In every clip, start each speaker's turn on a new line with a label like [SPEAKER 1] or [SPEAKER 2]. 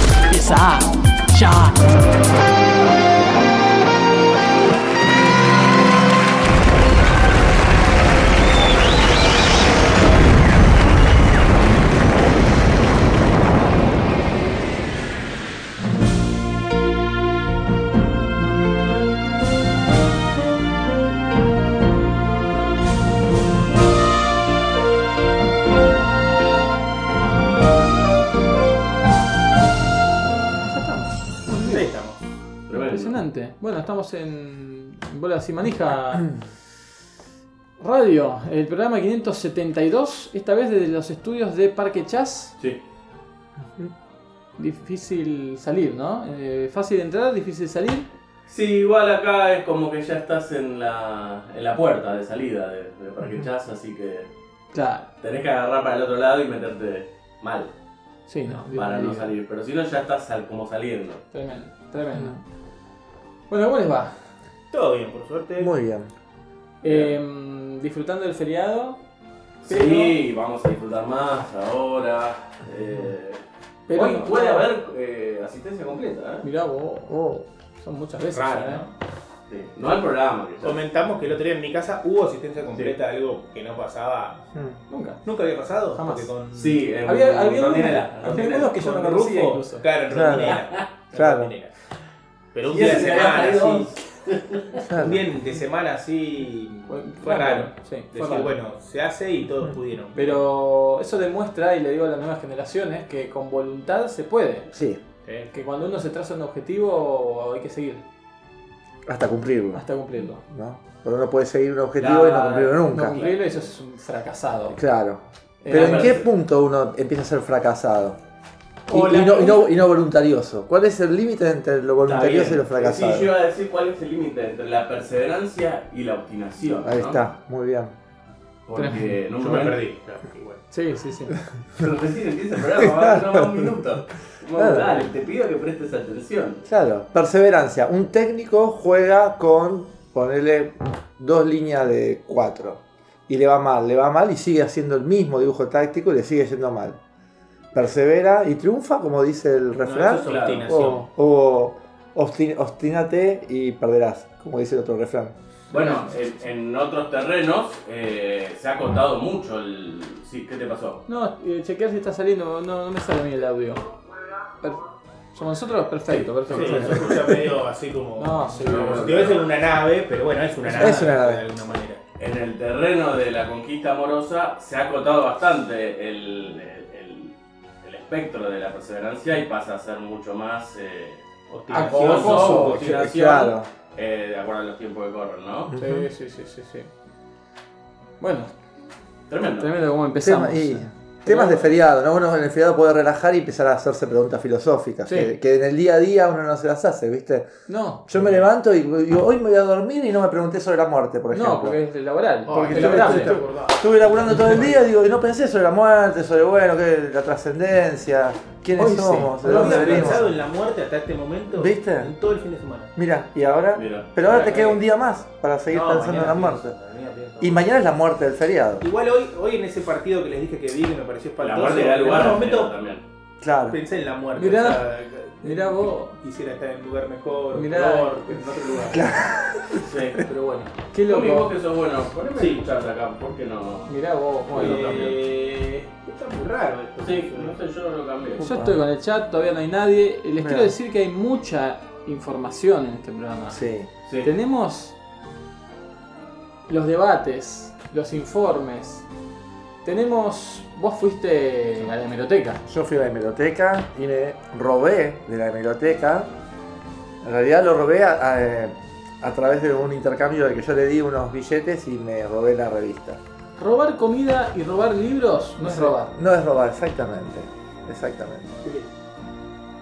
[SPEAKER 1] side shot.
[SPEAKER 2] Ya estamos. Muy bien.
[SPEAKER 3] Ahí estamos.
[SPEAKER 2] Impresionante. Bueno, estamos en Bolas y Manija Radio, el programa 572, esta vez desde los estudios de Parque Chas.
[SPEAKER 3] Sí.
[SPEAKER 2] Difícil salir, ¿no? Eh, fácil entrar, difícil salir.
[SPEAKER 3] Sí, igual acá es como que ya estás en la, en la puerta de salida de, de Parque Chas, así que
[SPEAKER 2] Claro,
[SPEAKER 3] tenés que agarrar para el otro lado y meterte mal
[SPEAKER 2] sí, no. Dios
[SPEAKER 3] para no
[SPEAKER 2] bendiga.
[SPEAKER 3] salir. Pero si no, ya estás sal- como saliendo.
[SPEAKER 2] Tremendo, tremendo. Bueno, ¿cómo les va?
[SPEAKER 3] Todo bien, por suerte.
[SPEAKER 4] Muy bien.
[SPEAKER 2] Eh, disfrutando del feriado,
[SPEAKER 3] Sí, vamos a disfrutar más ahora. Eh,
[SPEAKER 2] pero.
[SPEAKER 3] hoy puede haber eh, asistencia completa, ¿eh?
[SPEAKER 2] Mirá vos,
[SPEAKER 4] Oh,
[SPEAKER 2] son muchas veces.
[SPEAKER 5] Raro,
[SPEAKER 2] ya, ¿eh?
[SPEAKER 3] Sí. No al programa. que ya-
[SPEAKER 5] Comentamos que el otro día en mi casa hubo asistencia completa, algo que no pasaba.
[SPEAKER 4] hmm.
[SPEAKER 2] Nunca.
[SPEAKER 5] Nunca había pasado.
[SPEAKER 2] Jamás.
[SPEAKER 5] porque Con...
[SPEAKER 3] Sí, en
[SPEAKER 2] Había, había
[SPEAKER 3] Rondinela,
[SPEAKER 2] algunos-
[SPEAKER 3] Rondinela.
[SPEAKER 2] había algunos que yo no
[SPEAKER 5] con
[SPEAKER 2] conocía
[SPEAKER 5] Rufo,
[SPEAKER 2] incluso.
[SPEAKER 5] Claro, en
[SPEAKER 4] Claro.
[SPEAKER 5] Rondinela. En
[SPEAKER 4] Claro.
[SPEAKER 5] Rondinela. Pero un
[SPEAKER 3] Y
[SPEAKER 5] día de
[SPEAKER 3] ese te había
[SPEAKER 5] semana
[SPEAKER 3] traído.
[SPEAKER 5] así. Un día de semana así. Fue raro.
[SPEAKER 2] Sí, fue
[SPEAKER 5] Decir,
[SPEAKER 2] raro.
[SPEAKER 5] bueno, se hace y todos pudieron.
[SPEAKER 2] Pero eso demuestra, y le digo a las nuevas generaciones, que con voluntad se puede.
[SPEAKER 4] Sí,
[SPEAKER 5] Eh,
[SPEAKER 2] Que cuando uno se traza un objetivo hay que seguir
[SPEAKER 4] hasta cumplirlo.
[SPEAKER 2] hasta cumplirlo.
[SPEAKER 4] ¿no? Porque uno puede seguir un objetivo y no cumplirlo
[SPEAKER 2] No
[SPEAKER 4] nunca.
[SPEAKER 2] cumplirlo, eso es un fracasado.
[SPEAKER 4] Claro.
[SPEAKER 2] Eh,
[SPEAKER 4] Pero ¿en
[SPEAKER 3] pero-
[SPEAKER 4] qué punto uno empieza a ser fracasado? Y,
[SPEAKER 2] O la-
[SPEAKER 4] y no, y no- y no voluntarioso. ¿Cuál es el límite entre lo
[SPEAKER 3] Está
[SPEAKER 4] voluntarioso y
[SPEAKER 3] bien.
[SPEAKER 4] lo fracasado?
[SPEAKER 3] Sí, yo iba a decir cuál es el límite entre la perseverancia y la obstinación.
[SPEAKER 4] Ahí
[SPEAKER 3] ¿no?
[SPEAKER 4] está, muy bien.
[SPEAKER 3] Porque en un
[SPEAKER 5] Yo me
[SPEAKER 3] momento-
[SPEAKER 5] perdí. claro, igual.
[SPEAKER 2] Sí, sí, sí.
[SPEAKER 3] Pero recién empieza el programa, va a durar más un minuto. Bueno,
[SPEAKER 4] Claro.
[SPEAKER 3] dale, te pido que prestes atención.
[SPEAKER 4] Claro, perseverancia. Un técnico juega con ponerle dos líneas de cuatro. Y le va mal, le va mal y sigue haciendo el mismo dibujo táctico y le sigue yendo mal. Persevera y triunfa, como dice el
[SPEAKER 5] No,
[SPEAKER 4] refrán.
[SPEAKER 5] eso es
[SPEAKER 3] Claro.
[SPEAKER 5] obstinación.
[SPEAKER 4] o o obstin- obstínate y perderás, como dice el otro refrán.
[SPEAKER 3] Bueno, en, en otros terrenos eh, se ha contado mucho el. Sí, ¿qué te pasó?
[SPEAKER 2] No, eh, chequear si está saliendo, no, no me sale a mí el audio. Per- ¿Somos nosotros? Perfecto,
[SPEAKER 5] Sí,
[SPEAKER 2] perfecto.
[SPEAKER 5] se escucha medio así como.
[SPEAKER 2] No, sí.
[SPEAKER 5] como si estuviese en una nave, pero bueno, es una nave.
[SPEAKER 4] Es una nave.
[SPEAKER 5] De alguna manera.
[SPEAKER 3] En el terreno de la conquista amorosa se ha cotado bastante el, el- el- el espectro de la perseverancia y pasa a ser mucho más eh,
[SPEAKER 5] Obstinación.
[SPEAKER 3] acoso,
[SPEAKER 5] Obstinación.
[SPEAKER 3] obstinación,
[SPEAKER 4] Claro.
[SPEAKER 3] eh, de acuerdo a los tiempos que corren, ¿no?
[SPEAKER 2] Sí, sí, sí, sí, sí. Bueno,
[SPEAKER 3] Tremendo.
[SPEAKER 2] tremendo cómo empezamos.
[SPEAKER 4] Tema- y- temas de feriado, ¿no? Uno en el feriado puede relajar y empezar a hacerse preguntas filosóficas,
[SPEAKER 2] Sí.
[SPEAKER 4] que, que en el día a día uno no se las hace, ¿viste?
[SPEAKER 2] No,
[SPEAKER 4] Yo me levanto y digo, hoy me voy a dormir y no me pregunté sobre la muerte, por ejemplo.
[SPEAKER 2] no, porque es laboral. es
[SPEAKER 5] Porque estoy-
[SPEAKER 2] laborable.
[SPEAKER 5] estoy acordado.
[SPEAKER 4] Estuve laburando todo el día y digo, y no pensé sobre la muerte, sobre bueno, que la trascendencia, quiénes
[SPEAKER 2] Hoy sí.
[SPEAKER 4] somos, de
[SPEAKER 5] No
[SPEAKER 4] dónde
[SPEAKER 5] había
[SPEAKER 4] venimos.
[SPEAKER 5] pensado en la muerte hasta este momento.
[SPEAKER 4] ¿Viste?
[SPEAKER 5] En todo el fin de semana.
[SPEAKER 4] Mira, y ahora,
[SPEAKER 3] Mira,
[SPEAKER 4] pero ahora
[SPEAKER 3] mira
[SPEAKER 4] te
[SPEAKER 3] que-
[SPEAKER 4] queda un día más para seguir
[SPEAKER 5] No,
[SPEAKER 4] pensando en la
[SPEAKER 5] mañana
[SPEAKER 4] muerte.
[SPEAKER 5] pienso, mañana pienso.
[SPEAKER 4] Y mañana es la muerte del feriado.
[SPEAKER 5] Igual hoy, hoy en ese partido que les dije que vi que me pareció
[SPEAKER 3] La
[SPEAKER 5] espantoso,
[SPEAKER 3] muerte da
[SPEAKER 5] en
[SPEAKER 3] lugar
[SPEAKER 5] algún
[SPEAKER 3] a
[SPEAKER 5] momento
[SPEAKER 3] también.
[SPEAKER 4] Claro.
[SPEAKER 5] pensé en la muerte.
[SPEAKER 2] Mirá,
[SPEAKER 5] o sea,
[SPEAKER 2] mirá vos.
[SPEAKER 5] Quisiera estar en un lugar mejor,
[SPEAKER 2] Mirá.
[SPEAKER 5] peor, en otro lugar.
[SPEAKER 3] Sí.
[SPEAKER 5] Pero bueno.
[SPEAKER 2] Qué
[SPEAKER 3] Tommy, vos
[SPEAKER 2] loco.
[SPEAKER 3] que sos bueno, poneme
[SPEAKER 5] Sí.
[SPEAKER 3] a escuchar de acá, ¿por qué no?
[SPEAKER 2] Mirá vos, bueno.
[SPEAKER 3] lo
[SPEAKER 5] eh, está muy raro esto.
[SPEAKER 3] Sí, no sé, yo lo cambié.
[SPEAKER 2] Yo estoy con el chat, todavía no hay nadie. Les
[SPEAKER 4] Mirá.
[SPEAKER 2] quiero decir que hay mucha información en este programa.
[SPEAKER 4] Sí.
[SPEAKER 3] Sí.
[SPEAKER 2] Tenemos los debates, los informes. Tenemos. Vos fuiste a la hemeroteca.
[SPEAKER 4] Yo fui a la hemeroteca y me robé de la hemeroteca. En realidad lo robé a, a, eh, a través de un intercambio de que yo le di unos billetes y me robé la revista.
[SPEAKER 2] Robar comida y robar libros no es robar.
[SPEAKER 4] No es robar, exactamente. Exactamente.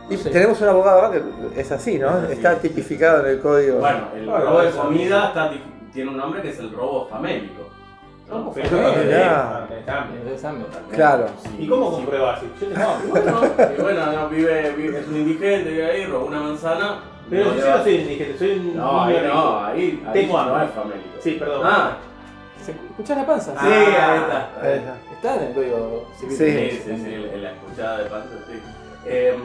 [SPEAKER 4] Y
[SPEAKER 2] Sí.
[SPEAKER 4] tenemos un abogado acá que es así, ¿no?
[SPEAKER 3] Es así.
[SPEAKER 4] Está tipificado en el código.
[SPEAKER 3] Bueno, el
[SPEAKER 5] Ah,
[SPEAKER 3] robo de
[SPEAKER 5] eso.
[SPEAKER 3] comida está ti- tiene un nombre que es el robo famélico.
[SPEAKER 5] No,
[SPEAKER 3] ¿no?
[SPEAKER 5] pero-
[SPEAKER 4] Mirá.
[SPEAKER 5] Mirá. Mirá.
[SPEAKER 2] Eh, Es hambre.
[SPEAKER 3] Totalmente.
[SPEAKER 4] Claro.
[SPEAKER 3] Sí,
[SPEAKER 5] ¿Y cómo
[SPEAKER 3] sí.
[SPEAKER 5] compruebas eso? Yo te no,
[SPEAKER 3] Bueno, y bueno, no, vive, vive- es un indigente, vive ahí, robó una manzana.
[SPEAKER 5] Pero
[SPEAKER 3] no le
[SPEAKER 5] yo
[SPEAKER 3] va-
[SPEAKER 5] no soy indigente, soy un.
[SPEAKER 3] No,
[SPEAKER 5] un
[SPEAKER 3] ahí
[SPEAKER 5] rico.
[SPEAKER 3] no, ahí, ahí
[SPEAKER 5] Tengo
[SPEAKER 3] no
[SPEAKER 5] hambre.
[SPEAKER 3] es famélico.
[SPEAKER 5] Sí, perdón.
[SPEAKER 3] Ah,
[SPEAKER 2] ¿Se- ¿Escuchás la panza?
[SPEAKER 3] sí, ahí está.
[SPEAKER 4] Ahí está.
[SPEAKER 2] Está en el código civil.
[SPEAKER 4] Ah. Sí.
[SPEAKER 3] sí, sí, sí, en la escuchada de panza, sí. Em,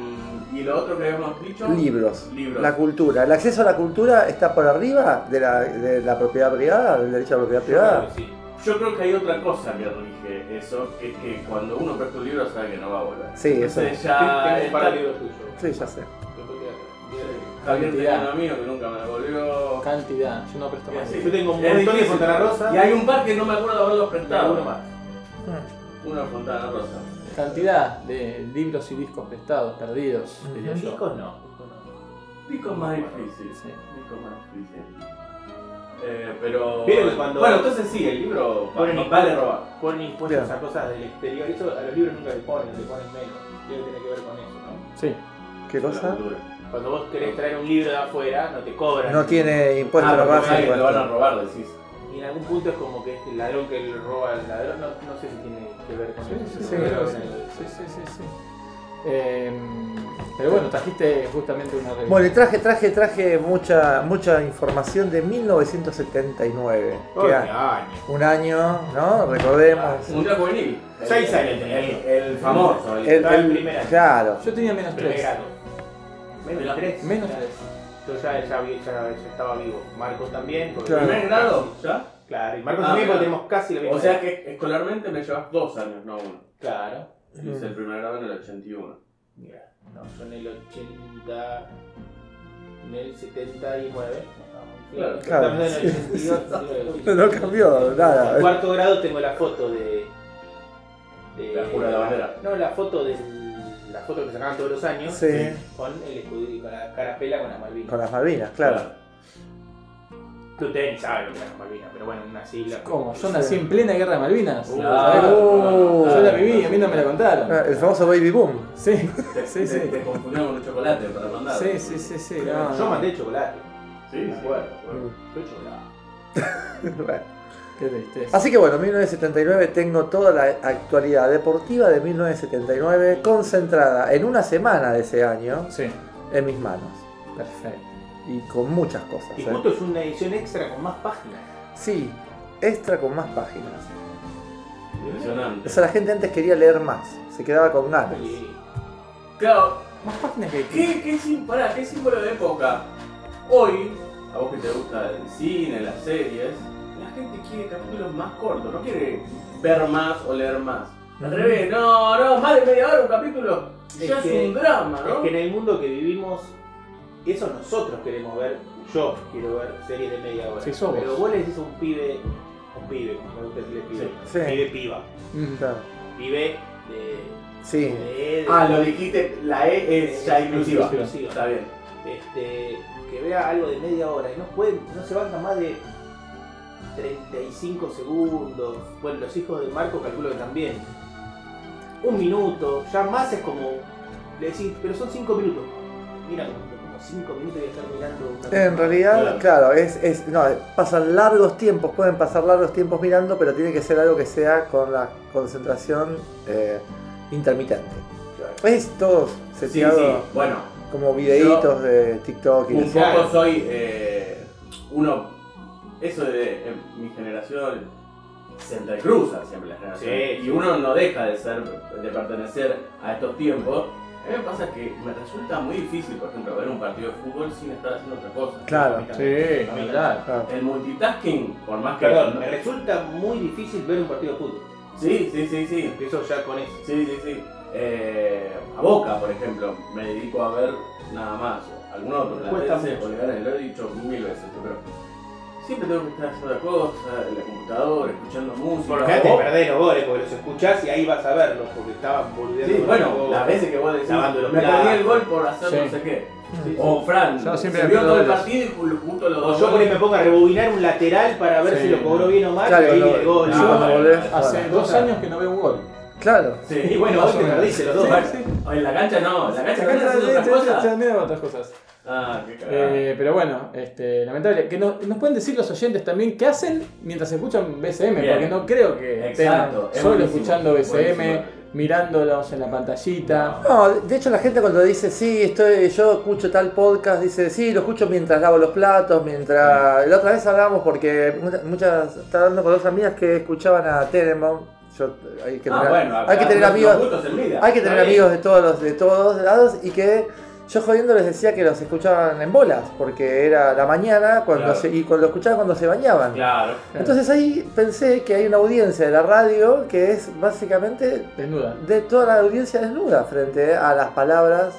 [SPEAKER 3] y lo otro que habíamos dicho.
[SPEAKER 4] Libros.
[SPEAKER 3] Libros.
[SPEAKER 4] La cultura. El acceso a la cultura está por arriba de la, de la propiedad privada, del derecho a la propiedad
[SPEAKER 5] Claro,
[SPEAKER 4] privada.
[SPEAKER 5] sí.
[SPEAKER 3] Yo creo que hay otra cosa que rige eso, que es que cuando uno presta un libro sabe que no va a volver.
[SPEAKER 4] Sí,
[SPEAKER 3] Entonces ya
[SPEAKER 5] Tengo un par de libros tuyos.
[SPEAKER 4] Sí, ya sé.
[SPEAKER 5] Después te voy a traer.
[SPEAKER 3] Javier
[SPEAKER 2] Cantidad.
[SPEAKER 3] tenía uno mío que nunca me devolvió.
[SPEAKER 2] Cantidad, yo no presto más.
[SPEAKER 3] Sí.
[SPEAKER 5] Yo tengo
[SPEAKER 3] Es
[SPEAKER 5] un montón de
[SPEAKER 3] difícil.
[SPEAKER 5] Fontana Rosa.
[SPEAKER 3] Y hay un par que no me acuerdo haberlos
[SPEAKER 5] y
[SPEAKER 3] prestado.
[SPEAKER 5] alguno más.
[SPEAKER 3] Uno de Fontana Rosa.
[SPEAKER 2] Cantidad de libros y discos prestados, perdidos, diría yo.
[SPEAKER 5] Discos no. discos no.
[SPEAKER 3] Discos más difíciles.
[SPEAKER 2] Sí.
[SPEAKER 3] Discos más difíciles. Eh, pero.
[SPEAKER 5] Vieron que cuando-
[SPEAKER 3] Bueno, entonces sí, el libro va-
[SPEAKER 5] Ponen-
[SPEAKER 3] no vale robar.
[SPEAKER 5] Ponen impuestos
[SPEAKER 4] Bien.
[SPEAKER 5] a cosas del exterior. Eso a los libros nunca le ponen, le ponen menos. Debe tener que ver con eso, ¿no?
[SPEAKER 2] Sí.
[SPEAKER 4] ¿Qué
[SPEAKER 3] La
[SPEAKER 4] cosa?
[SPEAKER 3] cultura.
[SPEAKER 5] Cuando vos querés traer un libro de afuera, no te cobran.
[SPEAKER 4] No tiene impuesto
[SPEAKER 3] Ah,
[SPEAKER 4] a la
[SPEAKER 3] porque
[SPEAKER 4] raza.
[SPEAKER 3] saben que lo van a
[SPEAKER 4] impuesto.
[SPEAKER 3] robar, decís.
[SPEAKER 5] Y en algún punto es como que es el ladrón que le roba al ladrón. No, no sé si tiene que ver con
[SPEAKER 2] Sí,
[SPEAKER 5] eso.
[SPEAKER 2] sí,
[SPEAKER 5] pero-
[SPEAKER 2] sí, sí, sí. Eh, pero bueno, trajiste justamente una revista.
[SPEAKER 4] Bueno, y traje, traje, traje mucha, mucha información de 1979.
[SPEAKER 5] Oh,
[SPEAKER 4] que
[SPEAKER 5] qué
[SPEAKER 4] ha-
[SPEAKER 5] año.
[SPEAKER 4] un año, ¿no? Recordemos.
[SPEAKER 3] Un día juvenil. Eh,
[SPEAKER 5] Seis años
[SPEAKER 3] El,
[SPEAKER 5] tenía
[SPEAKER 3] el,
[SPEAKER 5] yo.
[SPEAKER 3] el famoso. El,
[SPEAKER 5] estaba en primer año.
[SPEAKER 4] Claro.
[SPEAKER 2] Yo tenía menos
[SPEAKER 5] Primer
[SPEAKER 2] 3.
[SPEAKER 5] grado. Menos tres.
[SPEAKER 2] Menos
[SPEAKER 5] Ya.
[SPEAKER 2] 3.
[SPEAKER 5] Yo ya, ya, vi- ya- ya estaba vivo. Marcos también. porque-
[SPEAKER 4] Claro.
[SPEAKER 3] ¿Primer grado? ¿Ya?
[SPEAKER 5] Claro, y Marcos
[SPEAKER 3] Ah,
[SPEAKER 5] también
[SPEAKER 3] claro.
[SPEAKER 5] porque tenemos casi la misma
[SPEAKER 3] O sea
[SPEAKER 5] edad.
[SPEAKER 3] que escolarmente me llevas dos años, no uno.
[SPEAKER 5] Claro.
[SPEAKER 3] Yo Hice el
[SPEAKER 4] Mm.
[SPEAKER 3] primer grado en el 81.
[SPEAKER 5] Mira, no, yo en el 80, en el 79.
[SPEAKER 3] Claro.
[SPEAKER 4] Claro.
[SPEAKER 5] Estamos en el 82,
[SPEAKER 4] No, no cambió nada.
[SPEAKER 5] En cuarto grado tengo la foto de. de-
[SPEAKER 3] La jura de la bandera.
[SPEAKER 5] No, la foto del. La foto que sacaban todos los años.
[SPEAKER 4] Sí,
[SPEAKER 5] Con el escudo y con la carapela con las Malvinas.
[SPEAKER 4] con las Malvinas, claro.
[SPEAKER 5] Que ustedes ni saben lo que eran las Malvinas, pero bueno, una sigla.
[SPEAKER 2] ¿Cómo? Yo nací en plena guerra de Malvinas.
[SPEAKER 5] Uh,
[SPEAKER 2] ¿Sabés?
[SPEAKER 4] uh,
[SPEAKER 2] yo la viví, a mí no me la
[SPEAKER 4] Ah,
[SPEAKER 2] contaron.
[SPEAKER 4] El famoso Baby Boom.
[SPEAKER 2] Sí,
[SPEAKER 3] Te,
[SPEAKER 2] Sí, sí.
[SPEAKER 3] te- te confundieron con el chocolate para mandar.
[SPEAKER 2] sí, sí, sí. sí no,
[SPEAKER 5] Yo
[SPEAKER 2] no.
[SPEAKER 5] mandé chocolate.
[SPEAKER 3] Sí,
[SPEAKER 5] Me
[SPEAKER 3] sí.
[SPEAKER 5] acuerdo.
[SPEAKER 3] Bueno.
[SPEAKER 5] Yo chocolate.
[SPEAKER 4] Bueno.
[SPEAKER 2] Qué tristeza.
[SPEAKER 4] Así que bueno, 1979 tengo toda la actualidad deportiva de 1979 concentrada en una semana de ese año
[SPEAKER 2] Sí,
[SPEAKER 4] en mis manos.
[SPEAKER 2] perfecto.
[SPEAKER 4] Y con muchas cosas.
[SPEAKER 5] Y
[SPEAKER 4] ¿eh?
[SPEAKER 5] justo es una edición extra con más páginas.
[SPEAKER 4] Sí, extra con más páginas. O
[SPEAKER 3] Impresionante.
[SPEAKER 4] sea, la gente antes quería leer más, se quedaba con ganas.
[SPEAKER 5] Sí.
[SPEAKER 3] Claro,
[SPEAKER 2] Más páginas que
[SPEAKER 3] ¿qué, qué, sim- pará, ¿qué símbolo de época? Hoy, a vos que te gusta el cine, las series, la gente quiere capítulos más cortos, no quiere ver más o leer más. Al revés, no, no, más de media hora un capítulo.
[SPEAKER 5] Es
[SPEAKER 3] ya
[SPEAKER 5] que-
[SPEAKER 3] es un drama,
[SPEAKER 5] Es
[SPEAKER 3] ¿no?
[SPEAKER 5] que en el mundo que vivimos, eso nosotros queremos ver. Yo quiero ver series de media hora.
[SPEAKER 2] Sí, sos vos.
[SPEAKER 5] Pero vos le decís a un pibe, un pibe, como me gusta decirle pibe,
[SPEAKER 4] Sí.
[SPEAKER 5] pibe piba,
[SPEAKER 2] Mm.
[SPEAKER 4] Claro.
[SPEAKER 5] pibe de.
[SPEAKER 4] Sí,
[SPEAKER 5] de-
[SPEAKER 3] Ah, lo dijiste, la E es ya inclusiva.
[SPEAKER 5] Inclusiva.
[SPEAKER 3] Está bien.
[SPEAKER 5] Este, que vea algo de media hora y no, pueden, no se banca más de 35 segundos. Bueno, los hijos de Marco calculo que también. Un minuto, ya más es como. Le decís, pero son 5 minutos. Mira, como 5 minutos voy a estar mirando una
[SPEAKER 4] En realidad, claro, es, es- no, pasan largos tiempos, pueden pasar largos tiempos mirando, pero tiene que ser algo que sea con la concentración eh, intermitente. Es todo
[SPEAKER 3] Sí, sí,
[SPEAKER 4] seteado
[SPEAKER 3] bueno,
[SPEAKER 4] como videitos de TikTok y de
[SPEAKER 3] un
[SPEAKER 4] eso.
[SPEAKER 5] Claro.
[SPEAKER 3] poco soy eh, uno. Eso de eh, mi generación se entrecruza siempre las generaciones.
[SPEAKER 5] Sí,
[SPEAKER 3] y uno no deja de ser, de pertenecer a estos tiempos. A mí me pasa que me resulta muy difícil, por ejemplo, ver un partido de fútbol sin estar haciendo otra cosa.
[SPEAKER 4] Claro.
[SPEAKER 2] Sí,
[SPEAKER 5] También.
[SPEAKER 2] claro.
[SPEAKER 4] Claro.
[SPEAKER 3] El multitasking, por más que.
[SPEAKER 5] Ah, Perdón, me resulta muy difícil ver un partido de fútbol.
[SPEAKER 3] Sí, sí, sí, sí.
[SPEAKER 5] Empiezo ya con eso.
[SPEAKER 3] Sí, sí, sí. Eh, a Boca, por ejemplo, me dedico a ver nada más. Algún otro,
[SPEAKER 5] Me
[SPEAKER 3] la
[SPEAKER 5] cuesta
[SPEAKER 3] TC,
[SPEAKER 5] mucho.
[SPEAKER 3] Bolivariana, lo he dicho mil veces, pero siempre tengo que estar haciendo otra cosa, en la computadora, escuchando música.
[SPEAKER 5] Porque antes
[SPEAKER 3] o-
[SPEAKER 5] perdés los goles, porque los escuchás y ahí vas a verlos, porque estaban boludeando.
[SPEAKER 3] Sí,
[SPEAKER 5] con los
[SPEAKER 3] bueno,
[SPEAKER 5] goles.
[SPEAKER 3] las veces que vos decís,
[SPEAKER 5] Lavando los
[SPEAKER 3] me perdí
[SPEAKER 5] platos".
[SPEAKER 3] el gol por hacer no
[SPEAKER 2] Sí.
[SPEAKER 3] sé qué.
[SPEAKER 5] Sí, sí.
[SPEAKER 3] O Fran,
[SPEAKER 2] Yo siempre
[SPEAKER 3] se
[SPEAKER 2] me
[SPEAKER 3] vio
[SPEAKER 2] pierdo
[SPEAKER 3] todo el
[SPEAKER 2] los-
[SPEAKER 3] partido y ju- junto los
[SPEAKER 5] O
[SPEAKER 3] dos
[SPEAKER 5] yo por ahí
[SPEAKER 3] goles.
[SPEAKER 5] me pongo a rebobinar un lateral para ver
[SPEAKER 2] Sí.
[SPEAKER 5] si lo cobró bien o mal,
[SPEAKER 4] Claro,
[SPEAKER 5] y ahí
[SPEAKER 4] lo-
[SPEAKER 5] el gol.
[SPEAKER 4] yo
[SPEAKER 5] Ah,
[SPEAKER 4] cuando
[SPEAKER 5] bueno.
[SPEAKER 4] volvés-
[SPEAKER 2] Hace
[SPEAKER 4] Bueno,
[SPEAKER 2] dos
[SPEAKER 5] cosa-
[SPEAKER 2] años que no veo un gol.
[SPEAKER 4] Claro.
[SPEAKER 3] Sí,
[SPEAKER 5] Y bueno, vos te perdiste los dos.
[SPEAKER 3] Sí, O En la cancha no, en la cancha estás haciendo otras cosas.
[SPEAKER 2] otras cosas.
[SPEAKER 3] Ah, qué cagada.
[SPEAKER 2] Eh, pero bueno, este, lamentable. Que nos, nos pueden decir los oyentes también qué hacen mientras escuchan BCM,
[SPEAKER 3] Bien.
[SPEAKER 2] porque no creo que
[SPEAKER 3] Exacto,
[SPEAKER 2] estén
[SPEAKER 3] es
[SPEAKER 2] solo
[SPEAKER 3] buenísimo,
[SPEAKER 2] escuchando BCM,
[SPEAKER 3] buenísimo.
[SPEAKER 2] mirándolos en la pantallita.
[SPEAKER 4] No, de hecho la gente cuando dice, sí, estoy, yo escucho tal podcast, dice, sí, lo escucho mientras lavo los platos, mientras... La otra vez hablamos porque muchas, muchas estaba hablando con dos amigas que escuchaban a Tenemon Yo- hay que
[SPEAKER 3] Ah,
[SPEAKER 4] tener,
[SPEAKER 3] bueno,
[SPEAKER 4] hay que
[SPEAKER 3] acá
[SPEAKER 4] tener
[SPEAKER 3] los
[SPEAKER 4] amigos.
[SPEAKER 3] gustos en vida.
[SPEAKER 4] Hay que tener
[SPEAKER 3] Está bien.
[SPEAKER 4] amigos de todos los de todos lados y que yo jodiendo les decía que los escuchaban en bolas, porque era la mañana cuando
[SPEAKER 3] Claro.
[SPEAKER 4] se, y cuando lo escuchaban cuando se bañaban.
[SPEAKER 3] Claro.
[SPEAKER 4] Entonces ahí pensé que hay una audiencia de la radio que es básicamente
[SPEAKER 2] Desnuda.
[SPEAKER 4] de toda la audiencia desnuda frente a las palabras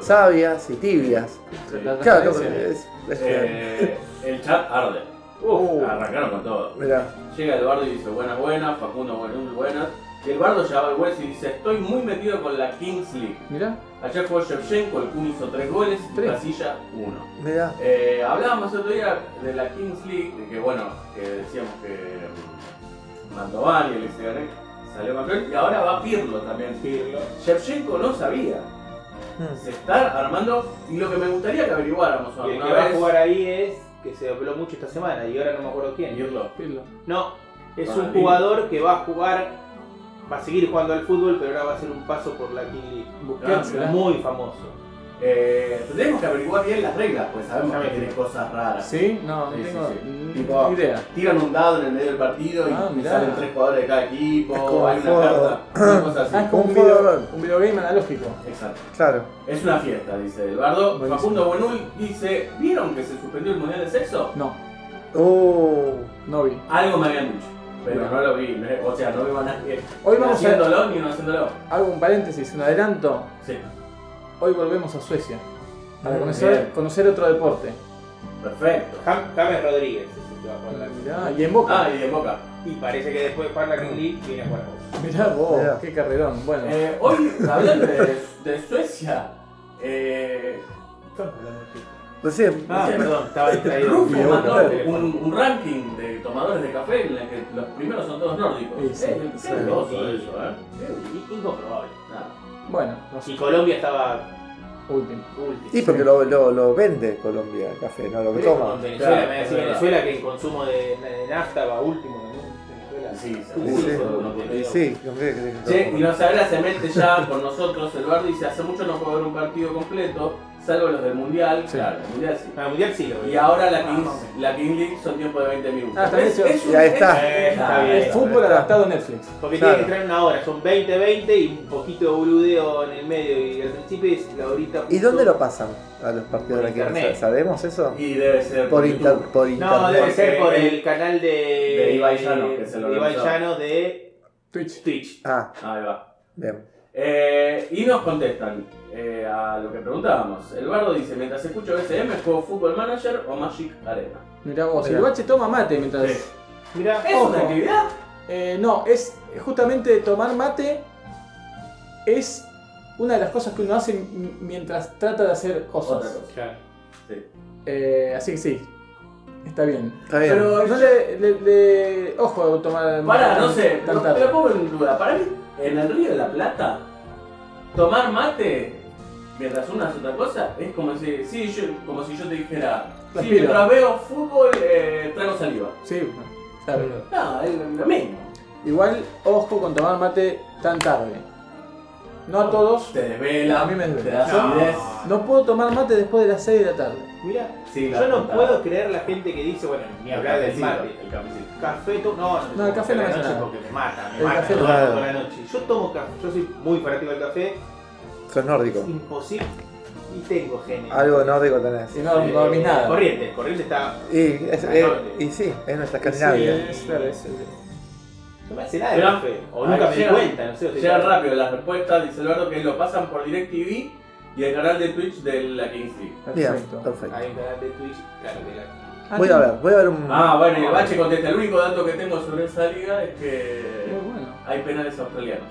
[SPEAKER 4] sabias y tibias.
[SPEAKER 3] Sí.
[SPEAKER 2] La
[SPEAKER 4] Claro,
[SPEAKER 2] referencia.
[SPEAKER 4] es, es-
[SPEAKER 3] Eh, el chat arde.
[SPEAKER 4] Uh.
[SPEAKER 3] Arrancaron con todo.
[SPEAKER 4] mirá,
[SPEAKER 3] Llega el bardo y dice buenas, buenas, Facundo, buenas, buenas. Y el bardo ya va al West y dice, estoy muy metido con la Kings League.
[SPEAKER 2] Mirá,
[SPEAKER 3] Ayer jugó Shevchenko, el Kun hizo 3 goles y
[SPEAKER 2] Tres.
[SPEAKER 3] Casilla 1.
[SPEAKER 4] mirá.
[SPEAKER 3] Eh, hablábamos el otro día de la Kings League, de que bueno, que decíamos que mm, Mantovani, el ex de Ganek, salió campeón y ahora va Pirlo también. Pirlo. Shevchenko no sabía.
[SPEAKER 4] Mm.
[SPEAKER 3] Se está armando y lo que me gustaría que averiguáramos
[SPEAKER 5] Y el que
[SPEAKER 3] alguna
[SPEAKER 5] va a
[SPEAKER 3] vez.
[SPEAKER 5] jugar ahí es, que se habló mucho esta semana y ahora no me acuerdo quién.
[SPEAKER 3] Pirlo.
[SPEAKER 2] Pirlo.
[SPEAKER 5] No, es
[SPEAKER 3] Ah,
[SPEAKER 5] un
[SPEAKER 3] Lili.
[SPEAKER 5] jugador que va a jugar, va a seguir jugando al fútbol, pero ahora va a hacer un paso por la King League.
[SPEAKER 2] Busquets,
[SPEAKER 3] Ah, mirá.
[SPEAKER 2] ¿verdad?
[SPEAKER 5] Muy famoso.
[SPEAKER 3] Eh, tendremos que averiguar bien las reglas, pues sabemos que tiene cosas raras.
[SPEAKER 2] ¿Sí? No, no
[SPEAKER 3] Sí, sí,
[SPEAKER 2] tengo
[SPEAKER 3] sí.
[SPEAKER 2] ni
[SPEAKER 3] Tipo-
[SPEAKER 2] idea.
[SPEAKER 3] Tiran un dado en el medio del partido y
[SPEAKER 2] Ah, mirá.
[SPEAKER 3] salen tres jugadores de cada equipo,
[SPEAKER 4] Es como
[SPEAKER 3] hay
[SPEAKER 4] un
[SPEAKER 3] una
[SPEAKER 4] juego.
[SPEAKER 3] carta, una cosa así.
[SPEAKER 2] Ah, es como
[SPEAKER 4] Un
[SPEAKER 2] un, video,
[SPEAKER 4] jugador.
[SPEAKER 2] un videogame analógico.
[SPEAKER 3] Exacto.
[SPEAKER 4] Claro.
[SPEAKER 3] Es una fiesta, dice el bardo.
[SPEAKER 4] Buenísimo.
[SPEAKER 3] Facundo Bonul dice, ¿vieron que se suspendió el Mundial de Sexo?
[SPEAKER 2] No,
[SPEAKER 4] Uh,
[SPEAKER 2] no vi.
[SPEAKER 3] Algo me habían dicho, pero
[SPEAKER 2] Bueno.
[SPEAKER 3] no lo vi, no- o sea, no veo a nadie
[SPEAKER 2] Hoy vamos a.
[SPEAKER 3] haciéndolo ni no haciéndolo.
[SPEAKER 2] Hago un paréntesis, un adelanto.
[SPEAKER 3] Sí,
[SPEAKER 2] Hoy volvemos a Suecia. Para
[SPEAKER 4] Muy
[SPEAKER 2] conocer,
[SPEAKER 3] Mm, bien.
[SPEAKER 2] conocer otro deporte.
[SPEAKER 3] perfecto.
[SPEAKER 5] Jam- James Rodríguez es el que va a jugar la King League.
[SPEAKER 2] Mirá, y en Boca.
[SPEAKER 3] Ah, y de Boca.
[SPEAKER 5] Y parece que después de jugar la King League viene a jugar a Boca.
[SPEAKER 2] Mirá vos,
[SPEAKER 4] Mirá.
[SPEAKER 2] qué carrerón. Bueno,
[SPEAKER 3] Eh, hoy, hablando de, de Suecia, eh,
[SPEAKER 4] recién.
[SPEAKER 5] Ah, perdón, estaba distraído.
[SPEAKER 3] Rufo
[SPEAKER 5] Y
[SPEAKER 3] mandó
[SPEAKER 5] ahora, teléfono.
[SPEAKER 3] un, un ranking de tomadores de café en el que los primeros son todos nórdicos.
[SPEAKER 2] Sí, sí,
[SPEAKER 3] Eh,
[SPEAKER 2] sí.
[SPEAKER 3] qué hermoso eso, ¿eh?
[SPEAKER 5] I- Incomprobable.
[SPEAKER 3] Nada.
[SPEAKER 2] bueno, no sé.
[SPEAKER 5] Y Colombia estaba
[SPEAKER 2] Último.
[SPEAKER 5] último.
[SPEAKER 4] Y porque lo, lo, lo vende Colombia el café, no lo que toma.
[SPEAKER 5] Con Venezuela,
[SPEAKER 3] Claro,
[SPEAKER 5] me
[SPEAKER 3] es
[SPEAKER 5] decía
[SPEAKER 3] verdad.
[SPEAKER 5] Venezuela que en consumo de, de nafta va último ¿no? Venezuela.
[SPEAKER 3] Sí,
[SPEAKER 5] Sí,
[SPEAKER 4] sí.
[SPEAKER 3] seguro. no
[SPEAKER 4] Y
[SPEAKER 3] podría.
[SPEAKER 4] sí, ¿con qué querés que
[SPEAKER 3] Che,
[SPEAKER 4] toma?
[SPEAKER 3] y nos habla, se mete ya con nosotros, Eduardo dice, hace mucho no puedo ver un partido completo, salvo los del Mundial.
[SPEAKER 2] Sí.
[SPEAKER 3] Claro, el Mundial sí. Ah,
[SPEAKER 5] Ah, mundial sí lo
[SPEAKER 3] Y
[SPEAKER 5] veía.
[SPEAKER 3] ahora la King, la King League son tiempo de 20 minutos.
[SPEAKER 2] Ah, está
[SPEAKER 3] Es-
[SPEAKER 2] bien,
[SPEAKER 3] es
[SPEAKER 4] sí.
[SPEAKER 3] un-
[SPEAKER 4] Y ahí
[SPEAKER 3] es-
[SPEAKER 4] está.
[SPEAKER 3] es-
[SPEAKER 5] Eh, Está bien.
[SPEAKER 2] Es fútbol adaptado a Netflix.
[SPEAKER 5] Porque
[SPEAKER 4] Claro.
[SPEAKER 5] tiene que entrar en una hora, son 20-20 y un poquito de boludeo en el medio y al principio es la horita.
[SPEAKER 4] ¿Y
[SPEAKER 5] justo.
[SPEAKER 4] dónde lo pasan a los partidos de la
[SPEAKER 5] Por internet.
[SPEAKER 4] quince? ¿Sabemos eso?
[SPEAKER 3] Y debe ser
[SPEAKER 4] Por, inter,
[SPEAKER 3] YouTube.
[SPEAKER 4] por
[SPEAKER 5] No, debe
[SPEAKER 4] internet.
[SPEAKER 5] ser por
[SPEAKER 3] Porque-
[SPEAKER 5] el canal de,
[SPEAKER 3] de Ibai Llano, que se lo
[SPEAKER 5] de, Ibai
[SPEAKER 3] organizó.
[SPEAKER 5] Llano de
[SPEAKER 2] Twitch.
[SPEAKER 5] Twitch.
[SPEAKER 4] Ah,
[SPEAKER 3] Ahí va.
[SPEAKER 4] bien.
[SPEAKER 3] Eh, y nos contestan eh, a lo que preguntábamos. El bardo dice, mientras escucho BCM, juego Football Manager o Magic Arena.
[SPEAKER 2] Mirá vos,
[SPEAKER 4] Mirá.
[SPEAKER 2] el bache toma mate mientras.
[SPEAKER 3] Sí.
[SPEAKER 5] Mirá,
[SPEAKER 3] ¿Es
[SPEAKER 2] Ojo.
[SPEAKER 3] una actividad?
[SPEAKER 2] Eh, no, es justamente tomar mate es una de las cosas que uno hace m- mientras trata de hacer
[SPEAKER 3] Otra
[SPEAKER 2] cosas.
[SPEAKER 3] cosa.
[SPEAKER 2] Eh, así que sí, está bien.
[SPEAKER 4] Está bien.
[SPEAKER 2] Pero no le, le- le- ojo a tomar mate
[SPEAKER 3] Pará, no
[SPEAKER 2] tan-
[SPEAKER 3] sé,
[SPEAKER 2] tan
[SPEAKER 3] no, te
[SPEAKER 2] tarde.
[SPEAKER 3] lo pongo en duda. Para mí, en el Río de la Plata, tomar mate mientras uno hace otra cosa es como si, sí, yo, como si yo te dijera, sí,
[SPEAKER 2] Transpiro.
[SPEAKER 3] mientras veo fútbol, eh, trago saliva.
[SPEAKER 2] Sí, bueno, está bien.
[SPEAKER 3] No, es lo mismo.
[SPEAKER 2] Igual, ojo con tomar mate tan tarde. No a todos.
[SPEAKER 3] Te desvela,
[SPEAKER 2] A mí me
[SPEAKER 3] te
[SPEAKER 2] duele.
[SPEAKER 3] da
[SPEAKER 5] No.
[SPEAKER 3] acidez.
[SPEAKER 2] No puedo tomar mate después de las 6 de la tarde.
[SPEAKER 5] mirá.
[SPEAKER 3] Sí, la
[SPEAKER 5] Yo no
[SPEAKER 3] puta.
[SPEAKER 5] puedo creer la gente que dice, bueno, ni hablar del
[SPEAKER 3] cafecito,
[SPEAKER 5] mate.
[SPEAKER 3] El cafecito.
[SPEAKER 5] Café to- no, no,
[SPEAKER 2] No, el café no
[SPEAKER 5] la
[SPEAKER 2] me hace
[SPEAKER 5] noche
[SPEAKER 2] nada.
[SPEAKER 5] porque me mata, me
[SPEAKER 2] El
[SPEAKER 5] mata,
[SPEAKER 2] café
[SPEAKER 5] no
[SPEAKER 4] no.
[SPEAKER 5] duermo toda la noche. Yo tomo café, yo soy muy fanático del café,
[SPEAKER 4] Sos nórdico.
[SPEAKER 5] es imposible y tengo genes.
[SPEAKER 4] Algo nórdico tenés.
[SPEAKER 2] Si no, no dormís nada.
[SPEAKER 5] Corriente, corriente está.
[SPEAKER 4] Y, es-
[SPEAKER 5] Ah,
[SPEAKER 4] es-
[SPEAKER 5] nórdico.
[SPEAKER 4] y sí, es nuestra
[SPEAKER 2] Sí, eh,
[SPEAKER 4] Escandinavia.
[SPEAKER 2] es- claro, es- es-
[SPEAKER 5] No me hace nada el
[SPEAKER 3] Pero-
[SPEAKER 5] café. O
[SPEAKER 3] Ahí
[SPEAKER 5] nunca me di
[SPEAKER 3] llegan-
[SPEAKER 5] cuenta, no sé. o sea,
[SPEAKER 3] Llegan rápido las respuestas, dice Eduardo que lo pasan por DirecTV y el canal de Twitch de la Kings League.
[SPEAKER 4] Bien,
[SPEAKER 2] Perfecto.
[SPEAKER 4] perfecto.
[SPEAKER 5] Hay un canal de Twitch, claro que la.
[SPEAKER 2] Ah,
[SPEAKER 4] Voy a ver, voy a ver un.
[SPEAKER 3] Ah, bueno, y el Bache contesta, el único dato que tengo sobre esa liga es que...
[SPEAKER 2] Muy bueno.
[SPEAKER 3] hay penales australianos.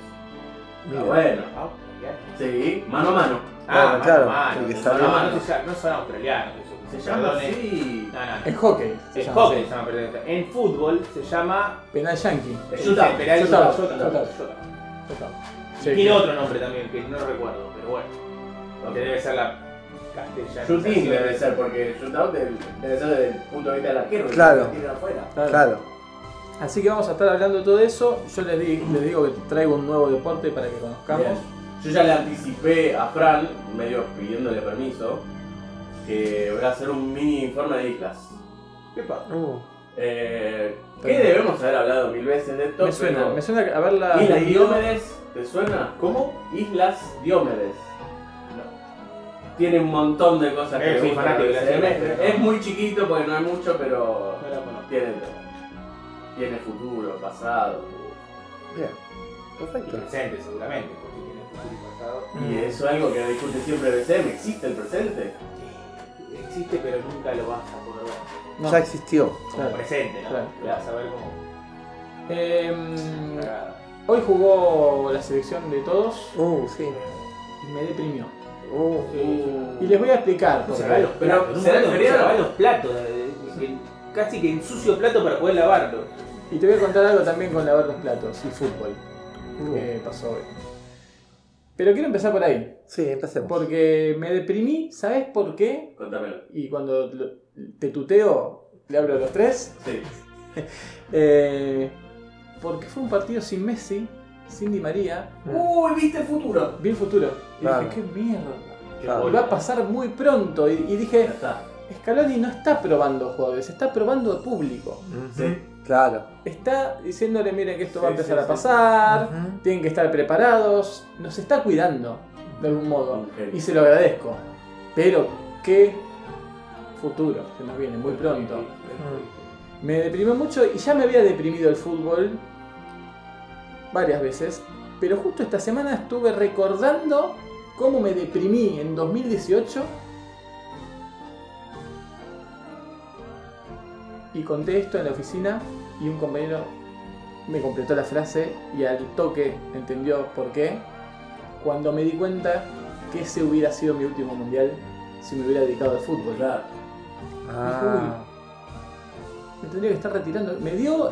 [SPEAKER 4] Mira.
[SPEAKER 3] Ah, bueno,
[SPEAKER 5] Ah, ya.
[SPEAKER 3] sí, mano a mano.
[SPEAKER 5] Ah,
[SPEAKER 4] claro,
[SPEAKER 5] mano,
[SPEAKER 4] porque
[SPEAKER 5] mano,
[SPEAKER 4] salió-
[SPEAKER 5] mano, no, se llama- no son australianos. eso,
[SPEAKER 3] Se llama
[SPEAKER 5] perdone.
[SPEAKER 3] así.
[SPEAKER 5] No, no, no.
[SPEAKER 2] En hockey. se
[SPEAKER 5] En
[SPEAKER 2] llama,
[SPEAKER 5] hockey se
[SPEAKER 2] sí.
[SPEAKER 5] llama perdón. En fútbol se llama.
[SPEAKER 2] Penal yankee.
[SPEAKER 3] Es shootout,
[SPEAKER 5] penal
[SPEAKER 2] shootout,
[SPEAKER 5] shootout,
[SPEAKER 2] shootout.
[SPEAKER 5] shootout.
[SPEAKER 2] Ya está.
[SPEAKER 5] Y
[SPEAKER 2] Sí,
[SPEAKER 5] tiene
[SPEAKER 2] que-
[SPEAKER 5] otro nombre también que no recuerdo, pero bueno. Que debe ser la castellana.
[SPEAKER 3] Shooting debe ser, porque shootout debe, debe ser desde el punto de vista del arquero. que
[SPEAKER 4] Claro.
[SPEAKER 3] se tira afuera.
[SPEAKER 2] claro.
[SPEAKER 4] Claro.
[SPEAKER 2] Así que vamos a estar hablando de todo eso. Yo les, di- les digo que traigo un nuevo deporte para que conozcamos.
[SPEAKER 3] Bien. Yo ya le anticipé a Fran, medio pidiéndole permiso, que voy a hacer un mini informe de islas.
[SPEAKER 5] ¿Qué pasa?
[SPEAKER 4] Uh,
[SPEAKER 3] Eh, ¿Qué debemos haber hablado mil veces de esto?
[SPEAKER 2] Me suena,
[SPEAKER 3] Pero-
[SPEAKER 2] me suena haberla
[SPEAKER 3] Islas
[SPEAKER 2] leído.
[SPEAKER 3] Diómedes, ¿te suena?
[SPEAKER 5] ¿Cómo?
[SPEAKER 3] Islas Diómedes. Tiene un montón de cosas que
[SPEAKER 5] Eh,
[SPEAKER 3] me
[SPEAKER 5] soy
[SPEAKER 3] gustan
[SPEAKER 5] fanático
[SPEAKER 3] de
[SPEAKER 5] de
[SPEAKER 3] ese
[SPEAKER 5] las
[SPEAKER 3] anime.
[SPEAKER 5] Diómedes,
[SPEAKER 3] Es
[SPEAKER 5] ¿no?
[SPEAKER 3] muy chiquito porque no hay mucho, pero
[SPEAKER 5] No la conozco.
[SPEAKER 3] tiene todo. Tiene futuro, pasado.
[SPEAKER 4] Bien.
[SPEAKER 5] Y
[SPEAKER 4] Perfecto.
[SPEAKER 5] presente, seguramente, porque tiene futuro y pasado.
[SPEAKER 2] Mm.
[SPEAKER 3] Y eso es algo que discute siempre BCM. ¿Existe el presente?
[SPEAKER 5] Eh, Existe, pero nunca lo vas a poder ver.
[SPEAKER 2] No.
[SPEAKER 4] Ya existió.
[SPEAKER 5] Como
[SPEAKER 2] Claro.
[SPEAKER 5] presente, ¿no?
[SPEAKER 2] Claro.
[SPEAKER 5] Lo vas a ver como.
[SPEAKER 2] Em,
[SPEAKER 5] cagada.
[SPEAKER 2] hoy jugó la selección de todos
[SPEAKER 4] Uh, sí.
[SPEAKER 2] y me deprimió.
[SPEAKER 4] Uh.
[SPEAKER 2] Y les voy a explicar.
[SPEAKER 5] No,
[SPEAKER 2] por
[SPEAKER 5] se
[SPEAKER 2] qué.
[SPEAKER 5] va los
[SPEAKER 3] Pero,
[SPEAKER 5] platos, en un
[SPEAKER 3] ¿será el
[SPEAKER 5] momento
[SPEAKER 3] feriado?
[SPEAKER 5] se va los platos, eh, eh, casi que ensucio plato para poder lavarlo.
[SPEAKER 2] Y te voy a contar algo también con lavar los platos y fútbol
[SPEAKER 4] Uh.
[SPEAKER 2] que pasó hoy. Pero quiero empezar por ahí,
[SPEAKER 4] Sí, empecemos.
[SPEAKER 2] porque me deprimí, ¿sabes por qué?
[SPEAKER 3] Contámelo.
[SPEAKER 2] Y cuando lo- te tuteo, le hablo a los tres,
[SPEAKER 3] Sí.
[SPEAKER 2] eh, porque fue un partido sin Messi, sin Di María,
[SPEAKER 4] Mm.
[SPEAKER 3] ¡Uy, viste el futuro!
[SPEAKER 2] vi el futuro. Y
[SPEAKER 4] Claro.
[SPEAKER 2] dije, qué mierda.
[SPEAKER 4] Claro.
[SPEAKER 2] Y va a pasar muy pronto. Y, y
[SPEAKER 3] Ya
[SPEAKER 2] dije,
[SPEAKER 3] está.
[SPEAKER 2] Scaloni no está probando jugadores, está probando público.
[SPEAKER 4] Ujú.
[SPEAKER 3] Sí.
[SPEAKER 4] Claro.
[SPEAKER 2] Está diciéndole, miren que esto
[SPEAKER 3] Sí,
[SPEAKER 2] va a empezar
[SPEAKER 3] sí,
[SPEAKER 2] a
[SPEAKER 3] sí.
[SPEAKER 2] pasar.
[SPEAKER 4] Ujú.
[SPEAKER 2] tienen que estar preparados, nos está cuidando de algún modo
[SPEAKER 3] Ok.
[SPEAKER 2] y se lo agradezco. Pero qué futuro se nos viene muy pronto. Me deprimió mucho y ya me había deprimido el fútbol varias veces, pero justo esta semana estuve recordando cómo me deprimí en 2018 y conté esto en la oficina y un compañero me completó la frase y al toque entendió por qué cuando me di cuenta que ese hubiera sido mi último mundial si me hubiera dedicado al fútbol.
[SPEAKER 3] Claro.
[SPEAKER 4] Ah,
[SPEAKER 2] Me tendría que estar retirando. Me dio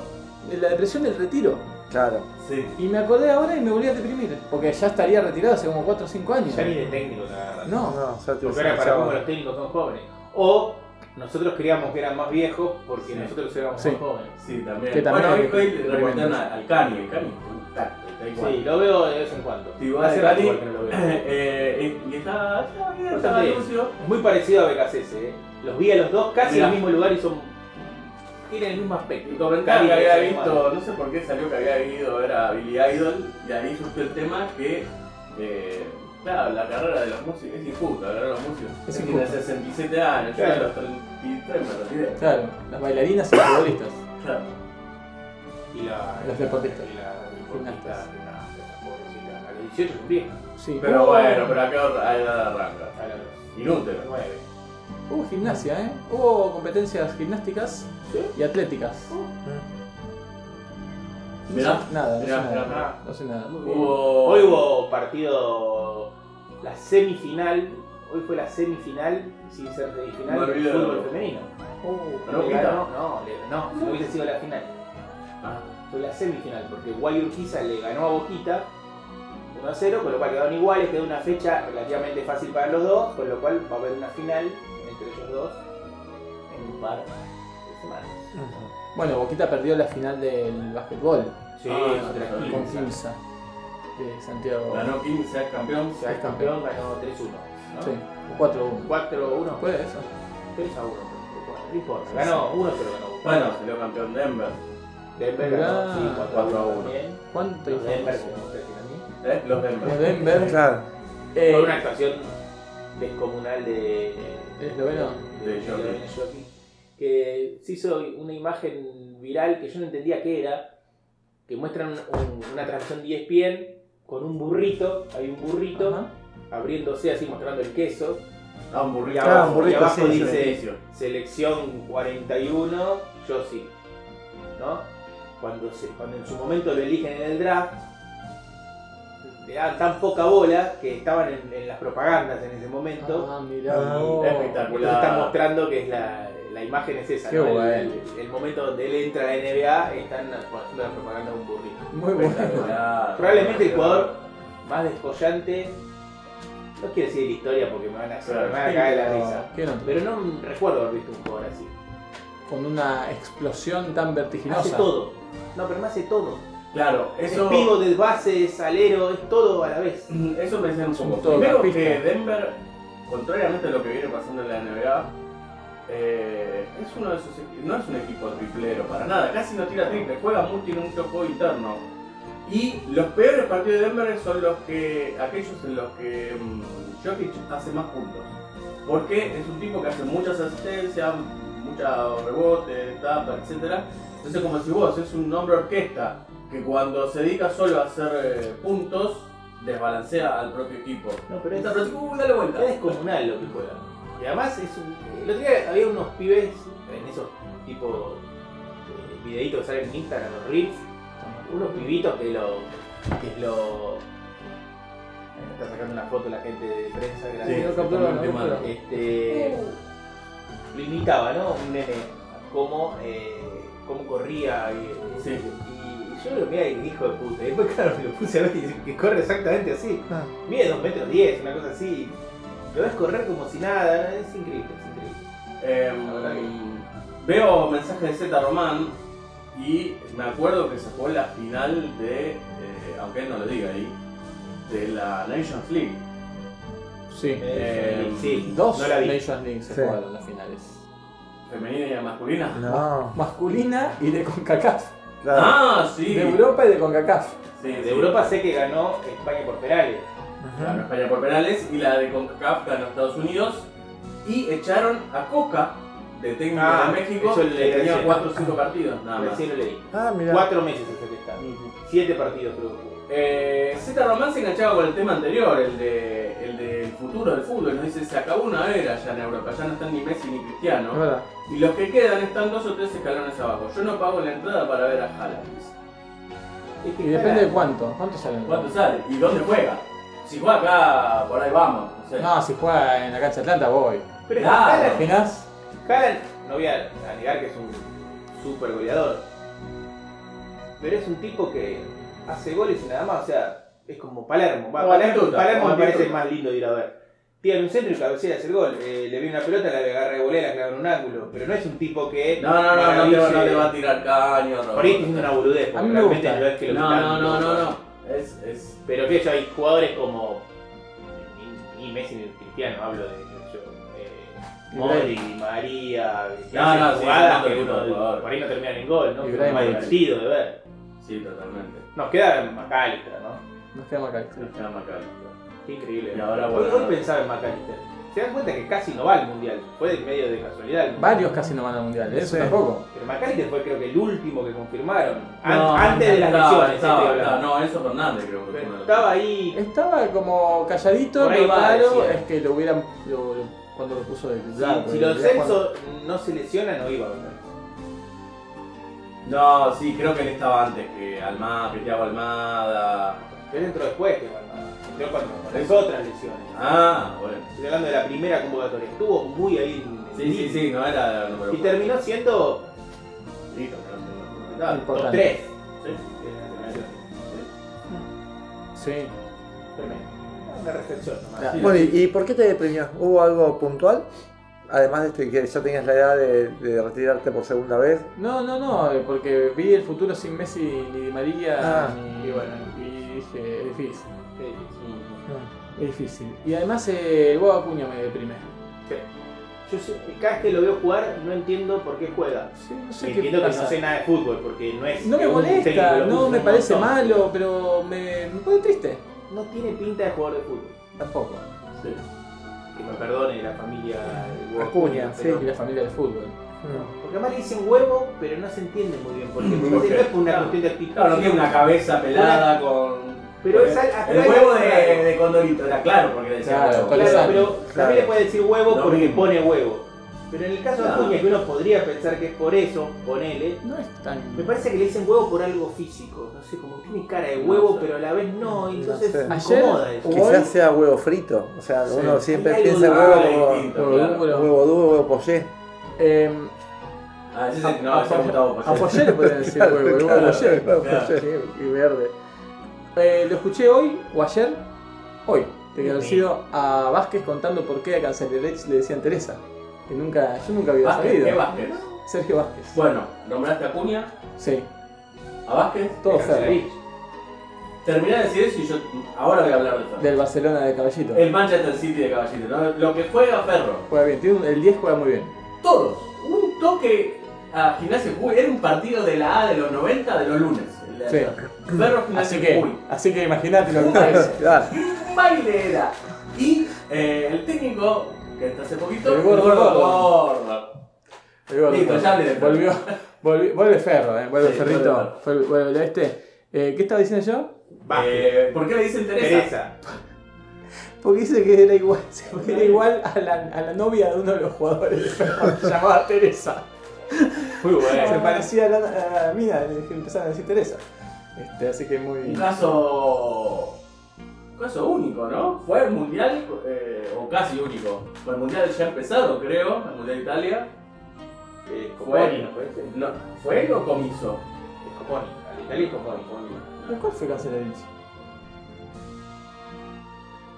[SPEAKER 2] la depresión del retiro.
[SPEAKER 4] claro.
[SPEAKER 3] Sí.
[SPEAKER 2] Y me acordé ahora y me volví a deprimir. Porque ya estaría retirado hace como 4 o 5 años.
[SPEAKER 5] Ya ni de técnico la verdad.
[SPEAKER 2] No.
[SPEAKER 4] No, ya te
[SPEAKER 5] Porque ahora para cómo
[SPEAKER 4] pensaba.
[SPEAKER 5] los técnicos son jóvenes. O nosotros creíamos que eran más viejos porque
[SPEAKER 3] Sí.
[SPEAKER 5] nosotros éramos
[SPEAKER 2] Sí.
[SPEAKER 5] más jóvenes.
[SPEAKER 3] Sí, también.
[SPEAKER 2] Que también
[SPEAKER 3] bueno,
[SPEAKER 2] es
[SPEAKER 3] hoy, hoy le
[SPEAKER 2] tremendo.
[SPEAKER 3] reportaron a- al Cani. El Cani es un tacto, está igual.
[SPEAKER 5] Sí, lo veo de vez en cuando.
[SPEAKER 3] Sí, igual
[SPEAKER 5] Hace
[SPEAKER 3] el
[SPEAKER 5] rato
[SPEAKER 3] Cani,
[SPEAKER 5] igual que no lo veo.
[SPEAKER 3] eh, eh, y está, está bien, estaba
[SPEAKER 5] Bastante bien.
[SPEAKER 3] Lucio.
[SPEAKER 5] Muy parecido a BKCS, eh. Los vi a los dos casi
[SPEAKER 3] Mirá.
[SPEAKER 5] en el mismo lugar y son. Tienen el mismo aspecto.
[SPEAKER 3] Y comentaron que
[SPEAKER 5] Cani,
[SPEAKER 3] había
[SPEAKER 5] ese
[SPEAKER 3] visto, no sé por qué salió que había ido a ver a Billy Idol y ahí surgió el tema que, eh, claro, la carrera de los músicos es injusta, la carrera de los músicos.
[SPEAKER 2] Es
[SPEAKER 3] Él tiene
[SPEAKER 2] injusta.
[SPEAKER 3] 67 años, yo a
[SPEAKER 5] Claro.
[SPEAKER 3] los 33 me retiré.
[SPEAKER 2] Claro, las bailarinas y los futbolistas.
[SPEAKER 3] Claro.
[SPEAKER 5] Y la,
[SPEAKER 2] Los deportistas.
[SPEAKER 5] Y la deportista.
[SPEAKER 2] Gimnastas.
[SPEAKER 5] que nada, esa pobrecita. A los 18 cumplí.
[SPEAKER 2] Sí.
[SPEAKER 3] Pero
[SPEAKER 2] Uh,
[SPEAKER 3] bueno, pero acá hay edad arranca.
[SPEAKER 5] A los
[SPEAKER 3] Inútero.
[SPEAKER 5] 9.
[SPEAKER 2] Hubo gimnasia, ¿eh? Hubo competencias gimnásticas
[SPEAKER 5] ¿Sí?
[SPEAKER 2] y atléticas. No
[SPEAKER 3] Mirá,
[SPEAKER 2] sé nada, no sé
[SPEAKER 3] mirá,
[SPEAKER 2] nada.
[SPEAKER 3] mirá, mirá.
[SPEAKER 2] No sé nada.
[SPEAKER 5] Muy bien.
[SPEAKER 3] Hubo...
[SPEAKER 5] Hoy hubo partido, la semifinal, hoy fue la semifinal, sin ser
[SPEAKER 3] Me
[SPEAKER 5] semifinal, del
[SPEAKER 3] olvidé de
[SPEAKER 5] fútbol
[SPEAKER 3] verlo.
[SPEAKER 5] femenino.
[SPEAKER 2] Uh,
[SPEAKER 3] ¿No
[SPEAKER 5] Le
[SPEAKER 3] quita?
[SPEAKER 5] ganó- no, le- no, si no hubiese sido la final,
[SPEAKER 3] Ah,
[SPEAKER 5] fue la semifinal, porque Guay Urquiza le ganó a Boquita 1 a 0, con lo cual quedaron iguales, quedó una fecha relativamente fácil para los dos, con lo cual va a haber una final entre ellos dos en un par de semanas.
[SPEAKER 4] Ujú.
[SPEAKER 2] Bueno, Boquita perdió la final del básquetbol
[SPEAKER 5] Sí,
[SPEAKER 3] Ah,
[SPEAKER 5] no,
[SPEAKER 3] sí.
[SPEAKER 2] con
[SPEAKER 5] tranquilo.
[SPEAKER 2] Quimsa de Santiago.
[SPEAKER 3] Ganó 15, es campeón.
[SPEAKER 5] O sea, el campeón ganó 3-1. ¿no?
[SPEAKER 2] Sí, 4-1.
[SPEAKER 5] 4-1.
[SPEAKER 2] ¿Puede eso?
[SPEAKER 5] 3 a 1. No importa. Ganó 1 0 ganó.
[SPEAKER 3] Bueno, salió campeón Denver.
[SPEAKER 5] Denver
[SPEAKER 2] Mirá.
[SPEAKER 5] ganó sí, 4 a 1.
[SPEAKER 2] ¿Cuánto
[SPEAKER 5] Los Denver,
[SPEAKER 2] información?
[SPEAKER 5] como ustedes tienen
[SPEAKER 3] ¿Eh? Los
[SPEAKER 2] Los
[SPEAKER 3] Denver.
[SPEAKER 2] Denver.
[SPEAKER 4] Claro.
[SPEAKER 5] a mí. Fue
[SPEAKER 2] Eh,
[SPEAKER 5] una actuación descomunal de.
[SPEAKER 2] ¿El esloveno?
[SPEAKER 5] De
[SPEAKER 3] De Jokic.
[SPEAKER 5] de Jokic, Que se hizo una imagen viral que yo no entendía qué era. Que muestran un- un- una transmisión de E ESPN con un burrito. Hay un burrito
[SPEAKER 2] Ajá.
[SPEAKER 5] abriéndose así mostrando el queso.
[SPEAKER 3] Ah, un burrito.
[SPEAKER 5] abajo,
[SPEAKER 4] Ah, un burrito,
[SPEAKER 5] y abajo
[SPEAKER 4] sí, sí.
[SPEAKER 5] dice. selección 41, yo sí. ¿No? Cuando, se, cuando en su momento lo eligen en el draft, le daban tan poca bola que estaban en, en las propagandas en ese momento.
[SPEAKER 2] Ah, mirá.
[SPEAKER 4] Ah,
[SPEAKER 2] vos.
[SPEAKER 3] espectacular.
[SPEAKER 5] Entonces están mostrando que es la, la imagen es esa,
[SPEAKER 2] Qué
[SPEAKER 5] ¿no? El-
[SPEAKER 2] bueno.
[SPEAKER 5] el, el momento donde él entra a la NBA están haciendo la propaganda de un burrito.
[SPEAKER 2] Muy bueno.
[SPEAKER 5] Probablemente el jugador más descollante, no quiero decir la historia porque me van a hacer
[SPEAKER 3] Claro,
[SPEAKER 5] me van a cagar de la
[SPEAKER 2] Pero-
[SPEAKER 5] risa.
[SPEAKER 2] ¿Qué nota?
[SPEAKER 5] Pero no recuerdo haber visto un jugador así.
[SPEAKER 2] Con una explosión tan vertiginosa.
[SPEAKER 5] Hace todo. No, pero me hace todo.
[SPEAKER 3] Claro,
[SPEAKER 5] Es
[SPEAKER 3] eso.
[SPEAKER 5] pivo, de base, es alero, es todo a la vez.
[SPEAKER 3] Eso pensé un
[SPEAKER 2] Es un
[SPEAKER 3] poco.
[SPEAKER 2] todo
[SPEAKER 3] Primero
[SPEAKER 2] capista.
[SPEAKER 3] que Denver, contrariamente a lo que viene pasando en la NBA, Eh, es uno de esos equi- no es un equipo triplero para nada, casi no tira triple, juega mucho en un juego interno. Y los peores partidos de Denver son los que aquellos en los que mm, Jokic hace más puntos. Porque es un tipo que hace muchas asistencias, muchos rebotes, tapas, etc. Entonces como si vos es un hombre orquesta que cuando se dedica solo a hacer eh, puntos, desbalancea al propio equipo.
[SPEAKER 5] No, pero es,
[SPEAKER 3] Entonces, pero, uh, dale vuelta.
[SPEAKER 5] es descomunal lo que juega. Y además es un. eh, El otro día había unos pibes en esos tipo eh, videitos que salen en Instagram, los reels, unos pibitos que lo. que lo. Ahí me está sacando una foto la gente de prensa grande.
[SPEAKER 2] Sí, no captura, no captura.
[SPEAKER 5] Este.
[SPEAKER 3] Uh.
[SPEAKER 5] Lo imitaba, ¿no? Un nene. Cómo, eh, cómo corría y,
[SPEAKER 3] Sí.
[SPEAKER 5] y yo lo miraba y dije, hijo de puta. Y después, claro, me lo puse a ver y dice que corre exactamente así.
[SPEAKER 4] Ah.
[SPEAKER 5] Mide 2 metros 10, una cosa así. Lo ves correr como si nada, es increíble, es increíble.
[SPEAKER 3] Em,
[SPEAKER 5] La verdad que-
[SPEAKER 3] veo mensajes de Z Román y me acuerdo que se jugó la final de, eh, aunque él no lo diga ahí, de la Nations League.
[SPEAKER 2] Sí.
[SPEAKER 3] Eh,
[SPEAKER 5] sí,
[SPEAKER 2] Dos
[SPEAKER 5] no la vi.
[SPEAKER 2] Nations League se
[SPEAKER 4] Sí.
[SPEAKER 2] jugaron las finales.
[SPEAKER 3] Femenina y la masculina.
[SPEAKER 4] No,
[SPEAKER 2] Ah. Masculina y de CONCACAF.
[SPEAKER 4] claro.
[SPEAKER 3] Ah, sí.
[SPEAKER 2] De Europa y de CONCACAF.
[SPEAKER 3] Sí,
[SPEAKER 5] De
[SPEAKER 3] sí.
[SPEAKER 5] Europa sé que ganó España por penales.
[SPEAKER 3] Ganó
[SPEAKER 4] Ujú.
[SPEAKER 3] España por penales y la de CONCACAF ganó Estados Unidos. Y echaron a Coca, de técnico
[SPEAKER 5] Ah,
[SPEAKER 3] de México,
[SPEAKER 5] eso le
[SPEAKER 3] que tenía
[SPEAKER 5] decía. Ah,
[SPEAKER 3] 4 o 5 partidos nada más.
[SPEAKER 5] Recién lo leí.
[SPEAKER 4] Ah, mira.
[SPEAKER 5] Cuatro meses hace que está.
[SPEAKER 3] Ujú.
[SPEAKER 5] Siete partidos creo que jugó.
[SPEAKER 3] Eh, Z Román se enganchaba con el tema anterior, el de el del futuro del fútbol. Nos dice, se acabó una era ya en Europa, ya no están ni Messi ni Cristiano.
[SPEAKER 4] Es
[SPEAKER 5] Ah.
[SPEAKER 4] verdad.
[SPEAKER 3] Y los que quedan están dos o tres escalones abajo. Yo no pago la entrada para ver a Haaland. dice.
[SPEAKER 5] Es que
[SPEAKER 2] Y depende de
[SPEAKER 5] Haaland-
[SPEAKER 2] cuánto. ¿Cuánto salen?
[SPEAKER 3] ¿Cuánto sale? ¿Y dónde juega? Si juega acá, por ahí vamos. No
[SPEAKER 5] Ah.
[SPEAKER 3] sé.
[SPEAKER 2] No, si juega en la cancha de Atlanta voy.
[SPEAKER 5] Pero es que
[SPEAKER 3] Claro.
[SPEAKER 5] Haaland-
[SPEAKER 2] ¿Imaginás?
[SPEAKER 5] Haaland, no voy a a negar que es un super goleador. Pero es un tipo que hace goles y nada más, o sea, es como Palermo. Va,
[SPEAKER 3] Como
[SPEAKER 5] Palermo,
[SPEAKER 3] Batistuta,
[SPEAKER 5] Palermo
[SPEAKER 3] como
[SPEAKER 5] me parece el
[SPEAKER 3] Batistuta.
[SPEAKER 5] más lindo de ir a ver. Tira en un centro y cabecea y hace el gol. Eh, le vi una pelota, la agarra de volea, la clava en un ángulo. Pero no es un tipo que.
[SPEAKER 3] No, no, no, no, te va- no le va a
[SPEAKER 5] maravilloe-
[SPEAKER 3] tirar caño,
[SPEAKER 5] Por ahí es una boludez,
[SPEAKER 2] A
[SPEAKER 5] porque
[SPEAKER 2] mí me
[SPEAKER 5] realmente
[SPEAKER 2] gusta.
[SPEAKER 5] no es que lo
[SPEAKER 3] No,
[SPEAKER 5] quitan.
[SPEAKER 3] no, no, no, no. Es, es.
[SPEAKER 5] Pero que yo, hay jugadores como. Ni, ni Messi ni Cristiano, hablo de. Yo, eh, Modric, María. que
[SPEAKER 3] No,
[SPEAKER 5] hacen
[SPEAKER 3] no, sí,
[SPEAKER 5] jugadas
[SPEAKER 3] sí,
[SPEAKER 5] que
[SPEAKER 3] sí,
[SPEAKER 5] uno-
[SPEAKER 3] sí, jugador.
[SPEAKER 5] por ahí no terminan en gol, ¿no?
[SPEAKER 2] Y
[SPEAKER 5] Pero es más
[SPEAKER 2] Ibrahimovic.
[SPEAKER 5] divertido de ver.
[SPEAKER 3] Sí, totalmente.
[SPEAKER 5] Nos queda McAllister, ¿no?
[SPEAKER 2] Nos quedamos acá.
[SPEAKER 3] Nos queda Macabre.
[SPEAKER 5] Qué increíble.
[SPEAKER 3] Y ahora,
[SPEAKER 5] Hoy-
[SPEAKER 3] bueno,
[SPEAKER 5] hoy,
[SPEAKER 3] no.
[SPEAKER 5] pensaba en McAllister. Se dan cuenta que casi no va al mundial. Fue de medio de casualidad. el Mundial.
[SPEAKER 2] Varios casi no van al mundial, ¿eh? eso
[SPEAKER 4] Sí.
[SPEAKER 2] tampoco.
[SPEAKER 5] Pero McAllister fue, creo que, el último que confirmaron. An-
[SPEAKER 3] No,
[SPEAKER 5] antes de las
[SPEAKER 3] estaba,
[SPEAKER 5] lesiones.
[SPEAKER 3] estaba,
[SPEAKER 5] estoy
[SPEAKER 3] estaba.
[SPEAKER 5] hablando.
[SPEAKER 3] No, Enzo Fernández creo que fue uno
[SPEAKER 5] Pero
[SPEAKER 3] de los-
[SPEAKER 5] estaba ahí.
[SPEAKER 2] Estaba como calladito,
[SPEAKER 5] Por ahí
[SPEAKER 2] lo
[SPEAKER 5] va,
[SPEAKER 2] raro
[SPEAKER 5] decía.
[SPEAKER 2] es que lo hubieran. lo- lo- cuando lo puso de titular.
[SPEAKER 5] si si
[SPEAKER 2] porque
[SPEAKER 3] pues,
[SPEAKER 5] los
[SPEAKER 2] ya cuando-
[SPEAKER 5] Celso no se lesiona, no iba a volver.
[SPEAKER 3] No, sí, creo que él estaba antes que Almada, que Thiago Almada.
[SPEAKER 5] Pero él entró después que Guardado. Entró cuando comenzó otras lesiones.
[SPEAKER 3] Ah, bueno.
[SPEAKER 5] Estoy hablando de la primera convocatoria. Estuvo muy ahí. en
[SPEAKER 3] Sí,
[SPEAKER 5] el
[SPEAKER 3] sí, sí, no era número
[SPEAKER 5] Y terminó siendo
[SPEAKER 3] Sí, terminó siendo
[SPEAKER 2] no
[SPEAKER 3] número
[SPEAKER 5] top
[SPEAKER 2] importante.
[SPEAKER 5] 3.
[SPEAKER 3] Sí.
[SPEAKER 5] Eh,
[SPEAKER 2] Sí.
[SPEAKER 5] Tremendo. Ah, Una reflexión nomás.
[SPEAKER 4] Ya,
[SPEAKER 3] Sí,
[SPEAKER 4] Bueno,
[SPEAKER 3] sí.
[SPEAKER 4] ¿y y por qué te premió? ¿Hubo algo puntual? Además de este, que ya tenías la edad de, de retirarte por segunda vez.
[SPEAKER 2] No, no, no, eh, porque vi el futuro sin Messi ni Di María
[SPEAKER 4] Ah.
[SPEAKER 2] ni-
[SPEAKER 5] Y bueno.
[SPEAKER 2] y dije, es difícil.
[SPEAKER 3] Mm.
[SPEAKER 2] Es difícil. Y además eh, el Boba Cuña me deprime.
[SPEAKER 5] Yo sé- cada vez que lo veo jugar no entiendo por qué juega.
[SPEAKER 2] Sí, no sé qué
[SPEAKER 5] Entiendo que
[SPEAKER 2] pasa.
[SPEAKER 5] no sé nada de fútbol porque no es.
[SPEAKER 2] No me
[SPEAKER 5] un técnico,
[SPEAKER 2] molesta,
[SPEAKER 5] lo
[SPEAKER 2] no
[SPEAKER 5] puso
[SPEAKER 2] me
[SPEAKER 5] un
[SPEAKER 2] parece
[SPEAKER 5] montón.
[SPEAKER 2] malo, pero me, me pone triste.
[SPEAKER 5] No tiene pinta de jugador de fútbol.
[SPEAKER 2] Tampoco.
[SPEAKER 3] Sí.
[SPEAKER 5] Que me perdone la familia de Boca,
[SPEAKER 4] Acuña,
[SPEAKER 5] pero-
[SPEAKER 2] Y la familia del fútbol. Mm.
[SPEAKER 5] Porque además le dicen huevo, pero no se entiende muy bien. Porque
[SPEAKER 3] Mm,
[SPEAKER 5] no
[SPEAKER 3] ok.
[SPEAKER 5] es por una
[SPEAKER 3] Claro.
[SPEAKER 5] cuestión de actitud.
[SPEAKER 3] Claro, no tiene una cabeza pelada con.
[SPEAKER 5] Pero es al-
[SPEAKER 3] El
[SPEAKER 5] atrás-
[SPEAKER 3] huevo de, de Condorito era claro, porque le decía
[SPEAKER 2] Claro,
[SPEAKER 3] huevo.
[SPEAKER 2] con
[SPEAKER 5] Claro,
[SPEAKER 2] Alexander.
[SPEAKER 5] pero
[SPEAKER 4] Claro.
[SPEAKER 5] también le puede decir huevo
[SPEAKER 3] Lo
[SPEAKER 5] porque
[SPEAKER 3] mismo.
[SPEAKER 5] pone huevo. Pero en el caso de
[SPEAKER 3] Ah.
[SPEAKER 5] Acuña, que uno podría pensar que es por eso, ponele.
[SPEAKER 2] No es tan.
[SPEAKER 5] Me parece que le dicen huevo por algo físico. No sé, como tiene cara de huevo,
[SPEAKER 3] No sé.
[SPEAKER 5] pero a la vez no. Y
[SPEAKER 4] No
[SPEAKER 5] entonces
[SPEAKER 4] sé.
[SPEAKER 5] me
[SPEAKER 2] Ayer-
[SPEAKER 5] incomoda eso.
[SPEAKER 2] Hubo-
[SPEAKER 4] Quizás sea huevo frito. O sea,
[SPEAKER 2] Sí.
[SPEAKER 4] uno siempre
[SPEAKER 5] Hay algo
[SPEAKER 4] piensa
[SPEAKER 5] de
[SPEAKER 4] en
[SPEAKER 3] Ah,
[SPEAKER 4] huevo,
[SPEAKER 3] distinto,
[SPEAKER 2] Huevo
[SPEAKER 3] claro.
[SPEAKER 2] duro.
[SPEAKER 4] huevo, huevo duro, huevo pollé.
[SPEAKER 2] Em,
[SPEAKER 3] Ah, ese es- no, ese es Gustavo Pacete.
[SPEAKER 2] Apoyé le podrían decir huevo, huevo
[SPEAKER 4] Claro,
[SPEAKER 2] apoyé.
[SPEAKER 4] huevo
[SPEAKER 3] Claro.
[SPEAKER 4] pollé.
[SPEAKER 2] Sí, Y verde. Eh, lo escuché hoy o ayer. Hoy. Te conocido a Vázquez contando por qué a Cancelerech le decían Teresa. Que nunca, yo nunca había
[SPEAKER 3] Vázquez, ¿qué
[SPEAKER 2] sabido.
[SPEAKER 3] Vázquez?
[SPEAKER 2] Sergio Vázquez.
[SPEAKER 3] Bueno, nombraste a Cuña,
[SPEAKER 2] Sí,
[SPEAKER 3] a Vázquez.
[SPEAKER 2] todo Ferro.
[SPEAKER 5] Cancelarich.
[SPEAKER 3] Terminá de decir eso y yo ahora voy a hablar de Ferro.
[SPEAKER 2] Del Barcelona de Caballito.
[SPEAKER 3] El Manchester City de Caballito, ¿no? Lo que juega Ferro.
[SPEAKER 2] Juega bien, tiene un- el 10 juega muy bien.
[SPEAKER 3] todos. Un toque a Gimnasia Jujuy. Era un partido de la A de los 90 de los lunes. el de
[SPEAKER 2] Sí.
[SPEAKER 3] allá. Ferro
[SPEAKER 2] Así
[SPEAKER 3] Gimnasia
[SPEAKER 2] que,
[SPEAKER 3] Jujuy.
[SPEAKER 2] así que imagínate lo que
[SPEAKER 3] Jujuy.
[SPEAKER 2] es.
[SPEAKER 4] Claro.
[SPEAKER 3] Un baile era. Y eh, el técnico, que hasta hace poquito,
[SPEAKER 2] El gordo Gordon.
[SPEAKER 3] Gordon.
[SPEAKER 2] El gol,
[SPEAKER 3] Listo,
[SPEAKER 2] gol.
[SPEAKER 3] ya hablé de Ferro.
[SPEAKER 2] volvió, volvió- Vuelve Ferro, eh, vuelve
[SPEAKER 3] Sí,
[SPEAKER 2] Ferrito. Vuelve, vuelve este. Eh, ¿Qué estaba diciendo yo?
[SPEAKER 5] Vázquez.
[SPEAKER 3] Eh, ¿Por qué le dicen Teresa?
[SPEAKER 5] Teresa.
[SPEAKER 2] Porque dice que era igual, era igual a, la, a la novia de uno de los jugadores de Ferro, llamada Teresa.
[SPEAKER 3] Muy
[SPEAKER 2] Se
[SPEAKER 3] bueno.
[SPEAKER 2] parecía a la, a la mina que empezaron a decir Teresa. Este, así que muy.
[SPEAKER 3] Un caso. Un caso único, ¿no? Fue el mundial, eh, o casi único. Fue el mundial ya empezado, creo, el mundial de Italia.
[SPEAKER 5] Eh,
[SPEAKER 3] Fue-
[SPEAKER 5] Coponi, ¿no fue ese?
[SPEAKER 3] No, ¿Fue él o comiso?
[SPEAKER 5] Es Coponi. Al Italia es Coponi.
[SPEAKER 2] ¿Pero ¿Cuál fue Cancelarich?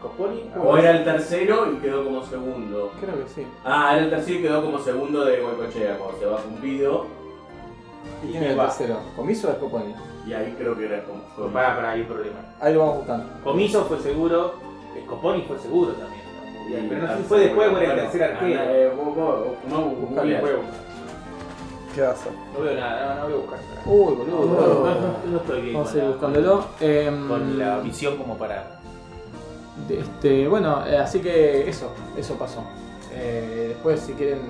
[SPEAKER 5] Coponi.
[SPEAKER 3] O era el tercero y quedó como segundo.
[SPEAKER 2] Creo que sí.
[SPEAKER 3] Ah, era el tercero y quedó como segundo de Huecochea cuando se va cumplido.
[SPEAKER 5] pues,
[SPEAKER 2] ¿Y quién era el
[SPEAKER 5] va.
[SPEAKER 2] tercero? ¿Comiso o Scoponi?
[SPEAKER 3] Y ahí creo que era como.
[SPEAKER 5] Pero Para, para, Pues, hay un problema.
[SPEAKER 2] Ahí lo vamos buscando.
[SPEAKER 5] Comiso fue seguro. eh, Coponi fue seguro también.
[SPEAKER 3] Y
[SPEAKER 5] Pero no sé si
[SPEAKER 3] tercero,
[SPEAKER 5] fue después o era el
[SPEAKER 3] bueno,
[SPEAKER 5] tercer arquero.
[SPEAKER 3] anda, eh, vos- vos- no,
[SPEAKER 5] ah, No
[SPEAKER 3] googleá.
[SPEAKER 5] veo-
[SPEAKER 4] ¿Qué vas a
[SPEAKER 5] No veo nada, no, no voy a buscar. espera.
[SPEAKER 2] Uy,
[SPEAKER 5] No, Uh, no,
[SPEAKER 2] boludo.
[SPEAKER 5] no, no estoy bien.
[SPEAKER 2] Vamos a
[SPEAKER 5] con
[SPEAKER 2] ir
[SPEAKER 5] la-
[SPEAKER 2] buscándolo. Em,
[SPEAKER 5] Con la visión como para.
[SPEAKER 2] de- este, bueno, eh, así que eso, eso pasó. Eh, después, si quieren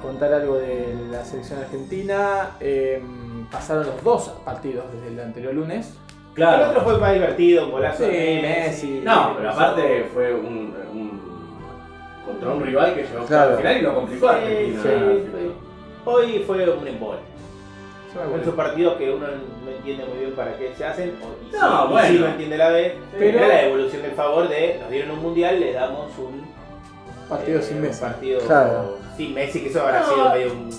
[SPEAKER 2] contar algo de la selección argentina, em, pasaron los dos partidos desde el anterior lunes.
[SPEAKER 5] El otro
[SPEAKER 3] Claro.
[SPEAKER 5] fue más divertido, un golazo.
[SPEAKER 2] Sí,
[SPEAKER 5] de
[SPEAKER 2] Messi.
[SPEAKER 3] No, pero aparte fue un. un- contra un rival que llegó hasta
[SPEAKER 4] Claro.
[SPEAKER 3] el final y lo complicó a
[SPEAKER 5] Sí,
[SPEAKER 3] Argentina.
[SPEAKER 5] sí, sí. Hoy fue un embole.
[SPEAKER 2] Yo me
[SPEAKER 5] Con
[SPEAKER 2] acuerdo.
[SPEAKER 5] esos partidos que uno no entiende muy bien para qué se hacen, o, y, sí-
[SPEAKER 3] No,
[SPEAKER 5] y
[SPEAKER 3] bueno.
[SPEAKER 5] sí lo entiende a la vez,
[SPEAKER 2] Pero-
[SPEAKER 5] pero era la devolución del favor de nos dieron un mundial, le damos un
[SPEAKER 2] Partido
[SPEAKER 5] eh,
[SPEAKER 2] sin
[SPEAKER 5] un
[SPEAKER 2] mesa.
[SPEAKER 5] Partido
[SPEAKER 4] Claro.
[SPEAKER 5] sin Messi, que eso habrá
[SPEAKER 3] No.
[SPEAKER 5] sido medio un.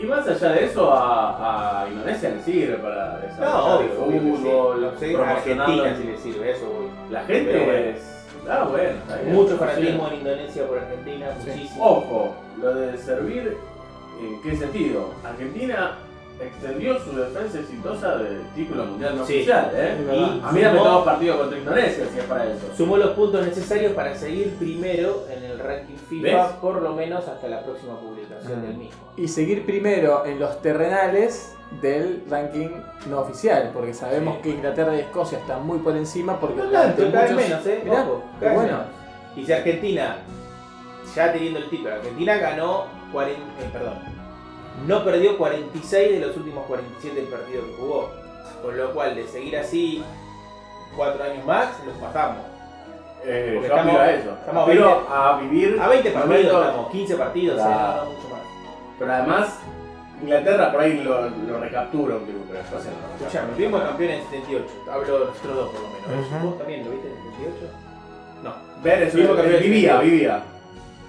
[SPEAKER 3] Y más allá de eso, a, a Indonesia le sirve para desarrollar
[SPEAKER 5] No,
[SPEAKER 3] el
[SPEAKER 5] obvio, obvio.
[SPEAKER 3] fútbol,
[SPEAKER 5] que sí. Sí, a
[SPEAKER 3] promocionarlo.
[SPEAKER 5] Argentina si le sirve eso. voy.
[SPEAKER 3] La gente es. Ah, bueno. está bien.
[SPEAKER 5] Mucho fanatismo en Indonesia por Argentina,
[SPEAKER 2] Sí.
[SPEAKER 5] muchísimo.
[SPEAKER 3] Ojo, lo de servir, ¿en qué sentido? Argentina extendió su defensa exitosa del título mundial no
[SPEAKER 5] Sí.
[SPEAKER 3] oficial,
[SPEAKER 2] Es
[SPEAKER 3] ¿eh?
[SPEAKER 2] verdad.
[SPEAKER 3] A mí me
[SPEAKER 5] sumó-
[SPEAKER 3] dos partidos contra Indonesia, si es para eso.
[SPEAKER 5] Sumó los puntos necesarios para seguir primero en el ranking FIFA,
[SPEAKER 3] ¿Ves?
[SPEAKER 5] por lo menos hasta la próxima publicación del mismo.
[SPEAKER 2] y seguir primero en los terrenales del ranking no oficial, porque sabemos
[SPEAKER 5] Sí.
[SPEAKER 2] que Inglaterra y Escocia están muy por encima porque
[SPEAKER 5] No
[SPEAKER 2] durante
[SPEAKER 5] tanto, cada vez
[SPEAKER 2] muchos-
[SPEAKER 5] menos, ¿eh?
[SPEAKER 2] Mirá,
[SPEAKER 5] Ojo, cada
[SPEAKER 2] qué
[SPEAKER 5] vez
[SPEAKER 2] bueno.
[SPEAKER 5] menos. Y si Argentina, ya teniendo el título, Argentina ganó 40, eh, perdón, no perdió 46 de los últimos 47 partidos que jugó. Con lo cual, de seguir así cuatro años más, los pasamos.
[SPEAKER 3] Eh,
[SPEAKER 5] Porque
[SPEAKER 3] yo
[SPEAKER 5] estamos-
[SPEAKER 3] aspiro a eso.
[SPEAKER 5] estamos
[SPEAKER 3] Aspiro
[SPEAKER 5] veinte-
[SPEAKER 3] a vivir.
[SPEAKER 5] A 20 partidos,
[SPEAKER 3] momentos-
[SPEAKER 5] estamos, 15 partidos, o sea, no, no mucho más.
[SPEAKER 3] Pero además, Inglaterra por ahí lo, lo recaptura un título, pero después no. lo
[SPEAKER 5] Escuchame,
[SPEAKER 3] recaptura.
[SPEAKER 5] fuimos campeones en 78. Hablo nosotros dos por lo menos.
[SPEAKER 4] Ujú.
[SPEAKER 5] ¿Vos también lo viste en el 78? No.
[SPEAKER 3] Ver eso,
[SPEAKER 5] Vimos campeón
[SPEAKER 3] vivía,
[SPEAKER 5] del
[SPEAKER 3] vivía.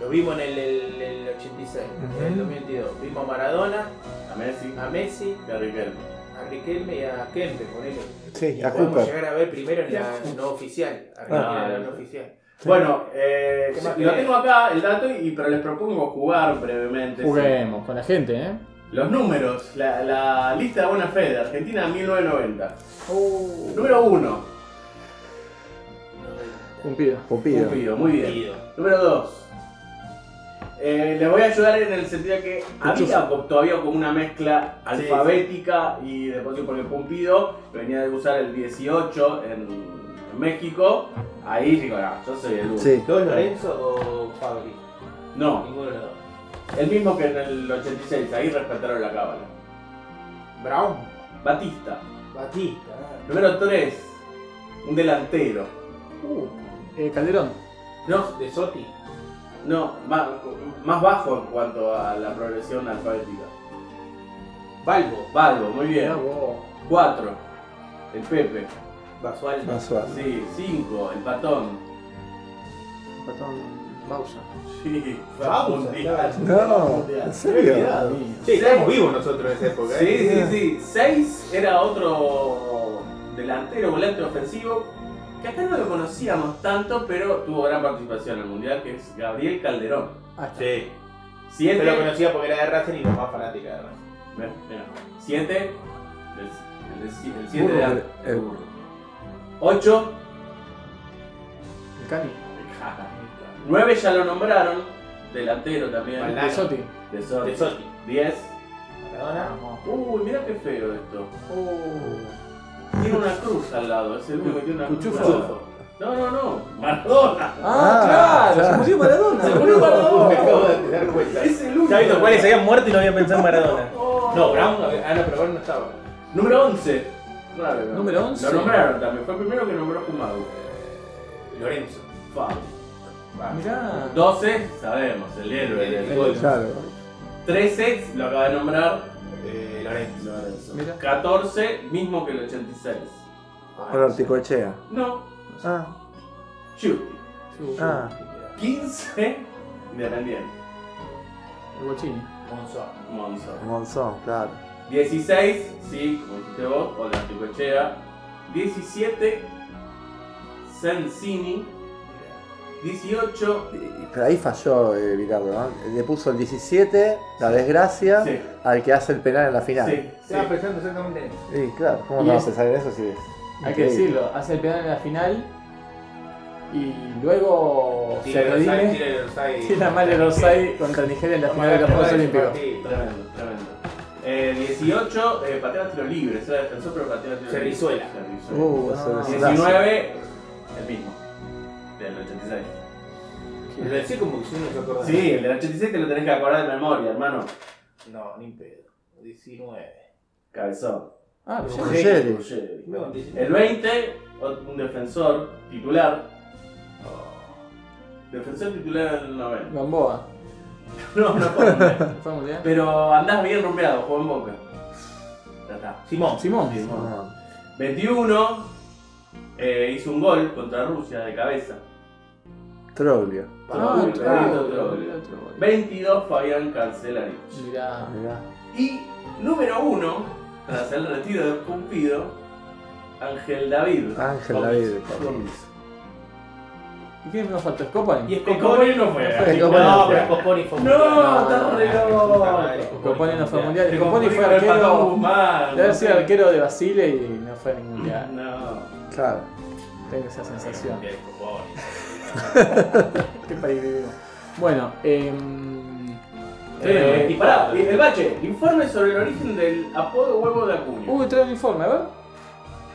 [SPEAKER 5] Lo vimos en el, el- el 86, en el
[SPEAKER 4] Ujú.
[SPEAKER 5] 2022. Vimos a Maradona,
[SPEAKER 3] A Messi,
[SPEAKER 5] a Messi,
[SPEAKER 3] a Riquelme.
[SPEAKER 5] a Riquelme y a Kempe, ponele.
[SPEAKER 4] Sí, a
[SPEAKER 5] Podemos
[SPEAKER 4] Cooper.
[SPEAKER 5] llegar a ver primero en la no oficial. Argentina,
[SPEAKER 3] Ah.
[SPEAKER 5] la no oficial.
[SPEAKER 3] Bueno, eh,
[SPEAKER 5] ¿Qué más
[SPEAKER 3] lo
[SPEAKER 5] tenés?
[SPEAKER 3] tengo acá el dato, y, pero les propongo jugar brevemente. sí.
[SPEAKER 2] Juguemos con la gente, ¿eh?
[SPEAKER 3] Los números, la, la lista de buena fe de Argentina 1990.
[SPEAKER 5] Uh.
[SPEAKER 3] Número 1,
[SPEAKER 2] Cumplido.
[SPEAKER 4] Pupido.
[SPEAKER 3] Cupido, muy bien.
[SPEAKER 5] Pido.
[SPEAKER 3] Número 2, les voy a ayudar en el sentido que había co- todavía como una mezcla
[SPEAKER 5] Sí,
[SPEAKER 3] alfabética y después porque Pumpido venía de usar el 18 en, en México. Ahí digo, no, yo soy el 1.
[SPEAKER 4] Sí.
[SPEAKER 5] ¿Dos Lorenzo o Fabri?
[SPEAKER 3] No,
[SPEAKER 5] Ninguno de los dos.
[SPEAKER 3] el mismo que en el 86, ahí respetaron la cábala.
[SPEAKER 5] Brown.
[SPEAKER 3] Batista.
[SPEAKER 5] Batista.
[SPEAKER 3] Número 3, un delantero.
[SPEAKER 2] Uh, eh, Calderón.
[SPEAKER 3] No,
[SPEAKER 5] De Soti.
[SPEAKER 3] No, más, más bajo en cuanto a la progresión alfabética.
[SPEAKER 5] Balbo.
[SPEAKER 3] Valvo, muy bien.
[SPEAKER 5] Ah,
[SPEAKER 2] Mirá vos.
[SPEAKER 3] 4. El Pepe.
[SPEAKER 5] Basual.
[SPEAKER 4] Más suave.
[SPEAKER 3] Sí. 5. El Patón.
[SPEAKER 2] Patón Bausa.
[SPEAKER 3] Sí.
[SPEAKER 5] Vamos, claro.
[SPEAKER 4] No, ¿en serio?
[SPEAKER 5] Sí, estábamos vivos nosotros en esa época.
[SPEAKER 3] Sí,
[SPEAKER 5] ¿eh?
[SPEAKER 3] sí, sí. 6 era otro delantero, volante ofensivo, que acá no lo conocíamos tanto, pero tuvo gran participación en el Mundial, que es Gabriel Calderón.
[SPEAKER 2] Ah, está.
[SPEAKER 5] Sí. Yo lo
[SPEAKER 3] 7.
[SPEAKER 5] conocía porque era de Racing y los más fanática de Racing.
[SPEAKER 3] 7. El 7
[SPEAKER 4] Burro,
[SPEAKER 3] de
[SPEAKER 4] el- el burro.
[SPEAKER 3] 8.
[SPEAKER 2] El Cani.
[SPEAKER 3] 9 ya lo nombraron. delantero también.
[SPEAKER 5] Valdano.
[SPEAKER 2] De Sotti.
[SPEAKER 3] De Sotti.
[SPEAKER 5] De Sotti.
[SPEAKER 3] 10.
[SPEAKER 5] Maradona.
[SPEAKER 3] Uy, mira qué feo esto.
[SPEAKER 2] Oh.
[SPEAKER 3] Tiene una cruz al lado, es el único que tiene una cruz.
[SPEAKER 2] Cuchufo.
[SPEAKER 3] al lado. No, no, no. Maradona.
[SPEAKER 2] Ah,
[SPEAKER 4] Ah,
[SPEAKER 2] claro, se
[SPEAKER 4] claro.
[SPEAKER 2] murió Maradona.
[SPEAKER 3] Se murió Maradona.
[SPEAKER 5] Oh, Me acabo de dar cuenta.
[SPEAKER 3] Es el único.
[SPEAKER 1] Ya visto cuáles se habían muerto y no había pensado en Maradona.
[SPEAKER 3] Oh.
[SPEAKER 5] No, Brown. Ah, no, pero Brown no estaba.
[SPEAKER 3] Número 11. Claro, ¿no?
[SPEAKER 2] Número 11.
[SPEAKER 3] Lo nombraron también. Fue el primero que nombró Kumago.
[SPEAKER 5] Lorenzo.
[SPEAKER 3] Fabio.
[SPEAKER 5] Ah,
[SPEAKER 2] Mirá.
[SPEAKER 3] 12, sabemos, el héroe del gol.
[SPEAKER 4] Claro.
[SPEAKER 3] 13, lo acaba de nombrar.
[SPEAKER 5] Eh, Lorenzo.
[SPEAKER 3] Lorenzo.
[SPEAKER 2] Mirá.
[SPEAKER 3] 14, mismo que el 86.
[SPEAKER 4] Por Articochea.
[SPEAKER 3] No,
[SPEAKER 4] Ah,
[SPEAKER 3] Chucky.
[SPEAKER 2] uh,
[SPEAKER 4] ah.
[SPEAKER 3] 15, Independiente.
[SPEAKER 2] El Bochini.
[SPEAKER 5] Monzón.
[SPEAKER 3] Monza.
[SPEAKER 4] Monzón, claro.
[SPEAKER 3] 16, sí, como dijiste vos, o la anticochea. 17, Sensini. 18,
[SPEAKER 4] Pero ahí falló eh, Bilardo, ¿no? Le puso el 17, la desgracia,
[SPEAKER 3] sí,
[SPEAKER 4] al que hace el penal en la final.
[SPEAKER 3] sí, sí.
[SPEAKER 4] Ah,
[SPEAKER 5] Estaba pensando exactamente en eso.
[SPEAKER 4] Y claro, ¿cómo
[SPEAKER 2] Y
[SPEAKER 4] no vas
[SPEAKER 2] es-
[SPEAKER 4] a pensar en eso si es?
[SPEAKER 2] Hay que
[SPEAKER 4] increíble?
[SPEAKER 2] decirlo, hace el penal en la final y luego se redime. Tira mal el offside contra Nigeria en la final de los Juegos Olímpicos.
[SPEAKER 3] Tremendo, tremendo. Eh, 18, eh, patea tiro libre, era defensor, pero patea tiro libre.
[SPEAKER 5] Cerrizuela.
[SPEAKER 3] Cerrizuela.
[SPEAKER 4] Uh,
[SPEAKER 2] Ah,
[SPEAKER 4] eso es un
[SPEAKER 3] 19, el mismo, del 86.
[SPEAKER 5] Lo decía como que yo no se acordaba.
[SPEAKER 3] Sí, el del 86 te lo tenés que acordar de memoria, hermano.
[SPEAKER 5] No, ni pedo. 19.
[SPEAKER 3] Cabezón.
[SPEAKER 2] Ah, pero ya-
[SPEAKER 4] ¿En serio?
[SPEAKER 3] Ruggeri.
[SPEAKER 5] No, 19.
[SPEAKER 3] El 20, ot- un defensor titular. Defensor titular en el 90.
[SPEAKER 2] Gamboa.
[SPEAKER 3] No, no fue Boca.
[SPEAKER 2] ¿Fue mundial?
[SPEAKER 3] Pero andás bien rumbeado, jugó en Boca. Ya está.
[SPEAKER 5] Eh, Simón.
[SPEAKER 2] Simón.
[SPEAKER 4] desastre.
[SPEAKER 3] 21, eh, hizo un gol contra Rusia de cabeza.
[SPEAKER 4] No, Troglio.
[SPEAKER 2] Ah,
[SPEAKER 3] Uy,
[SPEAKER 2] otro,
[SPEAKER 3] claro.
[SPEAKER 2] otro, otro, otro.
[SPEAKER 3] 22, Fabián Cancelari.
[SPEAKER 2] Mirá.
[SPEAKER 4] Mirá.
[SPEAKER 3] Y número 1, tras el retiro de Cumpido, Ángel David.
[SPEAKER 4] Ángel
[SPEAKER 3] Gómez.
[SPEAKER 4] David.
[SPEAKER 3] Gómez.
[SPEAKER 2] ¿Y quién nos faltó? ¿Scopani?
[SPEAKER 5] Y es
[SPEAKER 3] Coponi no fue.
[SPEAKER 4] fue.
[SPEAKER 3] No,
[SPEAKER 4] Coponi.
[SPEAKER 3] pero-
[SPEAKER 5] Coponi fue
[SPEAKER 3] No,
[SPEAKER 2] está re
[SPEAKER 3] loco.
[SPEAKER 2] Coponi no fue al mundial. Coponi
[SPEAKER 3] Coponi
[SPEAKER 2] fue
[SPEAKER 3] con el Pato
[SPEAKER 2] arquero.
[SPEAKER 3] Guzmán,
[SPEAKER 2] Debe
[SPEAKER 3] no
[SPEAKER 2] ser
[SPEAKER 3] sé.
[SPEAKER 2] arquero de Basile y no fue a ningún mundial.
[SPEAKER 3] No.
[SPEAKER 4] Claro.
[SPEAKER 2] Tengo esa sensación.
[SPEAKER 5] Bien, Coponi.
[SPEAKER 2] Qué país vivimos. Bueno, em,
[SPEAKER 3] Eh,
[SPEAKER 2] eh,
[SPEAKER 3] y pará, y el bache, informe sobre el origen del apodo huevo de Acuña.
[SPEAKER 2] Uy, trae un informe, a ver.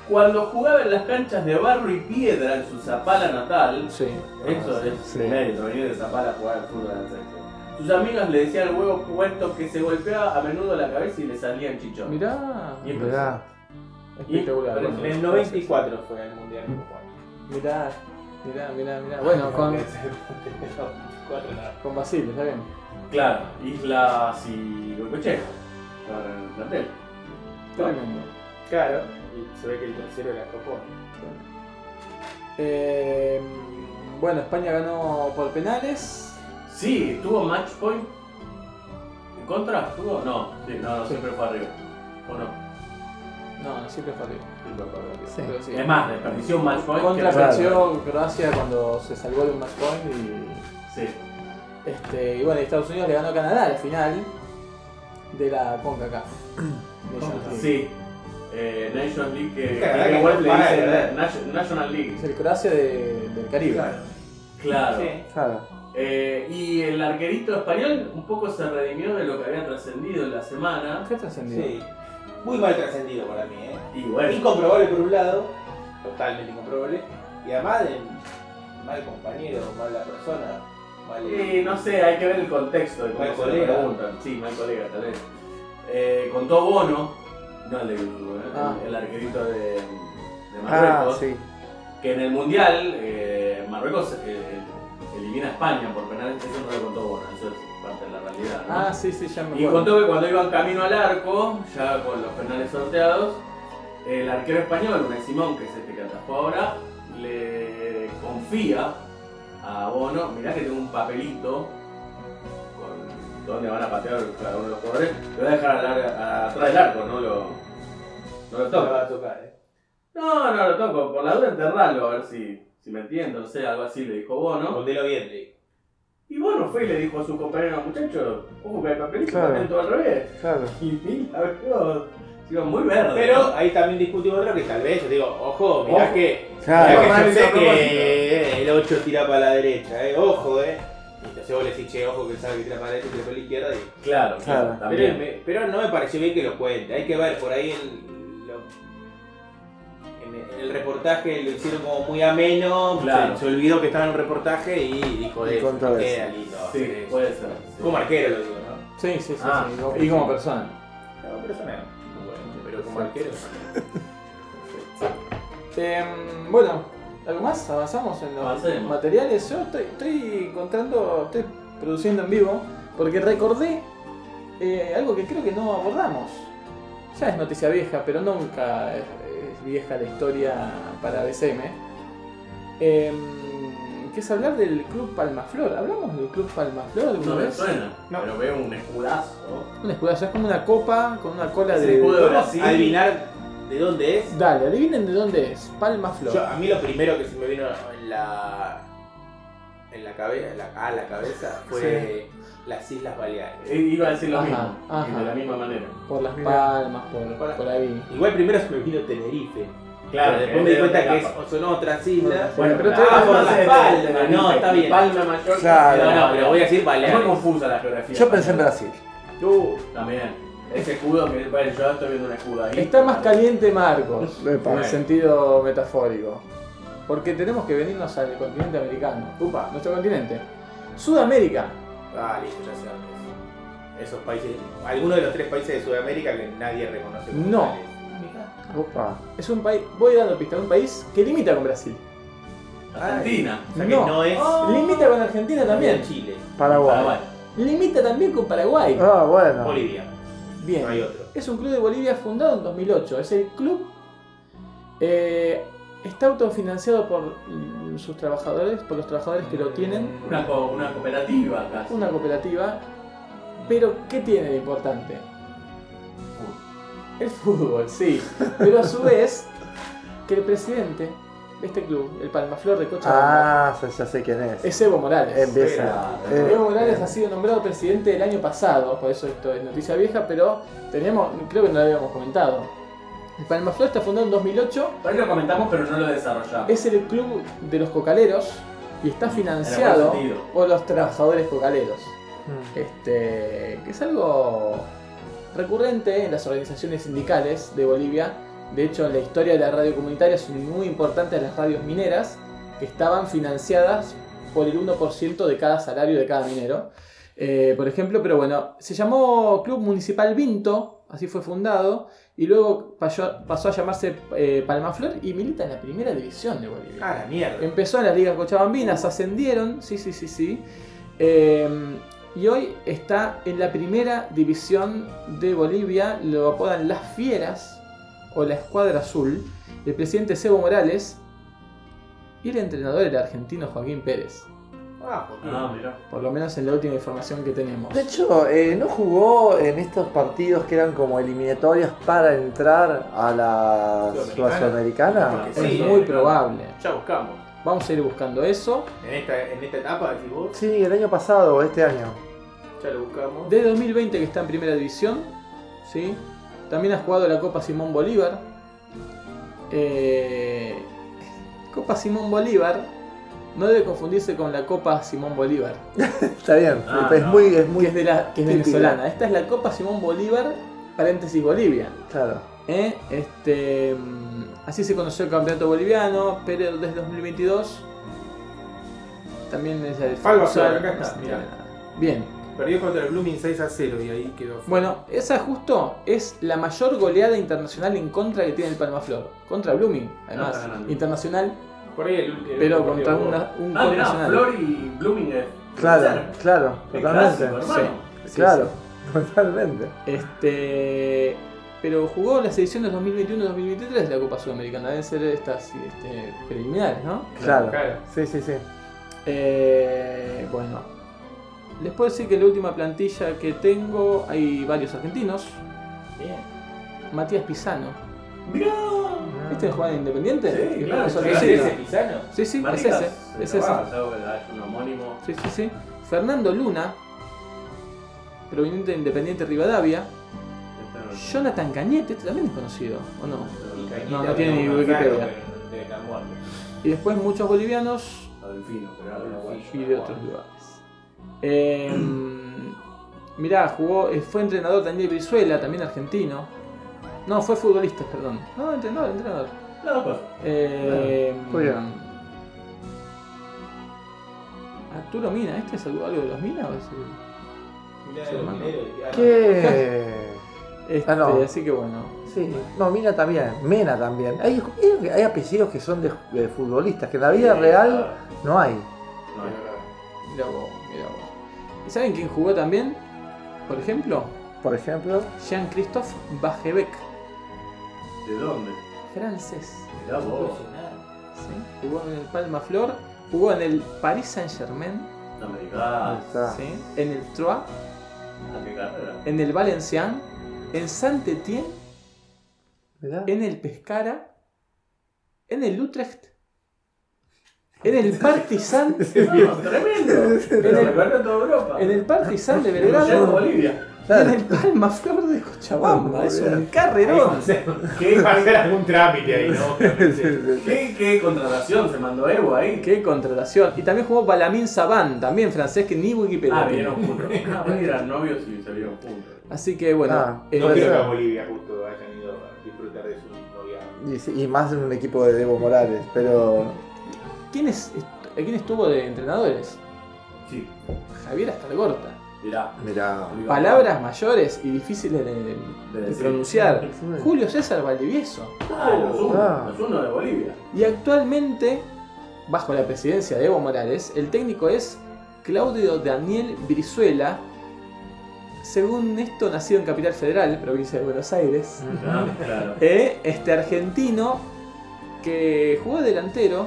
[SPEAKER 3] Cuando jugaba en las canchas de barro y piedra en su Zapala natal,
[SPEAKER 2] Sí.
[SPEAKER 3] eso es
[SPEAKER 4] sí.
[SPEAKER 3] mérito, venir de Zapala a jugar al fútbol al sexo. Sus amigos le decían al huevo puesto que se golpeaba a menudo la cabeza y le salían chichones.
[SPEAKER 2] Mirá.
[SPEAKER 3] Y empezó.
[SPEAKER 4] Mirá.
[SPEAKER 2] Espectacular.
[SPEAKER 3] pero
[SPEAKER 2] bueno.
[SPEAKER 5] En el 94 fue el mundial en Coponi.
[SPEAKER 2] Mirá, mirá, mirá, mirá.
[SPEAKER 4] Ah,
[SPEAKER 2] Bueno, con,
[SPEAKER 5] Cuatro, nada.
[SPEAKER 2] con Basile, está bien.
[SPEAKER 3] Claro, Islas y Goicoechea. Ahora en el plantel.
[SPEAKER 2] Tremendo.
[SPEAKER 5] Claro, y se ve que el tercero era Coponi.
[SPEAKER 2] Eh, bueno, España ganó por penales.
[SPEAKER 3] Sí, tuvo match point. ¿En contra? ¿Tuvo? No, sí, no, no, siempre fue arriba. ¿O no?
[SPEAKER 2] No, no siempre fue arriba.
[SPEAKER 3] Siempre fue arriba.
[SPEAKER 4] Sí.
[SPEAKER 2] pero sí.
[SPEAKER 3] Es más, desperdició un match point.
[SPEAKER 2] Contra
[SPEAKER 3] que-
[SPEAKER 2] venció Croacia cuando se salvó de un match point y,
[SPEAKER 3] Sí.
[SPEAKER 2] este, y bueno, y Estados Unidos le ganó a Canadá al final de la CONCACAF. Nations League.
[SPEAKER 3] Sí. Eh, National League que.
[SPEAKER 5] Claro,
[SPEAKER 3] que
[SPEAKER 5] que
[SPEAKER 3] igual le
[SPEAKER 5] no para,
[SPEAKER 3] dice
[SPEAKER 5] ¿verdad?
[SPEAKER 3] Nation- National League.
[SPEAKER 2] Es el Croacia de- del Caribe.
[SPEAKER 3] Claro.
[SPEAKER 5] Sí.
[SPEAKER 4] Claro.
[SPEAKER 3] Eh, y el arquerito español un poco se redimió de lo que había trascendido en la semana.
[SPEAKER 2] ¿Qué trascendió?
[SPEAKER 5] Sí. Muy mal trascendido para mí, ¿eh?
[SPEAKER 3] Y bueno.
[SPEAKER 5] Incomprobable por un lado, totalmente incomprobable, y además de mal compañero, mala persona, mal...
[SPEAKER 3] Y Eh, no sé, hay que ver el contexto de cómo
[SPEAKER 5] Mal
[SPEAKER 3] se lo
[SPEAKER 5] colega.
[SPEAKER 3] preguntan. Sí, mal colega, tal vez. Eh, contó Bono, no el de Uruguay, eh,
[SPEAKER 2] Ah.
[SPEAKER 3] el arquerito de, de
[SPEAKER 4] Ah,
[SPEAKER 3] Marruecos,
[SPEAKER 4] sí.
[SPEAKER 3] que en el Mundial eh, Marruecos eh, elimina a España por penales. Eso no lo contó Bono, eso es parte de la realidad. ¿no?
[SPEAKER 2] Ah, sí, sí, ya me
[SPEAKER 3] Y
[SPEAKER 2] acuerdo.
[SPEAKER 3] contó que cuando iban camino al arco, ya con los penales sorteados, el arquero español, Simón, que es este que atajó ahora, le confía a Bono, mirá que tengo un papelito con dónde van a patear cada uno de los jugadores, lo voy a dejar al ar- atrás del arco, no lo, no lo
[SPEAKER 5] No me
[SPEAKER 3] toco.
[SPEAKER 5] va a tocar, ¿eh?
[SPEAKER 3] No, no lo toco, por la duda enterralo, a ver si, si me entiendo, no sé, algo así le dijo Bono.
[SPEAKER 5] Escondelo bien, le digo.
[SPEAKER 3] Y Bono fue y le dijo a su compañero, muchacho, ojo que el papelito
[SPEAKER 4] Claro.
[SPEAKER 3] está todo al revés.
[SPEAKER 4] Claro.
[SPEAKER 3] Y la veo, digo, muy verde.
[SPEAKER 5] Pero ahí también discutimos otro que tal vez, yo digo, ojo, mirá
[SPEAKER 3] Ojo.
[SPEAKER 5] que... mirá
[SPEAKER 4] Claro.
[SPEAKER 5] que yo
[SPEAKER 3] Mal
[SPEAKER 5] sé
[SPEAKER 3] propósito.
[SPEAKER 5] que el 8 tira para la derecha, ¿eh? Ojo, ¿eh? Y te hace goles y che, ojo que sabe que tira para la derecha y tira para la izquierda. y-
[SPEAKER 3] Claro,
[SPEAKER 4] Claro.
[SPEAKER 3] claro.
[SPEAKER 5] Pero,
[SPEAKER 3] También.
[SPEAKER 5] me- pero no me pareció bien que lo cuente. Hay que ver por ahí en, lo- en el- en el reportaje lo hicieron como muy ameno.
[SPEAKER 3] Claro.
[SPEAKER 5] Se, se olvidó que estaba en un reportaje y dijo
[SPEAKER 4] Y
[SPEAKER 5] eso. no
[SPEAKER 4] controversia.
[SPEAKER 5] Queda lindo. hacer
[SPEAKER 3] Sí,
[SPEAKER 5] eso".
[SPEAKER 3] puede ser. sí.
[SPEAKER 5] Como arquero lo digo, ¿no?
[SPEAKER 2] Sí, sí, sí.
[SPEAKER 3] Ah,
[SPEAKER 2] sí, y como persona.
[SPEAKER 5] Como persona no. Bueno, pero como arquero.
[SPEAKER 2] Em, bueno, ¿algo más? ¿Avanzamos en los
[SPEAKER 3] Avancemos.
[SPEAKER 2] materiales? Yo estoy, estoy encontrando, estoy produciendo en vivo, porque recordé eh, algo que creo que no abordamos. Ya es noticia vieja, pero nunca es, es vieja la historia para BCM. Em, que es hablar del Club Palmaflor. ¿Hablamos del Club Palmaflor alguna
[SPEAKER 3] No me
[SPEAKER 2] vez?
[SPEAKER 3] suena,
[SPEAKER 5] No.
[SPEAKER 3] pero veo un escudazo.
[SPEAKER 2] Un escudazo, es como una copa con una cola
[SPEAKER 3] Es el
[SPEAKER 2] de.
[SPEAKER 3] escudo de
[SPEAKER 5] ¿Podemos
[SPEAKER 3] Brasil.
[SPEAKER 5] adivinar de dónde es?
[SPEAKER 2] Dale, adivinen de dónde es. Palma Flor.
[SPEAKER 5] Yo- a mí lo primero que se me vino en la. en la cabeza. a la cabeza fue las Islas Baleares.
[SPEAKER 3] Eh, Iba a decir lo
[SPEAKER 2] Ajá,
[SPEAKER 3] mismo, y
[SPEAKER 2] ajá.
[SPEAKER 3] de la misma manera.
[SPEAKER 2] Por las
[SPEAKER 4] Mirá.
[SPEAKER 2] palmas, por, por ahí.
[SPEAKER 5] Igual primero se me vino Tenerife.
[SPEAKER 3] Claro,
[SPEAKER 5] Pero después me di cuenta que
[SPEAKER 3] es-
[SPEAKER 5] es- son otras islas.
[SPEAKER 2] Bueno, pero te-
[SPEAKER 5] ah, por
[SPEAKER 3] entonces,
[SPEAKER 5] las palmas, no,
[SPEAKER 3] Tenerife.
[SPEAKER 5] está bien.
[SPEAKER 3] Palma Mallorca.
[SPEAKER 4] Claro.
[SPEAKER 5] No, no, pero voy a decir
[SPEAKER 3] Es muy
[SPEAKER 5] Baleares.
[SPEAKER 3] confusa la geografía.
[SPEAKER 4] Yo pensé en Brasil.
[SPEAKER 3] Tú también. Ese escudo que. Bueno, yo estoy viendo un escudo ahí.
[SPEAKER 2] Está más caliente Marcos,
[SPEAKER 4] Epa.
[SPEAKER 2] en el sentido metafórico. Porque tenemos que venirnos al continente americano. Upa, nuestro continente. Sudamérica.
[SPEAKER 5] Ah, listo, ya sé dónde es. Esos países. Alguno de los tres países de Sudamérica que nadie reconoce. como
[SPEAKER 2] No.
[SPEAKER 5] tales.
[SPEAKER 4] Opa.
[SPEAKER 2] Es un país, voy dando pista, un país que limita con Brasil.
[SPEAKER 3] Argentina.
[SPEAKER 5] O sea que
[SPEAKER 2] No.
[SPEAKER 5] no, es.
[SPEAKER 2] Limita con Argentina también.
[SPEAKER 5] Chile.
[SPEAKER 4] Paraguay.
[SPEAKER 3] Paraguay.
[SPEAKER 2] Limita también con Paraguay.
[SPEAKER 4] Ah, bueno.
[SPEAKER 5] Bolivia.
[SPEAKER 2] Bien.
[SPEAKER 5] No hay otro.
[SPEAKER 2] Es un club de Bolivia fundado en 2008. Es el club. eh, está autofinanciado por mm, sus trabajadores, por los trabajadores que lo tienen.
[SPEAKER 3] Una, co- una cooperativa casi.
[SPEAKER 2] Una cooperativa. Pero, ¿qué tiene de importante? El fútbol, sí. Pero a su vez, que el presidente de este club, el Palmaflor de Cochabamba,
[SPEAKER 4] Ah, ya, ya sé quién es.
[SPEAKER 2] es Evo Morales.
[SPEAKER 4] Empieza. Eh,
[SPEAKER 2] Evo Morales ha sido nombrado presidente del año pasado, por eso esto es noticia vieja, pero teníamos, creo que no lo habíamos comentado. El Palmaflor está fundado en 2008
[SPEAKER 3] Por ahí lo comentamos, pero no lo desarrollamos.
[SPEAKER 2] es el club de los cocaleros y está
[SPEAKER 3] En
[SPEAKER 2] financiado
[SPEAKER 3] el buen sentido.
[SPEAKER 2] por los trabajadores cocaleros.
[SPEAKER 4] mm.
[SPEAKER 2] Este, que es algo recurrente en las organizaciones sindicales de Bolivia. De hecho, en la historia de la radio comunitaria son muy importantes las radios mineras que estaban financiadas por el 1% de cada salario de cada minero. Eh, por ejemplo, pero bueno, se llamó Club Municipal Vinto, así fue fundado, y luego pasó, pasó a llamarse eh, Palmaflor y milita en la primera división de Bolivia.
[SPEAKER 5] Ah, la mierda.
[SPEAKER 2] Empezó en las ligas cochabambinas, ascendieron, sí, sí, sí, sí. Eh, y hoy está en la primera división de Bolivia, lo apodan las Fieras o la Escuadra Azul. El presidente Sebo Morales y el entrenador era argentino Joaquín Pérez.
[SPEAKER 5] Ah, ¿por qué?
[SPEAKER 3] Ah, mirá.
[SPEAKER 2] Por lo menos en la última información que tenemos.
[SPEAKER 4] De hecho, eh, ¿no jugó en estos partidos que eran como eliminatorias para entrar a la
[SPEAKER 5] Sudamericana.
[SPEAKER 4] Sudamericana?
[SPEAKER 2] ah, es
[SPEAKER 5] sí,
[SPEAKER 2] muy
[SPEAKER 5] eh,
[SPEAKER 2] probable.
[SPEAKER 5] Ya buscamos.
[SPEAKER 2] Vamos a ir buscando eso.
[SPEAKER 5] En esta, en esta etapa, decís vos,
[SPEAKER 4] Sí, el año pasado o este año.
[SPEAKER 5] ya lo buscamos.
[SPEAKER 2] Desde 2020 que está en primera división, ¿sí? También ha jugado la Copa Simón Bolívar. Eh, Copa Simón Bolívar no debe confundirse con la Copa Simón Bolívar,
[SPEAKER 4] Está bien,
[SPEAKER 3] Ah,
[SPEAKER 4] es
[SPEAKER 3] no.
[SPEAKER 4] muy, es muy
[SPEAKER 2] que es, de la, que es
[SPEAKER 4] típica.
[SPEAKER 2] venezolana. Esta es la Copa Simón Bolívar, paréntesis Bolivia.
[SPEAKER 4] Claro.
[SPEAKER 2] ¿eh? Este, mm, así se conoció el campeonato boliviano, pero desde 2022 también es el
[SPEAKER 5] Palma
[SPEAKER 2] futsal. Este,
[SPEAKER 5] Flor, acá está, mirá.
[SPEAKER 2] Bien.
[SPEAKER 5] Perdió contra el Blooming 6 a 0 y ahí quedó.
[SPEAKER 2] Bueno, esa justo es la mayor goleada internacional en contra que tiene el Palmaflor. Contra Blooming,
[SPEAKER 3] Ah, No,
[SPEAKER 2] además.
[SPEAKER 3] está ganando.
[SPEAKER 2] internacional,
[SPEAKER 5] por ahí el último.
[SPEAKER 2] pero contra una- un
[SPEAKER 3] Ah, mirá,
[SPEAKER 2] connacional.
[SPEAKER 3] Flor y Blooming es.
[SPEAKER 4] Claro, claro,
[SPEAKER 3] Es
[SPEAKER 4] totalmente.
[SPEAKER 3] clásico, hermano.
[SPEAKER 2] Sí,
[SPEAKER 4] Claro, totalmente.
[SPEAKER 2] sí. Este. Pero jugó las ediciones 2021-2023 de la Copa Sudamericana. Deben ser estas este, preliminares, ¿no?
[SPEAKER 4] Claro.
[SPEAKER 5] Claro.
[SPEAKER 4] Sí, sí, sí.
[SPEAKER 2] Eh, bueno. Les puedo decir que en la última plantilla que tengo hay varios argentinos. Matías Pisano.
[SPEAKER 3] Mirá.
[SPEAKER 2] ¿Este es jugador independiente?
[SPEAKER 3] Sí,
[SPEAKER 2] Que juega
[SPEAKER 3] claro,
[SPEAKER 2] en
[SPEAKER 3] sí,
[SPEAKER 2] Argentina.
[SPEAKER 3] sí,
[SPEAKER 5] Pisano?
[SPEAKER 2] Sí, sí, es
[SPEAKER 3] Maticas,
[SPEAKER 2] ese.
[SPEAKER 3] de
[SPEAKER 2] Es ese.
[SPEAKER 3] Navarra, algo que es un homónimo.
[SPEAKER 2] Sí, sí, sí. Fernando Luna, proveniente de Independiente Rivadavia.
[SPEAKER 3] Este no-
[SPEAKER 2] Jonathan Cañete, este también es conocido, ¿o no?
[SPEAKER 5] No,
[SPEAKER 2] no tiene ni Wikipedia.
[SPEAKER 5] De la muerte.
[SPEAKER 2] Y después muchos bolivianos
[SPEAKER 3] Adolfino, pero ahora
[SPEAKER 5] Adolfino.
[SPEAKER 2] y de otros lugares. Eh, mirá, jugó, eh, fue entrenador Daniel Brizuela, también argentino. No, fue futbolista, perdón. No, entrenador, entrenador.
[SPEAKER 3] No, pues.
[SPEAKER 2] Eh,
[SPEAKER 4] muy bien.
[SPEAKER 2] Arturo Mina, ¿este es algo algo de los Mina o es el-
[SPEAKER 5] Mirá
[SPEAKER 2] Sí,
[SPEAKER 5] los
[SPEAKER 2] hermano.
[SPEAKER 5] mineros y- ah,
[SPEAKER 4] ¿Qué?
[SPEAKER 2] este,
[SPEAKER 4] Ah, no.
[SPEAKER 2] Así que bueno.
[SPEAKER 4] Sí, no, Mina también, Mena también. Hay, hay apellidos que son de, de futbolistas, que en la vida real no hay.
[SPEAKER 3] No, no, no.
[SPEAKER 2] Mirá vos, mirá vos. ¿Y saben quién jugó también? Por ejemplo,
[SPEAKER 4] Por ejemplo,
[SPEAKER 2] Jean-Christophe Bajebec,
[SPEAKER 3] ¿De dónde?
[SPEAKER 2] francés.
[SPEAKER 3] Mirá
[SPEAKER 5] no
[SPEAKER 3] vos.
[SPEAKER 5] impresionante.
[SPEAKER 2] ¿sí? Jugó en el Palma Flor, jugó en el Paris Saint-Germain,
[SPEAKER 3] No me
[SPEAKER 5] Ah,
[SPEAKER 3] digas.
[SPEAKER 4] está.
[SPEAKER 2] ¿sí? en el Troyes,
[SPEAKER 3] ¿A qué carrera?
[SPEAKER 2] en el Valencian, en Saint-Étienne,
[SPEAKER 4] Mirá.
[SPEAKER 2] en el Pescara, en el Utrecht, en el Partizan,
[SPEAKER 3] No, tremendo. Pero recorrió toda Europa.
[SPEAKER 2] en el Partizan de
[SPEAKER 3] Incluyendo
[SPEAKER 2] Belgrado.
[SPEAKER 3] Bolivia.
[SPEAKER 2] Y En el Palma Flor de Cochabamba, es un carrerón.
[SPEAKER 6] Que va a hacer algún trámite ahí, ¿no? Obviamente.
[SPEAKER 3] ¿Qué, ¿Qué contratación se mandó Evo ahí?
[SPEAKER 2] Qué contratación. Y también jugó Balamin Saban, también francés que ni Wikipedia.
[SPEAKER 3] Ah,
[SPEAKER 2] tiene.
[SPEAKER 3] vinieron juntos. Ah, bueno, eran novios y se vieron juntos.
[SPEAKER 2] Así que bueno,
[SPEAKER 4] Ah,
[SPEAKER 2] eh,
[SPEAKER 6] No creo que a Bolivia justo hayan ido a disfrutar de su novia.
[SPEAKER 4] Y, sí, y más en un equipo de Debo Morales, pero
[SPEAKER 2] ¿quién, es- est- eh, quién estuvo de entrenadores?
[SPEAKER 3] Sí.
[SPEAKER 2] Javier Astargorta.
[SPEAKER 3] Mirá.
[SPEAKER 4] mirá.
[SPEAKER 2] Palabras mayores y difíciles de, de
[SPEAKER 3] De decir.
[SPEAKER 2] pronunciar. Julio César Valdivieso.
[SPEAKER 3] Ah, los uno.
[SPEAKER 4] Ah.
[SPEAKER 3] Los uno de Bolivia.
[SPEAKER 2] Y actualmente, bajo la presidencia de Evo Morales, el técnico es Claudio Daniel Brizuela, según esto nacido en Capital Federal, provincia de Buenos
[SPEAKER 6] Mm.
[SPEAKER 2] Aires,
[SPEAKER 3] Claro, claro.
[SPEAKER 2] Eh, este argentino que jugó delantero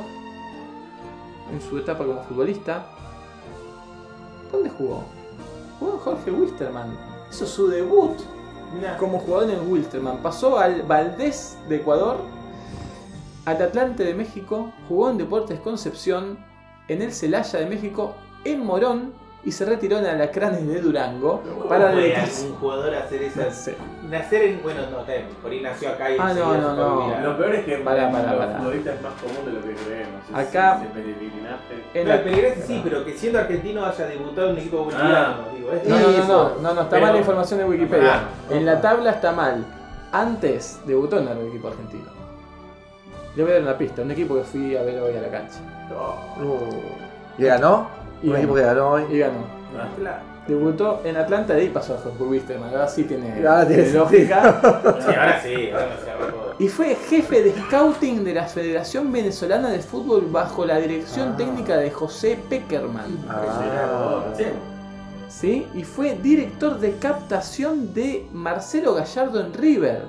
[SPEAKER 2] en su etapa como futbolista. ¿Dónde jugó? Jugó en Jorge Wilstermann. Hizo su debut
[SPEAKER 5] Mirá.
[SPEAKER 2] como jugador en el Wilstermann. Pasó al Valdés de Ecuador, al Atlante de México, jugó en Deportes Concepción, en el Celaya de México, en Morón y se retiró en Alacranes de Durango
[SPEAKER 5] ¿Cómo
[SPEAKER 2] para
[SPEAKER 5] puede
[SPEAKER 2] dedicarse.
[SPEAKER 5] algún jugador hacer esas.
[SPEAKER 2] Sí.
[SPEAKER 5] Nacer en. Bueno, no, está bien, por ahí nació acá y
[SPEAKER 2] Ah, no,
[SPEAKER 5] enseguida se
[SPEAKER 2] no,
[SPEAKER 5] fue a
[SPEAKER 2] no.
[SPEAKER 5] vivir a-
[SPEAKER 3] Lo peor es que
[SPEAKER 2] Pará,
[SPEAKER 3] en
[SPEAKER 2] pará,
[SPEAKER 3] los
[SPEAKER 2] pará.
[SPEAKER 3] futbolistas es más común de lo que creemos. Es-
[SPEAKER 2] Acá-
[SPEAKER 3] es el peregrinaje.
[SPEAKER 2] En
[SPEAKER 5] No,
[SPEAKER 2] la-
[SPEAKER 5] el Pellegrini sí, pero que siendo argentino haya debutado en un equipo boliviano. digo, es-
[SPEAKER 2] No, no, no, no, no, no, está
[SPEAKER 3] Pero-
[SPEAKER 2] mal la información de Wikipedia.
[SPEAKER 6] Ah,
[SPEAKER 2] en la tabla está mal. Antes debutó en el equipo argentino. Le voy a dar una pista, un equipo que fui a ver hoy a la cancha.
[SPEAKER 3] Oh.
[SPEAKER 5] Uh.
[SPEAKER 4] ¿Y ganó?
[SPEAKER 2] Y
[SPEAKER 4] un
[SPEAKER 2] ganó.
[SPEAKER 4] equipo que ganó hoy.
[SPEAKER 2] Y ganó. Debutó en Atlanta y ahí pasó a Jorge Wisterman. Ahora sí tiene,
[SPEAKER 4] Y ahora Ah, tiene
[SPEAKER 2] tiene lógica.
[SPEAKER 5] Sí, ahora sí, ahora se agarró todo.
[SPEAKER 2] Y fue jefe de scouting de la Federación Venezolana de Fútbol bajo la dirección
[SPEAKER 4] Ah.
[SPEAKER 2] técnica de José Peckerman.
[SPEAKER 4] Ah.
[SPEAKER 3] Sí.
[SPEAKER 2] ¿sí? Y fue director de captación de Marcelo Gallardo en River.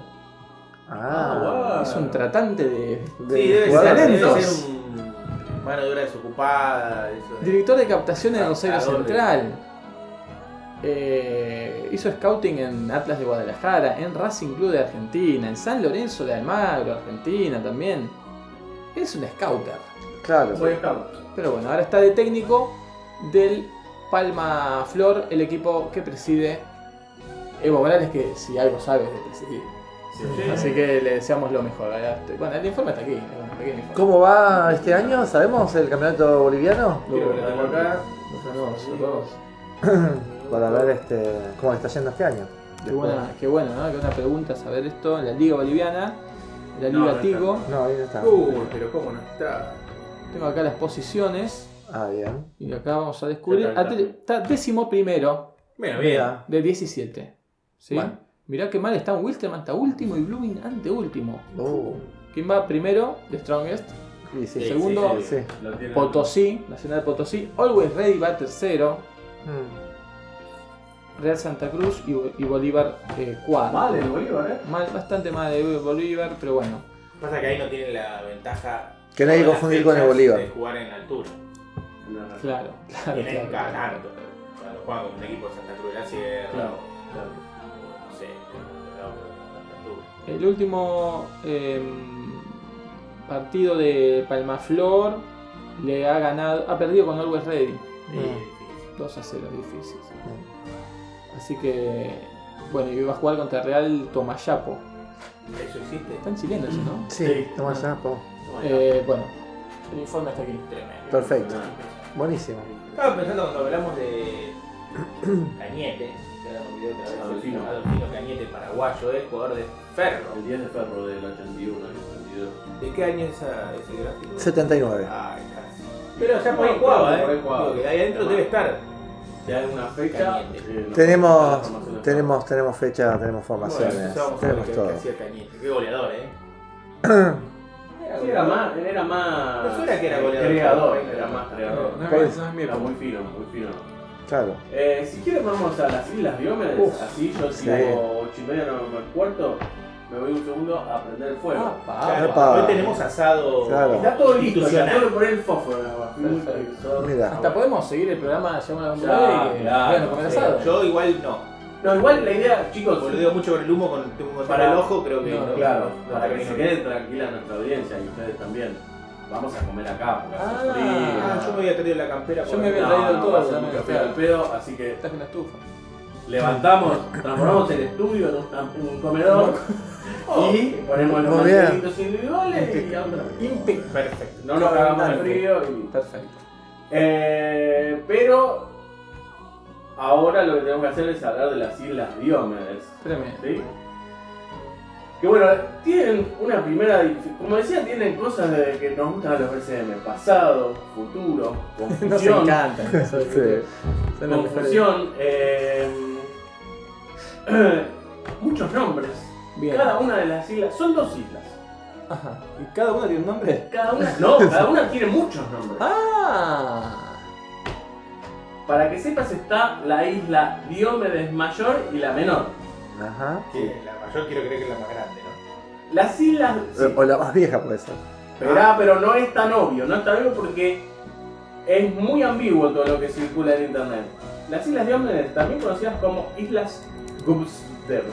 [SPEAKER 4] Ah,
[SPEAKER 2] Es un tratante de
[SPEAKER 4] de
[SPEAKER 5] Sí, debe ser,
[SPEAKER 4] jugadores.
[SPEAKER 5] debe
[SPEAKER 2] talentos.
[SPEAKER 5] ser un mano de obra desocupada. eso de-
[SPEAKER 2] Director de captación en Rosario
[SPEAKER 5] Captador Ah, de-
[SPEAKER 2] Central. Eh, hizo scouting en Atlas de Guadalajara, en Racing Club de Argentina, en San Lorenzo de Almagro, Argentina también. Es un scouter.
[SPEAKER 4] Claro.
[SPEAKER 3] Soy scout.
[SPEAKER 2] Pero bueno, ahora está de técnico del Palma Flor, el equipo que preside Evo Morales, que si algo sabe es de presidir.
[SPEAKER 3] Sí.
[SPEAKER 2] Así que le deseamos lo mejor. ¿verdad? Este, Bueno, el informe está aquí. es un pequeño informe.
[SPEAKER 4] ¿Cómo va este año? ¿Sabemos el campeonato boliviano?
[SPEAKER 2] Lo-
[SPEAKER 5] Quiero que lo tengo acá.
[SPEAKER 2] lo tenemos, lo tenemos.
[SPEAKER 4] Para ver este cómo le está yendo este año.
[SPEAKER 2] Qué, buena, qué bueno, ¿no? Qué buena pregunta saber esto. La Liga Boliviana, la
[SPEAKER 3] No,
[SPEAKER 2] Liga
[SPEAKER 3] no
[SPEAKER 2] Tigo.
[SPEAKER 4] No, ahí no está.
[SPEAKER 5] Uy, pero cómo no está.
[SPEAKER 2] Tengo acá las posiciones
[SPEAKER 4] Ah, bien.
[SPEAKER 2] y acá vamos a descubrir.
[SPEAKER 3] Acá está.
[SPEAKER 2] Atle- está décimo primero
[SPEAKER 5] Bueno,
[SPEAKER 4] Mira.
[SPEAKER 2] de 17. ¿sí?
[SPEAKER 4] Bueno.
[SPEAKER 2] Mirá qué mal está Wilsterman, está último y Blooming anteúltimo.
[SPEAKER 4] Uh,
[SPEAKER 2] ¿Quién va primero? The Strongest.
[SPEAKER 4] y sí, sí.
[SPEAKER 2] Segundo,
[SPEAKER 4] sí.
[SPEAKER 3] Lo tienen-
[SPEAKER 2] Potosí, Nacional Potosí. Always Ready va tercero.
[SPEAKER 4] Mm.
[SPEAKER 2] Real Santa Cruz y, y Bolívar eh, cuarto.
[SPEAKER 3] Mal el Bolívar, ¿eh?
[SPEAKER 2] Mal, bastante mal de Bolívar, pero bueno.
[SPEAKER 5] Pasa que ahí no tienen la ventaja.
[SPEAKER 4] Que no hay que
[SPEAKER 5] de las
[SPEAKER 4] confundir con el
[SPEAKER 5] fechas
[SPEAKER 4] Bolívar.
[SPEAKER 5] De jugar en altura.
[SPEAKER 3] No, no.
[SPEAKER 2] Claro, claro.
[SPEAKER 5] Tienen
[SPEAKER 2] claro, claro.
[SPEAKER 5] que ganar. Cuando juegan con un equipo de Santa Cruz de la Sierra.
[SPEAKER 3] Claro,
[SPEAKER 5] o-
[SPEAKER 3] claro.
[SPEAKER 5] o No sé, de otro lado, pero de Santa Cruz.
[SPEAKER 2] El último em, partido de Palmaflor le ha ganado, ha perdido con Always Ready.
[SPEAKER 5] Sí,
[SPEAKER 4] Mm.
[SPEAKER 5] difícil.
[SPEAKER 2] 2 a 0, difícil. Así que, bueno, y va a jugar contra Real Tomayapo.
[SPEAKER 5] Eso existe.
[SPEAKER 2] Están chilenos, ¿no?
[SPEAKER 4] Sí,
[SPEAKER 3] Sí.
[SPEAKER 4] toma ya, po.
[SPEAKER 2] Eh, bueno, Mm. El informe hasta aquí.
[SPEAKER 5] Tremendo.
[SPEAKER 4] Perfecto.
[SPEAKER 3] Ah,
[SPEAKER 4] Buenísimo.
[SPEAKER 5] Estaba pensando cuando hablamos de Cañete, que ahora me olvidé otra vez,
[SPEAKER 3] Adolfino.
[SPEAKER 5] Adolfino Cañete, paraguayo, es jugador de ferro.
[SPEAKER 3] El 10 de ferro del 81 al 82.
[SPEAKER 5] ¿De qué año es esa- ese gráfico?
[SPEAKER 4] 79.
[SPEAKER 5] Ay, casi. Pero ya por ahí
[SPEAKER 3] No,
[SPEAKER 5] jugaba, ¿eh?
[SPEAKER 3] por ahí jugaba.
[SPEAKER 5] Digo que ahí adentro debe estar.
[SPEAKER 3] Si hay una fecha, eh, nos
[SPEAKER 5] Cañete.
[SPEAKER 3] falta la información
[SPEAKER 4] Tenemos,
[SPEAKER 3] de
[SPEAKER 4] tenemos, tenemos fecha, tenemos formaciones,
[SPEAKER 5] Bueno, vamos a ver
[SPEAKER 4] tenemos
[SPEAKER 5] qué,
[SPEAKER 4] todo.
[SPEAKER 5] qué hacía Cañete. Qué goleador, ¿eh?
[SPEAKER 3] Ferro. Sí, era más, él era más.
[SPEAKER 5] No suena que era goleador.
[SPEAKER 3] Creador, era más creador.
[SPEAKER 2] No,
[SPEAKER 4] ¿Cuál
[SPEAKER 2] no,
[SPEAKER 4] es?
[SPEAKER 2] no es mi
[SPEAKER 3] Era muy
[SPEAKER 2] época.
[SPEAKER 3] fino, muy fino.
[SPEAKER 4] Claro.
[SPEAKER 3] Eh, si quieren, vamos a las Islas Diomedes.
[SPEAKER 4] Uf,
[SPEAKER 3] Así yo,
[SPEAKER 4] sí.
[SPEAKER 3] si hago 8 y media, 9 y cuarto, me voy un segundo a prender el fuego.
[SPEAKER 2] Ah, pa.
[SPEAKER 5] Claro,
[SPEAKER 4] Epa.
[SPEAKER 5] hoy tenemos asado.
[SPEAKER 4] Claro.
[SPEAKER 3] Está todo listo, ya
[SPEAKER 5] Institucional.
[SPEAKER 3] tengo que poner el fósforo nada más. Fui muy
[SPEAKER 5] Perfecto.
[SPEAKER 3] previsor.
[SPEAKER 4] Mira.
[SPEAKER 2] Hasta podemos seguir el programa, llamar a la
[SPEAKER 3] Ya,
[SPEAKER 2] computadora y
[SPEAKER 3] ya,
[SPEAKER 2] bueno,
[SPEAKER 3] no
[SPEAKER 2] comer
[SPEAKER 3] sé,
[SPEAKER 2] asado.
[SPEAKER 5] Eh, Yo igual no.
[SPEAKER 3] No, igual la idea, chicos,
[SPEAKER 5] Boludeo mucho con el humo, con, con
[SPEAKER 3] Para-
[SPEAKER 5] el ojo, creo que
[SPEAKER 2] No,
[SPEAKER 5] no.
[SPEAKER 3] Claro,
[SPEAKER 5] no,
[SPEAKER 3] para
[SPEAKER 5] no,
[SPEAKER 3] que
[SPEAKER 5] no.
[SPEAKER 3] se queden tranquila nuestra audiencia y ustedes también. Vamos a comer acá, porque hace
[SPEAKER 2] Ah,
[SPEAKER 5] Ah, yo me
[SPEAKER 3] frío.
[SPEAKER 5] había traído la campera.
[SPEAKER 2] Yo
[SPEAKER 5] por-
[SPEAKER 2] me había
[SPEAKER 3] No,
[SPEAKER 2] traído
[SPEAKER 3] no,
[SPEAKER 2] todo,
[SPEAKER 3] va a ser
[SPEAKER 2] también,
[SPEAKER 3] un café
[SPEAKER 2] claro.
[SPEAKER 3] al pedo, así que
[SPEAKER 2] Estás con la estufa.
[SPEAKER 3] levantamos, transformamos el estudio en un, en un comedor y ponemos los
[SPEAKER 4] Muy bien.
[SPEAKER 3] mantelitos individuales y a otra.
[SPEAKER 5] Perfecto.
[SPEAKER 3] No nos cagamos el frío y
[SPEAKER 2] Perfecto.
[SPEAKER 3] Eh, pero ahora lo que tenemos que hacer es hablar de las Islas Diomedes.
[SPEAKER 2] Espérame.
[SPEAKER 3] ¿sí? Que bueno, tienen una primera. dif- Como decía, tienen cosas de que nos gustan a los BCM: pasado, futuro,
[SPEAKER 2] Nos
[SPEAKER 3] confusión.
[SPEAKER 2] encanta. eso es-
[SPEAKER 4] Sí.
[SPEAKER 2] son los mejores.
[SPEAKER 3] confusión, eh, muchos nombres.
[SPEAKER 2] Bien.
[SPEAKER 3] Cada una de las islas. Son dos islas.
[SPEAKER 2] Ajá. ¿Y cada uno tiene un nombre?
[SPEAKER 3] Cada una. No, cada una tiene muchos nombres.
[SPEAKER 2] ¡Ah!
[SPEAKER 3] Para que sepas, está la isla Diomedes Mayor y la Menor.
[SPEAKER 4] Ajá.
[SPEAKER 6] Que la mayor quiero creer que es la más grande, ¿no?
[SPEAKER 3] Las islas. sí,
[SPEAKER 4] O la más vieja puede ser.
[SPEAKER 3] esperá, pero no es tan obvio, no es tan obvio porque es muy ambiguo todo lo que circula en internet. Las islas Diomedes, también conocidas como Islas Gubster.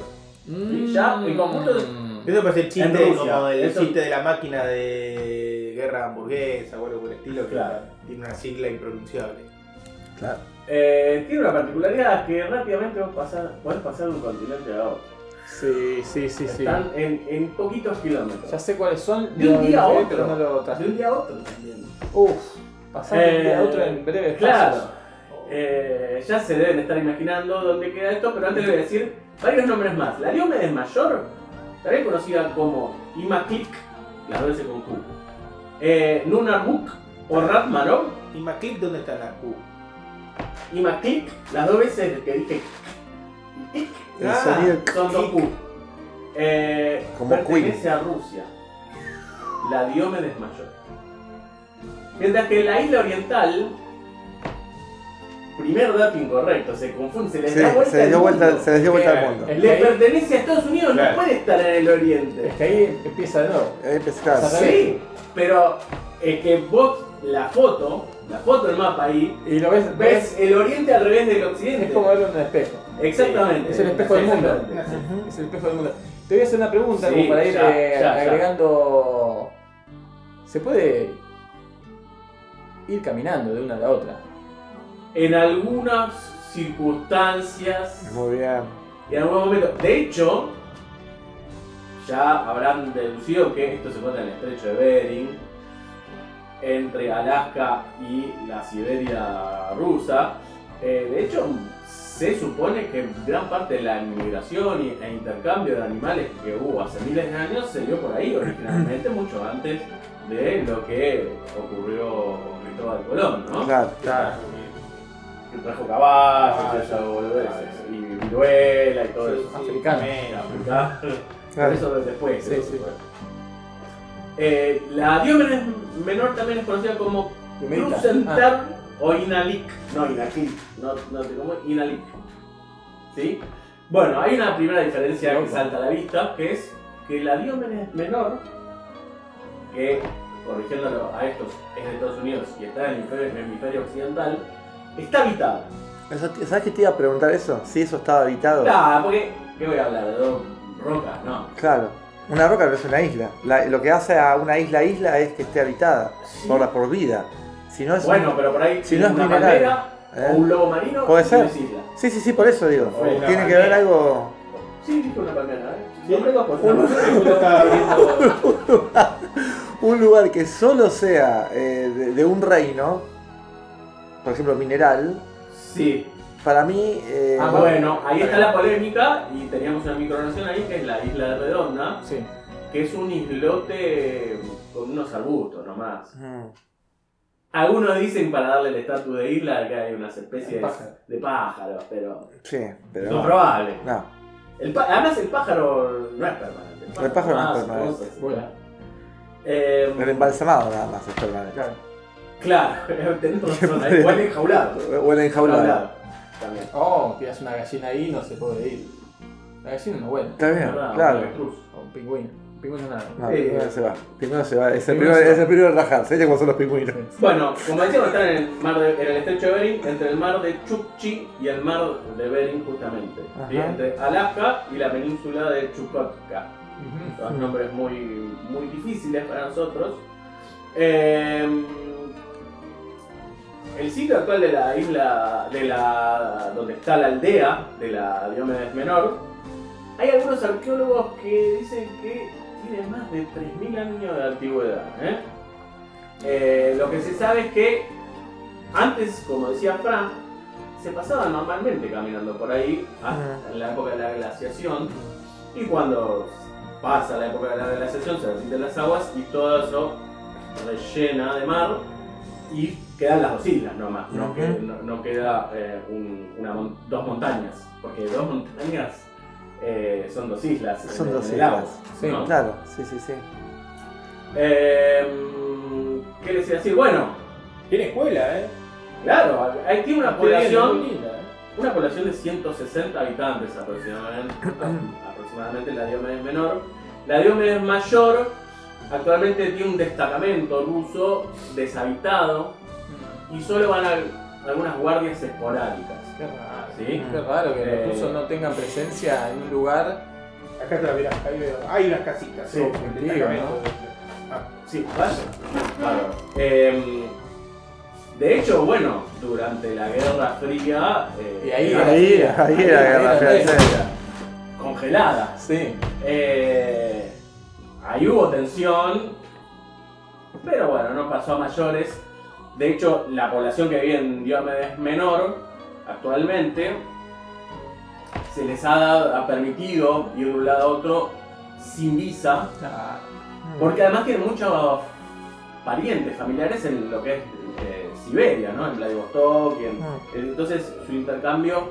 [SPEAKER 3] Y ya, el conjunto de-
[SPEAKER 2] Mm.
[SPEAKER 5] Eso parece el
[SPEAKER 3] En
[SPEAKER 5] chiste
[SPEAKER 3] Rusia.
[SPEAKER 5] como el
[SPEAKER 3] Eso-
[SPEAKER 5] chiste de la máquina de guerra hamburguesa o algo por el estilo que
[SPEAKER 3] Claro.
[SPEAKER 5] tiene una sigla impronunciable.
[SPEAKER 4] Claro.
[SPEAKER 3] Eh, tiene una particularidad que rápidamente vos pasás- podés pasar de un continente a otro.
[SPEAKER 2] Sí, sí, sí, sí.
[SPEAKER 3] Están en, en poquitos kilómetros.
[SPEAKER 2] Ya sé cuáles son.
[SPEAKER 3] De un
[SPEAKER 2] lo
[SPEAKER 3] día a
[SPEAKER 2] dejé,
[SPEAKER 3] otro.
[SPEAKER 2] pero No lo traje.
[SPEAKER 3] De un día a otro también.
[SPEAKER 2] Uf, pasar de un día a
[SPEAKER 3] Eh,
[SPEAKER 2] otro en breve.
[SPEAKER 3] Claro. Eh, ya se deben estar imaginando dónde queda esto, pero antes les voy a decir varios nombres más. La Diomedes Mayor, también conocida como Imaklik, las veces con Q. Eh, Nunamuk o Ratmarok,
[SPEAKER 5] ¿Y McClick dónde está la Q?
[SPEAKER 3] Imaklik, las dos veces que dije y tic,
[SPEAKER 4] El
[SPEAKER 5] Ah,
[SPEAKER 4] sonido.
[SPEAKER 3] son dos Q. Eh,
[SPEAKER 4] Como
[SPEAKER 3] pertenece a Rusia. La Diomedes Mayor. Mientras que la isla oriental, primer dato incorrecto, se confunde, se les da
[SPEAKER 4] Sí,
[SPEAKER 3] vuelta.
[SPEAKER 4] se les dio
[SPEAKER 3] al
[SPEAKER 4] vuelta,
[SPEAKER 3] mundo.
[SPEAKER 4] se les dio vuelta al mundo.
[SPEAKER 2] Eh,
[SPEAKER 3] Le pertenece a Estados Unidos,
[SPEAKER 6] Claro.
[SPEAKER 3] no puede estar en el oriente.
[SPEAKER 2] Es que ahí empieza de nuevo.
[SPEAKER 4] Ahí pescado.
[SPEAKER 2] Saca-
[SPEAKER 3] Sí, pero es que vos la foto, la foto del mapa ahí,
[SPEAKER 2] Y lo ves, ves,
[SPEAKER 3] ves el oriente al revés del occidente.
[SPEAKER 2] es como verlo en un espejo.
[SPEAKER 3] Exactamente.
[SPEAKER 2] Es el espejo del mundo.
[SPEAKER 3] Exactamente.
[SPEAKER 4] Ujú.
[SPEAKER 2] Es el espejo del mundo. Te voy a hacer una pregunta
[SPEAKER 3] Sí,
[SPEAKER 2] como para ir
[SPEAKER 3] ya,
[SPEAKER 2] eh,
[SPEAKER 3] ya, ya.
[SPEAKER 2] agregando. ¿Se puede ir caminando de una a la otra?
[SPEAKER 3] En algunas circunstancias
[SPEAKER 4] Muy bien.
[SPEAKER 3] y en algún momento. De hecho, ya habrán deducido que esto se encuentra en el estrecho de Bering, entre Alaska y la Siberia rusa. Eh, de hecho, se supone que gran parte de la inmigración y- e intercambio de animales que hubo hace miles de años se dio por ahí originalmente, mucho antes de lo que ocurrió con Cristóbal Colón, ¿no?
[SPEAKER 4] Claro.
[SPEAKER 3] que trajo caballos, esas boludeces, y viruela y todo eso.
[SPEAKER 2] Africano.
[SPEAKER 3] África.
[SPEAKER 4] Claro.
[SPEAKER 3] Eso después.
[SPEAKER 2] Sí,
[SPEAKER 3] eso
[SPEAKER 2] sí.
[SPEAKER 3] después. Eh, la Diomedes menor también es conocida como
[SPEAKER 2] Primerita. Ah,
[SPEAKER 3] Crucentar o Inalik. No, Inalik. No, no sé cómo es. Inalik. ¿Sí? Bueno, hay una primera diferencia que
[SPEAKER 2] Loco.
[SPEAKER 3] salta a la vista, que es que la Diomedes menor, que, corrigiéndolo a estos, es de Estados Unidos y está en el hemisferio, en el hemisferio occidental, está habitada.
[SPEAKER 4] Eso te- ¿Sabes que te iba a preguntar eso? Si eso estaba habitado.
[SPEAKER 3] Claro, porque, ¿qué voy a hablar? ¿De dos rocas? No.
[SPEAKER 4] Claro. Una roca no es una isla. La- lo que hace a una isla isla es que esté habitada por la por vida. Si no es
[SPEAKER 3] Bueno, pero por ahí
[SPEAKER 4] Si
[SPEAKER 3] tiene
[SPEAKER 4] no es
[SPEAKER 3] una
[SPEAKER 4] mineral,
[SPEAKER 3] palmera
[SPEAKER 4] ¿eh?
[SPEAKER 3] o un lobo marino
[SPEAKER 4] Puede
[SPEAKER 3] y
[SPEAKER 4] ser.
[SPEAKER 3] es isla.
[SPEAKER 4] Sí, sí, sí, por eso digo.
[SPEAKER 6] O una
[SPEAKER 4] Tiene que
[SPEAKER 6] palmera.
[SPEAKER 4] ver algo.
[SPEAKER 3] Sí, dije una palmera, ¿eh? Siempre dos por
[SPEAKER 6] Uno estaba viendo.
[SPEAKER 4] un lugar que solo sea eh, de, de un reino, por ejemplo mineral,
[SPEAKER 3] Sí.
[SPEAKER 4] para mí eh,
[SPEAKER 3] Ah, bueno, ahí está la polémica y teníamos una micronación ahí que es la Isla Redonda,
[SPEAKER 2] Sí.
[SPEAKER 3] que es un islote con unos arbustos nomás.
[SPEAKER 4] mm,
[SPEAKER 3] Algunos dicen para darle el estatus de isla que hay unas especies
[SPEAKER 2] Pájaro.
[SPEAKER 3] de pájaros, pero
[SPEAKER 4] sí, pero
[SPEAKER 3] no
[SPEAKER 4] no.
[SPEAKER 3] probable.
[SPEAKER 4] No.
[SPEAKER 3] El pa- Además el pájaro no es permanente. Ah,
[SPEAKER 4] El pájaro no es
[SPEAKER 3] hace
[SPEAKER 4] permanente.
[SPEAKER 3] cosas.
[SPEAKER 2] Vuela.
[SPEAKER 3] Eh,
[SPEAKER 4] el embalsamado nada más es permanente.
[SPEAKER 2] Claro.
[SPEAKER 3] Claro, tenemos razón, ahí. igual enjaulado.
[SPEAKER 4] O el enjaulado.
[SPEAKER 3] Enjaulado, También.
[SPEAKER 2] Oh, tiras una gallina ahí no se puede ir. La gallina no vuela.
[SPEAKER 4] Está bien,
[SPEAKER 3] Verdad,
[SPEAKER 4] claro.
[SPEAKER 3] una cruz.
[SPEAKER 2] O un pingüino. Un pingüino nada.
[SPEAKER 4] No,
[SPEAKER 3] Sí.
[SPEAKER 4] primero se va. Primero se va. Es el
[SPEAKER 2] Primero
[SPEAKER 4] primero,
[SPEAKER 2] se
[SPEAKER 4] es el primero en rajarse. ¿Viste cómo son los pingüinos?
[SPEAKER 3] Bueno, como decíamos, están en el, mar de- en el estrecho de Bering, entre el mar de Chukchi y el mar de Bering justamente.
[SPEAKER 4] Ajá.
[SPEAKER 3] ¿sí? Entre Alaska y la península de Chukotka.
[SPEAKER 2] Ujú.
[SPEAKER 3] Son nombres muy, muy difíciles para nosotros. Eh, el sitio actual de la isla, de la donde está la aldea de la Diomedes Menor, hay algunos arqueólogos que dicen que tiene más de 3.000 años de antigüedad. ¿eh? Eh, lo que se sabe es que antes, como decía Fran, se pasaban normalmente caminando por ahí hasta la época de la glaciación y cuando pasa la época de la glaciación se derriten las aguas y todo eso rellena de mar y quedan las dos islas nomás, no, que-
[SPEAKER 4] Ujú.
[SPEAKER 3] no- no queda eh, un- una mon- dos montañas, porque dos montañas eh, son dos islas. en
[SPEAKER 4] Son
[SPEAKER 3] el-
[SPEAKER 4] dos
[SPEAKER 3] en el lago,
[SPEAKER 4] islas.
[SPEAKER 2] Sí,
[SPEAKER 3] ¿no?
[SPEAKER 4] Claro, sí, sí, sí.
[SPEAKER 3] Em, ¿Qué les iba a decir? Bueno,
[SPEAKER 5] Tiene escuela, ¿eh?
[SPEAKER 3] claro, ahí tiene una población,
[SPEAKER 5] Muy linda, ¿eh?
[SPEAKER 3] una población de 160 habitantes aproximadamente, a- aproximadamente la Diomedes menor. La Diomedes mayor actualmente tiene un destacamento ruso deshabitado y solo van al- algunas guardias esporádicas.
[SPEAKER 2] Qué raro.
[SPEAKER 3] ¿sí?
[SPEAKER 2] Qué raro que
[SPEAKER 3] Eh.
[SPEAKER 2] los rusos no tengan presencia en un lugar.
[SPEAKER 6] Acá está, mirá, ahí veo. Hay unas casitas.
[SPEAKER 2] Sí,
[SPEAKER 6] ¿no?
[SPEAKER 2] contigo,
[SPEAKER 6] Destacamento.
[SPEAKER 5] Ah,
[SPEAKER 3] Sí, vaya. Bárbaro. Em, de hecho, bueno, durante la Guerra Fría... eh,
[SPEAKER 2] Y ahí
[SPEAKER 3] era
[SPEAKER 4] Ahí, ahí era Guerra
[SPEAKER 2] ahí
[SPEAKER 4] Fría,
[SPEAKER 2] era
[SPEAKER 4] en serio.
[SPEAKER 3] congelada.
[SPEAKER 2] Sí.
[SPEAKER 3] Eh, ahí hubo tensión, pero bueno, no pasó a mayores. De hecho, la población que vive en Diomedes menor actualmente se les ha, dado- ha permitido ir de un lado a otro sin visa,
[SPEAKER 2] Ah,
[SPEAKER 3] porque además tienen muchos parientes, familiares en lo que es eh, Siberia, ¿no? En Vladivostok, y en-
[SPEAKER 4] Mm.
[SPEAKER 3] entonces su intercambio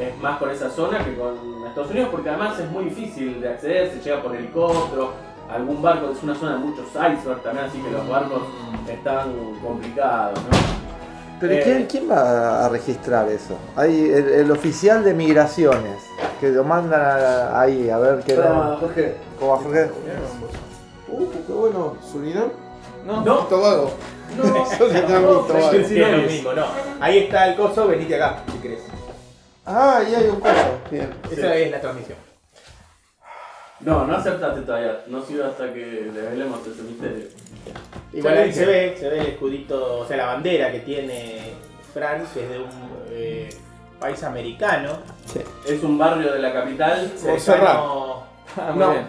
[SPEAKER 3] es más con esa zona que con Estados Unidos, porque además es muy difícil de acceder, se llega por helicóptero, algún barco, es una zona de muchos icebergs también, así que los barcos están complicados, ¿no?
[SPEAKER 4] Pero
[SPEAKER 3] Eh.
[SPEAKER 4] ¿quién, quién va a registrar eso? Hay el, el oficial de migraciones que lo mandan a- ahí a ver qué.
[SPEAKER 6] Hola, Jorge.
[SPEAKER 4] Como a Ah, Jorge.
[SPEAKER 6] Uh, qué bueno. ¿Surinam?
[SPEAKER 2] No.
[SPEAKER 3] No,
[SPEAKER 6] Tobago. Eso se llama un
[SPEAKER 5] Sí,
[SPEAKER 6] Tobago.
[SPEAKER 5] sí, no es. Ahí está el coso, venite acá, si querés.
[SPEAKER 6] Ah, ahí hay un coso. Bien.
[SPEAKER 5] Esa es la transmisión.
[SPEAKER 3] no, no aceptaste todavía, no sido hasta que revelemos ese misterio.
[SPEAKER 5] Igual
[SPEAKER 2] Ya
[SPEAKER 5] ahí
[SPEAKER 2] dije.
[SPEAKER 5] se ve, se ve el escudito, o sea, la bandera que tiene Francia es de un eh, país americano.
[SPEAKER 3] Es un barrio de la capital.
[SPEAKER 6] Montserrat.
[SPEAKER 5] Cercano-
[SPEAKER 2] Ah, muy
[SPEAKER 3] No.
[SPEAKER 2] bien.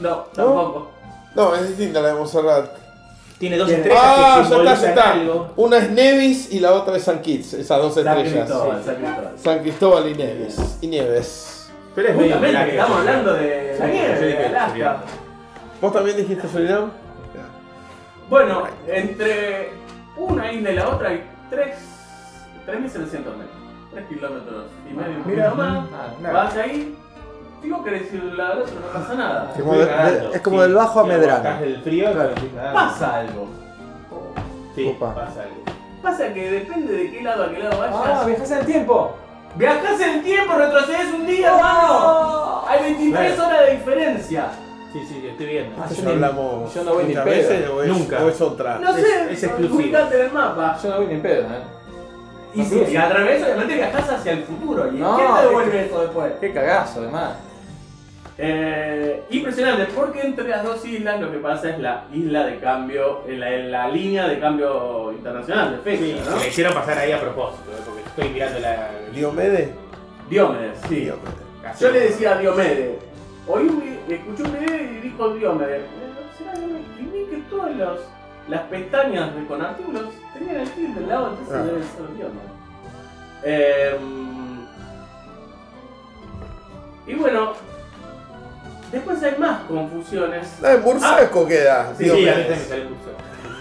[SPEAKER 3] No, tampoco.
[SPEAKER 6] No, es distinta la de Montserrat.
[SPEAKER 5] Tiene dos
[SPEAKER 6] Bien.
[SPEAKER 5] estrellas
[SPEAKER 6] Ah,
[SPEAKER 5] que
[SPEAKER 6] ya está, ya
[SPEAKER 5] simbolizan
[SPEAKER 6] está.
[SPEAKER 5] algo.
[SPEAKER 6] Una es Nevis y la otra es San Kitts, esas dos
[SPEAKER 3] San
[SPEAKER 6] estrellas.
[SPEAKER 3] Cristóbal, San Cristóbal.
[SPEAKER 6] San Cristóbal y Nevis. Y Nieves.
[SPEAKER 5] Pero es medio
[SPEAKER 3] Justamente que
[SPEAKER 5] milagro.
[SPEAKER 3] estamos hablando de la
[SPEAKER 5] Sí,
[SPEAKER 3] nieve,
[SPEAKER 5] sí,
[SPEAKER 3] de
[SPEAKER 5] que-
[SPEAKER 3] Alaska.
[SPEAKER 6] ¿Vos también dijiste Surinam?
[SPEAKER 3] Bueno, entre una isla y la otra hay tres- 3.700 metros. 3 kilómetros y medio.
[SPEAKER 5] Mira,
[SPEAKER 3] nomás,
[SPEAKER 2] Ah,
[SPEAKER 5] nada.
[SPEAKER 3] vas ahí, digo que decir la al otro, no pasa nada.
[SPEAKER 4] Sí, como de-
[SPEAKER 5] Cagando.
[SPEAKER 4] de- es como del bajo a
[SPEAKER 5] si
[SPEAKER 4] Medrano.
[SPEAKER 5] aguantás el frío, claro.
[SPEAKER 3] Pasa algo.
[SPEAKER 5] Sí,
[SPEAKER 4] Opa.
[SPEAKER 5] pasa algo.
[SPEAKER 3] Pasa que depende de qué lado a qué lado
[SPEAKER 2] Ah,
[SPEAKER 3] vayas.
[SPEAKER 2] viajas en el tiempo.
[SPEAKER 3] Viajás en el tiempo, retrocedes un día, hermano. Hay 23 horas de diferencia.
[SPEAKER 5] Sí, sí, estoy viendo.
[SPEAKER 2] Ah,
[SPEAKER 6] Eso
[SPEAKER 2] yo
[SPEAKER 6] ya
[SPEAKER 2] ni-
[SPEAKER 6] hablamos
[SPEAKER 2] yo no voy ni
[SPEAKER 6] muchas
[SPEAKER 2] pedo.
[SPEAKER 6] veces, o es,
[SPEAKER 5] Nunca.
[SPEAKER 6] o es otra.
[SPEAKER 3] No sé,
[SPEAKER 5] es exclusivo.
[SPEAKER 3] ubicate en el mapa.
[SPEAKER 2] Yo no voy ni en pedo, ¿eh?
[SPEAKER 3] Y,
[SPEAKER 2] No,
[SPEAKER 3] si,
[SPEAKER 2] sí.
[SPEAKER 3] y al revés, obviamente viajás hacia el futuro. ¿Y
[SPEAKER 2] No,
[SPEAKER 3] quién te
[SPEAKER 2] es
[SPEAKER 3] devuelve eso después?
[SPEAKER 2] Qué cagazo, además.
[SPEAKER 3] Eh, impresionante, porque entre las dos islas lo que pasa es la isla de cambio, eh, la, la línea de cambio internacional de
[SPEAKER 5] Sí,
[SPEAKER 3] fecha,
[SPEAKER 5] se
[SPEAKER 3] ¿no?
[SPEAKER 5] me hicieron pasar ahí a propósito, eh, porque estoy mirando la.
[SPEAKER 6] Diomedes.
[SPEAKER 3] Diomedes, sí.
[SPEAKER 5] casi-
[SPEAKER 3] Yo le decía a Diomedes, oí un vi- escuché un video y dijo Diomedes, eh, ¿será Diomedes? Y vi que todas las, las pestañas de- con artículos tenían el tilde del lado, entonces
[SPEAKER 7] Ah.
[SPEAKER 3] debe ser Dios, ¿no? Em, y bueno, después hay más confusiones.
[SPEAKER 4] Ah, en Bursaco queda.
[SPEAKER 3] Sí,
[SPEAKER 4] Dios
[SPEAKER 3] sí,
[SPEAKER 4] mío.
[SPEAKER 3] a mí también me sale el curso.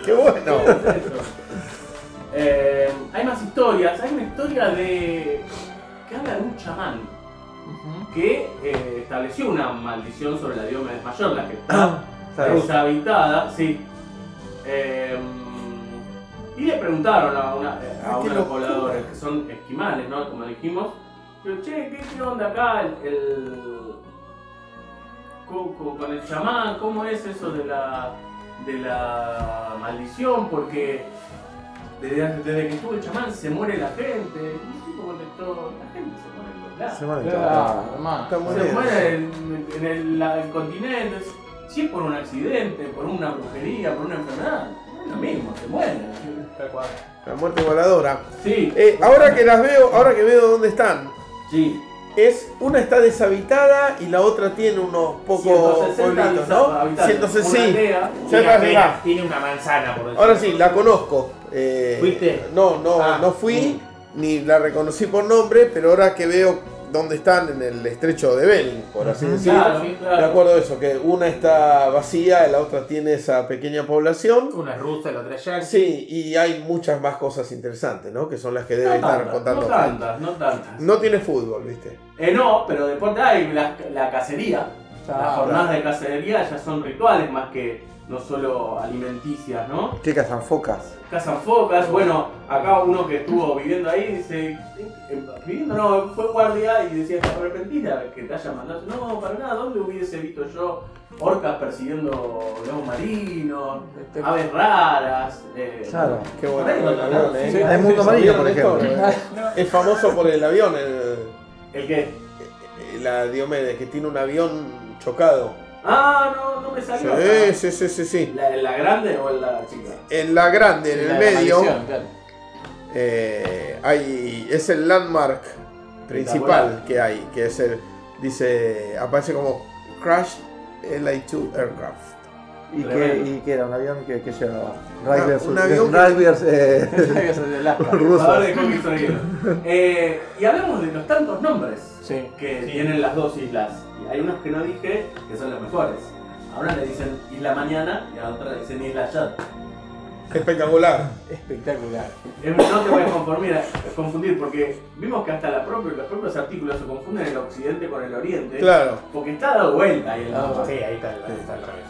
[SPEAKER 4] Qué bueno.
[SPEAKER 3] Eh, hay más historias. Hay una historia de. que habla de un chamán que eh, estableció una maldición sobre la Diomedes Mayor, la que está
[SPEAKER 7] ¿Sabes?
[SPEAKER 3] deshabitada, sí. Eh, y le preguntaron a, una, a
[SPEAKER 4] Ah,
[SPEAKER 3] uno
[SPEAKER 4] qué
[SPEAKER 3] de los
[SPEAKER 4] locura.
[SPEAKER 3] pobladores, que son esquimales, ¿no? Como dijimos, pero che, ¿qué, qué onda acá? El, el- co- co- con el chamán, ¿cómo es eso de la, de la maldición? Porque desde, desde que estuvo el chamán se muere la gente. Y el tipo contestó, la gente se muere en los lados.
[SPEAKER 7] Se muere
[SPEAKER 2] Claro,
[SPEAKER 7] todo.
[SPEAKER 2] Ah, hermano.
[SPEAKER 4] Está muy
[SPEAKER 3] Se
[SPEAKER 4] bien.
[SPEAKER 3] muere en, en el, la- el continente, si es por un accidente, por una brujería, por una enfermedad, es lo mismo, se mueren.
[SPEAKER 4] La muerte voladora.
[SPEAKER 3] Sí,
[SPEAKER 4] Eh, ahora que las veo, ahora que veo dónde están,
[SPEAKER 3] sí.
[SPEAKER 4] es una está deshabitada y la otra tiene unos pocos
[SPEAKER 3] 160
[SPEAKER 4] pueblitos, ¿no?
[SPEAKER 3] habitantes, una
[SPEAKER 4] 160.
[SPEAKER 3] aldea.
[SPEAKER 4] Ya
[SPEAKER 8] Tiene
[SPEAKER 4] la
[SPEAKER 8] apenas-
[SPEAKER 4] verdad.
[SPEAKER 8] tiene una manzana por decirlo.
[SPEAKER 4] Ahora sí, la conozco. Eh,
[SPEAKER 8] ¿Fuiste?
[SPEAKER 4] No, no,
[SPEAKER 8] Ah.
[SPEAKER 4] no fui ni la reconocí por nombre, pero ahora que veo dónde están en el estrecho de Bering, por así
[SPEAKER 7] Ujú.
[SPEAKER 4] decirlo.
[SPEAKER 3] Claro, claro.
[SPEAKER 4] Me acuerdo de eso, que una está vacía, la otra tiene esa pequeña población.
[SPEAKER 8] Una es rusa, la otra es yankee.
[SPEAKER 4] Sí, y hay muchas más cosas interesantes, ¿no? Que son las que debe
[SPEAKER 3] No
[SPEAKER 4] estar
[SPEAKER 3] tantas,
[SPEAKER 4] contando.
[SPEAKER 3] no
[SPEAKER 4] Fran.
[SPEAKER 3] tantas, no tantas.
[SPEAKER 4] No tiene fútbol, ¿viste?
[SPEAKER 3] Eh, no, pero deporte hay la, la cacería. Las
[SPEAKER 2] Chao.
[SPEAKER 3] jornadas de cacería ya son rituales más que no solo alimenticias, ¿no?
[SPEAKER 7] ¿Qué cazan focas?
[SPEAKER 3] cazan focas. Bueno, acá uno que estuvo viviendo ahí dice, eh, viviendo no, fue guardia y decía, está arrepentida que te haya mandado. No, para nada, ¿dónde hubiese visto yo orcas persiguiendo lobos marinos,
[SPEAKER 2] Este-
[SPEAKER 3] aves raras? eh,
[SPEAKER 7] Claro.
[SPEAKER 4] Qué bueno.
[SPEAKER 3] Ahí lo
[SPEAKER 4] el
[SPEAKER 3] mandaron,
[SPEAKER 4] avión, ¿eh?
[SPEAKER 2] sí. ¿eh?
[SPEAKER 7] Hay mundo amarillo, por
[SPEAKER 4] ¿Vieron esto?
[SPEAKER 7] ejemplo.
[SPEAKER 4] Es famoso por el avión, el- eh,
[SPEAKER 3] ¿El qué?
[SPEAKER 4] la Diomedes, que tiene un avión chocado.
[SPEAKER 3] Ah, no, no me salió.
[SPEAKER 4] Sí, sí, sí, sí, sí.
[SPEAKER 3] ¿La, la grande o la chica?
[SPEAKER 4] En la grande, en el
[SPEAKER 2] La
[SPEAKER 4] medio,
[SPEAKER 2] maldición, claro.
[SPEAKER 4] eh, hay, es el landmark principal que hay, que es el, dice, aparece como Crash LA-2 Aircraft.
[SPEAKER 7] ¿Y qué,
[SPEAKER 3] Tremendo.
[SPEAKER 7] ¿Y qué era? ¿Un avión que, que llevaba?
[SPEAKER 4] Ah,
[SPEAKER 7] Riders,
[SPEAKER 4] un avión que-
[SPEAKER 7] Riders, eh,
[SPEAKER 2] Ahí vas a hacer el asco.
[SPEAKER 7] rusos.
[SPEAKER 3] Jugador de hockey sobre hielo. Eh, y hablamos de los tantos nombres.
[SPEAKER 2] Sí.
[SPEAKER 3] que tienen las dos islas. Y hay unos que no dije que son las mejores. A una le dicen Isla Mañana y a otra le dicen Isla Ayer.
[SPEAKER 4] Espectacular.
[SPEAKER 2] Espectacular.
[SPEAKER 3] Es- No te puedes conformir, confundir porque vimos que hasta la propia- los propios artículos se confunden el occidente con el oriente.
[SPEAKER 4] Claro.
[SPEAKER 3] Porque está dado vuelta ahí el mapa.
[SPEAKER 8] Sí, ahí está, el- está al revés.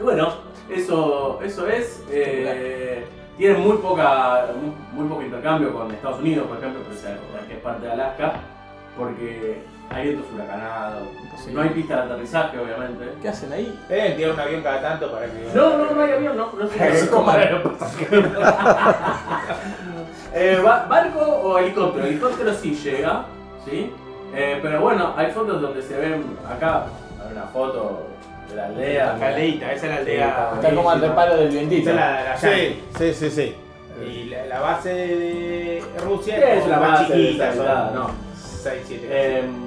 [SPEAKER 3] Y bueno, eso, eso es. eh, tienen muy, poca, muy, muy poco intercambio con Estados Unidos, por ejemplo, pero sea con cualquier parte de Alaska, porque hay vientos huracanados. No hay pista de aterrizaje, obviamente.
[SPEAKER 2] ¿Qué hacen ahí?
[SPEAKER 5] Deben tirar un avión cada tanto para que.
[SPEAKER 3] No, no, no hay avión, no, no sé.
[SPEAKER 2] Es como-
[SPEAKER 3] Eh, ba- barco o helicóptero, helicóptero sí llega, ¿sí? Eh, pero bueno, hay fotos donde se ven acá, hay una foto de la aldea.
[SPEAKER 5] La caldeita, esa es la aldea.
[SPEAKER 2] Está como al reparo del vientito.
[SPEAKER 5] Esa es la, la yankee.
[SPEAKER 4] Sí, sí, sí, sí.
[SPEAKER 5] Y la, la base de Rusia
[SPEAKER 3] Es
[SPEAKER 5] es
[SPEAKER 3] una
[SPEAKER 5] la más
[SPEAKER 3] base
[SPEAKER 5] chiquita,
[SPEAKER 3] deshabitada,
[SPEAKER 5] son
[SPEAKER 3] no.
[SPEAKER 5] 6, 7.
[SPEAKER 3] Em,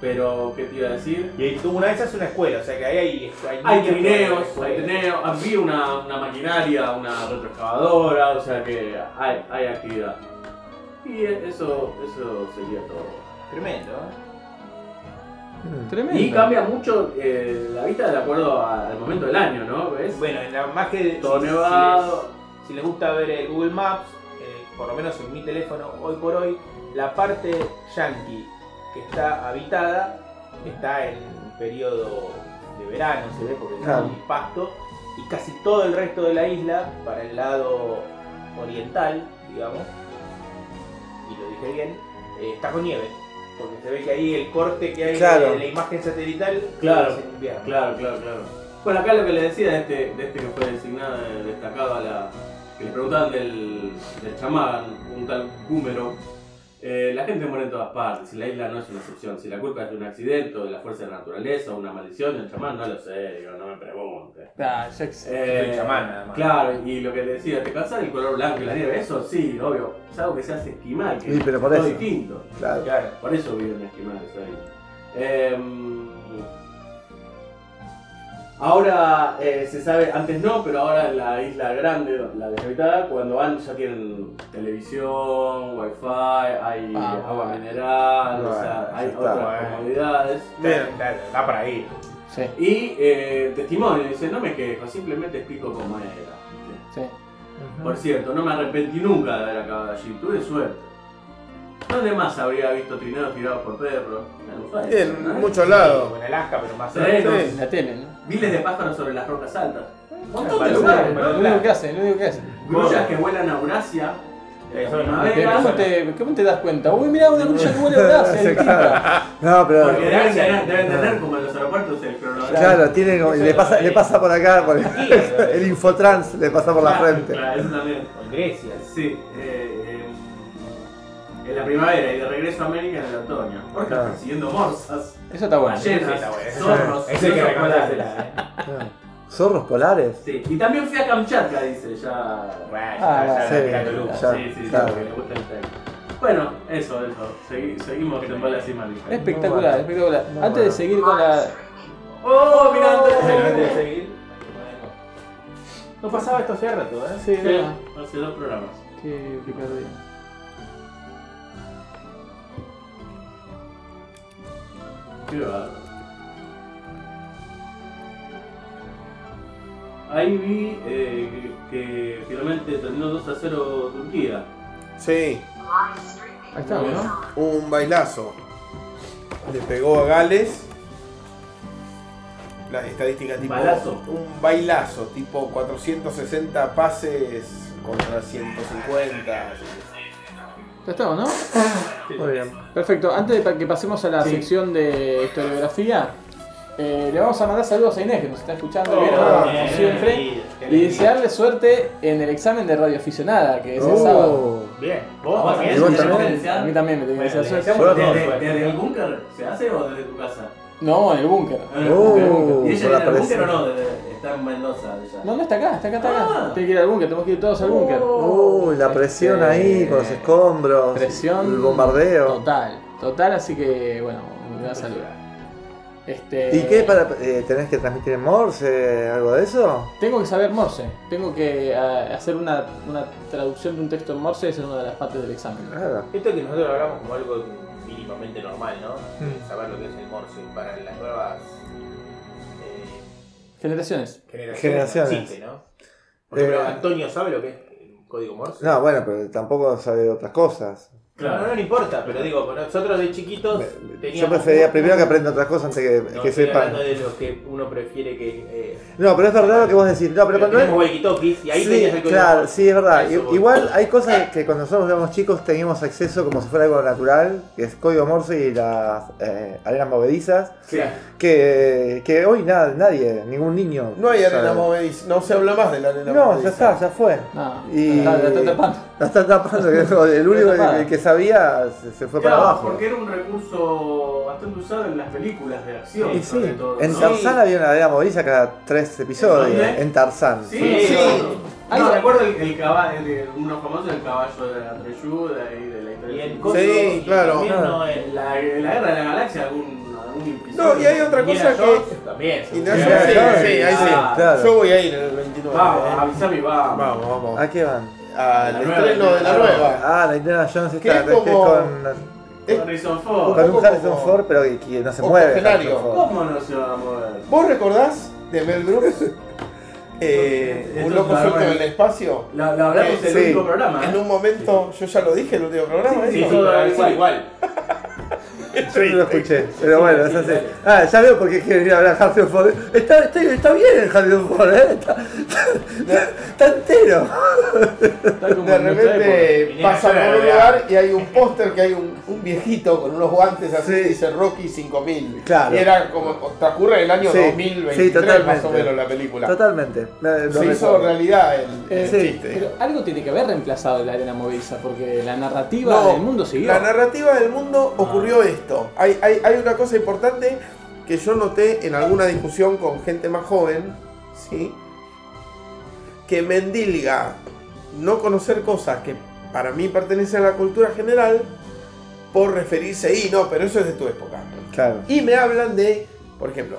[SPEAKER 3] pero, ¿qué te iba a decir?
[SPEAKER 5] y ahí tú- una de esas es una escuela, o sea que ahí hay. Hay,
[SPEAKER 3] Hay
[SPEAKER 5] muchas
[SPEAKER 3] trineos,
[SPEAKER 5] escuelas.
[SPEAKER 3] hay trineos, había una, una maquinaria, una retroexcavadora, o sea que hay, hay actividad. Y e- eso, eso sería todo.
[SPEAKER 5] Tremendo, ¿eh?
[SPEAKER 2] Tremendo.
[SPEAKER 3] Y cambia mucho eh, la vista de acuerdo a- al momento del año, ¿no? ¿Ves?
[SPEAKER 5] Bueno, en la, más que
[SPEAKER 3] Todo
[SPEAKER 5] si- si
[SPEAKER 3] nevado.
[SPEAKER 5] les- Si les gusta ver el Google Maps, eh, por lo menos en mi teléfono hoy por hoy, la parte yankee que está habitada está en periodo de verano, se ve porque está
[SPEAKER 7] Claro.
[SPEAKER 5] un pasto, y casi todo el resto de la isla, para el lado oriental, digamos, y lo dije bien, eh, está con nieve, porque se ve que ahí el corte que hay
[SPEAKER 7] Claro.
[SPEAKER 5] de la imagen satelital
[SPEAKER 3] Claro.
[SPEAKER 5] es en invierno.
[SPEAKER 3] Claro, claro, claro. Bueno, acá lo que le decía de este, de este que fue designado, eh, destacado a la. que le preguntaban del, del chamán, un tal Cúmero. eh, la gente muere en todas partes, y la isla no es una excepción. Si la culpa es de un accidente, o de la fuerza de la naturaleza, o una maldición del chamán, no lo sé, digo, no me pregunte.
[SPEAKER 2] Ah, ya ex-
[SPEAKER 3] Eh,
[SPEAKER 5] El chamán, nada más.
[SPEAKER 3] Claro, y lo que le decía, ¿te cansas del color blanco y la nieve? Eso sí, obvio. Es algo que se hace esquimal, que
[SPEAKER 7] Sí, pero por
[SPEAKER 3] es todo
[SPEAKER 7] eso.
[SPEAKER 3] distinto.
[SPEAKER 7] Claro.
[SPEAKER 5] Claro.
[SPEAKER 3] Por eso viven esquimales ahí. Em, Ahora eh, se sabe, antes no, pero ahora en la isla grande, la deshabitada, cuando van ya tienen televisión, wifi, hay
[SPEAKER 2] Ah,
[SPEAKER 3] agua
[SPEAKER 2] bueno.
[SPEAKER 3] mineral, o
[SPEAKER 5] Bueno,
[SPEAKER 3] sea, hay
[SPEAKER 5] está
[SPEAKER 3] otras
[SPEAKER 6] bueno.
[SPEAKER 3] comodidades.
[SPEAKER 5] Bien.
[SPEAKER 6] Está, está para ir.
[SPEAKER 2] Sí,
[SPEAKER 3] Y eh, testimonio, dice, no me quejo, simplemente explico cómo era.
[SPEAKER 2] sí.
[SPEAKER 3] ¿viste? Por cierto, no me arrepentí nunca de haber acabado allí, tuve suerte. ¿Dónde más habría visto trineros tirados por perros? En Ushuaia, ¿no?
[SPEAKER 5] En muchos lados.
[SPEAKER 6] Como en Alaska, pero más cerca.
[SPEAKER 3] Trenos,
[SPEAKER 5] Sí.
[SPEAKER 2] En la tele, ¿no?
[SPEAKER 3] miles de pájaros sobre las rocas altas. Un montón de
[SPEAKER 6] Para
[SPEAKER 3] lugares,
[SPEAKER 6] para
[SPEAKER 3] ¿no?
[SPEAKER 2] Lo único que hacen, lo único que hacen.
[SPEAKER 3] Grullas que vuelan a Eurasia.
[SPEAKER 6] Eh,
[SPEAKER 3] en
[SPEAKER 6] son-
[SPEAKER 2] Porque
[SPEAKER 3] primavera.
[SPEAKER 2] ¿Cómo te, ¿Cómo te das cuenta? Uy, mirá una grulla que huele a brasa, es distinta.
[SPEAKER 4] No, pero.
[SPEAKER 3] Porque deben tener, deben tener como en los aeropuertos el cronograma.
[SPEAKER 4] Claro, tiene como- le, pasa, le pasa por acá, por el,
[SPEAKER 6] Tranquilo.
[SPEAKER 4] el infotrans le pasa por la frente.
[SPEAKER 3] Claro, eso también.
[SPEAKER 6] O en Grecia.
[SPEAKER 3] Sí, eh, em, en la primavera y de regreso a América en el otoño. Porque
[SPEAKER 4] Claro.
[SPEAKER 3] persiguiendo morsas,
[SPEAKER 2] Eso está bueno.
[SPEAKER 6] Ayer.
[SPEAKER 3] ballenas,
[SPEAKER 6] está bueno.
[SPEAKER 3] zorros.
[SPEAKER 6] Es el que
[SPEAKER 3] osos
[SPEAKER 6] recordársela.
[SPEAKER 3] polares.
[SPEAKER 6] eh.
[SPEAKER 4] Ah. ¿Zorros polares?
[SPEAKER 3] Sí, y también fui a Kamchatka, dice ya.
[SPEAKER 6] Bueno,
[SPEAKER 2] Ah,
[SPEAKER 6] ya,
[SPEAKER 4] sí,
[SPEAKER 6] ya, mirando luz.
[SPEAKER 4] ya.
[SPEAKER 3] sí, sí,
[SPEAKER 4] claro.
[SPEAKER 3] sí, porque le gusta el tema. Bueno, eso, eso. Segui- seguimos que te embala así, Marisa.
[SPEAKER 2] Espectacular, espectacular.
[SPEAKER 4] Muy
[SPEAKER 2] Antes de
[SPEAKER 4] bueno.
[SPEAKER 2] seguir con la.
[SPEAKER 3] ¡Oh, mira! Antes
[SPEAKER 6] Bueno, antes de
[SPEAKER 3] de
[SPEAKER 6] seguir. No pasaba esto hace rato, ¿eh?
[SPEAKER 2] Sí,
[SPEAKER 3] Sí,
[SPEAKER 2] no,
[SPEAKER 3] hace dos programas.
[SPEAKER 2] Qué picardía.
[SPEAKER 3] Qué bárbaro. Ahí vi eh, que, que finalmente terminó 2 a 0 Turquía.
[SPEAKER 5] Sí,
[SPEAKER 2] Ahí está, ¿no?
[SPEAKER 5] un bailazo. Le pegó a Gales. Las estadísticas tipo.
[SPEAKER 3] Balazo.
[SPEAKER 5] Un bailazo, tipo 460 pases contra 150.
[SPEAKER 2] Ya estamos, ¿no?
[SPEAKER 4] Muy bien.
[SPEAKER 2] Perfecto, antes de pa- que pasemos a la
[SPEAKER 6] Sí.
[SPEAKER 2] sección de historiografía, eh, le vamos a mandar saludos a Inés que nos está escuchando bien,
[SPEAKER 4] Oh,
[SPEAKER 5] ah,
[SPEAKER 2] como siempre. Y desearle suerte en el examen de radioaficionada, que es el sábado.
[SPEAKER 4] Oh,
[SPEAKER 6] Bien.
[SPEAKER 3] Ah,
[SPEAKER 6] ¿Vos
[SPEAKER 3] bueno,
[SPEAKER 6] también?
[SPEAKER 4] ¿Y vos
[SPEAKER 3] ¿te
[SPEAKER 4] también?
[SPEAKER 3] tenés que
[SPEAKER 2] A mí
[SPEAKER 3] desear?
[SPEAKER 2] también me tenía que
[SPEAKER 6] Bueno,
[SPEAKER 2] desear
[SPEAKER 6] le
[SPEAKER 2] suerte.
[SPEAKER 6] deseamos
[SPEAKER 3] ¿Desde,
[SPEAKER 6] todo,
[SPEAKER 3] desde el búnker se hace o desde tu casa?
[SPEAKER 2] No, en el búnker.
[SPEAKER 3] En el búnker.
[SPEAKER 4] Oh,
[SPEAKER 3] ¿Y ella
[SPEAKER 4] por la
[SPEAKER 3] viene al búnker
[SPEAKER 4] presa.
[SPEAKER 3] o no? Desde- está en Mendoza ella.
[SPEAKER 2] No, no está acá, está acá, está acá.
[SPEAKER 3] Ah.
[SPEAKER 2] Tiene que ir al búnker, tenemos que ir todos al búnker.
[SPEAKER 4] oh, la presión
[SPEAKER 2] Este,
[SPEAKER 4] ahí, con los escombros.
[SPEAKER 2] Presión.
[SPEAKER 4] El bombardeo.
[SPEAKER 2] Total, total, así que bueno, un gran saludo. Este,
[SPEAKER 4] ¿Y qué para, eh, tenés que transmitir en Morse? ¿Algo de eso?
[SPEAKER 2] Tengo que saber Morse, tengo que ah, hacer una, una traducción de un texto en Morse, esa es una de las partes del examen.
[SPEAKER 4] Claro.
[SPEAKER 6] Esto que nosotros hablamos como algo mínimamente normal, ¿no? Saber lo que es el morse para las nuevas eh,
[SPEAKER 2] Generaciones.
[SPEAKER 6] generaciones.
[SPEAKER 4] Generaciones.
[SPEAKER 6] no existe, ¿no? Por ejemplo,
[SPEAKER 4] Eh,
[SPEAKER 6] Antonio sabe lo que es el código morse.
[SPEAKER 4] No, bueno, pero tampoco sabe otras cosas.
[SPEAKER 6] Claro, no, no, no importa, pero digo, nosotros de chiquitos teníamos...
[SPEAKER 4] Yo prefería primero que aprenda otras cosas antes que,
[SPEAKER 6] No,
[SPEAKER 4] que
[SPEAKER 6] estoy
[SPEAKER 4] sepan.
[SPEAKER 6] hablando de lo que uno prefiere que... Eh,
[SPEAKER 4] No, pero es verdad lo que vos decís. No, pero cuando
[SPEAKER 6] teníamos walkie-talkies y ahí
[SPEAKER 4] sí,
[SPEAKER 6] tenías el código
[SPEAKER 4] claro,
[SPEAKER 6] morse.
[SPEAKER 4] sí, es verdad.
[SPEAKER 6] Eso
[SPEAKER 4] I-
[SPEAKER 6] voy.
[SPEAKER 4] Igual hay cosas que cuando nosotros éramos chicos teníamos acceso como si fuera algo natural, que es código Morse y las eh, arenas movedizas,
[SPEAKER 6] Claro.
[SPEAKER 4] que, que hoy nada, nadie, ningún niño.
[SPEAKER 5] No hay arena
[SPEAKER 4] sabe.
[SPEAKER 5] movediza, no se habla más de la arena
[SPEAKER 4] No, ya
[SPEAKER 5] movediza.
[SPEAKER 4] está, ya fue.
[SPEAKER 2] No,
[SPEAKER 4] Y-
[SPEAKER 2] la, la está tapando.
[SPEAKER 4] La está tapando, que no, el único
[SPEAKER 2] Está tapada.
[SPEAKER 4] que, que sabía se, se fue
[SPEAKER 3] Claro,
[SPEAKER 4] para abajo.
[SPEAKER 3] porque era un recurso bastante usado en las películas de acción,
[SPEAKER 4] Y sí,
[SPEAKER 3] sobre todo.
[SPEAKER 4] en
[SPEAKER 3] ¿no?
[SPEAKER 4] Tarzán había una arena movediza cada tres episodios.
[SPEAKER 3] dónde?
[SPEAKER 4] En Tarzán.
[SPEAKER 3] Sí,
[SPEAKER 6] Sí.
[SPEAKER 3] No,
[SPEAKER 2] Algo-
[SPEAKER 3] no, recuerdo el, el caballo, el, el- uno famoso del caballo de Atreyu, de ahí de
[SPEAKER 6] Y
[SPEAKER 3] la historia.
[SPEAKER 6] el
[SPEAKER 3] de-
[SPEAKER 6] código...
[SPEAKER 5] Sí,
[SPEAKER 6] y
[SPEAKER 5] claro.
[SPEAKER 6] También
[SPEAKER 4] Ah.
[SPEAKER 6] no el...
[SPEAKER 3] la, en la guerra de la galaxia, algún, algún episodio.
[SPEAKER 5] No, y hay otra cosa
[SPEAKER 6] Indiana
[SPEAKER 5] que.
[SPEAKER 6] Jones También.
[SPEAKER 5] Y no-
[SPEAKER 6] seguro.
[SPEAKER 5] sí,
[SPEAKER 4] Indiana Jones.
[SPEAKER 5] sí, ahí sí.
[SPEAKER 3] Ah,
[SPEAKER 4] claro.
[SPEAKER 5] Yo voy a ir en el 29.
[SPEAKER 3] Vamos,
[SPEAKER 5] eh.
[SPEAKER 3] avisame y vamos.
[SPEAKER 5] Vamos, vamos.
[SPEAKER 4] ¿A qué van?
[SPEAKER 5] Al
[SPEAKER 3] La nueva,
[SPEAKER 5] estreno de la
[SPEAKER 3] la
[SPEAKER 5] nueva.
[SPEAKER 4] Ah, la Indiana Jones
[SPEAKER 5] Que
[SPEAKER 4] está
[SPEAKER 5] es como-
[SPEAKER 4] que es con,
[SPEAKER 5] Es-
[SPEAKER 3] Harrison
[SPEAKER 5] Un
[SPEAKER 3] Ford.
[SPEAKER 4] con un
[SPEAKER 5] poco
[SPEAKER 4] Harrison
[SPEAKER 5] como-
[SPEAKER 4] Ford, pero que, que no se
[SPEAKER 5] Octogenario.
[SPEAKER 4] mueve. Harrison Ford.
[SPEAKER 3] ¿Cómo no se va a mover?
[SPEAKER 5] ¿Vos recordás de Mel Brooks? Eh,
[SPEAKER 3] Esto- esto
[SPEAKER 5] un loco
[SPEAKER 3] es
[SPEAKER 5] suelto en
[SPEAKER 3] bárbaro.
[SPEAKER 5] el espacio.
[SPEAKER 3] La, la hablamos
[SPEAKER 5] Sí.
[SPEAKER 3] en el último programa.
[SPEAKER 5] En
[SPEAKER 3] ¿eh?
[SPEAKER 5] un momento, yo ya lo dije en el último programa. ¿eh?
[SPEAKER 3] Sí,
[SPEAKER 5] digo.
[SPEAKER 3] sí,
[SPEAKER 6] Pero es igual.
[SPEAKER 4] Yo no lo escuché, pero bueno, es así. Ah, ya veo por qué quiere ir a hablar Harrison Ford. Está, está, está bien el Harrison Ford, ¿eh? Está, está entero.
[SPEAKER 2] Está como
[SPEAKER 5] De
[SPEAKER 2] en nuestra época.
[SPEAKER 5] repente
[SPEAKER 6] Indiana
[SPEAKER 5] pasa
[SPEAKER 6] Jones,
[SPEAKER 5] por un
[SPEAKER 6] la
[SPEAKER 5] lugar y hay un póster que hay un, un viejito con unos guantes así
[SPEAKER 4] Sí.
[SPEAKER 5] y dice Rocky 5000.
[SPEAKER 4] Claro.
[SPEAKER 5] Y era como, transcurre el año
[SPEAKER 4] Sí,
[SPEAKER 5] 2023
[SPEAKER 4] sí, totalmente.
[SPEAKER 5] más o menos la película.
[SPEAKER 4] Totalmente. me- lo
[SPEAKER 5] Se hizo
[SPEAKER 4] recuerdo.
[SPEAKER 5] realidad el,
[SPEAKER 2] Eh,
[SPEAKER 5] el
[SPEAKER 4] sí,
[SPEAKER 5] chiste.
[SPEAKER 2] Pero algo tiene que haber reemplazado la arena movediza, porque la narrativa
[SPEAKER 5] No,
[SPEAKER 2] del mundo siguió. Ah.
[SPEAKER 5] La narrativa del mundo ocurrió esto. Hay, hay, hay una cosa importante que yo noté en alguna discusión con gente más joven, ¿sí? Que mendilga no conocer cosas que para mí pertenecen a la cultura general por referirse y no, pero eso es de tu época.
[SPEAKER 4] Claro.
[SPEAKER 5] Y me hablan de, por ejemplo,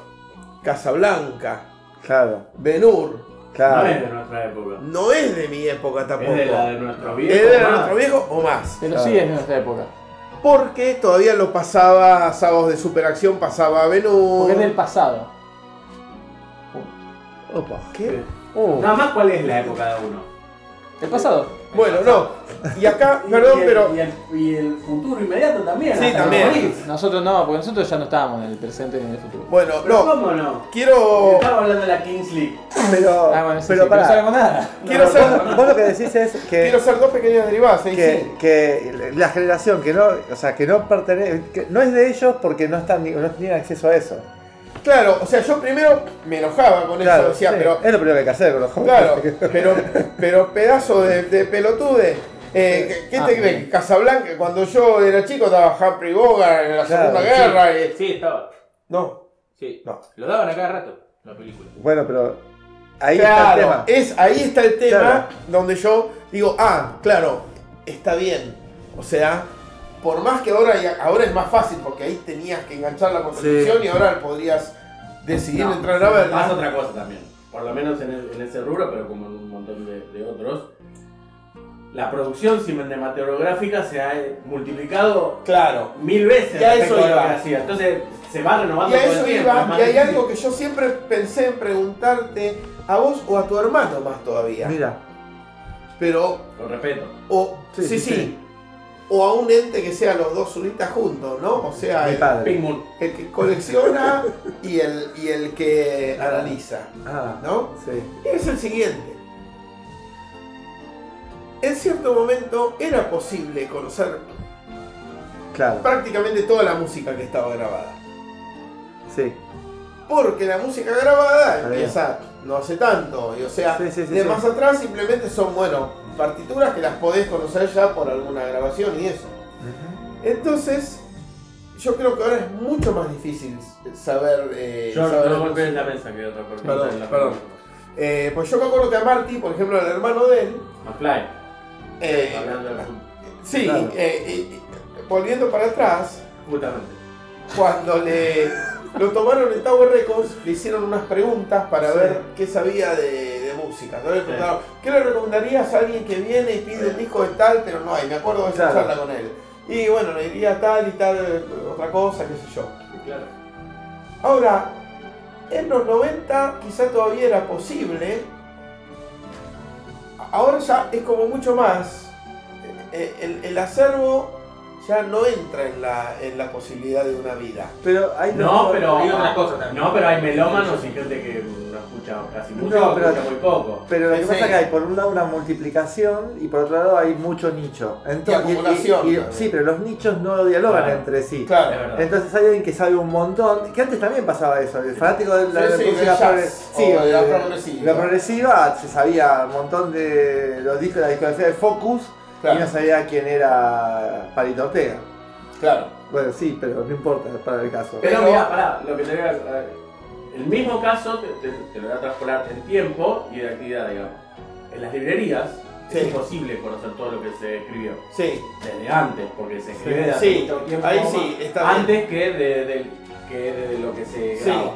[SPEAKER 5] Casablanca,
[SPEAKER 4] Claro,
[SPEAKER 5] Benur
[SPEAKER 3] No es
[SPEAKER 4] claro.
[SPEAKER 3] de nuestra época.
[SPEAKER 5] no es de mi época tampoco.
[SPEAKER 3] Es de la de nuestro viejo.
[SPEAKER 5] ¿Es de
[SPEAKER 3] más.
[SPEAKER 5] nuestro viejo o más?
[SPEAKER 2] Pero
[SPEAKER 4] Claro.
[SPEAKER 2] sí es de nuestra época.
[SPEAKER 5] Porque todavía lo pasaba sábados de superacción, pasaba Benur.
[SPEAKER 2] Porque es del pasado.
[SPEAKER 4] Opa.
[SPEAKER 5] ¿Qué?
[SPEAKER 4] Uh,
[SPEAKER 3] Nada más, ¿cuál es la época de uno?
[SPEAKER 2] El pasado.
[SPEAKER 5] Bueno, no. Y acá,
[SPEAKER 3] Y-
[SPEAKER 5] perdón,
[SPEAKER 3] y el-
[SPEAKER 5] pero
[SPEAKER 3] Y el, y el futuro inmediato también.
[SPEAKER 5] Sí,
[SPEAKER 3] hasta
[SPEAKER 5] también.
[SPEAKER 3] morir.
[SPEAKER 2] Nosotros no, porque nosotros ya no estábamos en el presente ni en el futuro.
[SPEAKER 5] bueno,
[SPEAKER 3] Pero
[SPEAKER 5] no.
[SPEAKER 3] ¿Cómo no? Eh,
[SPEAKER 5] Quiero
[SPEAKER 3] Estaba hablando de la Kings League.
[SPEAKER 4] pero
[SPEAKER 2] Ah, bueno, sí,
[SPEAKER 4] pero
[SPEAKER 2] sí,
[SPEAKER 4] pará.
[SPEAKER 2] no sabemos nada.
[SPEAKER 5] quiero
[SPEAKER 4] vos,
[SPEAKER 5] hacer
[SPEAKER 4] vos lo que decís es que
[SPEAKER 5] quiero hacer dos pequeñas derivadas, ¿eh?
[SPEAKER 4] que,
[SPEAKER 5] Sí.
[SPEAKER 4] que la generación que no, o sea, que no pertenece, que no es de ellos porque no están ni- no tienen acceso a eso.
[SPEAKER 5] Claro, o sea, yo primero me enojaba con eso, decía,
[SPEAKER 4] sí,
[SPEAKER 5] pero
[SPEAKER 4] es lo primero que hay que hacer con los jóvenes.
[SPEAKER 5] Claro, pero, pero pedazo de, de pelotude. Eh, ¿qué- ¿Qué
[SPEAKER 2] Ah,
[SPEAKER 5] te crees?
[SPEAKER 2] bien.
[SPEAKER 5] Casablanca, cuando yo era chico estaba Humphrey Bogart en la
[SPEAKER 4] Claro,
[SPEAKER 5] Segunda
[SPEAKER 4] sí.
[SPEAKER 5] Guerra. eh.
[SPEAKER 9] Sí, estaba.
[SPEAKER 5] No,
[SPEAKER 9] Sí.
[SPEAKER 5] No.
[SPEAKER 9] Lo daban a cada rato, la película.
[SPEAKER 4] Bueno, pero ahí está el
[SPEAKER 5] claro, Eh,
[SPEAKER 4] tema.
[SPEAKER 5] es, ahí está el tema
[SPEAKER 4] Claro.
[SPEAKER 5] donde yo digo, ah, claro, está bien. O sea, por más que ahora, y ahora es más fácil porque ahí tenías que enganchar la constitución y ahora podrías decidir
[SPEAKER 3] No,
[SPEAKER 5] entrar a verla.
[SPEAKER 3] Pasa otra cosa también. Por lo menos en, el- en ese rubro, pero como en un montón de, de otros. La producción cinematográfica se ha eh, multiplicado
[SPEAKER 5] Claro.
[SPEAKER 3] mil veces
[SPEAKER 5] Y a
[SPEAKER 3] respecto
[SPEAKER 5] eso
[SPEAKER 3] a lo
[SPEAKER 5] iba.
[SPEAKER 3] que hacía. Entonces se va
[SPEAKER 5] Y
[SPEAKER 3] renovando
[SPEAKER 5] a
[SPEAKER 3] todo el
[SPEAKER 5] eso
[SPEAKER 3] tiempo. es
[SPEAKER 5] iba,
[SPEAKER 3] más
[SPEAKER 5] y hay
[SPEAKER 3] difícil.
[SPEAKER 5] algo que yo siempre pensé en preguntarte a vos o a tu hermano más todavía.
[SPEAKER 4] Mira,
[SPEAKER 5] Pero,
[SPEAKER 3] Con respeto.
[SPEAKER 5] o, sí, sí,
[SPEAKER 4] Sí, sí, sí.
[SPEAKER 5] o a un ente que sea los dos solitas juntos, ¿no? O sea,
[SPEAKER 4] mi
[SPEAKER 5] el,
[SPEAKER 4] padre.
[SPEAKER 3] Pink Moon.
[SPEAKER 5] el que colecciona y el, y el que analiza,
[SPEAKER 4] Ah,
[SPEAKER 5] ¿no?
[SPEAKER 4] sí.
[SPEAKER 5] Es el siguiente. En cierto momento era posible conocer
[SPEAKER 4] Claro,
[SPEAKER 5] prácticamente toda la música que estaba grabada.
[SPEAKER 4] sí.
[SPEAKER 5] Porque la música grabada
[SPEAKER 4] Está
[SPEAKER 5] empieza no hace tanto, y o sea,
[SPEAKER 4] Sí, sí, sí,
[SPEAKER 5] de
[SPEAKER 4] sí.
[SPEAKER 5] más atrás simplemente son, bueno, partituras que las podés conocer ya por alguna grabación y eso. Entonces, yo creo que ahora es mucho más difícil saber... eh,
[SPEAKER 3] Yo
[SPEAKER 5] saber
[SPEAKER 3] no
[SPEAKER 5] la
[SPEAKER 3] golpeé en
[SPEAKER 5] música.
[SPEAKER 3] la mesa que otra persona.
[SPEAKER 5] Perdón,
[SPEAKER 3] en la
[SPEAKER 5] perdón. Eh, pues yo me acuerdo que a Marty, por ejemplo, al hermano de él,
[SPEAKER 3] McFly.
[SPEAKER 5] eh,
[SPEAKER 3] Hablando de fútbol.
[SPEAKER 5] sí,
[SPEAKER 4] Claro.
[SPEAKER 5] eh, y- y- volviendo para atrás,
[SPEAKER 3] Justamente.
[SPEAKER 5] cuando le lo tomaron en Tower Records, le hicieron unas preguntas para
[SPEAKER 4] Sí.
[SPEAKER 5] ver qué sabía de, de música. ¿no? Le preguntaron, ¿Qué le recomendarías a alguien que viene y pide un disco de tal, pero no hay? Me acuerdo de esa
[SPEAKER 4] Claro.
[SPEAKER 5] charla con él. Y bueno, le diría tal y tal, eh, otra cosa, qué sé yo.
[SPEAKER 3] Claro.
[SPEAKER 5] Ahora, en los 90 quizá todavía era posible. Ahora ya es como mucho más. Eh, El, el acervo ya no entra en la, en la posibilidad de una vida.
[SPEAKER 4] Pero hay
[SPEAKER 3] No, pero
[SPEAKER 9] Hay otras cosas también.
[SPEAKER 3] No, pero hay melómanos y gente que no escucha casi música,
[SPEAKER 4] No,
[SPEAKER 3] o
[SPEAKER 4] pero-
[SPEAKER 3] escucha muy poco.
[SPEAKER 4] Pero lo que
[SPEAKER 5] Sí.
[SPEAKER 4] pasa es que hay por un lado una multiplicación y por otro lado hay mucho nicho. Entonces,
[SPEAKER 5] acumulación.
[SPEAKER 4] sí, pero los nichos no dialogan
[SPEAKER 3] Claro.
[SPEAKER 4] entre sí.
[SPEAKER 3] Es
[SPEAKER 5] Claro.
[SPEAKER 3] verdad.
[SPEAKER 4] Entonces hay alguien que sabe un montón, que antes también pasaba eso, el fanático de la
[SPEAKER 5] Sí, sí,
[SPEAKER 4] música
[SPEAKER 5] del jazz,
[SPEAKER 4] progre- sí,
[SPEAKER 5] o de la
[SPEAKER 4] de-
[SPEAKER 5] progresiva.
[SPEAKER 4] la progresiva, se sabía un montón de los discos de la discografía de Focus y no
[SPEAKER 5] Claro.
[SPEAKER 4] sabía quién era Palito Ortega.
[SPEAKER 5] claro.
[SPEAKER 4] Bueno, sí, pero no importa para el caso.
[SPEAKER 3] Pero,
[SPEAKER 5] Pero-
[SPEAKER 3] mira, pará, lo que te voy a- a- El mismo caso te, te- te lo voy a traspolar en tiempo y de actividad, digamos. En las librerías es
[SPEAKER 5] Sí.
[SPEAKER 3] imposible conocer todo lo que se escribió
[SPEAKER 5] Sí,
[SPEAKER 3] desde antes, porque se escribe de hace
[SPEAKER 5] sí,
[SPEAKER 3] mucho tiempo
[SPEAKER 5] ahí
[SPEAKER 3] más,
[SPEAKER 5] sí, está bien.
[SPEAKER 3] antes que de, del- que de lo que se
[SPEAKER 5] Sí.
[SPEAKER 3] graba.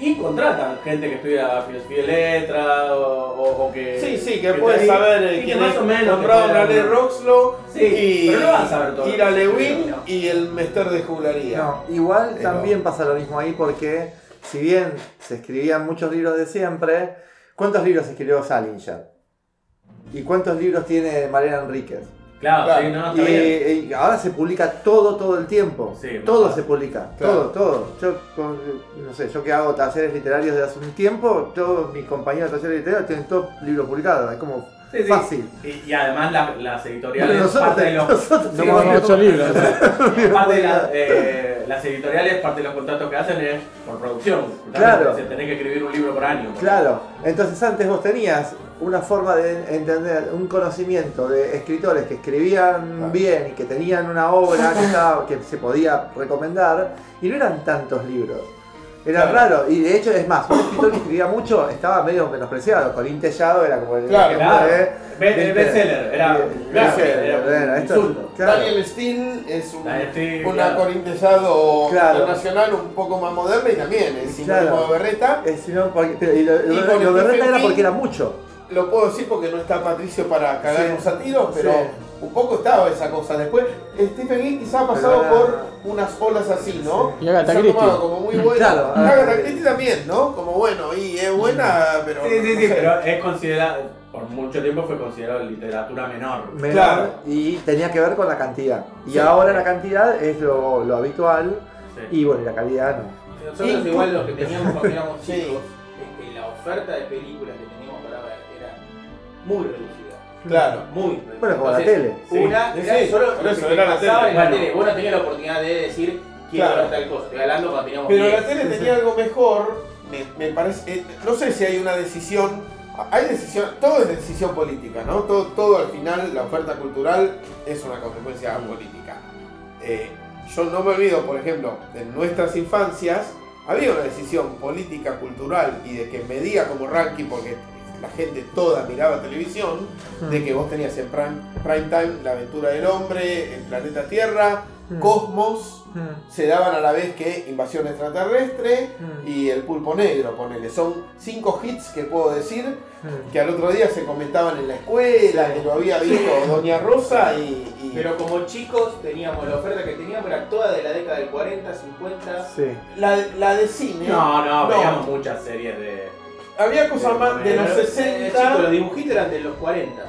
[SPEAKER 3] Y contratan gente que estudia filosofía y letra o, o- o que.
[SPEAKER 5] Sí, sí, que
[SPEAKER 3] te-
[SPEAKER 5] puedes saber eh,
[SPEAKER 3] y que
[SPEAKER 5] quién
[SPEAKER 3] más
[SPEAKER 5] es.
[SPEAKER 3] o menos.
[SPEAKER 5] Nombraron
[SPEAKER 3] que
[SPEAKER 5] a
[SPEAKER 3] puedan-
[SPEAKER 5] Lee Roxlo
[SPEAKER 3] Sí,
[SPEAKER 5] y,
[SPEAKER 3] pero no vas a saber todo.
[SPEAKER 5] y la Lewin
[SPEAKER 3] No.
[SPEAKER 5] y el Mester de Juglaría.
[SPEAKER 4] No, igual
[SPEAKER 5] Pero-
[SPEAKER 4] también pasa lo mismo ahí porque si bien se escribían muchos libros de siempre, ¿cuántos libros escribió Salinger? ¿Y cuántos libros tiene Mariana Enríquez?
[SPEAKER 3] Claro,
[SPEAKER 5] Claro.
[SPEAKER 3] sí, no,
[SPEAKER 4] Y,
[SPEAKER 3] está bien.
[SPEAKER 4] y ahora se publica todo, todo el tiempo.
[SPEAKER 3] Sí,
[SPEAKER 4] todo
[SPEAKER 3] claro.
[SPEAKER 4] se publica,
[SPEAKER 5] Claro.
[SPEAKER 4] todo, todo. Yo, con- no sé, yo que hago talleres literarios desde hace un tiempo, todos mis compañeros de talleres literarios tienen todos libros publicados, es como
[SPEAKER 3] Sí, sí.
[SPEAKER 4] fácil.
[SPEAKER 3] Y, y además la- las editoriales,
[SPEAKER 4] Pero
[SPEAKER 3] parte de los
[SPEAKER 4] nosotros
[SPEAKER 3] Sí,
[SPEAKER 2] Somos
[SPEAKER 4] tenemos-
[SPEAKER 3] bueno,
[SPEAKER 2] ocho libros.
[SPEAKER 3] Parte de la- eh, las editoriales, parte de los contratos que hacen es por producción. justamente.
[SPEAKER 4] Claro.
[SPEAKER 3] O sea, tenés que escribir un libro por año.
[SPEAKER 4] Claro, entonces antes vos tenías una forma de entender, un conocimiento de escritores que escribían
[SPEAKER 5] Claro.
[SPEAKER 4] bien y que tenían una obra que, estaba- que se podía recomendar y no eran tantos libros. Era raro, y de hecho, es más, un escritor que escribía mucho estaba medio menospreciado. Colín Tellado era como el
[SPEAKER 5] Claro,
[SPEAKER 4] ejemplo
[SPEAKER 3] claro.
[SPEAKER 4] de-
[SPEAKER 3] Be-
[SPEAKER 4] Viste.
[SPEAKER 3] Bestseller, era.
[SPEAKER 4] Bien,
[SPEAKER 3] claro,
[SPEAKER 5] bestseller,
[SPEAKER 3] era un
[SPEAKER 4] bueno, esto-
[SPEAKER 3] insulto.
[SPEAKER 4] Claro.
[SPEAKER 5] Daniel Steele es un,
[SPEAKER 3] Daniel Steele,
[SPEAKER 5] un
[SPEAKER 3] claro.
[SPEAKER 5] acorintellado
[SPEAKER 4] Claro.
[SPEAKER 5] internacional un poco más moderno y también es sinónimo
[SPEAKER 4] Claro.
[SPEAKER 5] de berreta.
[SPEAKER 4] Eh, sino porque- pero- y lo,
[SPEAKER 5] Y
[SPEAKER 4] lo-
[SPEAKER 5] con
[SPEAKER 4] lo berreta
[SPEAKER 5] Stephen
[SPEAKER 4] era
[SPEAKER 5] King.
[SPEAKER 4] porque era mucho.
[SPEAKER 5] Lo puedo decir porque no está Patricio para cagarnos
[SPEAKER 4] Sí.
[SPEAKER 5] a tiros, pero
[SPEAKER 4] Sí.
[SPEAKER 5] un poco estaba esa cosa. Después, Stephen King quizá ha pasado
[SPEAKER 4] Pero era-
[SPEAKER 5] por unas olas así, ¿no?
[SPEAKER 2] Sí. Y Agatha
[SPEAKER 5] Se ha
[SPEAKER 2] Christie.
[SPEAKER 5] tomado como muy buena.
[SPEAKER 4] Claro,
[SPEAKER 5] Agatha
[SPEAKER 4] Agatha
[SPEAKER 5] Christie también, ¿no? Como bueno, y es buena, pero.
[SPEAKER 3] Sí, sí,
[SPEAKER 5] no
[SPEAKER 3] sí,
[SPEAKER 5] sé.
[SPEAKER 3] pero es considerado, por mucho tiempo fue considerado literatura menor.
[SPEAKER 4] menor,
[SPEAKER 5] Claro.
[SPEAKER 4] Y tenía que ver con la cantidad. Y ahora la cantidad es lo, lo habitual.
[SPEAKER 3] Sí.
[SPEAKER 4] Y bueno, y la calidad no.
[SPEAKER 10] Nosotros
[SPEAKER 5] Incu-
[SPEAKER 10] igual lo que teníamos cuando éramos
[SPEAKER 5] Sí.
[SPEAKER 10] chicos es que la oferta de películas que teníamos para ver era muy reducida.
[SPEAKER 5] Claro.
[SPEAKER 10] Muy reducida.
[SPEAKER 4] Bueno, como la
[SPEAKER 10] Entonces,
[SPEAKER 4] tele.
[SPEAKER 3] Sí.
[SPEAKER 10] Una
[SPEAKER 5] Sí,
[SPEAKER 10] era
[SPEAKER 5] sí,
[SPEAKER 10] solo
[SPEAKER 5] por
[SPEAKER 10] lo
[SPEAKER 5] eso,
[SPEAKER 10] que
[SPEAKER 5] era la
[SPEAKER 10] pasaba
[SPEAKER 5] tele.
[SPEAKER 10] en la
[SPEAKER 3] Bueno.
[SPEAKER 10] tele. Vos no tenías la oportunidad de decir quiero
[SPEAKER 5] Claro.
[SPEAKER 10] ver tal cosa. Estoy hablando cuando teníamos
[SPEAKER 5] Pero
[SPEAKER 10] 10.
[SPEAKER 5] la tele tenía algo mejor, me, me parece. eh, no sé si hay una decisión. Hay decisión, todo es decisión política, ¿no? Todo, todo al final, la oferta cultural es una consecuencia política. Eh, yo no me olvido, por ejemplo, de nuestras infancias, había una decisión política, cultural y de que medía como ranking, porque la gente toda miraba televisión, de que vos tenías en prime, prime time La aventura del hombre, El planeta Tierra, Cosmos, se daban a la vez que Invasión Extraterrestre
[SPEAKER 10] Mm.
[SPEAKER 5] y El Pulpo Negro, ponele. Son cinco hits que puedo decir que al otro día se comentaban en la escuela, que lo había visto Doña Rosa y... y-
[SPEAKER 10] Pero como chicos teníamos la oferta que teníamos era toda de la década del 40, 50.
[SPEAKER 4] Sí.
[SPEAKER 5] la, la de cine.
[SPEAKER 3] No, no,
[SPEAKER 5] No.
[SPEAKER 3] veíamos muchas series de.
[SPEAKER 5] Había cosas más de los
[SPEAKER 10] Pero, eh, chicos, los
[SPEAKER 5] 60...
[SPEAKER 10] dibujitos eran de los 40.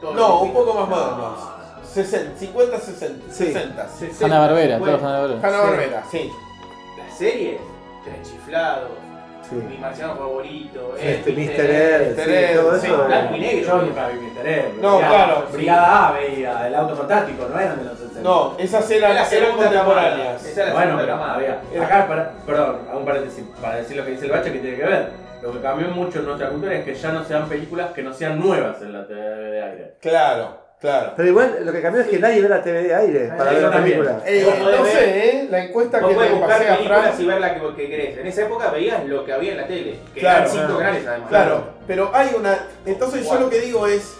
[SPEAKER 10] Todos los
[SPEAKER 5] No, un
[SPEAKER 10] dibujitos.
[SPEAKER 5] poco más modernos. 60, 50, 60.
[SPEAKER 4] Sí.
[SPEAKER 5] 60.
[SPEAKER 2] Hanna Barbera,
[SPEAKER 10] Bueno,
[SPEAKER 2] todos Hanna Barbera.
[SPEAKER 5] Hanna Barbera, sí.
[SPEAKER 10] Las series, Tres Chiflados, Mi
[SPEAKER 4] Sí.
[SPEAKER 10] Marciano Favorito, eh,
[SPEAKER 4] Este
[SPEAKER 10] Mr.
[SPEAKER 4] Mr. Ed,
[SPEAKER 5] Mr.
[SPEAKER 4] sí,
[SPEAKER 5] Ed,
[SPEAKER 4] todo
[SPEAKER 5] sí,
[SPEAKER 4] eso.
[SPEAKER 10] Blanco y
[SPEAKER 3] Yo
[SPEAKER 10] negro.
[SPEAKER 3] nunca vi mi interés.
[SPEAKER 5] No, claro, sí.
[SPEAKER 3] Brigada A veía, el auto fantástico, no eran de los 60.
[SPEAKER 5] No, esas eran, eran
[SPEAKER 10] Era contemporánea.
[SPEAKER 5] contemporáneas.
[SPEAKER 10] Esa era la
[SPEAKER 3] Bueno,
[SPEAKER 10] segunda
[SPEAKER 3] pero
[SPEAKER 10] camada.
[SPEAKER 3] había. Acá, para, perdón, hago un paréntesis para decir lo que dice el bache que tiene que ver. Lo que cambió mucho en nuestra cultura es que ya no se dan películas que no sean nuevas en la TV de aire.
[SPEAKER 5] Claro, claro.
[SPEAKER 4] Pero igual lo que cambió es que nadie ve la TV de aire para
[SPEAKER 3] Eso
[SPEAKER 4] ver la
[SPEAKER 3] también.
[SPEAKER 4] película.
[SPEAKER 5] Eh,
[SPEAKER 10] Vos podés
[SPEAKER 5] no
[SPEAKER 10] ver-
[SPEAKER 5] sé, ¿eh? La encuesta
[SPEAKER 10] Vos
[SPEAKER 5] que
[SPEAKER 10] podés
[SPEAKER 5] le
[SPEAKER 10] buscar
[SPEAKER 5] pasé a Fran...
[SPEAKER 10] películas y ver la que, que querés. En esa época veías lo que había en la tele, que
[SPEAKER 5] Claro,
[SPEAKER 10] eran cinco
[SPEAKER 4] claro.
[SPEAKER 10] canales además.
[SPEAKER 5] Claro, pero hay una. Entonces yo
[SPEAKER 10] Wow.
[SPEAKER 5] lo que digo es.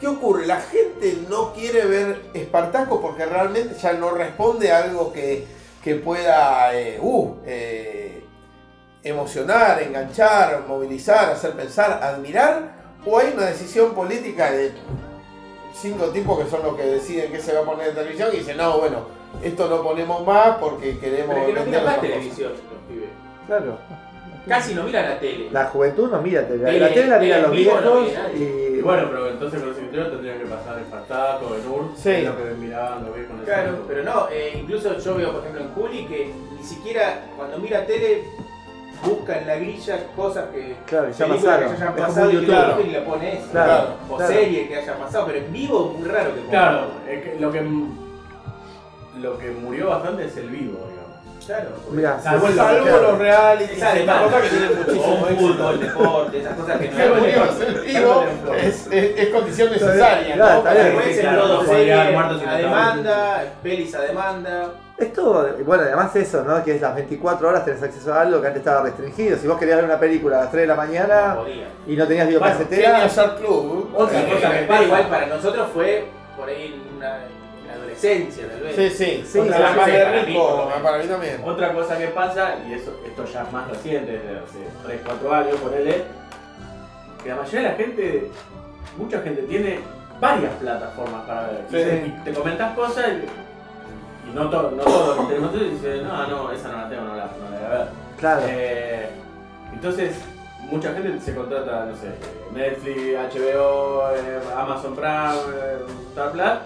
[SPEAKER 5] ¿Qué ocurre? La gente no quiere ver Espartaco porque realmente ya no responde a algo que, que pueda eh, uh, eh, emocionar, enganchar, movilizar, hacer pensar, admirar. ¿O hay una decisión política de cinco tipos que son los que deciden qué se va a poner en televisión y dicen, no, bueno, esto no ponemos más porque
[SPEAKER 10] Pero
[SPEAKER 5] queremos
[SPEAKER 10] es que no
[SPEAKER 5] vender
[SPEAKER 10] miran más
[SPEAKER 5] otra cosa"?
[SPEAKER 10] televisión los pibes.
[SPEAKER 4] Claro.
[SPEAKER 10] Casi no miran la tele.
[SPEAKER 4] La juventud no mira tele.
[SPEAKER 10] Tele,
[SPEAKER 4] la tele la mira
[SPEAKER 10] tele
[SPEAKER 4] los
[SPEAKER 10] en vivo no
[SPEAKER 4] viejos.
[SPEAKER 10] mira nadie.
[SPEAKER 4] Y
[SPEAKER 3] Y bueno, pero entonces con los escritores tendrían que pasar Espartaco, Benur,
[SPEAKER 5] Sí.
[SPEAKER 3] lo que miraban los viejos. en ese
[SPEAKER 10] Claro,
[SPEAKER 3] momento.
[SPEAKER 10] pero no, eh, incluso yo veo, por ejemplo, en Juli que ni siquiera cuando mira tele busca en la grilla cosas que.
[SPEAKER 4] Claro, ya
[SPEAKER 10] películas
[SPEAKER 4] pasaron.
[SPEAKER 10] Que hayan
[SPEAKER 4] Es como
[SPEAKER 10] pasado
[SPEAKER 4] un
[SPEAKER 10] y, que la
[SPEAKER 4] YouTube.
[SPEAKER 10] busca y la pone esa.
[SPEAKER 4] Claro,
[SPEAKER 10] O
[SPEAKER 4] claro.
[SPEAKER 10] serie que haya pasado, pero en vivo es muy raro que ponga.
[SPEAKER 3] Claro, es que lo que lo que murió bastante es el vivo, digamos.
[SPEAKER 10] Claro. porque-
[SPEAKER 4] Mirá,
[SPEAKER 3] Salvo el-
[SPEAKER 5] Salvo los realities, estas
[SPEAKER 10] Esa demanda
[SPEAKER 5] cosas que tienen
[SPEAKER 10] O
[SPEAKER 5] muchísimo éxito.
[SPEAKER 10] fútbol, deporte, esas cosas que no
[SPEAKER 5] Que volvimos el vivo es, es- es condición necesaria, ¿no?
[SPEAKER 4] Claro, está bien.
[SPEAKER 10] Después en
[SPEAKER 3] Claro,
[SPEAKER 10] todo
[SPEAKER 3] podría haber
[SPEAKER 10] series
[SPEAKER 3] muerto sin
[SPEAKER 10] a
[SPEAKER 3] ataúd.
[SPEAKER 10] demanda, pelis a demanda.
[SPEAKER 4] Es todo, bueno, además eso, ¿no? Que es las 24 horas tenés acceso a algo que antes estaba restringido. Si vos querías ver una película a las 3 de la
[SPEAKER 10] No
[SPEAKER 4] mañana
[SPEAKER 10] podía.
[SPEAKER 4] y no tenías
[SPEAKER 5] Genia
[SPEAKER 4] videocasetera,
[SPEAKER 5] Shark Club.
[SPEAKER 3] Otra
[SPEAKER 5] Eh,
[SPEAKER 3] cosa que
[SPEAKER 10] Pero igual para nosotros fue por ahí en una, en la adolescencia tal vez.
[SPEAKER 5] Sí, sí.
[SPEAKER 4] Sí,
[SPEAKER 5] Otra
[SPEAKER 4] sí,
[SPEAKER 5] la
[SPEAKER 3] sí,
[SPEAKER 5] más
[SPEAKER 3] sí,
[SPEAKER 5] de
[SPEAKER 3] para mí,
[SPEAKER 5] rico,
[SPEAKER 3] por lo
[SPEAKER 5] para mí también.
[SPEAKER 3] Otra cosa que pasa, y eso, esto ya es más reciente, desde hace 3, 4 años, ponele, que la mayoría de la gente, mucha gente tiene varias plataformas para ver.
[SPEAKER 5] Sí.
[SPEAKER 3] Dice, y te comentas cosas y, y no, todo, no todo lo que tenemos nosotros, y dices, no, no, esa no la tengo, no la, no la voy a ver.
[SPEAKER 4] claro.
[SPEAKER 3] Eh, entonces, mucha gente se contrata, no sé, Netflix, HBO, eh, Amazon Prime, eh, bla, bla,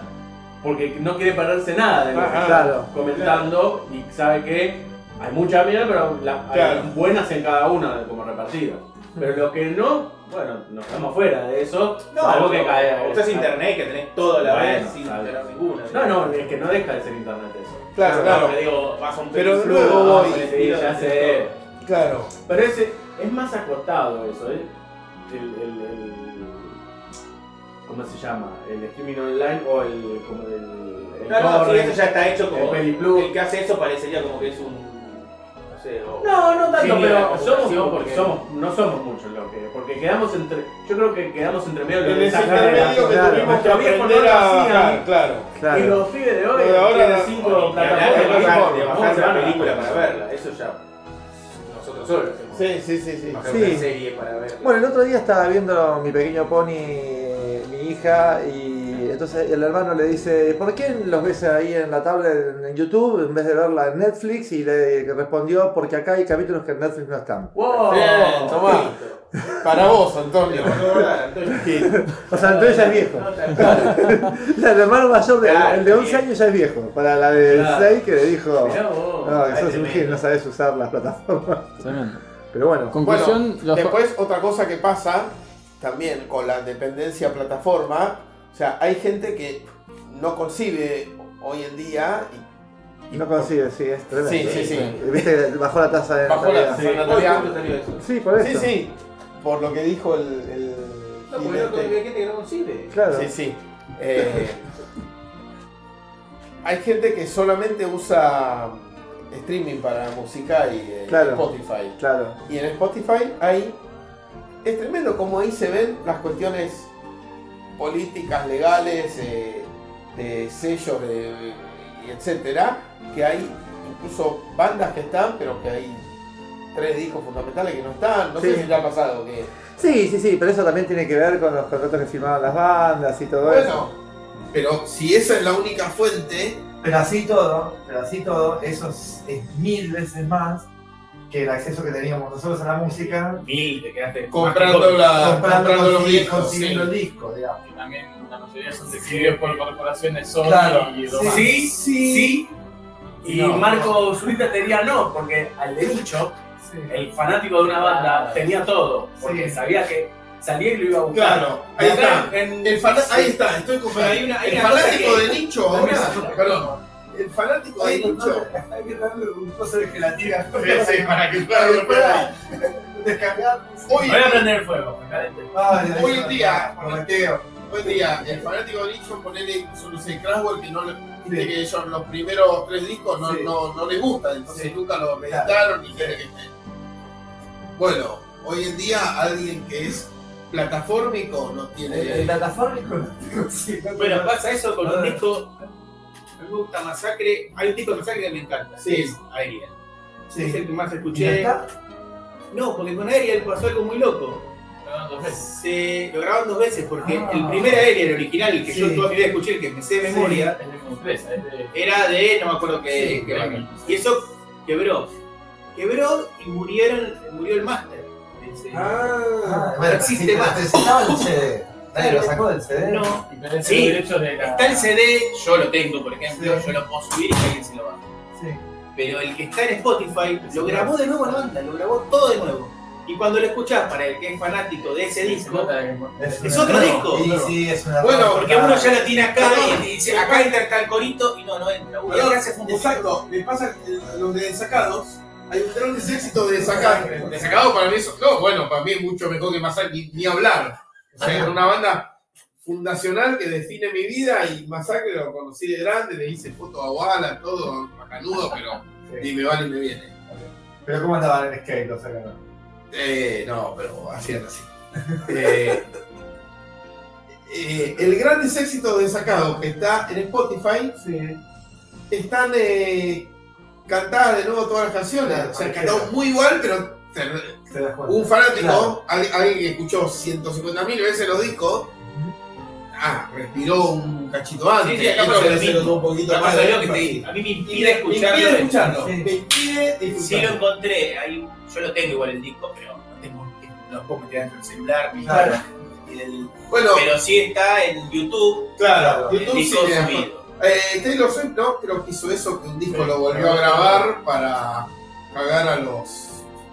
[SPEAKER 3] porque no quiere perderse nada de lo que
[SPEAKER 5] Ajá.
[SPEAKER 3] está
[SPEAKER 4] Claro.
[SPEAKER 3] comentando y sabe que hay mucha mierda, pero las
[SPEAKER 5] Claro.
[SPEAKER 3] hay buenas en cada una como repartido. Pero lo que no, bueno, nos quedamos fuera de eso. salvo que caiga.
[SPEAKER 10] Usted es internet que tenés todo a la
[SPEAKER 3] Bueno,
[SPEAKER 10] vez sin
[SPEAKER 3] claro.
[SPEAKER 10] tener ninguna.
[SPEAKER 3] No, no, es que no deja de ser internet eso.
[SPEAKER 5] Claro,
[SPEAKER 10] Pero
[SPEAKER 5] claro.
[SPEAKER 10] digo, vas a un
[SPEAKER 5] Pero
[SPEAKER 10] pelis-
[SPEAKER 5] luego
[SPEAKER 10] Ah,
[SPEAKER 5] voy.
[SPEAKER 10] sí,
[SPEAKER 3] Sí, ya sé.
[SPEAKER 5] Claro.
[SPEAKER 3] Pero ese es más acotado eso, ¿eh? El, el- el- ¿Cómo se llama? El streaming online o el. Como el, el
[SPEAKER 10] No, no, sí,
[SPEAKER 3] torrent.
[SPEAKER 10] eso ya está hecho como.
[SPEAKER 3] El Peli Plus.
[SPEAKER 10] El que hace eso parecería como que es un.
[SPEAKER 11] sé, o...
[SPEAKER 3] No, no tanto,
[SPEAKER 11] Sí, la
[SPEAKER 3] pero
[SPEAKER 11] computación,
[SPEAKER 3] somos, pocos,
[SPEAKER 11] porque-
[SPEAKER 3] somos, no somos muchos los que. Porque quedamos entre. Yo creo que quedamos entre medio de
[SPEAKER 5] En ese
[SPEAKER 3] esa
[SPEAKER 5] intermedio que
[SPEAKER 4] claro.
[SPEAKER 5] tuvimos que
[SPEAKER 3] Nuestro viejo
[SPEAKER 5] aprender
[SPEAKER 3] no lo
[SPEAKER 5] a...
[SPEAKER 3] hacía.
[SPEAKER 5] bajar, Claro.
[SPEAKER 3] Y
[SPEAKER 4] Claro.
[SPEAKER 3] los pibes de hoy
[SPEAKER 5] Lo de ahora
[SPEAKER 3] tienen
[SPEAKER 5] la-
[SPEAKER 3] cinco
[SPEAKER 11] Ni hablar de
[SPEAKER 3] plataformas.
[SPEAKER 11] bajar- de
[SPEAKER 3] ¿Cómo
[SPEAKER 11] bajar
[SPEAKER 3] se
[SPEAKER 11] la
[SPEAKER 3] van a-
[SPEAKER 11] película para verla, eso ya nosotros solos lo hacemos.
[SPEAKER 5] Sí, sí, sí, sí.
[SPEAKER 11] Bajar
[SPEAKER 4] Sí.
[SPEAKER 11] una serie para verla.
[SPEAKER 4] Bueno, el otro día estaba viendo mi pequeño pony, mi hija, y entonces el hermano le dice, ¿por qué los ves ahí en la tabla en en YouTube en vez de verla en Netflix? Y le respondió, porque acá hay capítulos que en Netflix no están.
[SPEAKER 3] ¡Wow!
[SPEAKER 11] Oh.
[SPEAKER 5] Bien, tomá. Para vos, Antonio.
[SPEAKER 4] O sea, entonces ya es viejo. La del hermano mayor, de-
[SPEAKER 11] Claro,
[SPEAKER 4] el de 11
[SPEAKER 11] bien.
[SPEAKER 4] años ya es viejo. Para la de
[SPEAKER 3] Claro.
[SPEAKER 4] 6 que le dijo,
[SPEAKER 3] Mirá vos.
[SPEAKER 4] no, que sos Ah, un
[SPEAKER 11] tremendo.
[SPEAKER 4] gil, no sabes usar las plataformas.
[SPEAKER 2] Tremendo.
[SPEAKER 4] Pero bueno,
[SPEAKER 2] Conclusión,
[SPEAKER 5] Bueno,
[SPEAKER 2] los-
[SPEAKER 5] después otra cosa que pasa también con la dependencia plataforma, o sea, hay gente que no concibe hoy en día y, y
[SPEAKER 4] no
[SPEAKER 5] por-
[SPEAKER 4] consigue, sí, es tremendo.
[SPEAKER 5] Sí, sí, sí.
[SPEAKER 4] Viste, bajó la tasa de
[SPEAKER 5] Bajó la
[SPEAKER 4] natalidad.
[SPEAKER 5] tasa de
[SPEAKER 11] Hoy
[SPEAKER 5] natalidad.
[SPEAKER 11] justo salió eso.
[SPEAKER 4] Sí, por
[SPEAKER 5] Sí,
[SPEAKER 4] eso.
[SPEAKER 5] sí. Por lo que dijo el. el
[SPEAKER 11] No, porque no,
[SPEAKER 5] jinete.
[SPEAKER 11] hay gente que no concibe.
[SPEAKER 4] Claro.
[SPEAKER 5] Sí, sí. Eh, hay gente que solamente usa streaming para música y eh,
[SPEAKER 4] Claro.
[SPEAKER 5] Spotify.
[SPEAKER 4] Claro,
[SPEAKER 5] Y en Spotify hay. Es tremendo como ahí se ven las cuestiones políticas, legales, eh, de sellos, de, y etcétera. Que hay incluso bandas que están, pero que hay tres discos fundamentales que no están. No sé
[SPEAKER 4] Sí.
[SPEAKER 5] si ya ha pasado. Que,
[SPEAKER 4] sí, sí, sí, pero eso también tiene que ver con los contratos que firmaban las bandas y todo eso.
[SPEAKER 5] bueno, pero si esa es la única fuente.
[SPEAKER 12] Pero así todo, pero así todo, eso es, es mil veces más que el acceso que teníamos nosotros a la música,
[SPEAKER 10] Mil, te quedaste
[SPEAKER 5] comprando, la,
[SPEAKER 12] comprando,
[SPEAKER 5] comprando los
[SPEAKER 12] consiguiendo,
[SPEAKER 5] discos. sí.
[SPEAKER 12] consiguiendo el disco, digamos.
[SPEAKER 10] Y también la mayoría son decididos por corporaciones Sony
[SPEAKER 12] Claro,
[SPEAKER 10] y
[SPEAKER 12] sí.
[SPEAKER 10] demás.
[SPEAKER 3] Sí, sí. Y
[SPEAKER 12] No.
[SPEAKER 3] Marco Zurita te diría no, porque al derecho, el fanático de una banda, tenía todo. Porque
[SPEAKER 12] Sí.
[SPEAKER 3] sabía que salía y lo iba a buscar.
[SPEAKER 5] Claro, ahí está.
[SPEAKER 3] En-
[SPEAKER 5] El fana- ahí está, estoy con-
[SPEAKER 10] hay una- hay
[SPEAKER 5] el
[SPEAKER 10] una
[SPEAKER 5] fanático
[SPEAKER 10] cosa
[SPEAKER 5] de nicho ahora. Perdón. El fanático de nicho.
[SPEAKER 12] Hay que darle un pozo de gelatina.
[SPEAKER 10] Sí, sí, para que
[SPEAKER 12] Para que
[SPEAKER 10] pueda
[SPEAKER 12] pueda descargar.
[SPEAKER 5] Hoy,
[SPEAKER 10] Voy a prender fuego, me calenté.
[SPEAKER 12] Vale,
[SPEAKER 5] Hoy
[SPEAKER 12] eso,
[SPEAKER 5] día,
[SPEAKER 12] prometeo.
[SPEAKER 5] hoy día, el fanático de nicho, ponele su Lucy Craswell, que no le. viste que ellos los primeros tres discos no,
[SPEAKER 12] Sí.
[SPEAKER 5] no, no les gustan, entonces
[SPEAKER 12] Sí.
[SPEAKER 5] nunca los meditaron ni quieren que estén. Bueno, hoy en día alguien que es plataformico no tiene.
[SPEAKER 12] El, el plataformico no te consigue.
[SPEAKER 10] Bueno, pasa eso con
[SPEAKER 12] Ah.
[SPEAKER 10] un disco. A mí me gusta Masacre. Hay un disco de Masacre que me encanta.
[SPEAKER 12] Sí.
[SPEAKER 10] que Es Aerial. Es
[SPEAKER 12] Sí.
[SPEAKER 10] el que más
[SPEAKER 12] ¿Y ya
[SPEAKER 10] escuché.
[SPEAKER 12] está?
[SPEAKER 10] No, porque con Aerial pasó algo muy loco. Se lo grabaron dos veces porque
[SPEAKER 12] Ah.
[SPEAKER 10] el primer Aerial original, el que yo
[SPEAKER 12] Sí.
[SPEAKER 10] toda mi vida escuché, el que me sé de
[SPEAKER 12] Sí.
[SPEAKER 10] memoria,
[SPEAKER 12] Es
[SPEAKER 10] era de no me acuerdo qué.
[SPEAKER 12] Sí,
[SPEAKER 10] qué año. y eso quebró. Quebró y murieron, murió el máster. de ese-
[SPEAKER 12] Ah,
[SPEAKER 10] No existe
[SPEAKER 12] sí,
[SPEAKER 10] más.
[SPEAKER 12] pero Necesitaba el CD. Nadie lo sacó del CD.
[SPEAKER 10] No,
[SPEAKER 12] los
[SPEAKER 10] sí, está el CD, yo lo tengo, por ejemplo,
[SPEAKER 12] Sí.
[SPEAKER 10] yo lo puedo subir y alguien se lo baja.
[SPEAKER 12] Sí.
[SPEAKER 10] Pero el que está en Spotify lo grabó de nuevo la banda, lo grabó todo de nuevo. Y cuando lo escuchás, para el que es fanático de ese disco,
[SPEAKER 12] Es,
[SPEAKER 10] Es
[SPEAKER 12] un
[SPEAKER 10] otro
[SPEAKER 12] error.
[SPEAKER 10] disco.
[SPEAKER 12] Y sí, es una
[SPEAKER 5] Bueno,
[SPEAKER 10] porque uno ya lo tiene acá y dice, acá entra tal corito y no, no entra. Uno. Y ahora se funde.
[SPEAKER 5] Exacto, me pasa que los de desacados. Hay un gran éxito de desacados. Desacado para mí eso. No, bueno, para mí es mucho mejor que Masacre, ni, ni hablar. O sea, es una banda fundacional que define mi vida y Masacre lo conocí de grande, le hice fotos a Wala, todo, macanudo, pero ni me va ni me viene.
[SPEAKER 12] Pero ¿cómo andaban en skate los sacaron?
[SPEAKER 5] Eh, no, pero hacían así. Eh, eh, el gran éxito de Sacado que está en Spotify están eh, cantadas de nuevo todas las canciones.
[SPEAKER 12] Claro,
[SPEAKER 5] o sea,
[SPEAKER 12] cualquiera.
[SPEAKER 5] cantadas muy igual, pero te-
[SPEAKER 12] ¿Te das cuenta?
[SPEAKER 5] un fanático,
[SPEAKER 12] Claro.
[SPEAKER 5] al- alguien que escuchó 150.000 veces los discos, ah, respiró un cachito antes.
[SPEAKER 10] Sí, sí, acá
[SPEAKER 5] esto
[SPEAKER 10] pasa lo
[SPEAKER 5] le
[SPEAKER 10] mismo.
[SPEAKER 5] sonó un poquito
[SPEAKER 10] Capaz
[SPEAKER 5] más
[SPEAKER 10] de
[SPEAKER 5] de
[SPEAKER 10] lo que te
[SPEAKER 5] énfasis.
[SPEAKER 10] A mí me
[SPEAKER 5] Me
[SPEAKER 10] impide
[SPEAKER 5] impide
[SPEAKER 10] escucharlo.
[SPEAKER 5] escucharlo,
[SPEAKER 12] Sí.
[SPEAKER 5] me impide
[SPEAKER 10] Sí
[SPEAKER 5] disfrutarlo.
[SPEAKER 10] lo encontré, ahí, yo lo tengo igual el disco, pero no tengo, no puedo meter dentro del celular, ni
[SPEAKER 12] Claro.
[SPEAKER 10] nada. El-
[SPEAKER 5] Bueno,
[SPEAKER 10] Pero sí está en YouTube,
[SPEAKER 5] claro,
[SPEAKER 10] el
[SPEAKER 5] YouTube sí
[SPEAKER 10] disco
[SPEAKER 5] tiene-
[SPEAKER 10] subido.
[SPEAKER 5] Eh, Taylor Swift no, creo que hizo eso, que un disco
[SPEAKER 12] Sí,
[SPEAKER 5] lo volvió a
[SPEAKER 12] pero-
[SPEAKER 5] grabar para pagar a los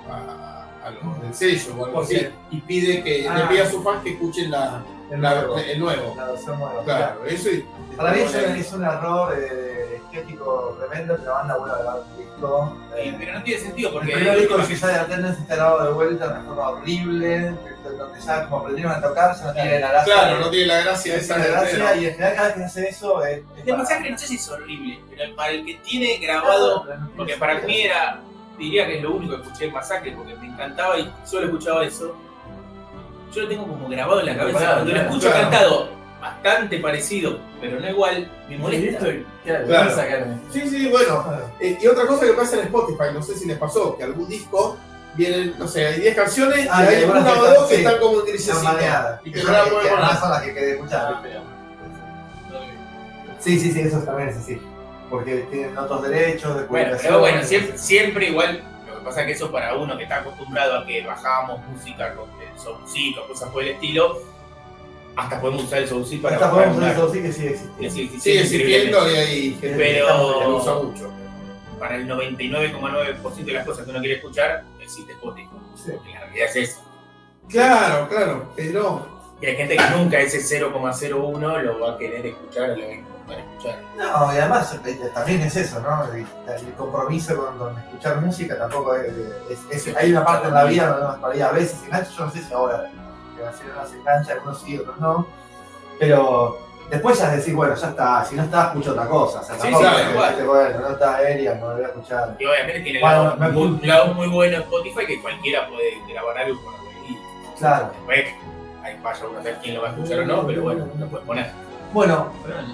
[SPEAKER 5] a, a los del sello o algo
[SPEAKER 12] Por
[SPEAKER 5] así.
[SPEAKER 12] cierto.
[SPEAKER 5] Y pide que le
[SPEAKER 12] Ah.
[SPEAKER 5] pide a sus fans que escuchen la,
[SPEAKER 12] El
[SPEAKER 5] la-
[SPEAKER 12] nuevo.
[SPEAKER 5] el nuevo.
[SPEAKER 12] La versión nueva, claro.
[SPEAKER 5] Claro, eso y-
[SPEAKER 12] Para mí eso es un error eh, estético tremendo que la banda vuelva a grabar un disco.
[SPEAKER 10] Sí,
[SPEAKER 12] Eh,
[SPEAKER 10] pero no tiene sentido
[SPEAKER 12] el
[SPEAKER 10] porque
[SPEAKER 12] primer disco que ya de Alternance está grabado de vuelta de una forma horrible, donde ya como aprendieron a tocar, ya no tienen la gracia.
[SPEAKER 5] Claro, no tiene la gracia
[SPEAKER 12] tienen
[SPEAKER 5] esa
[SPEAKER 12] la
[SPEAKER 5] de
[SPEAKER 12] gracia y en general cada vez que hace eso es... es
[SPEAKER 10] el de masacre no sé si es horrible, pero para el que tiene grabado, porque para mí era diría que es lo único que escuché en Masacre porque me encantaba y solo escuchaba eso. Yo lo tengo como grabado en la cabeza.
[SPEAKER 3] Claro,
[SPEAKER 10] Cuando
[SPEAKER 3] claro,
[SPEAKER 10] lo escucho
[SPEAKER 3] claro.
[SPEAKER 10] cantado, bastante parecido, pero no igual, me molesta.
[SPEAKER 3] Claro,
[SPEAKER 5] Claro.
[SPEAKER 3] sacarme.
[SPEAKER 5] Sí, sí, bueno. Eh, y otra cosa que pasa en Spotify, no sé si les pasó, que algún disco vienen, no sé, hay 10 canciones
[SPEAKER 12] Ah,
[SPEAKER 5] y hay
[SPEAKER 12] que algunas
[SPEAKER 5] una o
[SPEAKER 12] están-
[SPEAKER 5] dos que
[SPEAKER 12] sí.
[SPEAKER 5] están como en
[SPEAKER 12] Están
[SPEAKER 5] grisecita.
[SPEAKER 12] mareadas.
[SPEAKER 5] Y
[SPEAKER 12] Y
[SPEAKER 5] que
[SPEAKER 12] que
[SPEAKER 5] no la podemos
[SPEAKER 12] que
[SPEAKER 5] hablar.
[SPEAKER 12] son las que querés escuchar. Sí, sí, sí, eso también es así. Porque tienen otros derechos de
[SPEAKER 10] Bueno,
[SPEAKER 12] publicación.
[SPEAKER 10] pero bueno, siempre, siempre igual. Lo que pasa es que eso para uno que está acostumbrado a que bajábamos música con el soundcito, cosas por el estilo, hasta podemos usar el soundcito para
[SPEAKER 12] Estas
[SPEAKER 10] bajar
[SPEAKER 12] podemos
[SPEAKER 10] una-
[SPEAKER 12] usar eso sí que sigue existiendo.
[SPEAKER 10] Sí, sí, sí,
[SPEAKER 5] Sigue eh,
[SPEAKER 10] increíblemente.
[SPEAKER 5] existiendo y hay gente
[SPEAKER 10] Pero-
[SPEAKER 5] que lo usa mucho.
[SPEAKER 10] para el 99,9% de las cosas que uno quiere escuchar, existe Spotify.
[SPEAKER 12] Sí.
[SPEAKER 10] En la realidad es eso.
[SPEAKER 5] Claro, claro, pero.
[SPEAKER 10] Y hay gente que nunca ese 0,01 lo va a querer escuchar o lo va a intentar escuchar.
[SPEAKER 12] No, y además eh, también es eso, ¿no? El, el compromiso con, con escuchar música tampoco es, es- es- Hay una parte en la vida donde nos paría a veces se engancha, yo no sé si ahora que la serie no se engancha, algunos sí, otros no. Pero después ya decís, bueno, ya está, si no está, escucho otra cosa. O sea,
[SPEAKER 10] Sí,
[SPEAKER 12] tampoco
[SPEAKER 10] sí,
[SPEAKER 12] es
[SPEAKER 10] tal
[SPEAKER 12] que
[SPEAKER 10] cual.
[SPEAKER 12] decís, bueno, no está aérea, no lo voy a escuchar.
[SPEAKER 10] Y obviamente tiene
[SPEAKER 12] Bueno,
[SPEAKER 10] la-
[SPEAKER 12] me-
[SPEAKER 10] muy- un lado muy bueno Spotify que cualquiera puede grabar algo por ahí.
[SPEAKER 12] Claro.
[SPEAKER 10] Después, ahí vaya uno a ver quién lo va a escuchar o no, pero bueno, lo puedes poner.
[SPEAKER 12] Bueno,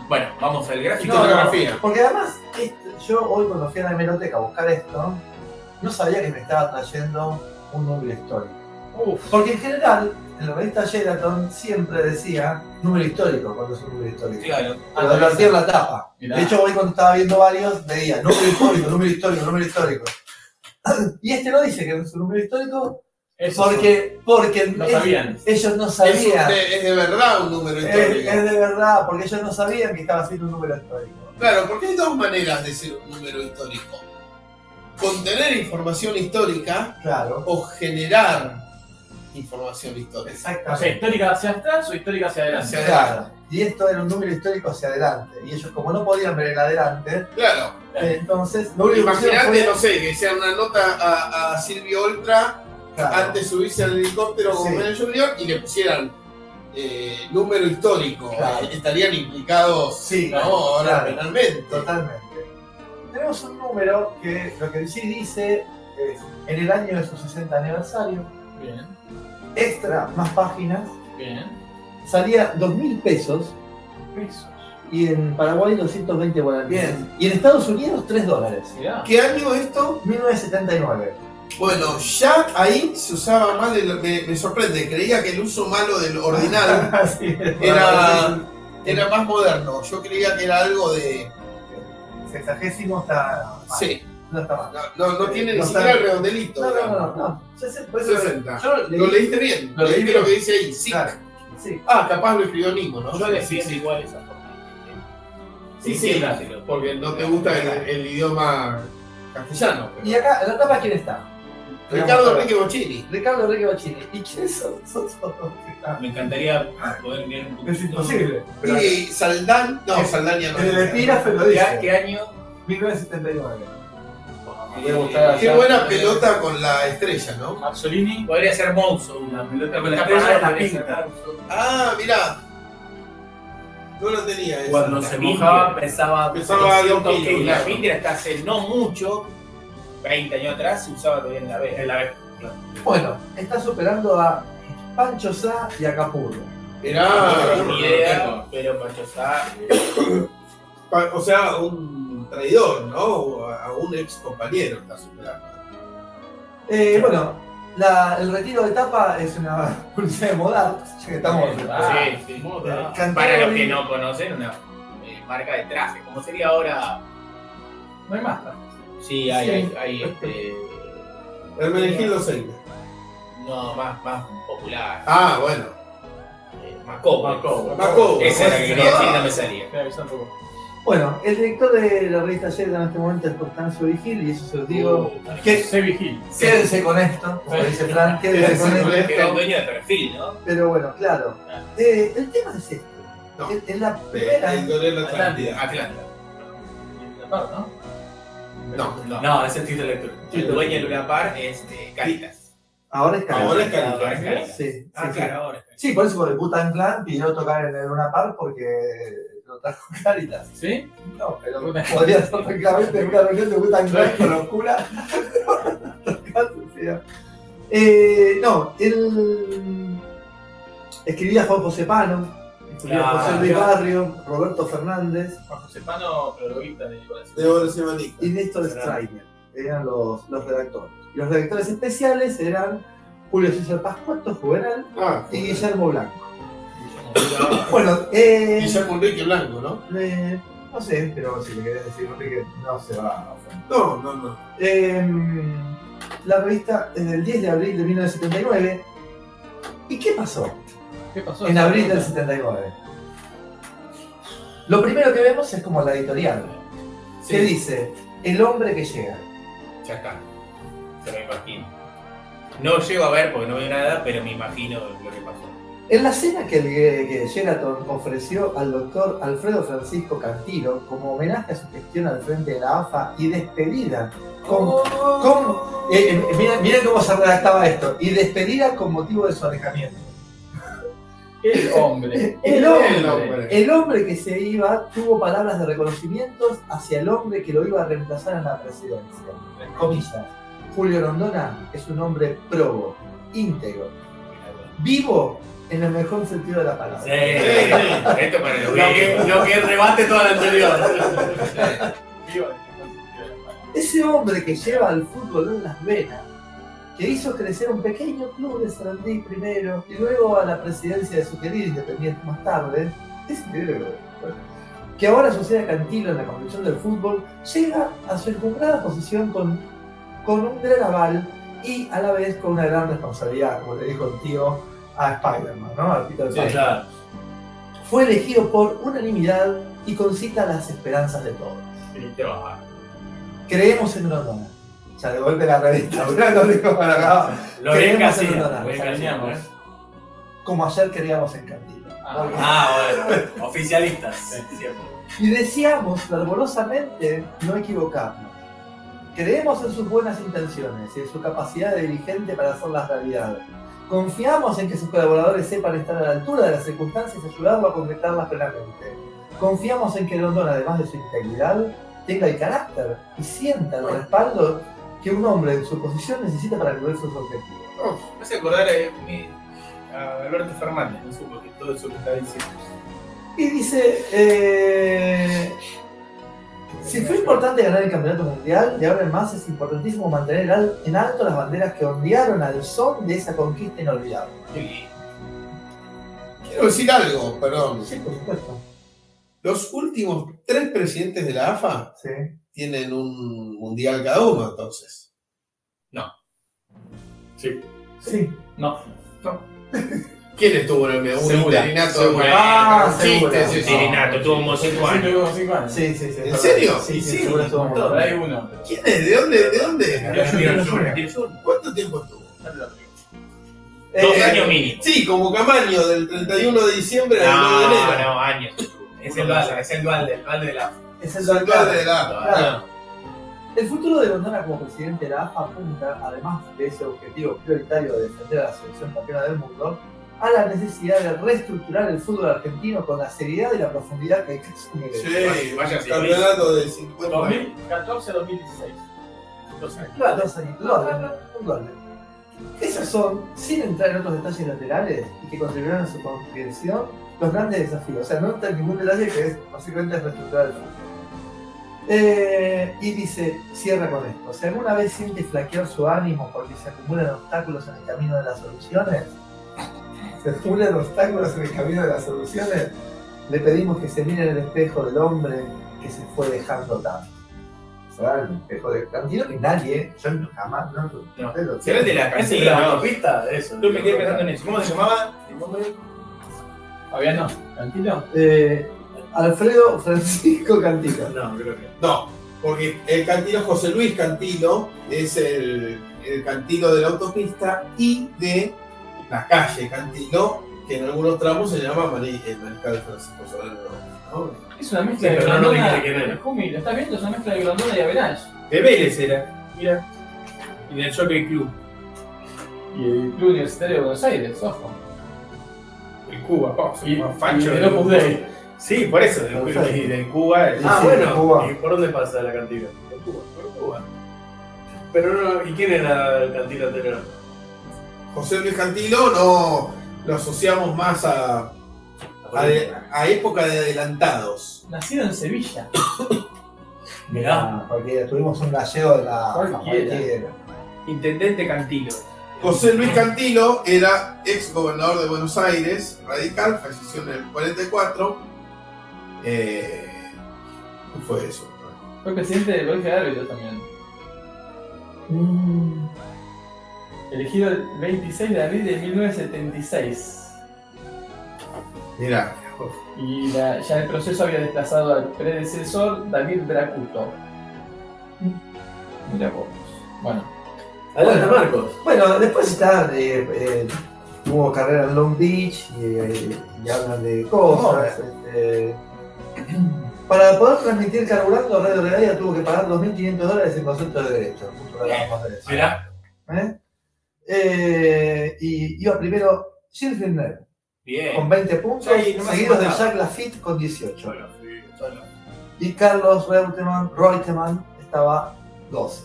[SPEAKER 10] Bueno, vamos al
[SPEAKER 5] Y
[SPEAKER 10] gráfico.
[SPEAKER 5] fotografía.
[SPEAKER 12] Porque además, esto- yo hoy cuando fui a la hemeroteca a buscar esto, no sabía que me estaba trayendo un número histórico. Porque en general, en la revista Sheraton siempre decía número histórico cuando es un número histórico.
[SPEAKER 10] Claro.
[SPEAKER 12] Pero advertía en la tapa. eh, De hecho, hoy cuando estaba viendo varios, veía número histórico, número histórico, número histórico. Y este no dice que es un número histórico porque, porque
[SPEAKER 3] No
[SPEAKER 12] ellos-
[SPEAKER 3] sabían.
[SPEAKER 12] ellos no Eh,
[SPEAKER 5] Es, un-
[SPEAKER 12] sabían.
[SPEAKER 5] de- es de verdad un número
[SPEAKER 12] Es, es
[SPEAKER 5] histórico.
[SPEAKER 12] de verdad, porque ellos no sabían que estaba haciendo un número histórico.
[SPEAKER 5] Claro, porque hay dos maneras de decir un número histórico: contener información histórica
[SPEAKER 12] Claro,
[SPEAKER 5] o generar información histórica.
[SPEAKER 3] O sea,
[SPEAKER 12] exactamente.
[SPEAKER 3] histórica hacia atrás o histórica hacia adelante.
[SPEAKER 12] Claro. Y esto era un número histórico hacia adelante. Y ellos, como no podían ver el adelante,
[SPEAKER 5] Claro.
[SPEAKER 12] entonces lo único que hicieron
[SPEAKER 5] Imagínate,
[SPEAKER 12] fue.
[SPEAKER 5] no sé, que sea una nota a, a Silvio Oltra
[SPEAKER 12] Claro,
[SPEAKER 5] antes de subirse al helicóptero como
[SPEAKER 12] Sí.
[SPEAKER 5] Menem Junior y le pusieran eh, número histórico.
[SPEAKER 12] Claro.
[SPEAKER 5] Eh, Estarían implicados,
[SPEAKER 12] Sí,
[SPEAKER 5] ¿no? Ahora
[SPEAKER 12] claro.
[SPEAKER 5] penalmente.
[SPEAKER 12] totalmente. Tenemos un número que lo que sí dice es en el año de su 60 aniversario,
[SPEAKER 3] Bien,
[SPEAKER 12] extra, más páginas,
[SPEAKER 3] bien.
[SPEAKER 12] salía 2.000 pesos
[SPEAKER 3] Pesos.
[SPEAKER 12] y en Paraguay 220 guaraníes. Y en Estados Unidos 3 dólares.
[SPEAKER 3] Mirá.
[SPEAKER 5] ¿Qué año esto?
[SPEAKER 12] 1979.
[SPEAKER 5] Bueno, ya ahí se usaba más de lo- me, me sorprende, creía que el uso malo del ordinal
[SPEAKER 12] Así es.
[SPEAKER 5] era, era más moderno. Yo creía que era algo de.
[SPEAKER 12] Sexagésimo está. mal,
[SPEAKER 5] Sí,
[SPEAKER 12] No está mal.
[SPEAKER 5] no, no, no tiene ni
[SPEAKER 12] No
[SPEAKER 5] siquiera
[SPEAKER 12] sabe.
[SPEAKER 5] el redondelito.
[SPEAKER 12] No, no,
[SPEAKER 5] digamos.
[SPEAKER 12] no, no. Ya sé, por eso-
[SPEAKER 5] 60.
[SPEAKER 12] Yo leí-
[SPEAKER 5] Lo leíste bien,
[SPEAKER 3] Lo leí
[SPEAKER 5] leíste
[SPEAKER 3] bien.
[SPEAKER 5] lo que dice ahí. Sí.
[SPEAKER 12] Claro, sí.
[SPEAKER 5] Ah, capaz lo escribió Nimo, ¿no?
[SPEAKER 10] Yo defiendo igual esa forma.
[SPEAKER 5] Sí, sí, porque no te gusta el, el idioma castellano. pero-
[SPEAKER 12] Y acá, en la tapa, ¿quién está?
[SPEAKER 5] Ricardo Enrique Bocini.
[SPEAKER 12] Ricardo Enrique Bachini. ¿Y quién son? Son todos.
[SPEAKER 10] Me encantaría poder mirar un poquito.
[SPEAKER 12] Ah, Es imposible. Pero
[SPEAKER 5] Y Saldán, no,
[SPEAKER 12] Es-
[SPEAKER 5] Saldán ya no.
[SPEAKER 12] En el epígrafe lo dice.
[SPEAKER 10] ¿Qué, qué año?
[SPEAKER 12] 1979.
[SPEAKER 3] Voy a buscar allá.
[SPEAKER 5] Qué buena pelota con la estrella, ¿no?
[SPEAKER 3] Mazzolini.
[SPEAKER 10] Podría ser Monzo una pelota con la
[SPEAKER 3] Capaz la
[SPEAKER 10] podría ser
[SPEAKER 3] pinta.
[SPEAKER 10] Monzo.
[SPEAKER 5] Ah, mirá. No lo tenía eso.
[SPEAKER 10] Cuando se mojaba pesaba,
[SPEAKER 5] Pesaba
[SPEAKER 10] 200
[SPEAKER 5] dos kilos,
[SPEAKER 10] kilos.
[SPEAKER 5] claro.
[SPEAKER 10] La Finder hasta hace no mucho, 20 años atrás, se usaba todavía en la B. En la B.
[SPEAKER 12] Bueno, está superando a Pancho Sá y a Capurro.
[SPEAKER 5] Mirá,
[SPEAKER 10] no tengo ni idea, pero Pancho Sá,
[SPEAKER 5] pa- o sea, un traidor, ¿no? O A a un ex compañero está superando.
[SPEAKER 12] Eh, bueno, la- el retiro de tapa es una publicidad de moda. Ya que estamos.
[SPEAKER 10] sí, Ah, sí.
[SPEAKER 3] moda.
[SPEAKER 12] Cantaroli.
[SPEAKER 10] Para los que no conocen, una eh, marca de traje. Como sería ahora.
[SPEAKER 3] No hay más.
[SPEAKER 10] Sí, hay,
[SPEAKER 12] Sí.
[SPEAKER 10] hay, hay, este.
[SPEAKER 5] Hermenegildo Seina.
[SPEAKER 10] No, más, más popular,
[SPEAKER 5] Ah, bueno.
[SPEAKER 10] eh, más cómodo.
[SPEAKER 3] Marco.
[SPEAKER 5] Paco.
[SPEAKER 10] Esa era la que quería decir, no me salía.
[SPEAKER 3] Espera, yo tampoco.
[SPEAKER 12] Bueno, el director de la revista Sheridan en este momento es Constancio Vigil, y eso se lo digo. ¿Qué?
[SPEAKER 3] Se vigil.
[SPEAKER 12] Uh, Quédense con esto, como dice Fran, quédense con
[SPEAKER 5] Quédense con
[SPEAKER 12] esto.
[SPEAKER 5] esto.
[SPEAKER 10] Que era el dueño de perfil, ¿no?
[SPEAKER 12] Pero bueno, claro. Eh, el tema es este.
[SPEAKER 5] No.
[SPEAKER 12] En, en la
[SPEAKER 5] El
[SPEAKER 12] primera.
[SPEAKER 5] el dolor de la Atlántida.
[SPEAKER 10] Atlanta.
[SPEAKER 3] ¿no?
[SPEAKER 5] No, no.
[SPEAKER 10] No, ese es el título de lectura. El dueño de Luna Par es eh, Caritas.
[SPEAKER 12] Ahora es Cali.
[SPEAKER 5] Ahora es
[SPEAKER 10] Ahora es
[SPEAKER 5] Caritas.
[SPEAKER 10] Caritas.
[SPEAKER 12] Sí, sí,
[SPEAKER 10] Ah,
[SPEAKER 12] sí.
[SPEAKER 10] claro, ahora es Caritas.
[SPEAKER 12] Sí, por eso por el Butan Clan pidió tocar en el Una Par porque lo trajo Caritas.
[SPEAKER 3] ¿Sí?
[SPEAKER 12] No, pero podría ser tranquilamente en una reunión de Butan Clan con los curas. realidad. Eh, no, él escribía Juan José Pano, escribía
[SPEAKER 10] Claro.
[SPEAKER 12] José Luis Barrio, Roberto Fernández
[SPEAKER 10] Juan José Pano, protagonista de Nicolás.
[SPEAKER 13] De Boris y Manic.
[SPEAKER 12] y Néstor Strainer. Eran los, los redactores. Y los redactores especiales eran Julio César Pascuato, Juvenal
[SPEAKER 14] Ah,
[SPEAKER 12] y Guillermo Blanco.
[SPEAKER 14] Guillermo
[SPEAKER 12] Bueno, eh,
[SPEAKER 14] Enrique Blanco, ¿no?
[SPEAKER 12] eh, no sé, pero si le querés decir, Enrique, no se va a ofender.
[SPEAKER 14] No, no, no.
[SPEAKER 12] Em, la revista es del 10 de abril de 1979. ¿Y qué pasó
[SPEAKER 10] ¿Qué pasó?
[SPEAKER 12] en abril del 79? Lo primero que vemos es como la editorial, que
[SPEAKER 10] Sí,
[SPEAKER 12] dice, el hombre que llega.
[SPEAKER 10] ya está. Se lo imagino. No llego a ver porque no veo nada, pero me imagino lo que pasó.
[SPEAKER 12] En la cena que, el- eh, que Sheraton ofreció al doctor Alfredo Francisco Cantilo como homenaje a su gestión al frente de la AFA y despedida con...
[SPEAKER 10] Oh.
[SPEAKER 12] con- eh, eh, miren, miren cómo se redactaba esto. Y despedida con motivo de su alejamiento.
[SPEAKER 10] El hombre.
[SPEAKER 12] El hombre.
[SPEAKER 14] El hombre.
[SPEAKER 12] El hombre que se iba tuvo palabras de reconocimientos hacia el hombre que lo iba a reemplazar en la presidencia. Comillas. Julio Rondona es un hombre probo, íntegro, vivo en el mejor sentido de la palabra.
[SPEAKER 10] Sí, esto para los viejos.
[SPEAKER 14] Lo que rebate toda la anterior.
[SPEAKER 12] Ese hombre que lleva al fútbol en las venas, que hizo crecer un pequeño club de Sarandí primero y luego a la presidencia de su querido Independiente más tarde, ese negro, bueno, que ahora sucede a Cantilo en la construcción del fútbol, llega a su encumbrada posición con, con un gran aval y a la vez con una gran responsabilidad, como le dijo el tío a Spider-Man, ¿no? Al Peter Parker. Fue elegido por unanimidad y concita las esperanzas de todos
[SPEAKER 10] Sí, te va.
[SPEAKER 12] creemos en Rondona. Ya de golpe la revista, pero lo digo para acá.
[SPEAKER 10] Lo ven
[SPEAKER 12] Creemos
[SPEAKER 10] casi.
[SPEAKER 12] en Rondona.
[SPEAKER 10] Lo encasillan, ¿eh?
[SPEAKER 12] Como ayer queríamos en Cantilo.
[SPEAKER 10] Ah, bueno. Oficialistas. siempre.
[SPEAKER 12] Y deseamos fervorosamente no equivocarnos. Creemos en sus buenas intenciones y en su capacidad de dirigente para hacerlas realidad. Confiamos en que sus colaboradores sepan estar a la altura de las circunstancias y ayudarlo a completarlas plenamente. Confiamos en que Rondón, además de su integridad, tenga el carácter y sienta el respaldo que un hombre en su posición necesita para lograr sus objetivos.
[SPEAKER 10] Me hace acordar eh, mi- a Alberto Fernández, no sé por qué todo eso que está diciendo.
[SPEAKER 12] Y dice, eh, si fue importante ganar el campeonato mundial, de ahora en más es importantísimo mantener al- en alto las banderas que ondearon al son de esa conquista inolvidable.
[SPEAKER 14] Quiero decir algo, perdón.
[SPEAKER 12] Sí, por supuesto.
[SPEAKER 14] Los últimos tres presidentes de la AFA
[SPEAKER 12] Sí.
[SPEAKER 14] tienen un mundial cada uno, entonces.
[SPEAKER 12] Sí.
[SPEAKER 14] ¿Quién estuvo en el medio? Un
[SPEAKER 10] Segura,
[SPEAKER 14] interinato.
[SPEAKER 10] segura.
[SPEAKER 14] Ah, sí,
[SPEAKER 12] segura.
[SPEAKER 14] sí, sí, sí.
[SPEAKER 10] Sirinato, tuvo como 5 años.
[SPEAKER 12] Sí, sí, sí.
[SPEAKER 14] ¿En serio?
[SPEAKER 12] Sí, sí,
[SPEAKER 14] Sí,
[SPEAKER 12] seguro estuvo muy bueno.
[SPEAKER 10] uno.
[SPEAKER 14] ¿Quién es? ¿De dónde? ¿De dónde?
[SPEAKER 10] Pero Junior, Junior, Junior, Junior.
[SPEAKER 14] ¿Cuánto tiempo estuvo?
[SPEAKER 10] Dos
[SPEAKER 12] Eh,
[SPEAKER 10] años mínimo.
[SPEAKER 14] Sí, como Camaño, del 31 de diciembre al 1 de
[SPEAKER 10] No,
[SPEAKER 14] enero.
[SPEAKER 10] no, años. Es el dual, es el dual, el dual de la.
[SPEAKER 12] Es
[SPEAKER 14] Es
[SPEAKER 12] el
[SPEAKER 14] el padre de la AFA.
[SPEAKER 12] Claro. El futuro de Rondona como presidente de la AFA apunta, además de ese objetivo prioritario de defender a la selección campeona del mundo, a la necesidad de reestructurar el fútbol argentino con la seriedad y la profundidad que el caso merece.
[SPEAKER 14] Sí,
[SPEAKER 10] Vaya si lo hizo.
[SPEAKER 14] campeonato de 50 años.
[SPEAKER 6] 2014-2016.
[SPEAKER 12] Claro, dos años, dos años, un gol. Esos son, sin entrar en otros detalles laterales y que contribuyeron a su comprensión, los grandes desafíos. O sea, no entra en ningún detalle que es básicamente reestructurar el fútbol. Eh, y dice, cierra con esto. Si alguna vez siente flaquear su ánimo porque se acumulan obstáculos en el camino de las soluciones, se acumulan obstáculos en el camino de las soluciones, le pedimos que se mire en el espejo del hombre que se fue dejando tanto. Se va al espejo de Cantilo que nadie, yo jamás, no,
[SPEAKER 10] No.
[SPEAKER 12] ustedes lo
[SPEAKER 10] Será el de la
[SPEAKER 3] Ese
[SPEAKER 10] cantina,
[SPEAKER 3] la
[SPEAKER 10] ¿no?
[SPEAKER 3] autopista, eso.
[SPEAKER 10] Yo me quedé pensando en eso. ¿Cómo se llamaba?
[SPEAKER 6] Fabiano, tranquilo.
[SPEAKER 12] Eh, Alfredo Francisco Cantilo.
[SPEAKER 10] No, creo que.
[SPEAKER 14] No, porque el cantino José Luis Cantilo es el, el cantilo de la autopista y de la calle Cantilo, que en algunos tramos se llama Mari- el Mariscal Francisco Solano. ¿no?
[SPEAKER 6] Es una mezcla
[SPEAKER 10] Sí,
[SPEAKER 6] de
[SPEAKER 10] pero no lo
[SPEAKER 6] Grondona.
[SPEAKER 10] dijiste quién era.
[SPEAKER 6] Jumi, ¿lo estás viendo? Es una mezcla de Grondona y Avelanche.
[SPEAKER 10] De Vélez era. Mira. Y del Jockey Club.
[SPEAKER 6] Y el Club Universitario de Buenos Aires, ojo.
[SPEAKER 10] El Cuba, pa, soy
[SPEAKER 6] Y-
[SPEAKER 10] más facho.
[SPEAKER 6] y el
[SPEAKER 10] del-
[SPEAKER 6] Opus Dei.
[SPEAKER 10] Sí, por eso, del,
[SPEAKER 12] Perfecto.
[SPEAKER 10] y del Cuba. el-
[SPEAKER 12] Ah, bueno.
[SPEAKER 3] ¿Y por dónde pasa la cantina?
[SPEAKER 10] Por Cuba, por Cuba.
[SPEAKER 1] Pero no, ¿y quién era el cantino anterior?
[SPEAKER 14] José Luis Cantilo no lo asociamos más a, a, de- a época de adelantados.
[SPEAKER 6] Nacido en Sevilla.
[SPEAKER 1] Mirá.
[SPEAKER 12] Ah, Cualquiera, tuvimos un gallego de la
[SPEAKER 6] Cualquiera.
[SPEAKER 12] cualquiera.
[SPEAKER 6] Intendente Cantilo.
[SPEAKER 14] José Luis Cantilo era ex gobernador de Buenos Aires, radical, falleció en el 44. Eh, ¿qué fue eso?
[SPEAKER 6] Fue presidente del Colegio de Árbitros también. Elegido el 26 de abril de 1976.
[SPEAKER 14] Mirá,
[SPEAKER 6] Y la- ya el proceso había desplazado al predecesor David Bracuto. Mira vos. Bueno,
[SPEAKER 1] Adelante, Marcos.
[SPEAKER 12] Bueno, después está. eh, eh, hubo carrera en Long Beach y, eh, y hablan de cosas. este, para poder transmitir carburando, Radio Regalia tuvo que pagar 2.500 dólares en concepto de derecho. Justo hablábamos de eso.
[SPEAKER 10] Mirá,
[SPEAKER 12] ¿Eh? Eh, y iba primero Gilles Villeneuve
[SPEAKER 10] bien.
[SPEAKER 12] con 20 puntos,
[SPEAKER 10] Sí, no me
[SPEAKER 12] seguido de
[SPEAKER 10] hace nada.
[SPEAKER 12] Jacques Lafitte con 18.
[SPEAKER 10] Solo, solo.
[SPEAKER 12] Y Carlos Reutemann, Reutemann estaba 12.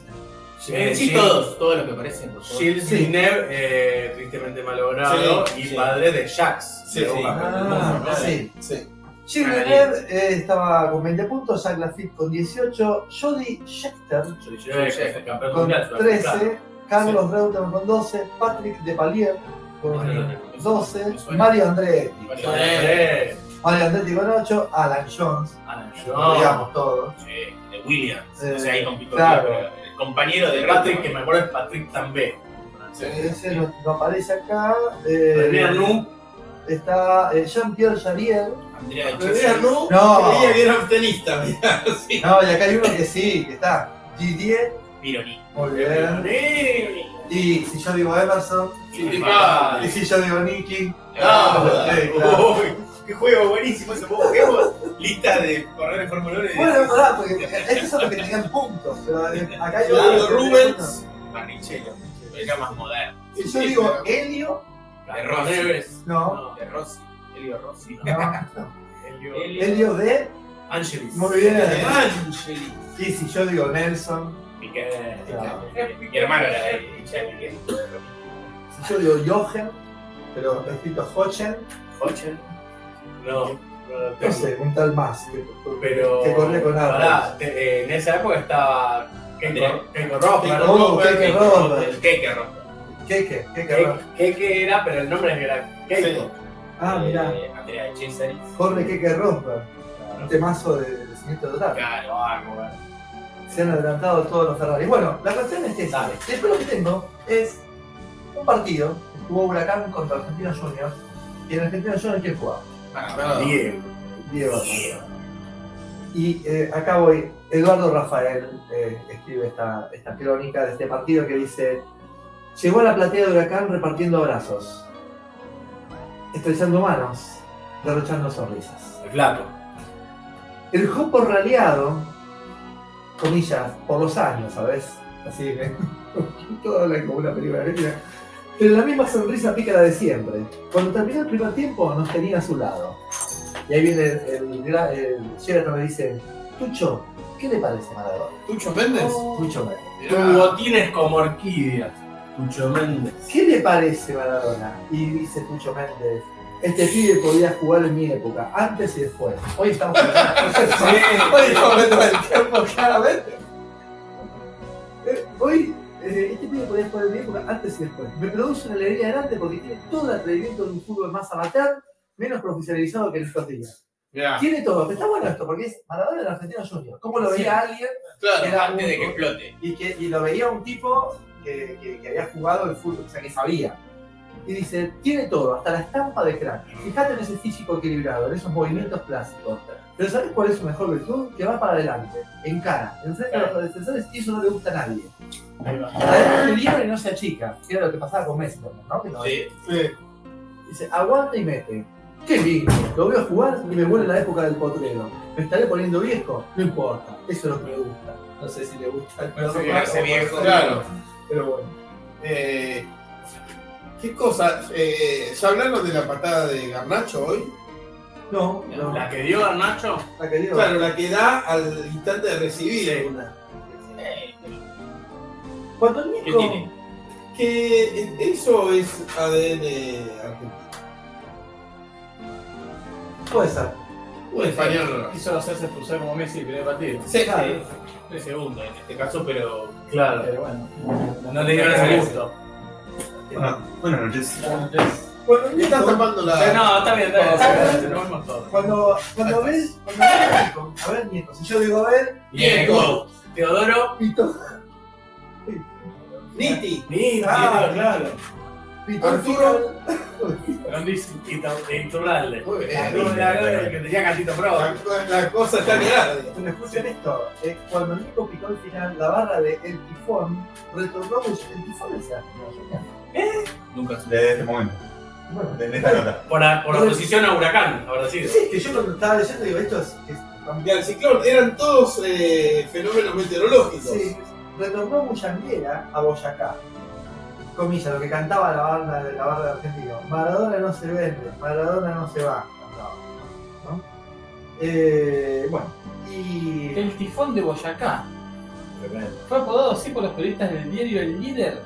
[SPEAKER 10] Eh, sí, todos, todos los que aparecen, por favor.
[SPEAKER 1] Gilles
[SPEAKER 12] Sí.
[SPEAKER 1] Villeneuve, eh, tristemente malogrado,
[SPEAKER 14] Sí,
[SPEAKER 1] y
[SPEAKER 14] sí.
[SPEAKER 1] padre de Jax.
[SPEAKER 14] Sí,
[SPEAKER 1] de
[SPEAKER 14] sí.
[SPEAKER 1] Boca.
[SPEAKER 12] Ah, sí.
[SPEAKER 14] sí.
[SPEAKER 12] Gilles Villeneuve eh, estaba con 20 puntos, Jacques Lafitte con 18, Jody Schechter
[SPEAKER 1] Yo creo que es el campeón
[SPEAKER 12] con
[SPEAKER 1] mundial, sudafricano.
[SPEAKER 12] 13, Carlos Reutemann con 12, Patrick Depalier con
[SPEAKER 10] Me suena,
[SPEAKER 12] 12,
[SPEAKER 10] me suena.
[SPEAKER 12] Mario Andretti.
[SPEAKER 10] Mario Andretti.
[SPEAKER 1] Eh,
[SPEAKER 12] Mario Andretti con 8, Alan Jones,
[SPEAKER 10] Alan
[SPEAKER 12] digamos todos.
[SPEAKER 10] Sí, de Williams. o sea, ahí compitió.
[SPEAKER 12] claro.
[SPEAKER 10] pero El compañero de
[SPEAKER 1] Patrick, que me acuerdo es Patrick També.
[SPEAKER 12] Ese no, no aparece acá. eh,
[SPEAKER 1] Andrea Nu,
[SPEAKER 12] está eh, Jean-Pierre Jariel.
[SPEAKER 10] Andrea
[SPEAKER 14] Pero mira,
[SPEAKER 10] Echesi.
[SPEAKER 14] no,
[SPEAKER 12] No.
[SPEAKER 14] creía que era tenista, mirá, sí.
[SPEAKER 12] No, y acá hay uno que sí, que está. Didier.
[SPEAKER 10] Pironi.
[SPEAKER 12] Muy bien. Y si yo digo Emerson.
[SPEAKER 14] Sí,
[SPEAKER 10] Ah.
[SPEAKER 12] Y si yo digo Nicky.
[SPEAKER 10] Ah,
[SPEAKER 12] sí, claro.
[SPEAKER 10] uy, qué juego buenísimo ese juego. Juguemos lista de correr en Fórmula 1 y
[SPEAKER 12] Bueno, pará, porque estos son los que tenían puntos. Pero eh, acá hay
[SPEAKER 14] Claro,
[SPEAKER 12] otro que tiene
[SPEAKER 14] Rubens.
[SPEAKER 12] puntos.
[SPEAKER 10] Barrichello. Era más moderno.
[SPEAKER 12] Si yo digo Helio.
[SPEAKER 10] De Rossi.
[SPEAKER 12] No.
[SPEAKER 10] De Rossi. Elio Rossi.
[SPEAKER 12] no.
[SPEAKER 10] Elio.
[SPEAKER 12] Helio de.
[SPEAKER 1] Angelis.
[SPEAKER 12] Muy bien.
[SPEAKER 10] Angeli.
[SPEAKER 12] Y si yo digo Nelson.
[SPEAKER 10] Piqué.
[SPEAKER 12] Claro.
[SPEAKER 10] Mi hermano era de Echesi.
[SPEAKER 12] Si yo digo Jochen. Pero escrito Hochen.
[SPEAKER 10] Hochen.
[SPEAKER 1] No, no lo
[SPEAKER 12] No
[SPEAKER 1] tengo.
[SPEAKER 12] sé, un tal más. que-
[SPEAKER 1] Pero.
[SPEAKER 12] Que corría con Arnold.
[SPEAKER 1] Pará, te- eh, en esa época estaba.
[SPEAKER 10] Andrea.
[SPEAKER 1] Keiko Keiko Rosberg.
[SPEAKER 12] Keiko Rosberg, Keiko Rosberg.
[SPEAKER 10] El Keke Rosberg.
[SPEAKER 12] Keke. Keke.
[SPEAKER 1] Keiko-
[SPEAKER 12] Rock.
[SPEAKER 1] Keiko era, pero el nombre era Keiko.
[SPEAKER 12] Ah, mirá.
[SPEAKER 10] Eh, Andrea Echesi.
[SPEAKER 12] Corre Keke Rosberg. Un temazo de cimiento total.
[SPEAKER 10] Claro, bárbaro.
[SPEAKER 12] se han adelantado todos los Ferrari. Bueno, la cuestión es que
[SPEAKER 1] Dale.
[SPEAKER 12] después lo que tengo es un partido que jugó Huracán contra Argentino Juniors. Y en Argentino Juniors, ¿quién jugaba?
[SPEAKER 1] Diego.
[SPEAKER 12] Diego. Y eh, acá voy. Eduardo Rafael eh, escribe esta, esta crónica de este partido que dice: Llegó a la platea de Huracán repartiendo abrazos, estrechando manos, derrochando sonrisas.
[SPEAKER 1] El flaco.
[SPEAKER 12] El grupo raleado, comillas, por los años, ¿sabes? Así que todo habla como una película argentina. Pero la misma sonrisa pícara de siempre. Cuando terminó el primer tiempo, nos tenía a su lado. Y ahí viene el, el, gra- el Sheraton le dice, Tucho, ¿qué le parece a Maradona? Oh.
[SPEAKER 14] ¿Tucho Méndez?
[SPEAKER 12] Tucho Méndez.
[SPEAKER 1] Tu botín es como orquídeas. Tucho Méndez.
[SPEAKER 12] ¿Qué le parece Maradona? Y dice Tucho Méndez, este pibe podía jugar en mi época, antes y después. Hoy estamos
[SPEAKER 14] Hoy estamos hablando del tiempo, claramente.
[SPEAKER 12] Eh, Hoy, eh, este pibe podía jugar en mi época antes y después. Me produce una alegría grande porque tiene todo el atrevimiento de un fútbol más amateur, menos profesionalizado que en estos días.
[SPEAKER 14] Mirá,
[SPEAKER 12] Tiene todo. Está bueno esto porque es Maradona del Argentino Junior. ¿Cómo lo veía alguien?
[SPEAKER 10] Claro,
[SPEAKER 12] Era
[SPEAKER 10] antes
[SPEAKER 12] un-
[SPEAKER 10] de que explote.
[SPEAKER 12] Y, que, y lo veía un tipo que, que- que había jugado el fútbol, o sea, que sabía. Y dice, tiene todo, hasta la estampa de crack. Fíjate en ese físico equilibrado, en esos movimientos plásticos. Pero ¿sabes cuál es su mejor virtud? Que va para adelante, en cara, enfrente a los defensores y eso no le gusta a nadie. Además, el hierro y no se achica. que Era lo que pasaba con Messi también, ¿no? Que no-
[SPEAKER 10] Sí.
[SPEAKER 12] Dice, aguanta y mete. Qué lindo. Lo veo jugar y me vuelve la época del potrero. ¿Me estaré poniendo viejo? No importa. Eso es lo que me gusta. No sé si le gusta el
[SPEAKER 10] Parece que
[SPEAKER 12] programa
[SPEAKER 10] nace
[SPEAKER 12] o-
[SPEAKER 10] viejo.
[SPEAKER 14] Claro.
[SPEAKER 12] Pero bueno.
[SPEAKER 14] Eh, ¿Qué cosa? Eh, ¿Ya hablaron de la patada de Garnacho hoy?
[SPEAKER 12] No, no.
[SPEAKER 1] La que dio Garnacho.
[SPEAKER 12] La que digo.
[SPEAKER 14] Claro, la que da al instante de recibir.
[SPEAKER 1] Sí.
[SPEAKER 14] alguna.
[SPEAKER 10] Eh,
[SPEAKER 5] Cuando
[SPEAKER 10] ¿Qué
[SPEAKER 5] Nico,
[SPEAKER 10] tiene?
[SPEAKER 5] que eso es ADN argentino.
[SPEAKER 12] Puede ser.
[SPEAKER 10] Un español.
[SPEAKER 3] Quiso hacerse expulsar como Messi el primer partido.
[SPEAKER 10] Sí, sí, segundo en este caso, pero.
[SPEAKER 3] Claro. Pero bueno, no le dieron ese gusto.
[SPEAKER 12] buenas noches.
[SPEAKER 5] Cuando Nico, estás tapando la.
[SPEAKER 3] No, está bien, está bien. Nos vemos todos.
[SPEAKER 12] Cuando, cuando ves, cuando ves a Nico, a ver Nico, si yo digo a ver,
[SPEAKER 10] Diego.
[SPEAKER 3] Teodoro.
[SPEAKER 12] Pito,
[SPEAKER 5] Niti.
[SPEAKER 3] Ni,
[SPEAKER 12] Ah,
[SPEAKER 3] claro.
[SPEAKER 12] Pito,
[SPEAKER 5] Arturo.
[SPEAKER 3] Grandísimo. Intolerable.
[SPEAKER 5] Muy bien.
[SPEAKER 3] Que tenía Catito Pro.
[SPEAKER 5] La, la cosa está mirada.
[SPEAKER 12] Pero escuchen esto, eh, cuando Nico picó al final la barra de El Tifón, retornó el Tifón es Argentina, genial.
[SPEAKER 10] Nunca
[SPEAKER 15] Desde este momento,
[SPEAKER 12] Bueno,
[SPEAKER 15] desde esta nota.
[SPEAKER 3] Por, la- por oposición a Huracán, habrá sido.
[SPEAKER 12] sí, que este, yo cuando estaba leyendo digo, esto es... es
[SPEAKER 5] Mundial ciclón, eran todos eh, fenómenos meteorológicos.
[SPEAKER 12] sí, retornó Bullanguera a Boyacá. Comilla, lo que cantaba la banda de la barra de Argentino. Maradona no se vende, Maradona no se va, cantaba. ¿no? Eh, bueno, y...
[SPEAKER 2] El tifón de Boyacá. Fue apodado así por los periodistas del diario El Líder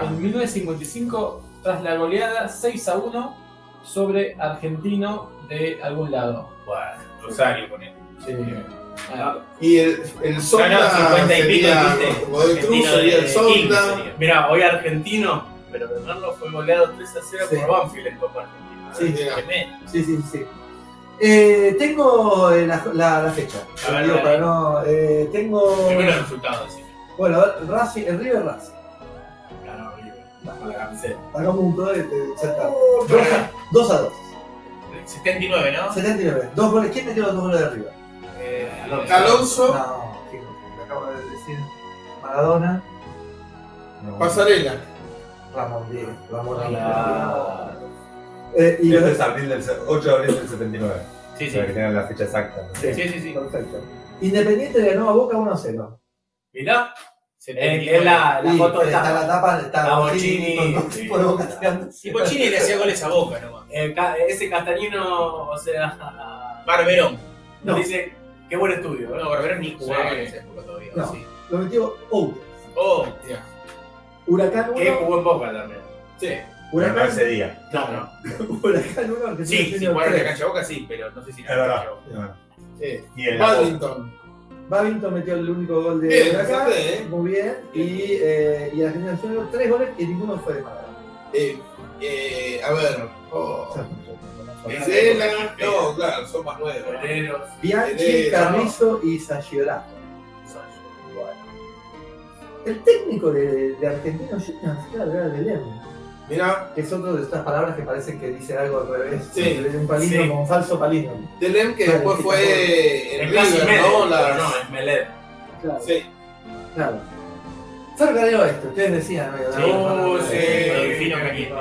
[SPEAKER 2] en 1955 tras la goleada 6 a 1 sobre Argentino de algún lado.
[SPEAKER 10] Bueno, Rosario con él.
[SPEAKER 2] Ah,
[SPEAKER 5] Y el, el Sonda
[SPEAKER 10] No, no, 50 y pico,
[SPEAKER 5] sería
[SPEAKER 10] ¿viste?
[SPEAKER 5] Godoy Cruz,
[SPEAKER 10] Argentino
[SPEAKER 5] sería el
[SPEAKER 10] de King
[SPEAKER 5] Sonda.
[SPEAKER 10] sería.
[SPEAKER 3] Mirá, hoy argentino, pero Bernardo fue goleado 3 a 0 por Banfield en Copa Argentina.
[SPEAKER 12] Sí.
[SPEAKER 10] Tremendo.
[SPEAKER 12] Sí, sí, sí. Eh, tengo eh, la, la- la fecha.
[SPEAKER 10] A ver,
[SPEAKER 12] Digo,
[SPEAKER 10] dale.
[SPEAKER 12] para no, eh, tengo.
[SPEAKER 10] Primero los resultados, sí.
[SPEAKER 12] Bueno, a ver, Racing, el River Racing.
[SPEAKER 10] Ganó River. Con la camiseta.
[SPEAKER 12] Hagamos un todo de cerca. 2 a 2.
[SPEAKER 10] 79, ¿no?
[SPEAKER 12] 79. Dos goles. ¿Quién metió los dos goles de River?
[SPEAKER 10] Eh,
[SPEAKER 5] Alonso,
[SPEAKER 12] No, ¿quién? Lo acabo de decir. Maradona,
[SPEAKER 5] Pasarela.
[SPEAKER 12] Ramón Diego. Ramón
[SPEAKER 3] Hola.
[SPEAKER 12] Diego. Eh, y
[SPEAKER 15] Este
[SPEAKER 12] los-
[SPEAKER 15] es abril del, se- 8 de abril del 79,
[SPEAKER 10] Sí, sí.
[SPEAKER 15] para que tengan la fecha exacta. ¿no?
[SPEAKER 10] Sí, sí, sí.
[SPEAKER 12] Perfecto. Independiente ganó a Boca 1 a 0.
[SPEAKER 3] Mirá, es,
[SPEAKER 10] 79.
[SPEAKER 2] Ah,
[SPEAKER 3] la, la
[SPEAKER 12] Y
[SPEAKER 3] foto
[SPEAKER 12] está,
[SPEAKER 3] está.
[SPEAKER 12] la tapa, está
[SPEAKER 3] La Bochini,
[SPEAKER 12] Bochini con dos
[SPEAKER 3] sí.
[SPEAKER 12] tipos de Boca tirando.
[SPEAKER 10] Y Pochini le hacía goles a Boca nomás.
[SPEAKER 3] El ca- ese castañino, o sea,
[SPEAKER 10] Barberón.
[SPEAKER 12] No.
[SPEAKER 3] dice, qué buen estudio.
[SPEAKER 10] No,
[SPEAKER 3] ¿no?
[SPEAKER 10] Barberón ni jugaba en
[SPEAKER 3] Sí.
[SPEAKER 10] esa época todavía.
[SPEAKER 12] No.
[SPEAKER 10] sí.
[SPEAKER 12] Lo metió Oute.
[SPEAKER 10] Oh, ya.
[SPEAKER 12] Huracán
[SPEAKER 3] Que
[SPEAKER 12] 1.
[SPEAKER 3] jugó en Boca también.
[SPEAKER 10] Sí.
[SPEAKER 15] Pero no
[SPEAKER 12] Huracán
[SPEAKER 15] ese día.
[SPEAKER 3] No, no.
[SPEAKER 12] Huracán 1 que
[SPEAKER 10] Sí, si jugaron en la cancha de Boca, sí, pero no sé si en
[SPEAKER 15] Es
[SPEAKER 10] la
[SPEAKER 15] verdad.
[SPEAKER 10] cancha de Boca.
[SPEAKER 5] Sí.
[SPEAKER 15] Y el
[SPEAKER 5] Paddington.
[SPEAKER 12] Babington metió el único gol de
[SPEAKER 5] Bien,
[SPEAKER 12] Huracán.
[SPEAKER 5] fíjate, ¿eh?
[SPEAKER 12] Muy bien. Y, eh, y Argentina Junior, tres goles que ninguno fue de Maradona.
[SPEAKER 5] Eh, eh, a ver. Oh. Pesela, No, claro, son más nuevos.
[SPEAKER 3] Boleros.
[SPEAKER 12] Bianchi,
[SPEAKER 5] Eh,
[SPEAKER 12] Carrizo y Sayolato. Bueno. El técnico de, de Argentino Junior, claro, era de Lerma,
[SPEAKER 5] Mirá,
[SPEAKER 12] que es otro de estas palabras que parece que dice algo al revés.
[SPEAKER 5] Sí,
[SPEAKER 12] Es un palino
[SPEAKER 3] sí.
[SPEAKER 12] con falso palino.
[SPEAKER 5] Telem que
[SPEAKER 12] Claro,
[SPEAKER 5] después
[SPEAKER 12] sí,
[SPEAKER 5] fue en
[SPEAKER 3] Es casi
[SPEAKER 5] River,
[SPEAKER 3] Medel, pero
[SPEAKER 5] ¿no? La-
[SPEAKER 3] no, es Melé.
[SPEAKER 12] Claro,
[SPEAKER 5] Sí.
[SPEAKER 12] claro. Cerca de oeste, ustedes decían, ¿no?
[SPEAKER 10] Sí.
[SPEAKER 12] Bueno,
[SPEAKER 5] sí.
[SPEAKER 10] Rodolfino Cañete.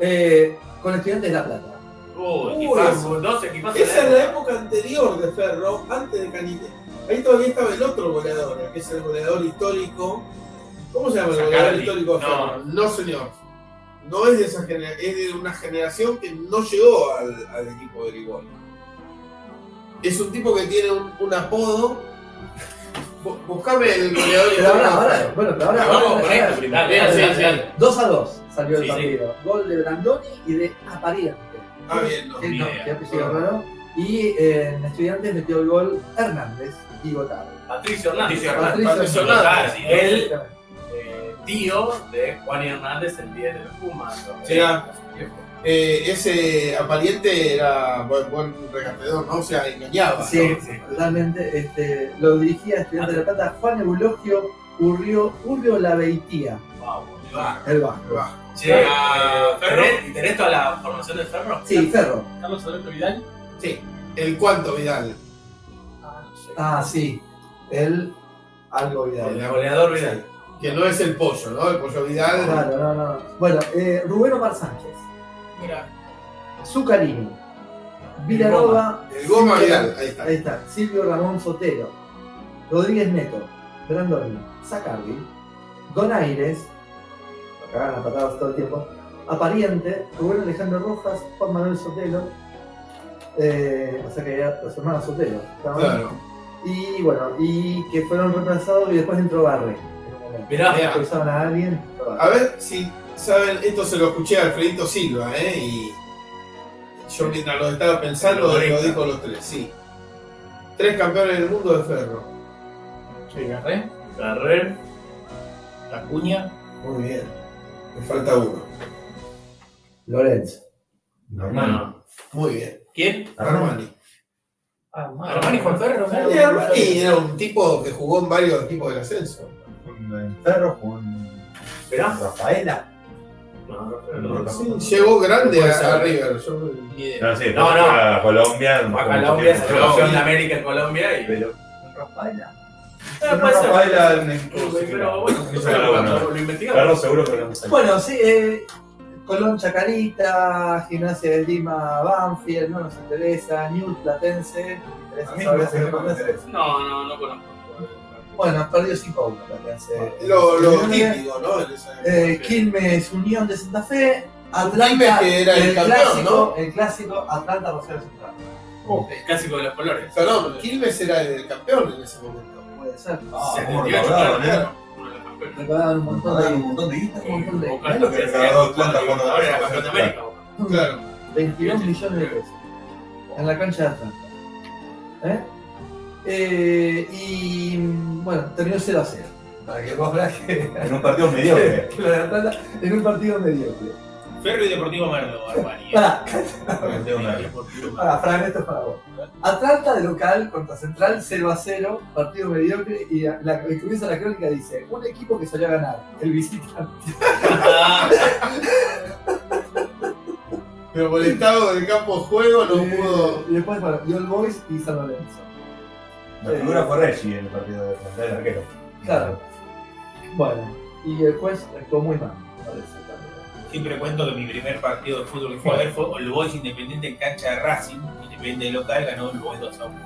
[SPEAKER 12] eh, con estudiantes de La Plata.
[SPEAKER 10] Oh,
[SPEAKER 5] Uy,
[SPEAKER 3] Equipazo, dos equipazos.
[SPEAKER 5] Esa es la época anterior de Ferro, antes de Canite. Ahí todavía estaba el otro goleador, que es el goleador histórico. ¿Cómo se llama el goleador
[SPEAKER 10] Sacardi.
[SPEAKER 5] histórico de
[SPEAKER 10] No.
[SPEAKER 5] Ferro? No, señor. No es de esa generación, es de una generación que no llegó al, al equipo de Ligón. Es un tipo que tiene un, un apodo. Bu- Buscame el goleador
[SPEAKER 12] Pero
[SPEAKER 5] histórico.
[SPEAKER 12] ahora, ahora, bueno, pero ahora.
[SPEAKER 10] Vamos
[SPEAKER 12] ahora-
[SPEAKER 10] con esto
[SPEAKER 12] ahora-
[SPEAKER 10] primero.
[SPEAKER 3] Dale,
[SPEAKER 10] Sí,
[SPEAKER 3] dale,
[SPEAKER 10] sí,
[SPEAKER 3] dale.
[SPEAKER 10] sí.
[SPEAKER 12] 2 a 2 salió
[SPEAKER 10] Sí,
[SPEAKER 12] el
[SPEAKER 10] sí.
[SPEAKER 12] partido. Gol de Brandoni y de Apariente.
[SPEAKER 5] Ah, bien, no.
[SPEAKER 12] El, no,
[SPEAKER 10] idea.
[SPEAKER 12] que apellido raro. Y eh, en Estudiantes metió el gol Hernández y Gotado.
[SPEAKER 3] Patricio Hernández.
[SPEAKER 10] Patricio Hernández.
[SPEAKER 5] Patricio
[SPEAKER 10] Hernández.
[SPEAKER 3] Hernández. Él, eh, tío de Juan Hernández, el 10 de los Pumas. ¿no?
[SPEAKER 5] Sí, ah. Eh, ese aparente era buen, buen regateador, ¿no? O sea, engañaba.
[SPEAKER 12] Sí,
[SPEAKER 5] ¿no?
[SPEAKER 12] totalmente. Este, lo dirigía Estudiantes de la Plata Juan Eulogio Urrio, Urrio Laveitía,
[SPEAKER 5] Ah,
[SPEAKER 12] el vasco.
[SPEAKER 5] ah.
[SPEAKER 3] Che, eh, ¿tenés, tenés toda la formación de Ferro?
[SPEAKER 12] Sí, Ferro.
[SPEAKER 2] Carlos Alberto Vidal.
[SPEAKER 5] El cuánto Vidal.
[SPEAKER 12] Ah, sí. Él, algo
[SPEAKER 3] El
[SPEAKER 12] Vidal.
[SPEAKER 3] goleador Vidal.
[SPEAKER 5] Que no es el pollo, ¿no? El pollo Vidal.
[SPEAKER 12] Claro, no, no. Bueno, eh, Rubén Omar Sánchez,
[SPEAKER 10] Mira,
[SPEAKER 12] Zuccarini, Vilanova.
[SPEAKER 5] El goma
[SPEAKER 12] Silvio-
[SPEAKER 5] Vidal. Ahí está.
[SPEAKER 12] Ahí está, Silvio Ramón Sotero, Rodríguez Neto, Brandoni, Zacardi, Donaires, lo cagan a patadas todo el tiempo, Apariente, Rubén Alejandro Rojas, Juan Manuel Sotelo, eh, o sea que eran los hermanos Sotelo, ¿está mal?
[SPEAKER 5] Claro.
[SPEAKER 12] y bueno, y que fueron reemplazados y después entró Barre. en un momento.
[SPEAKER 2] Mirá.
[SPEAKER 16] expulsaron a alguien.
[SPEAKER 5] A ver si saben, esto se lo escuché a Alfredito Silva, ¿eh? Y yo mientras lo estaba pensando, lo dijo los tres, sí. Tres campeones del mundo de ferro.
[SPEAKER 2] Agarré.
[SPEAKER 10] Carrer, Acuña,
[SPEAKER 5] Muy bien. Me falta uno.
[SPEAKER 17] Lorenzo.
[SPEAKER 10] Armani.
[SPEAKER 5] Muy bien.
[SPEAKER 10] ¿Quién?
[SPEAKER 5] Armani.
[SPEAKER 2] Armani.
[SPEAKER 10] Armani Juan Ferro.
[SPEAKER 5] Y Armani era un tipo que jugó en varios equipos del ascenso.
[SPEAKER 17] Ah, Un Ferro, un.
[SPEAKER 10] Esperá.
[SPEAKER 17] Rafaela.
[SPEAKER 10] No,
[SPEAKER 5] Sí, llegó grande a, a River. Yo-
[SPEAKER 10] ni idea.
[SPEAKER 17] No, sí,
[SPEAKER 10] No, no.
[SPEAKER 17] A Colombia.
[SPEAKER 10] A Colombia, se
[SPEAKER 17] Pero-
[SPEAKER 10] conoció en América en Colombia y.
[SPEAKER 17] Pero. un Rafaela.
[SPEAKER 10] Ah,
[SPEAKER 17] Un
[SPEAKER 10] puede ser.
[SPEAKER 17] Rafaela en el
[SPEAKER 10] Pero
[SPEAKER 17] club, sí, claro.
[SPEAKER 10] bueno,
[SPEAKER 17] Sí,
[SPEAKER 10] pero
[SPEAKER 17] claro,
[SPEAKER 10] cuando
[SPEAKER 17] bueno.
[SPEAKER 10] lo investigamos.
[SPEAKER 17] Ferro seguro que lo hemos sacado.
[SPEAKER 12] Bueno, sí, eh, Colón Chacarita, Gimnasia de Lima Banfield, no nos interesa, New Platense,
[SPEAKER 17] A
[SPEAKER 12] interesa
[SPEAKER 17] mí
[SPEAKER 12] saber
[SPEAKER 17] no
[SPEAKER 12] si
[SPEAKER 17] me
[SPEAKER 12] lo conoces.
[SPEAKER 17] interesa.
[SPEAKER 10] No, no, no conozco.
[SPEAKER 12] Bueno, perdió 5 a 1 Platense.
[SPEAKER 5] Lo, lo
[SPEAKER 12] Eh,
[SPEAKER 5] típico, ¿no? En esa época.
[SPEAKER 12] eh, Quilmes, Unión de Santa Fe,
[SPEAKER 5] Quilmes
[SPEAKER 12] Atlanta,
[SPEAKER 5] que era el campeón,
[SPEAKER 12] clásico,
[SPEAKER 5] ¿no?
[SPEAKER 12] el clásico Atlanta Rosario Central.
[SPEAKER 17] Oh,
[SPEAKER 10] El clásico de los colores.
[SPEAKER 5] Perdón, Quilmes era el campeón en ese momento.
[SPEAKER 12] Puede ser.
[SPEAKER 17] Ah,
[SPEAKER 10] Se
[SPEAKER 17] bueno,
[SPEAKER 10] murió,
[SPEAKER 17] claro,
[SPEAKER 10] claro,
[SPEAKER 17] claro.
[SPEAKER 10] uno de los campeones.
[SPEAKER 12] Me pagaban un montón de
[SPEAKER 17] Un montón de guita.
[SPEAKER 12] un montón de-
[SPEAKER 10] Boca,
[SPEAKER 17] Es lo que
[SPEAKER 10] que
[SPEAKER 17] le
[SPEAKER 10] sea,
[SPEAKER 17] cagó Atlanta
[SPEAKER 10] Boca,
[SPEAKER 17] cuando
[SPEAKER 10] ahora era
[SPEAKER 17] ganó.
[SPEAKER 10] campeón de América. Boca.
[SPEAKER 5] Claro.
[SPEAKER 12] 22 millones de pesos en la cancha de Atlanta. ¿Eh? Eh, y mm, bueno, terminó 0 a 0. Para que vos veas que
[SPEAKER 17] En un partido mediocre.
[SPEAKER 12] lo de Atlanta en un partido mediocre.
[SPEAKER 10] Ferro y Deportivo Merlo, Armani.
[SPEAKER 12] Pará,
[SPEAKER 17] Deportivo Merlo.
[SPEAKER 10] Deportivo Merlo.
[SPEAKER 12] pará, Fran, esto es para vos. Atlanta de local contra Central 0 a 0, partido mediocre. Y la, la- el que comienza la crónica dice: Un equipo que salió a ganar, el visitante.
[SPEAKER 10] Ah,
[SPEAKER 5] Pero por el estado del campo de juego no pudo.
[SPEAKER 12] Eh, Y después, bueno, dio el Boys y San Lorenzo.
[SPEAKER 17] La figura fue Reggie en el partido de Atlanta, el arquero.
[SPEAKER 12] Claro. Bueno, y el juez actuó muy mal, me parece. también.
[SPEAKER 10] Siempre cuento que mi primer partido de fútbol que fue a ver fue el Boys Independiente en cancha de Racing. Independiente local ganó el Boys 2 a 1.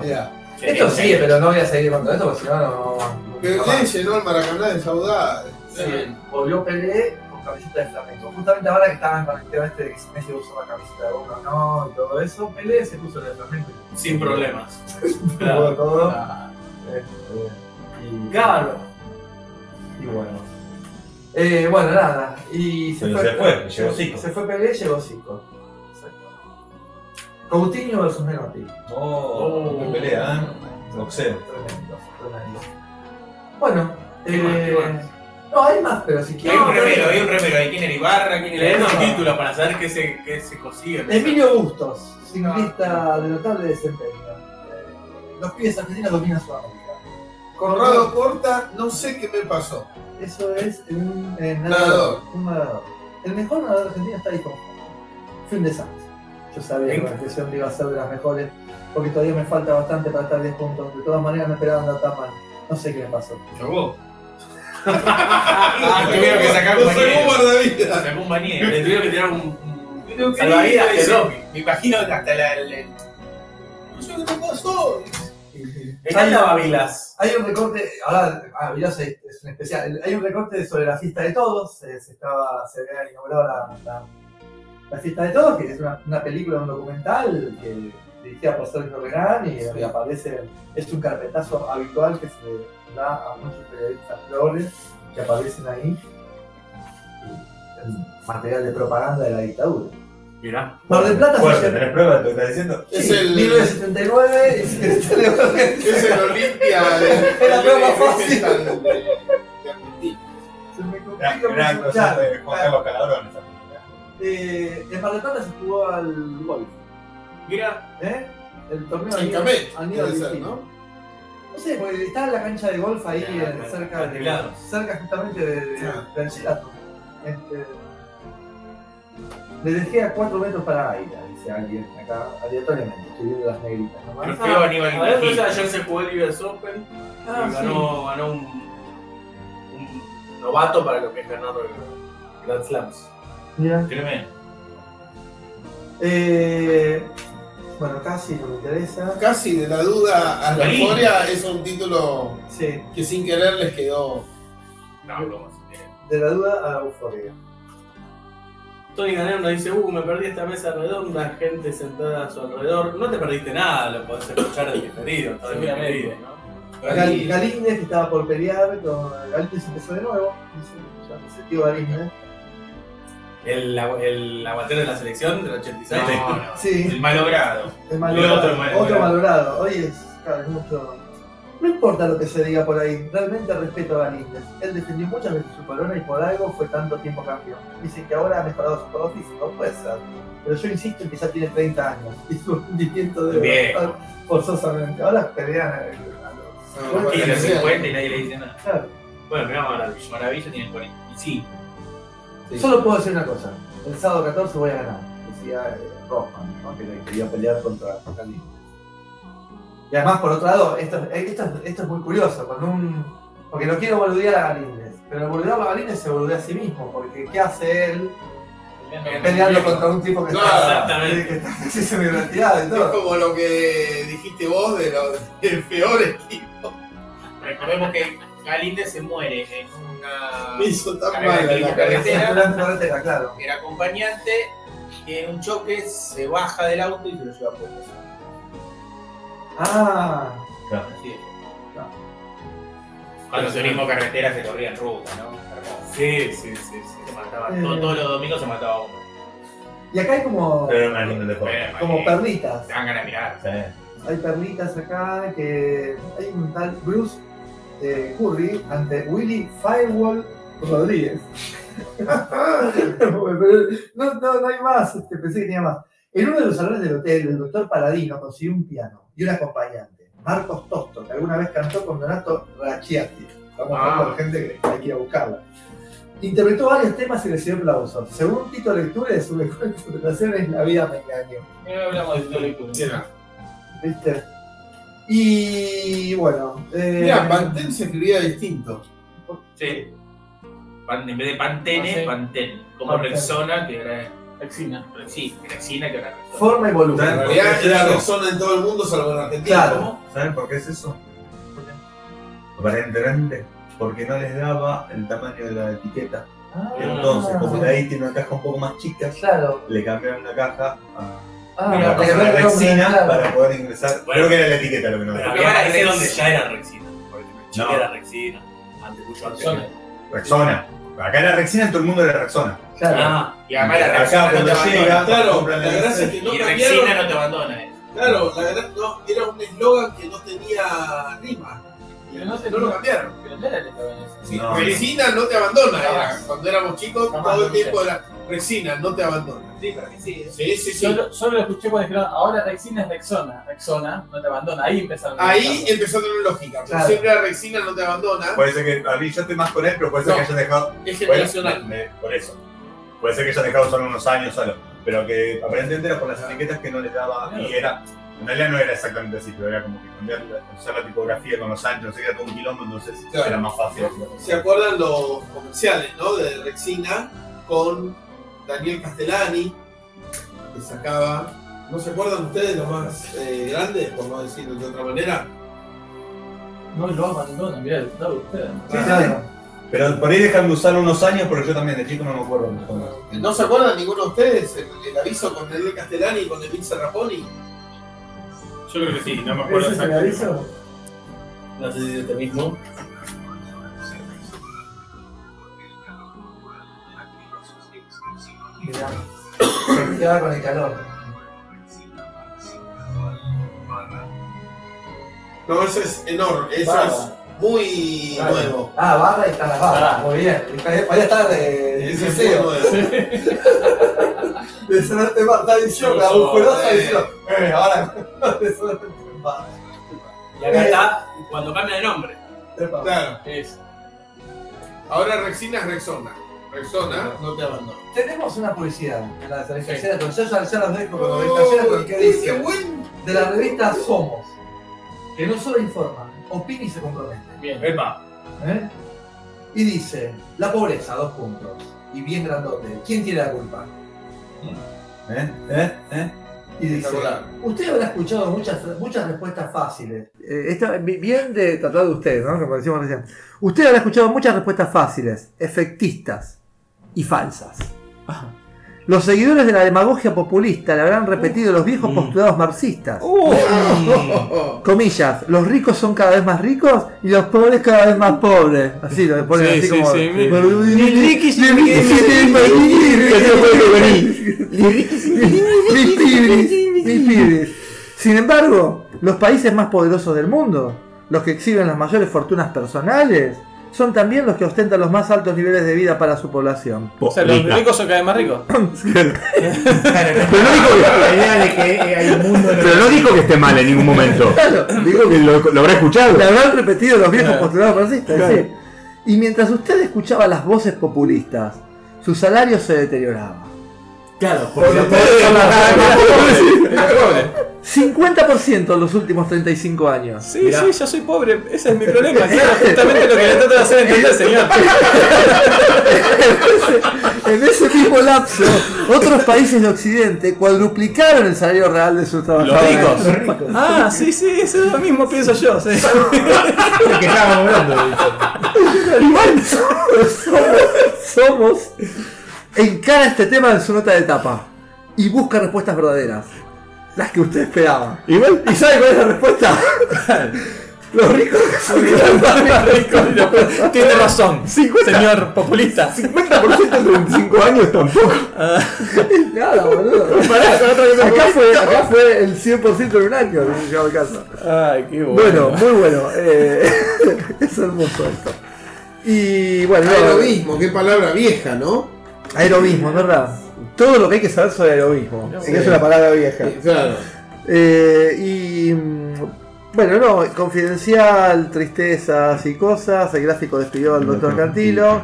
[SPEAKER 5] Mirá,
[SPEAKER 12] Esto sí, pero no voy a seguir con todo esto porque si no, no. no-
[SPEAKER 5] que
[SPEAKER 12] no más.
[SPEAKER 5] le llenó el Maracaná de saudades.
[SPEAKER 10] eh,
[SPEAKER 12] Sí, volvió Pelé con camiseta de Flamengo. Justamente ahora que estaban con el tema este de que si Messi usó la camiseta de Boca no y todo eso, Pelé se puso la de Flamengo.
[SPEAKER 10] Sin problemas.
[SPEAKER 12] Todo, todo. Este, y-
[SPEAKER 2] Claro.
[SPEAKER 12] Y bueno. Eh, bueno, nada. Y
[SPEAKER 17] Pero se fue, llegó Zico.
[SPEAKER 12] Se fue Pelé, llegó Zico. Exacto. Coutinho versus Menotti.
[SPEAKER 17] Oh, qué pelea, ¿eh? Boxeo.
[SPEAKER 12] Tremendo, tremendo. Bueno,
[SPEAKER 10] más?
[SPEAKER 12] eh,
[SPEAKER 10] ¿Qué más?
[SPEAKER 12] no, hay más, pero si
[SPEAKER 10] hay
[SPEAKER 12] quieren.
[SPEAKER 10] un remero, hay un remero. Hay quién era Ibarra, quién era.
[SPEAKER 12] No.
[SPEAKER 10] Leemos títulos para saber qué se, qué se consigue.
[SPEAKER 12] Emilio Bustos, ciclista de notable desempeño. Eh, Los pies argentinos dominan Sudamérica.
[SPEAKER 5] Conrado Porta, no sé qué me pasó.
[SPEAKER 12] Eso es un eh,
[SPEAKER 5] Nadador.
[SPEAKER 12] Un nadador. El mejor nadador argentino está ahí con Fue un desastre. Yo sabía que la impresión iba a ser de las mejores, porque todavía me falta bastante para estar 10 puntos. De todas maneras, no esperaba andar tan mal. No sé qué me pasó.
[SPEAKER 10] Chocó. Ah, tuvieron que sacar un
[SPEAKER 5] Lo sacó
[SPEAKER 10] bañero.
[SPEAKER 5] guardavida.
[SPEAKER 10] Sacó un bañero. Le tuvieron que tirar un. un- un
[SPEAKER 5] que
[SPEAKER 10] Salvavidas
[SPEAKER 5] dice,
[SPEAKER 10] que no. Me imagino que hasta la. la-
[SPEAKER 5] No sé qué me pasó.
[SPEAKER 10] Está en la Babilas.
[SPEAKER 12] Hay un recorte, ahora ah, mirá, es, es un especial, hay un recorte sobre la fiesta de todos, eh, se, se estaba, se había inaugurado la, la- la fiesta de todos, que es una, una película, un documental que dirigida por Sergio Renán y, y aparece, es un carpetazo habitual que se da a muchos periodistas flores que aparecen ahí, y el material de propaganda de la dictadura.
[SPEAKER 10] Mirá.
[SPEAKER 12] Mar del Plata
[SPEAKER 17] Fuerte,
[SPEAKER 12] se llama-
[SPEAKER 17] ¿tenés pruebas de lo que estás diciendo?
[SPEAKER 5] Es
[SPEAKER 12] sí,
[SPEAKER 5] el-
[SPEAKER 12] 1979 y se le vuelve-
[SPEAKER 5] Es el Olimpia de.
[SPEAKER 12] Es la prueba más fácil.
[SPEAKER 5] de- de Argentina.
[SPEAKER 12] se me
[SPEAKER 17] Gran,
[SPEAKER 12] complica
[SPEAKER 17] gran
[SPEAKER 12] mucho.
[SPEAKER 17] cosa de
[SPEAKER 12] Claro,
[SPEAKER 17] Juan
[SPEAKER 12] claro.
[SPEAKER 17] Carlos Caladrón. esa.
[SPEAKER 12] Eh, en Mar del Plata se jugó al golf,
[SPEAKER 10] Mirá.
[SPEAKER 12] ¿eh? El torneo
[SPEAKER 5] En
[SPEAKER 12] al-
[SPEAKER 5] Camet,
[SPEAKER 12] al nivel
[SPEAKER 5] debe ser,
[SPEAKER 12] distinto.
[SPEAKER 5] ¿no?
[SPEAKER 12] No sé, porque está en la cancha de golf ahí
[SPEAKER 10] Ya,
[SPEAKER 12] eh,
[SPEAKER 10] ya,
[SPEAKER 12] cerca, de-
[SPEAKER 10] arreglado.
[SPEAKER 12] cerca justamente de, de-
[SPEAKER 5] Ya.
[SPEAKER 12] del Gerato. Este, le dejé a 4 metros para aire, dice alguien acá, aleatoriamente, estoy viendo las negritas nomás.
[SPEAKER 10] Trofeo Aníbal
[SPEAKER 3] A ver,
[SPEAKER 10] Ibarra.
[SPEAKER 3] entonces ayer se jugó el US Open
[SPEAKER 12] Ah,
[SPEAKER 3] y
[SPEAKER 12] sí.
[SPEAKER 3] ganó, ganó un, un novato para lo que es ganar el Grand Slams.
[SPEAKER 12] Mira.
[SPEAKER 10] Tremendo.
[SPEAKER 12] Eh, bueno, casi no me interesa.
[SPEAKER 5] Casi de la duda a la
[SPEAKER 10] Ahí.
[SPEAKER 5] euforia es un título
[SPEAKER 12] Sí,
[SPEAKER 5] que sin querer les quedó.
[SPEAKER 10] No, bromas.
[SPEAKER 12] de la duda a la euforia.
[SPEAKER 3] Tony Ganer nos dice, uh, me perdí esta mesa redonda, gente sentada a su alrededor. No te perdiste nada, lo podés escuchar de diferido, todo en
[SPEAKER 2] Seguramente.
[SPEAKER 3] diferido, ¿no?
[SPEAKER 12] Gal- Galíndez que estaba por pelear con Galíndez empezó de nuevo. Dice, ya se tío Galíndez. ¿eh?
[SPEAKER 10] El, agu- el aguantero de la selección del 86.
[SPEAKER 12] No, no. Sí.
[SPEAKER 10] El malogrado. El
[SPEAKER 12] Es
[SPEAKER 10] otro
[SPEAKER 12] malogrado.
[SPEAKER 10] malogrado.
[SPEAKER 12] Otro malogrado. Hoy es, claro, es mucho. No importa lo que se diga por ahí, realmente respeto a Galíndez. Él defendió muchas veces su corona y por algo fue tanto tiempo campeón. Dicen que ahora ha mejorado su estado físico, puede ser. Pero yo insisto en que ya tiene 30 años y su rendimiento debe
[SPEAKER 10] Viejo.
[SPEAKER 12] estar forzosamente. Ahora pelean a a los
[SPEAKER 10] Y los
[SPEAKER 12] 50 años.
[SPEAKER 10] 50 y nadie le dice nada.
[SPEAKER 12] Claro.
[SPEAKER 10] Bueno, pero Maravilla. Maravilla tiene 45.
[SPEAKER 12] Sí. Solo puedo decir una cosa. El sábado 14 voy a ganar. Decía eh, Rothman, ¿no? que le quería pelear contra Cali. Y además, por otro lado, esto, eh, esto, es- esto es muy curioso. Con un, porque no quiero boludear a Galíndez. Pero boludear a Galíndez se boludea a sí mismo. Porque ¿qué hace él peleando contra un tipo que está,
[SPEAKER 10] Exactamente.
[SPEAKER 12] que está casi semi-retirado y
[SPEAKER 14] Es
[SPEAKER 12] todo?
[SPEAKER 14] como lo que dijiste vos de los del peor equipo.
[SPEAKER 10] Recordemos que Galíndez se muere en una.
[SPEAKER 14] Me hizo tan
[SPEAKER 10] carrera
[SPEAKER 14] mal en
[SPEAKER 10] de
[SPEAKER 14] la
[SPEAKER 10] carretera.
[SPEAKER 14] cabeza.
[SPEAKER 12] Durante la carretera, claro.
[SPEAKER 10] Era acompañante. Y en un choque se baja del auto y se lo lleva por el
[SPEAKER 12] Ah,
[SPEAKER 10] Así es. Cuando turismo carretera se corría en ruta, ¿no? Hermoso.
[SPEAKER 1] Sí, sí, sí. sí.
[SPEAKER 10] Se mataba.
[SPEAKER 12] Eh.
[SPEAKER 10] todo- todos los domingos se mataba uno.
[SPEAKER 12] y acá hay como,
[SPEAKER 17] Pero era más lindo el deporte.
[SPEAKER 10] Pero,
[SPEAKER 12] como
[SPEAKER 10] eh,
[SPEAKER 12] perlitas.
[SPEAKER 10] Te dan ganas de mirar.
[SPEAKER 17] Sí.
[SPEAKER 12] hay perlitas acá que hay un tal Bruce eh, Curry ante Willy Firewall Rodríguez. Pero no, no, no hay más, este, pensé que tenía más. En uno de los salones del hotel, el doctor Paladino consiguió un piano y un acompañante, Marcos Tosto, que alguna vez cantó con Donato Racciati. Estamos
[SPEAKER 10] Ah,
[SPEAKER 12] hablando de gente que hay que ir a buscarla. Interpretó varios temas y recibió aplausos. Según Tito Lecture, su mejor interpretación es La vida me engañó.
[SPEAKER 18] No hablamos de Tito
[SPEAKER 12] ¿Viste? Y bueno. Eh,
[SPEAKER 14] Mira, Pantén se escribía distinto.
[SPEAKER 10] Sí. Pan- en vez de pantene,
[SPEAKER 18] Ah, sí.
[SPEAKER 10] pantén. Como
[SPEAKER 12] Pantene.
[SPEAKER 10] Rexona, que era.
[SPEAKER 18] Exina.
[SPEAKER 10] Sí, Rexina, que era Rexona.
[SPEAKER 12] Forma y volumen.
[SPEAKER 17] Claro.
[SPEAKER 14] En realidad era persona en todo el mundo salvo en Argentina.
[SPEAKER 12] Claro.
[SPEAKER 17] ¿Saben por qué es eso? Aparentemente, porque no les daba el tamaño de la etiqueta.
[SPEAKER 12] Ah,
[SPEAKER 17] Entonces, como de ahí tiene una caja un poco más chica,
[SPEAKER 12] Claro.
[SPEAKER 17] le cambiaron la caja a
[SPEAKER 12] Ah,
[SPEAKER 10] Mira,
[SPEAKER 17] la
[SPEAKER 12] para
[SPEAKER 17] persona
[SPEAKER 12] ver el nombre,
[SPEAKER 17] Rexina
[SPEAKER 12] claro.
[SPEAKER 17] para poder ingresar. Creo que era la etiqueta lo que no
[SPEAKER 1] Pero
[SPEAKER 17] era.
[SPEAKER 1] había
[SPEAKER 10] Ahora
[SPEAKER 1] países
[SPEAKER 10] es-
[SPEAKER 1] donde ya era Rexina. Porque Chile
[SPEAKER 17] No.
[SPEAKER 1] era Rexina. Antes, mucho antes.
[SPEAKER 18] Zona.
[SPEAKER 17] Rexona. Acá era Rexina, en todo el mundo era Rexona.
[SPEAKER 12] Claro.
[SPEAKER 1] Ah,
[SPEAKER 10] Y además la
[SPEAKER 17] Acá
[SPEAKER 10] Rexona no te
[SPEAKER 17] cuando
[SPEAKER 10] abandona.
[SPEAKER 17] llega,
[SPEAKER 14] Claro,
[SPEAKER 17] compran
[SPEAKER 14] la gracia es que no
[SPEAKER 10] Y
[SPEAKER 14] cambiaron.
[SPEAKER 10] Rexina no te abandona. eh.
[SPEAKER 14] Claro, la verdad no, era un eslogan que no tenía rima.
[SPEAKER 18] Pero no te-
[SPEAKER 14] No lo cambiaron.
[SPEAKER 18] Pero no era el eslogan ese.
[SPEAKER 14] Sí,
[SPEAKER 17] No.
[SPEAKER 14] Resina no te abandona.
[SPEAKER 18] Jamás.
[SPEAKER 14] era. Cuando éramos chicos,
[SPEAKER 18] Jamás,
[SPEAKER 14] todo el
[SPEAKER 18] nunca.
[SPEAKER 14] tiempo era Resina no te abandona.
[SPEAKER 10] Sí, para mí sí. eh.
[SPEAKER 14] Sí, sí, sí.
[SPEAKER 18] Solo, solo lo escuché cuando dijeron, ahora Rexina es Rexona. Rexona, no te abandona. Ahí empezaron. a
[SPEAKER 14] Ahí
[SPEAKER 18] cantarlo.
[SPEAKER 14] empezó a tener lógica. porque
[SPEAKER 12] Claro.
[SPEAKER 14] Siempre era Resina no te abandona.
[SPEAKER 17] Puede ser que a mí yo esté más con él, pero puede ser
[SPEAKER 14] No.
[SPEAKER 17] que hayan dejado.
[SPEAKER 14] Es
[SPEAKER 17] Bueno,
[SPEAKER 14] generacional.
[SPEAKER 17] me- por eso. Puede ser que hayan dejado solo unos años solo. Pero que aparentemente era por las etiquetas que no les daba. Y era. En realidad no era exactamente así, pero era como que cambiar la, usar la tipografía con los años, no sé qué, era todo un quilombo, entonces
[SPEAKER 14] Claro.
[SPEAKER 17] era más fácil.
[SPEAKER 14] ¿Se acuerdan los comerciales, no? De Rexina con Daniel Castellani, que sacaba. ¿No se acuerdan ustedes los más eh, grandes, por no decirlo de otra manera?
[SPEAKER 18] No lo abandona, mirá, el estado de ustedes.
[SPEAKER 12] Sí, claro.
[SPEAKER 17] Pero por ahí dejan de usarlo unos años porque yo también de chico no me acuerdo.
[SPEAKER 14] ¿No se acuerdan ninguno de ustedes el, el aviso con Daniel Castellani y con Emil Serraponi?
[SPEAKER 10] Yo creo que sí, no me acuerdo
[SPEAKER 12] ¿Ese es el
[SPEAKER 10] exactamente.
[SPEAKER 12] aviso?
[SPEAKER 10] No sé si es este mismo.
[SPEAKER 12] Mirá. Se quedaba con el calor.
[SPEAKER 14] No, ese es enorme, eso
[SPEAKER 12] Barra.
[SPEAKER 14] es muy
[SPEAKER 12] Claro.
[SPEAKER 14] nuevo.
[SPEAKER 12] Ah, barra y están las barras. Muy bien. Podría estar de
[SPEAKER 14] Ese es
[SPEAKER 12] deseo.
[SPEAKER 14] muy nuevo.
[SPEAKER 12] De sonarte barra. Está diciendo la musculosa diciendo, eh, ahora. De sonarte barra.
[SPEAKER 1] y acá está cuando cambia de nombre.
[SPEAKER 12] Epa.
[SPEAKER 14] Claro.
[SPEAKER 18] Es.
[SPEAKER 14] Ahora Rexina es Rexona. Rexona no te abandona.
[SPEAKER 12] Tenemos una publicidad en la cervecería, pero yo ya, ya los dejo con la cervecería,
[SPEAKER 14] Oh,
[SPEAKER 12] con qué
[SPEAKER 14] ¡Qué
[SPEAKER 12] dice.
[SPEAKER 14] buen!
[SPEAKER 12] De la revista Somos, que no solo informa, opina y se compromete.
[SPEAKER 18] Bien.
[SPEAKER 1] Epa.
[SPEAKER 12] ¿eh? Y dice, la pobreza, dos puntos. Y bien grandote, ¿quién tiene la culpa?
[SPEAKER 17] ¿Eh? ¿Eh? ¿Eh?
[SPEAKER 12] Y dice,
[SPEAKER 14] Espectacular.
[SPEAKER 12] usted habrá escuchado muchas, muchas respuestas fáciles. bien de tratar de usted, ¿no? Como decíamos recién. Usted habrá escuchado muchas respuestas fáciles, efectistas y falsas.
[SPEAKER 4] Los seguidores de la demagogia populista le habrán repetido los viejos postulados marxistas. Comillas, los ricos son cada vez más ricos y los pobres cada vez más pobres. Así lo ponen
[SPEAKER 2] Sí, sí,
[SPEAKER 4] así como.
[SPEAKER 2] sí, mi-
[SPEAKER 4] Ni Ricky ni Sin embargo, los países más poderosos del mundo, los que exhiben las mayores fortunas personales, son también los que ostentan los más altos niveles de vida para su población.
[SPEAKER 2] O sea, los ricos son cada vez más ricos.
[SPEAKER 19] Pero no digo que, la idea de que eh, hay un mundo de los-
[SPEAKER 20] Pero no dijo que esté mal en ningún momento.
[SPEAKER 4] Claro, digo que
[SPEAKER 20] Lo, lo habrá escuchado.
[SPEAKER 4] Le habrán repetido los viejos postulados marxistas.
[SPEAKER 20] Claro.
[SPEAKER 4] sí. Y mientras usted escuchaba las voces populistas, su salario se deterioraba.
[SPEAKER 19] Claro,
[SPEAKER 4] Por
[SPEAKER 19] porque
[SPEAKER 4] los
[SPEAKER 19] los pobres son más-
[SPEAKER 2] Era pobre.
[SPEAKER 4] 50% en los últimos 35 años.
[SPEAKER 2] Sí, sí, yo soy pobre, ese es mi problema, claro, justamente lo que le trato de hacer entender, señor.
[SPEAKER 4] En ese mismo lapso, otros países de Occidente cuadruplicaron el salario real de sus trabajadores.
[SPEAKER 2] ricos.
[SPEAKER 4] Los ricos.
[SPEAKER 2] Ah, sí, sí, eso es lo mismo pienso yo, sí.
[SPEAKER 19] que estábamos hablando. dice.
[SPEAKER 4] Igual somos, somos, somos encara este tema en su nota de tapa y busca respuestas verdaderas, las que usted esperaba.
[SPEAKER 20] Igual.
[SPEAKER 4] ¿Y sabe cuál es la respuesta? Los ricos son cada vez más ricos.
[SPEAKER 2] Tiene razón,
[SPEAKER 20] 50.
[SPEAKER 2] señor populista.
[SPEAKER 20] 50% en 35 años tampoco.
[SPEAKER 4] Nada, boludo. Acá fue, acá fue el 100% en un año que llegaba a casa.
[SPEAKER 2] Ay, qué
[SPEAKER 4] Bueno, muy bueno. eh, es hermoso esto. Y bueno, no,
[SPEAKER 13] Aerobismo, qué palabra vieja, ¿no?
[SPEAKER 4] aerobismo, es verdad. Todo lo que hay que saber sobre aerobismo.
[SPEAKER 13] Sí.
[SPEAKER 4] que es una palabra vieja.
[SPEAKER 13] Claro.
[SPEAKER 4] Eh, y mm, bueno, no, confidencial, tristezas y cosas. El gráfico despidió al doctor Cantilo.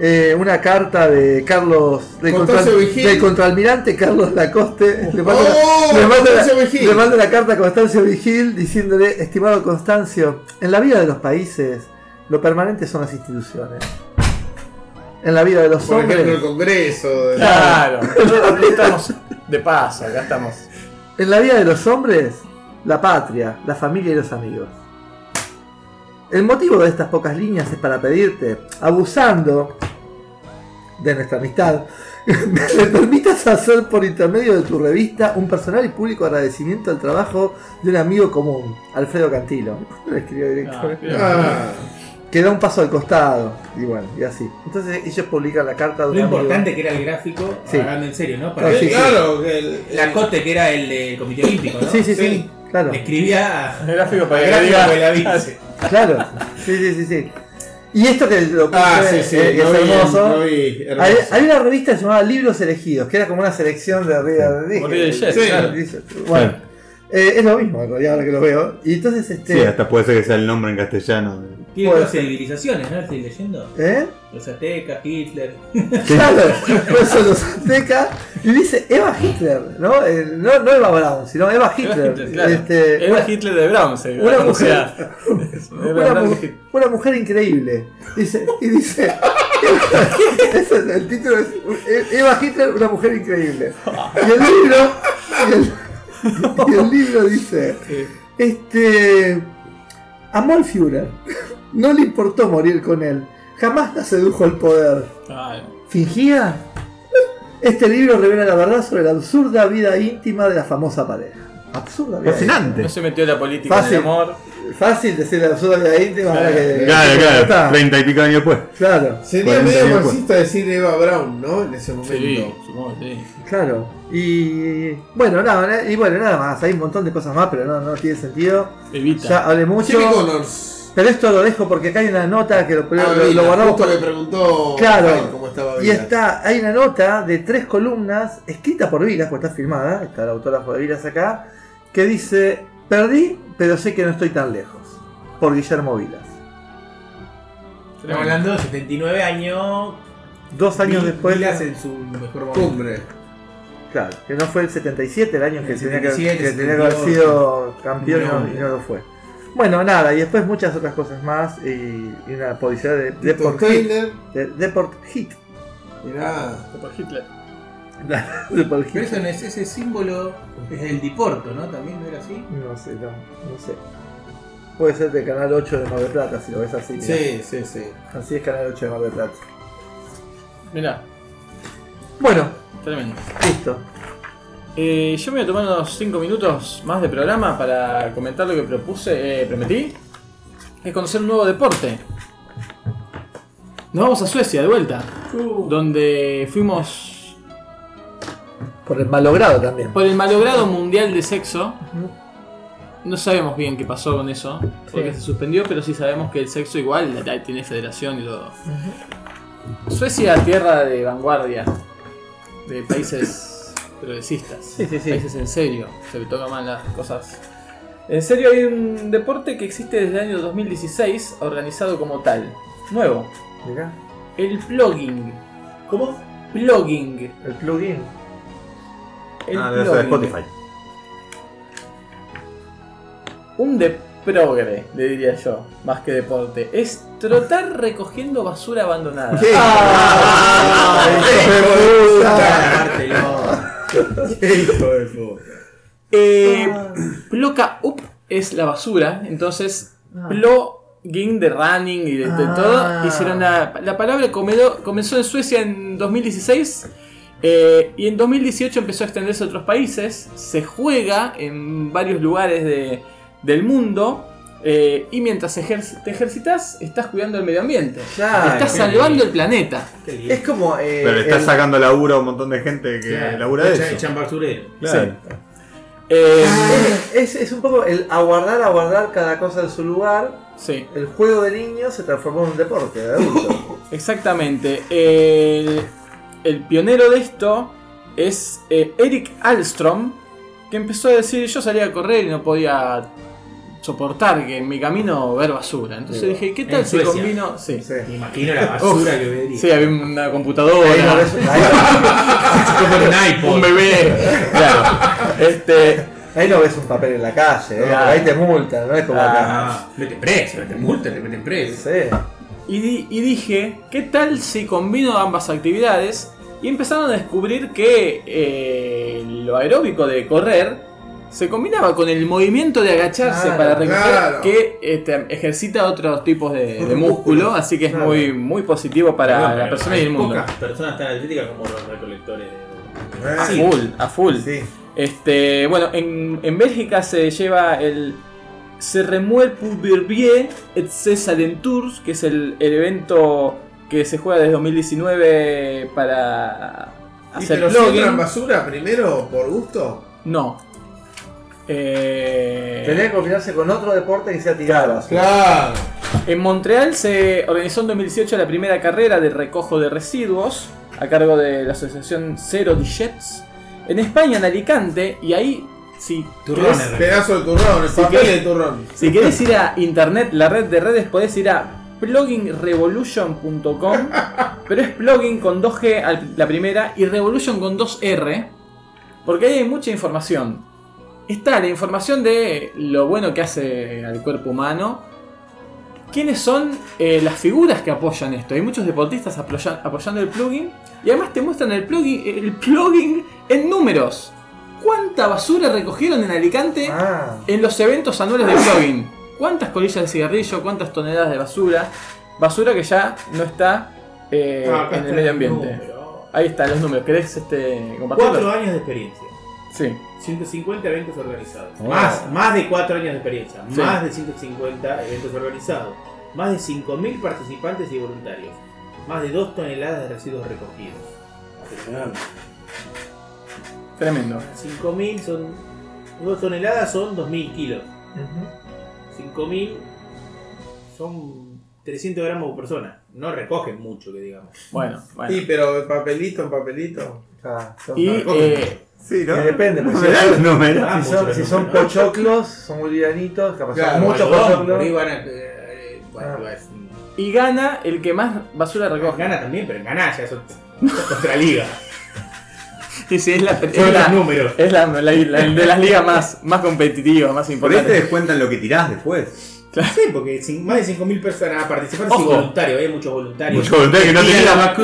[SPEAKER 4] Eh, una carta de Carlos, del,
[SPEAKER 13] Constancio
[SPEAKER 4] contral-
[SPEAKER 13] Vigil.
[SPEAKER 4] del contraalmirante Carlos Lacoste. Le manda,
[SPEAKER 13] ¡Oh,
[SPEAKER 4] la, le manda la-
[SPEAKER 13] Constancio Vigil!
[SPEAKER 4] le manda la carta a Constancio Vigil diciéndole, estimado Constancio, en la vida de los países, lo permanente son las instituciones. En la vida de los
[SPEAKER 13] Por ejemplo,
[SPEAKER 4] hombres,
[SPEAKER 13] el Congreso. de-
[SPEAKER 2] Claro, nosotros no estamos de paso, acá estamos.
[SPEAKER 4] En la vida de los hombres, la patria, la familia y los amigos. El motivo de estas pocas líneas es para pedirte, abusando de nuestra amistad, me permitas hacer por intermedio de tu revista un personal y público agradecimiento al trabajo de un amigo común, Alfredo Cantilo. Lo escribió directamente.
[SPEAKER 13] Ah,
[SPEAKER 4] Que da un paso al costado. Y bueno, y así. Entonces ellos publican la carta de un
[SPEAKER 6] Lo
[SPEAKER 4] amigo.
[SPEAKER 6] importante que era el gráfico,
[SPEAKER 4] Sí.
[SPEAKER 6] hablando en serio, ¿no?
[SPEAKER 4] Ah,
[SPEAKER 6] Para
[SPEAKER 4] sí, sí.
[SPEAKER 13] claro, que el-
[SPEAKER 6] La Cote, que era el del Comité Olímpico, ¿no?
[SPEAKER 4] Sí, sí, sí, Claro.
[SPEAKER 6] Le escribía
[SPEAKER 2] El gráfico
[SPEAKER 6] a
[SPEAKER 2] para que
[SPEAKER 6] gráfico
[SPEAKER 2] diga-
[SPEAKER 6] de la bici.
[SPEAKER 4] Claro, sí, sí, sí, sí. Y esto que lo
[SPEAKER 13] Ah,
[SPEAKER 4] puse,
[SPEAKER 13] sí, sí,
[SPEAKER 4] eh, que
[SPEAKER 13] lo
[SPEAKER 4] es
[SPEAKER 13] vi,
[SPEAKER 4] hermoso.
[SPEAKER 13] lo vi, hermoso.
[SPEAKER 4] Hay, hay una revista llamada Libros Elegidos, que era como una selección de arriba de
[SPEAKER 2] Botella de
[SPEAKER 4] Sí,
[SPEAKER 2] Jet, claro.
[SPEAKER 4] dice- Bueno, eh, es lo mismo en realidad ahora que lo veo. Y entonces
[SPEAKER 17] Sí,
[SPEAKER 4] este.
[SPEAKER 17] hasta puede ser que sea el nombre en castellano.
[SPEAKER 6] Tiene
[SPEAKER 4] Puede
[SPEAKER 6] dos
[SPEAKER 4] ser.
[SPEAKER 6] civilizaciones, ¿no? Estoy leyendo.
[SPEAKER 4] ¿Eh?
[SPEAKER 6] Los aztecas, Hitler.
[SPEAKER 4] Claro, por eso los aztecas. Y dice Eva Hitler, ¿no? Eh, no, no Eva Brown, sino Eva Hitler.
[SPEAKER 2] Hitler, claro.
[SPEAKER 4] Este,
[SPEAKER 2] Era Hitler de bronce.
[SPEAKER 4] Una
[SPEAKER 2] o
[SPEAKER 4] mujer-
[SPEAKER 2] sea, era
[SPEAKER 4] una,
[SPEAKER 2] Brown
[SPEAKER 4] mu-
[SPEAKER 2] de Hitler.
[SPEAKER 4] una mujer increíble. Dice, y dice. ese es el título es eh, Eva Hitler, una mujer increíble. Y el libro. Y el, y el libro dice. Este. Amó al Führer. No le importó morir con él. Jamás la sedujo el poder.
[SPEAKER 2] Ay,
[SPEAKER 4] ¿Fingía? Este libro revela la verdad sobre la absurda vida íntima de la famosa pareja. Absurda vida. íntima.
[SPEAKER 20] Fascinante.
[SPEAKER 2] No se metió la política en
[SPEAKER 4] Fácil.
[SPEAKER 2] el amor.
[SPEAKER 4] Fácil decir la absurda vida íntima. ahora que-
[SPEAKER 17] Claro,
[SPEAKER 4] Está.
[SPEAKER 17] claro. Treinta y pico años después.
[SPEAKER 4] Claro,
[SPEAKER 13] Sería
[SPEAKER 17] 40
[SPEAKER 13] medio
[SPEAKER 17] años, pues.
[SPEAKER 13] marxista decir Eva Brown, ¿no? En ese momento.
[SPEAKER 2] Sí, supongo que sí.
[SPEAKER 4] claro. Y bueno, nada, y bueno, nada más. Hay un montón de cosas más, pero no, no tiene sentido.
[SPEAKER 2] Evita.
[SPEAKER 4] Ya hablé mucho.
[SPEAKER 13] Jimmy Connors.
[SPEAKER 4] Pero esto lo dejo porque acá hay una nota que lo, lo-
[SPEAKER 13] Ah,
[SPEAKER 4] lo
[SPEAKER 13] Vila,
[SPEAKER 4] guardamos
[SPEAKER 13] justo
[SPEAKER 4] por-
[SPEAKER 13] le preguntó
[SPEAKER 4] Claro.
[SPEAKER 13] Rafael cómo estaba
[SPEAKER 4] Y este-
[SPEAKER 13] Vila.
[SPEAKER 4] está, hay una nota de tres columnas escrita por Vilas, porque está firmada, está la autora de Vilas acá, que dice, perdí, pero sé que no estoy tan lejos, por Guillermo Vilas.
[SPEAKER 6] Estamos hablando de 79 años.
[SPEAKER 4] Dos años
[SPEAKER 6] Vi-
[SPEAKER 4] después,
[SPEAKER 6] Vilas en su mejor momento.
[SPEAKER 13] Cumbre.
[SPEAKER 4] claro, que no fue el 77 el año que,
[SPEAKER 6] El
[SPEAKER 4] tenía, que,
[SPEAKER 6] 77,
[SPEAKER 4] que tenía que haber
[SPEAKER 6] 78.
[SPEAKER 4] sido campeón y no-
[SPEAKER 6] No.
[SPEAKER 4] y no lo fue. Bueno, nada, y después muchas otras cosas más, y, y una publicidad de
[SPEAKER 13] Tito
[SPEAKER 4] Deport Hit.
[SPEAKER 13] Steiner.
[SPEAKER 4] de- Deport Hit.
[SPEAKER 13] Mirá.
[SPEAKER 2] Por Hitler.
[SPEAKER 4] Deport
[SPEAKER 6] Pero
[SPEAKER 4] Hit.
[SPEAKER 6] eso no es ese símbolo, es el diporto, ¿no? También no era así.
[SPEAKER 4] No sé, no, no sé. Puede ser de Canal 8 de Mar del Plata, si lo ves así. mirá.
[SPEAKER 13] Sí, sí, sí.
[SPEAKER 4] Así es Canal 8 de Mar del Plata.
[SPEAKER 2] Mirá.
[SPEAKER 4] Bueno,
[SPEAKER 2] Tremendo.
[SPEAKER 4] Listo.
[SPEAKER 2] Eh, yo me voy a tomar unos 5 minutos más de programa para comentar lo que propuse, eh, prometí. Es conocer un nuevo deporte. Nos vamos a Suecia de vuelta. Donde fuimos
[SPEAKER 4] Por el malogrado también.
[SPEAKER 2] por el malogrado mundial de sexo. No sabemos bien qué pasó con eso, porque se
[SPEAKER 4] Sí.
[SPEAKER 2] suspendió, pero sí sabemos que el sexo igual ahí tiene federación y todo. Suecia, tierra de vanguardia, de países progresistas, países en serio, se le tocan las cosas. En serio hay un deporte que existe desde el año 2016, organizado como tal, nuevo,
[SPEAKER 4] Mirá,
[SPEAKER 2] el plugging. ¿Cómo? Plugging.
[SPEAKER 4] el plugin.
[SPEAKER 2] El
[SPEAKER 17] Ah, debe ser de
[SPEAKER 2] plugging.
[SPEAKER 17] Spotify.
[SPEAKER 2] un de progre, le diría yo, más que deporte. Es trotar recogiendo basura abandonada.
[SPEAKER 4] ¡Qué
[SPEAKER 2] Ah,
[SPEAKER 17] Hijo de puta.
[SPEAKER 2] Eh, ploca up es la basura, entonces plogin de running y de, de todo. Hicieron la, la palabra comedor, comenzó en Suecia en 2016 eh, y en 2018 empezó a extenderse a otros países. Se juega en varios lugares de- del mundo. eh, y mientras ejer- te ejercitas, estás cuidando el medio ambiente.
[SPEAKER 4] Claro.
[SPEAKER 2] estás salvando el planeta.
[SPEAKER 4] Es como. eh,
[SPEAKER 17] Pero le está
[SPEAKER 4] el-
[SPEAKER 17] sacando laburo a un montón de gente que labura de eso.
[SPEAKER 6] Echan basurero.
[SPEAKER 17] Claro.
[SPEAKER 2] Eh,
[SPEAKER 4] es, es- es un poco el aguardar, aguardar cada cosa en su lugar.
[SPEAKER 2] sí.
[SPEAKER 4] El juego de niños se transformó en un deporte de adulto.
[SPEAKER 2] Exactamente. El, el pionero de esto es eh, Eric Alstrom, que empezó a decir, yo salía a correr y no podía soportar que en mi camino ver basura. Entonces
[SPEAKER 4] Digo,
[SPEAKER 2] dije, ¿qué tal
[SPEAKER 6] en
[SPEAKER 2] si
[SPEAKER 6] Suecia.
[SPEAKER 2] combino? Sí.
[SPEAKER 4] Sí.
[SPEAKER 6] Me imagino la basura que vería.
[SPEAKER 2] Sí, había una
[SPEAKER 4] Ahí lo
[SPEAKER 2] computadora,
[SPEAKER 4] ves- ahí-
[SPEAKER 6] Como en un iPod.
[SPEAKER 2] un bebé. Claro. Este,
[SPEAKER 4] ahí no ves un papel en la calle, ¿eh?
[SPEAKER 2] Claro.
[SPEAKER 4] ahí te multan, no es como acá.
[SPEAKER 6] Ah, mete preso, mete multa, te meten preso.
[SPEAKER 4] Sí.
[SPEAKER 2] y, di- y dije, ¿qué tal si combino ambas actividades? Y empezaron a descubrir que eh, lo aeróbico de correr se combinaba con el movimiento de agacharse
[SPEAKER 4] Claro,
[SPEAKER 2] para recoger,
[SPEAKER 13] claro.
[SPEAKER 2] que este, ejercita otros tipos de, de músculo, así que es
[SPEAKER 4] Claro.
[SPEAKER 2] muy, muy positivo para
[SPEAKER 6] Perdón,
[SPEAKER 2] la
[SPEAKER 6] pero
[SPEAKER 2] persona y
[SPEAKER 6] hay
[SPEAKER 2] el mundo.
[SPEAKER 6] Pocas personas tan atléticas como los recolectores de.
[SPEAKER 2] A full, a full.
[SPEAKER 4] Ah, Sí.
[SPEAKER 2] Este, bueno, en, en Bélgica se lleva el Se remueve pour Verbier et ses alentours, que es el, el evento que se juega desde 2019 para
[SPEAKER 13] ¿Y
[SPEAKER 2] hacer
[SPEAKER 13] pero si
[SPEAKER 2] plugin.
[SPEAKER 13] entran basura primero por gusto?
[SPEAKER 2] No. Eh,
[SPEAKER 4] Tenía que combinarse con otro deporte que sea tiradas.
[SPEAKER 13] Claro.
[SPEAKER 2] en Montreal se organizó en 2018 la primera carrera de recojo de residuos a cargo de la asociación Zero Jets. En España, en Alicante, y ahí, si querés-
[SPEAKER 6] Turrones,
[SPEAKER 13] Pedazo de turrón, el
[SPEAKER 2] Si
[SPEAKER 13] papel
[SPEAKER 2] querés-
[SPEAKER 13] de turrón.
[SPEAKER 2] Si querés ir a internet, la red de redes, podés ir a pluginrevolution.com, pero es plugin con 2G al- la primera y revolution con 2R, porque ahí hay mucha información. Está la información de lo bueno que hace al cuerpo humano. ¿Quiénes son eh, las figuras que apoyan esto? Hay muchos deportistas apoya- apoyando el plugin y además te muestran el plugin, el plugin en números. ¿Cuánta basura recogieron en Alicante?
[SPEAKER 4] Ah,
[SPEAKER 2] En los eventos anuales de plugin, ¿cuántas colillas de cigarrillo, cuántas toneladas de basura? Basura que ya no está eh, en el medio ambiente. Ahí están los números. ¿Querés este,
[SPEAKER 6] Cuatro
[SPEAKER 2] compartirlos?
[SPEAKER 6] años de experiencia.
[SPEAKER 2] Sí.
[SPEAKER 6] 150 eventos organizados.
[SPEAKER 4] Wow.
[SPEAKER 6] Más, más de 4 años de experiencia.
[SPEAKER 2] Sí.
[SPEAKER 6] Más de 150 eventos organizados. Más de 5.000 participantes y voluntarios. Más de 2 toneladas de residuos recogidos.
[SPEAKER 2] Tremendo.
[SPEAKER 6] 5.000 son... 2 toneladas son 2.000 kilos. 5.000 son 300 gramos por persona. No recogen mucho, que digamos.
[SPEAKER 2] Bueno, bueno.
[SPEAKER 13] Sí, pero el papelito en papelito.
[SPEAKER 4] ah, son-
[SPEAKER 2] Y eh,
[SPEAKER 17] Sí, ¿no?
[SPEAKER 4] Eh, depende, pues,
[SPEAKER 17] No me da los números.
[SPEAKER 6] Ah,
[SPEAKER 4] Si son,
[SPEAKER 6] mucho
[SPEAKER 4] si
[SPEAKER 6] que
[SPEAKER 4] son
[SPEAKER 6] no, ¿no?
[SPEAKER 4] pochoclos, son bolivianitos, capaz
[SPEAKER 13] Claro,
[SPEAKER 4] son muchos
[SPEAKER 6] Algodón, por ahí
[SPEAKER 4] pochoclos.
[SPEAKER 6] van a- eh, bueno,
[SPEAKER 4] Ah.
[SPEAKER 6] iba a decir-
[SPEAKER 2] y gana el que más basura recoge.
[SPEAKER 6] Gana también, pero en Gana ya es otra- es otra liga.
[SPEAKER 2] Sí, sí, es la, es
[SPEAKER 6] Son los
[SPEAKER 2] la-
[SPEAKER 6] números.
[SPEAKER 2] es la- la- la- de las ligas más, más competitivas, más
[SPEAKER 17] Por este ahí te
[SPEAKER 2] importantes.
[SPEAKER 17] descuentan lo que tirás después.
[SPEAKER 6] Sí, porque sin- más de 5.000 personas participantes y
[SPEAKER 2] Ojo.
[SPEAKER 6] voluntarios, hay muchos voluntarios.
[SPEAKER 17] Muchos voluntarios que no
[SPEAKER 6] Tiran
[SPEAKER 17] tenían-
[SPEAKER 6] la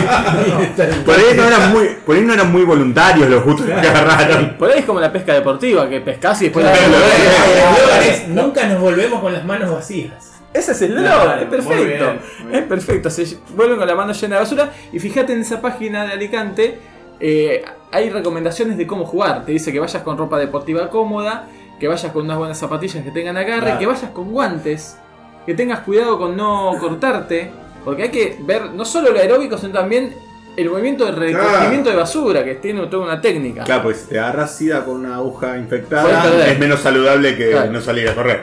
[SPEAKER 6] basura.
[SPEAKER 17] Por ahí no eran muy, por ahí no eran muy voluntarios los justos que agarraron.
[SPEAKER 2] Por ahí es como la pesca deportiva, que pescas y después la
[SPEAKER 17] Claro.
[SPEAKER 6] El eslogan es, Nunca nos volvemos con las manos vacías.
[SPEAKER 2] Ese es el
[SPEAKER 6] Claro,
[SPEAKER 2] eslogan, es
[SPEAKER 6] muy
[SPEAKER 2] perfecto. Eh,
[SPEAKER 6] bien, muy bien.
[SPEAKER 2] Es perfecto, se ll- vuelven con la mano llena de basura. Y fíjate en esa página de Alicante, eh, hay recomendaciones de cómo jugar. Te dice que vayas con ropa deportiva cómoda, que vayas con unas buenas zapatillas que tengan agarre,
[SPEAKER 14] Claro.
[SPEAKER 2] que vayas con guantes, que tengas cuidado con no cortarte, porque hay que ver no solo lo aeróbico, sino también el movimiento de recogimiento de basura, que tiene toda una técnica.
[SPEAKER 17] Claro, pues si te agarras sida con una aguja
[SPEAKER 2] Puedes
[SPEAKER 17] infectada,
[SPEAKER 2] perder.
[SPEAKER 17] es menos saludable que
[SPEAKER 2] Claro.
[SPEAKER 17] no salir a correr.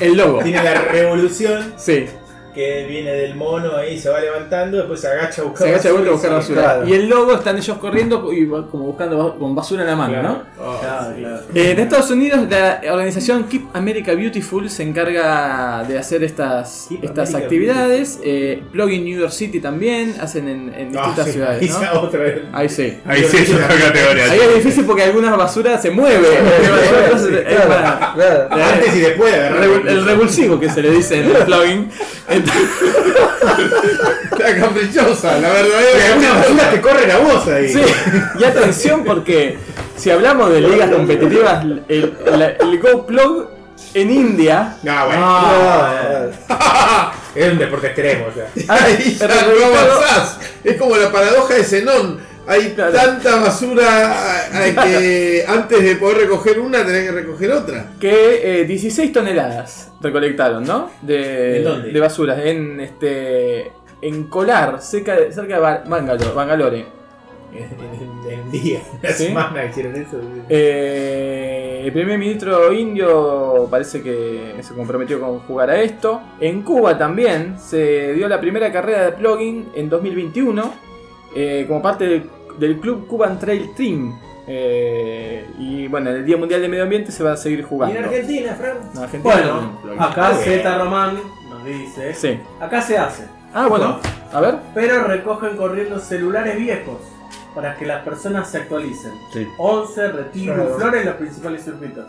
[SPEAKER 2] El logo.
[SPEAKER 6] Tiene la revolución
[SPEAKER 2] Sí,
[SPEAKER 6] que viene del mono ahí, se va levantando, después se agacha a buscar
[SPEAKER 2] se agacha de vuelta a buscar
[SPEAKER 6] y
[SPEAKER 2] basura.
[SPEAKER 6] Claro.
[SPEAKER 2] Y el logo están ellos corriendo y va- como buscando ba- con basura en la mano, ¿no? Eh, en Estados Unidos la organización Keep America Beautiful se encarga de hacer estas,
[SPEAKER 6] Keep
[SPEAKER 2] estas
[SPEAKER 6] America
[SPEAKER 2] actividades. Eh, Plugin New York City también hacen en, en
[SPEAKER 6] Ah,
[SPEAKER 2] distintas
[SPEAKER 6] sí,
[SPEAKER 2] ciudades. ¿no?
[SPEAKER 6] esa otra vez.
[SPEAKER 2] Ahí sí.
[SPEAKER 17] Ahí sí es otra categoría.
[SPEAKER 2] Ahí es difícil porque algunas basuras se mueven. Entonces, es para-
[SPEAKER 17] Antes y después de agarrar
[SPEAKER 2] Revu- el revulsivo que se le dice en el plugin. Entonces,
[SPEAKER 17] La caprichosa, la verdadera. Hay algunas basuras que corren a vos ahí.
[SPEAKER 2] sí. Y atención porque si hablamos de ligas competitivas, el, la- el Go Plug en India
[SPEAKER 17] No, bueno.
[SPEAKER 19] Es un deporte extremo, o sea.
[SPEAKER 13] Ahí ya no avanzás. Es como la paradoja de Zenón. Hay
[SPEAKER 2] Claro.
[SPEAKER 13] tanta basura eh, que antes de poder recoger una tenés que recoger otra.
[SPEAKER 2] que eh, 16 toneladas recolectaron, ¿no? De,
[SPEAKER 6] ¿En dónde?
[SPEAKER 2] de basuras en este en Colar, cerca de, cerca de Ba- Bangalore, Bangalore.
[SPEAKER 6] En en- en un día, una
[SPEAKER 2] ¿Sí?
[SPEAKER 6] semana hicieron eso.
[SPEAKER 2] Eh, el primer ministro indio parece que se comprometió con jugar a esto. En Cuba también se dio la primera carrera de plugin en 2021 eh, como parte del, del club Cuban Trail Team. Eh, y bueno, en el Día Mundial de Medio Ambiente se va a seguir jugando.
[SPEAKER 5] Argentina, Fran?
[SPEAKER 2] En Argentina
[SPEAKER 1] Bueno,
[SPEAKER 2] también, plugin.
[SPEAKER 1] acá Z Román nos dice.
[SPEAKER 2] Ah, Sí.
[SPEAKER 1] Acá se hace.
[SPEAKER 2] Ah, bueno. A ver.
[SPEAKER 1] Pero recogen corriendo celulares viejos para que las personas se actualicen.
[SPEAKER 17] Sí.
[SPEAKER 1] 11, retiro,
[SPEAKER 19] Claro.
[SPEAKER 1] flores, los principales circuitos.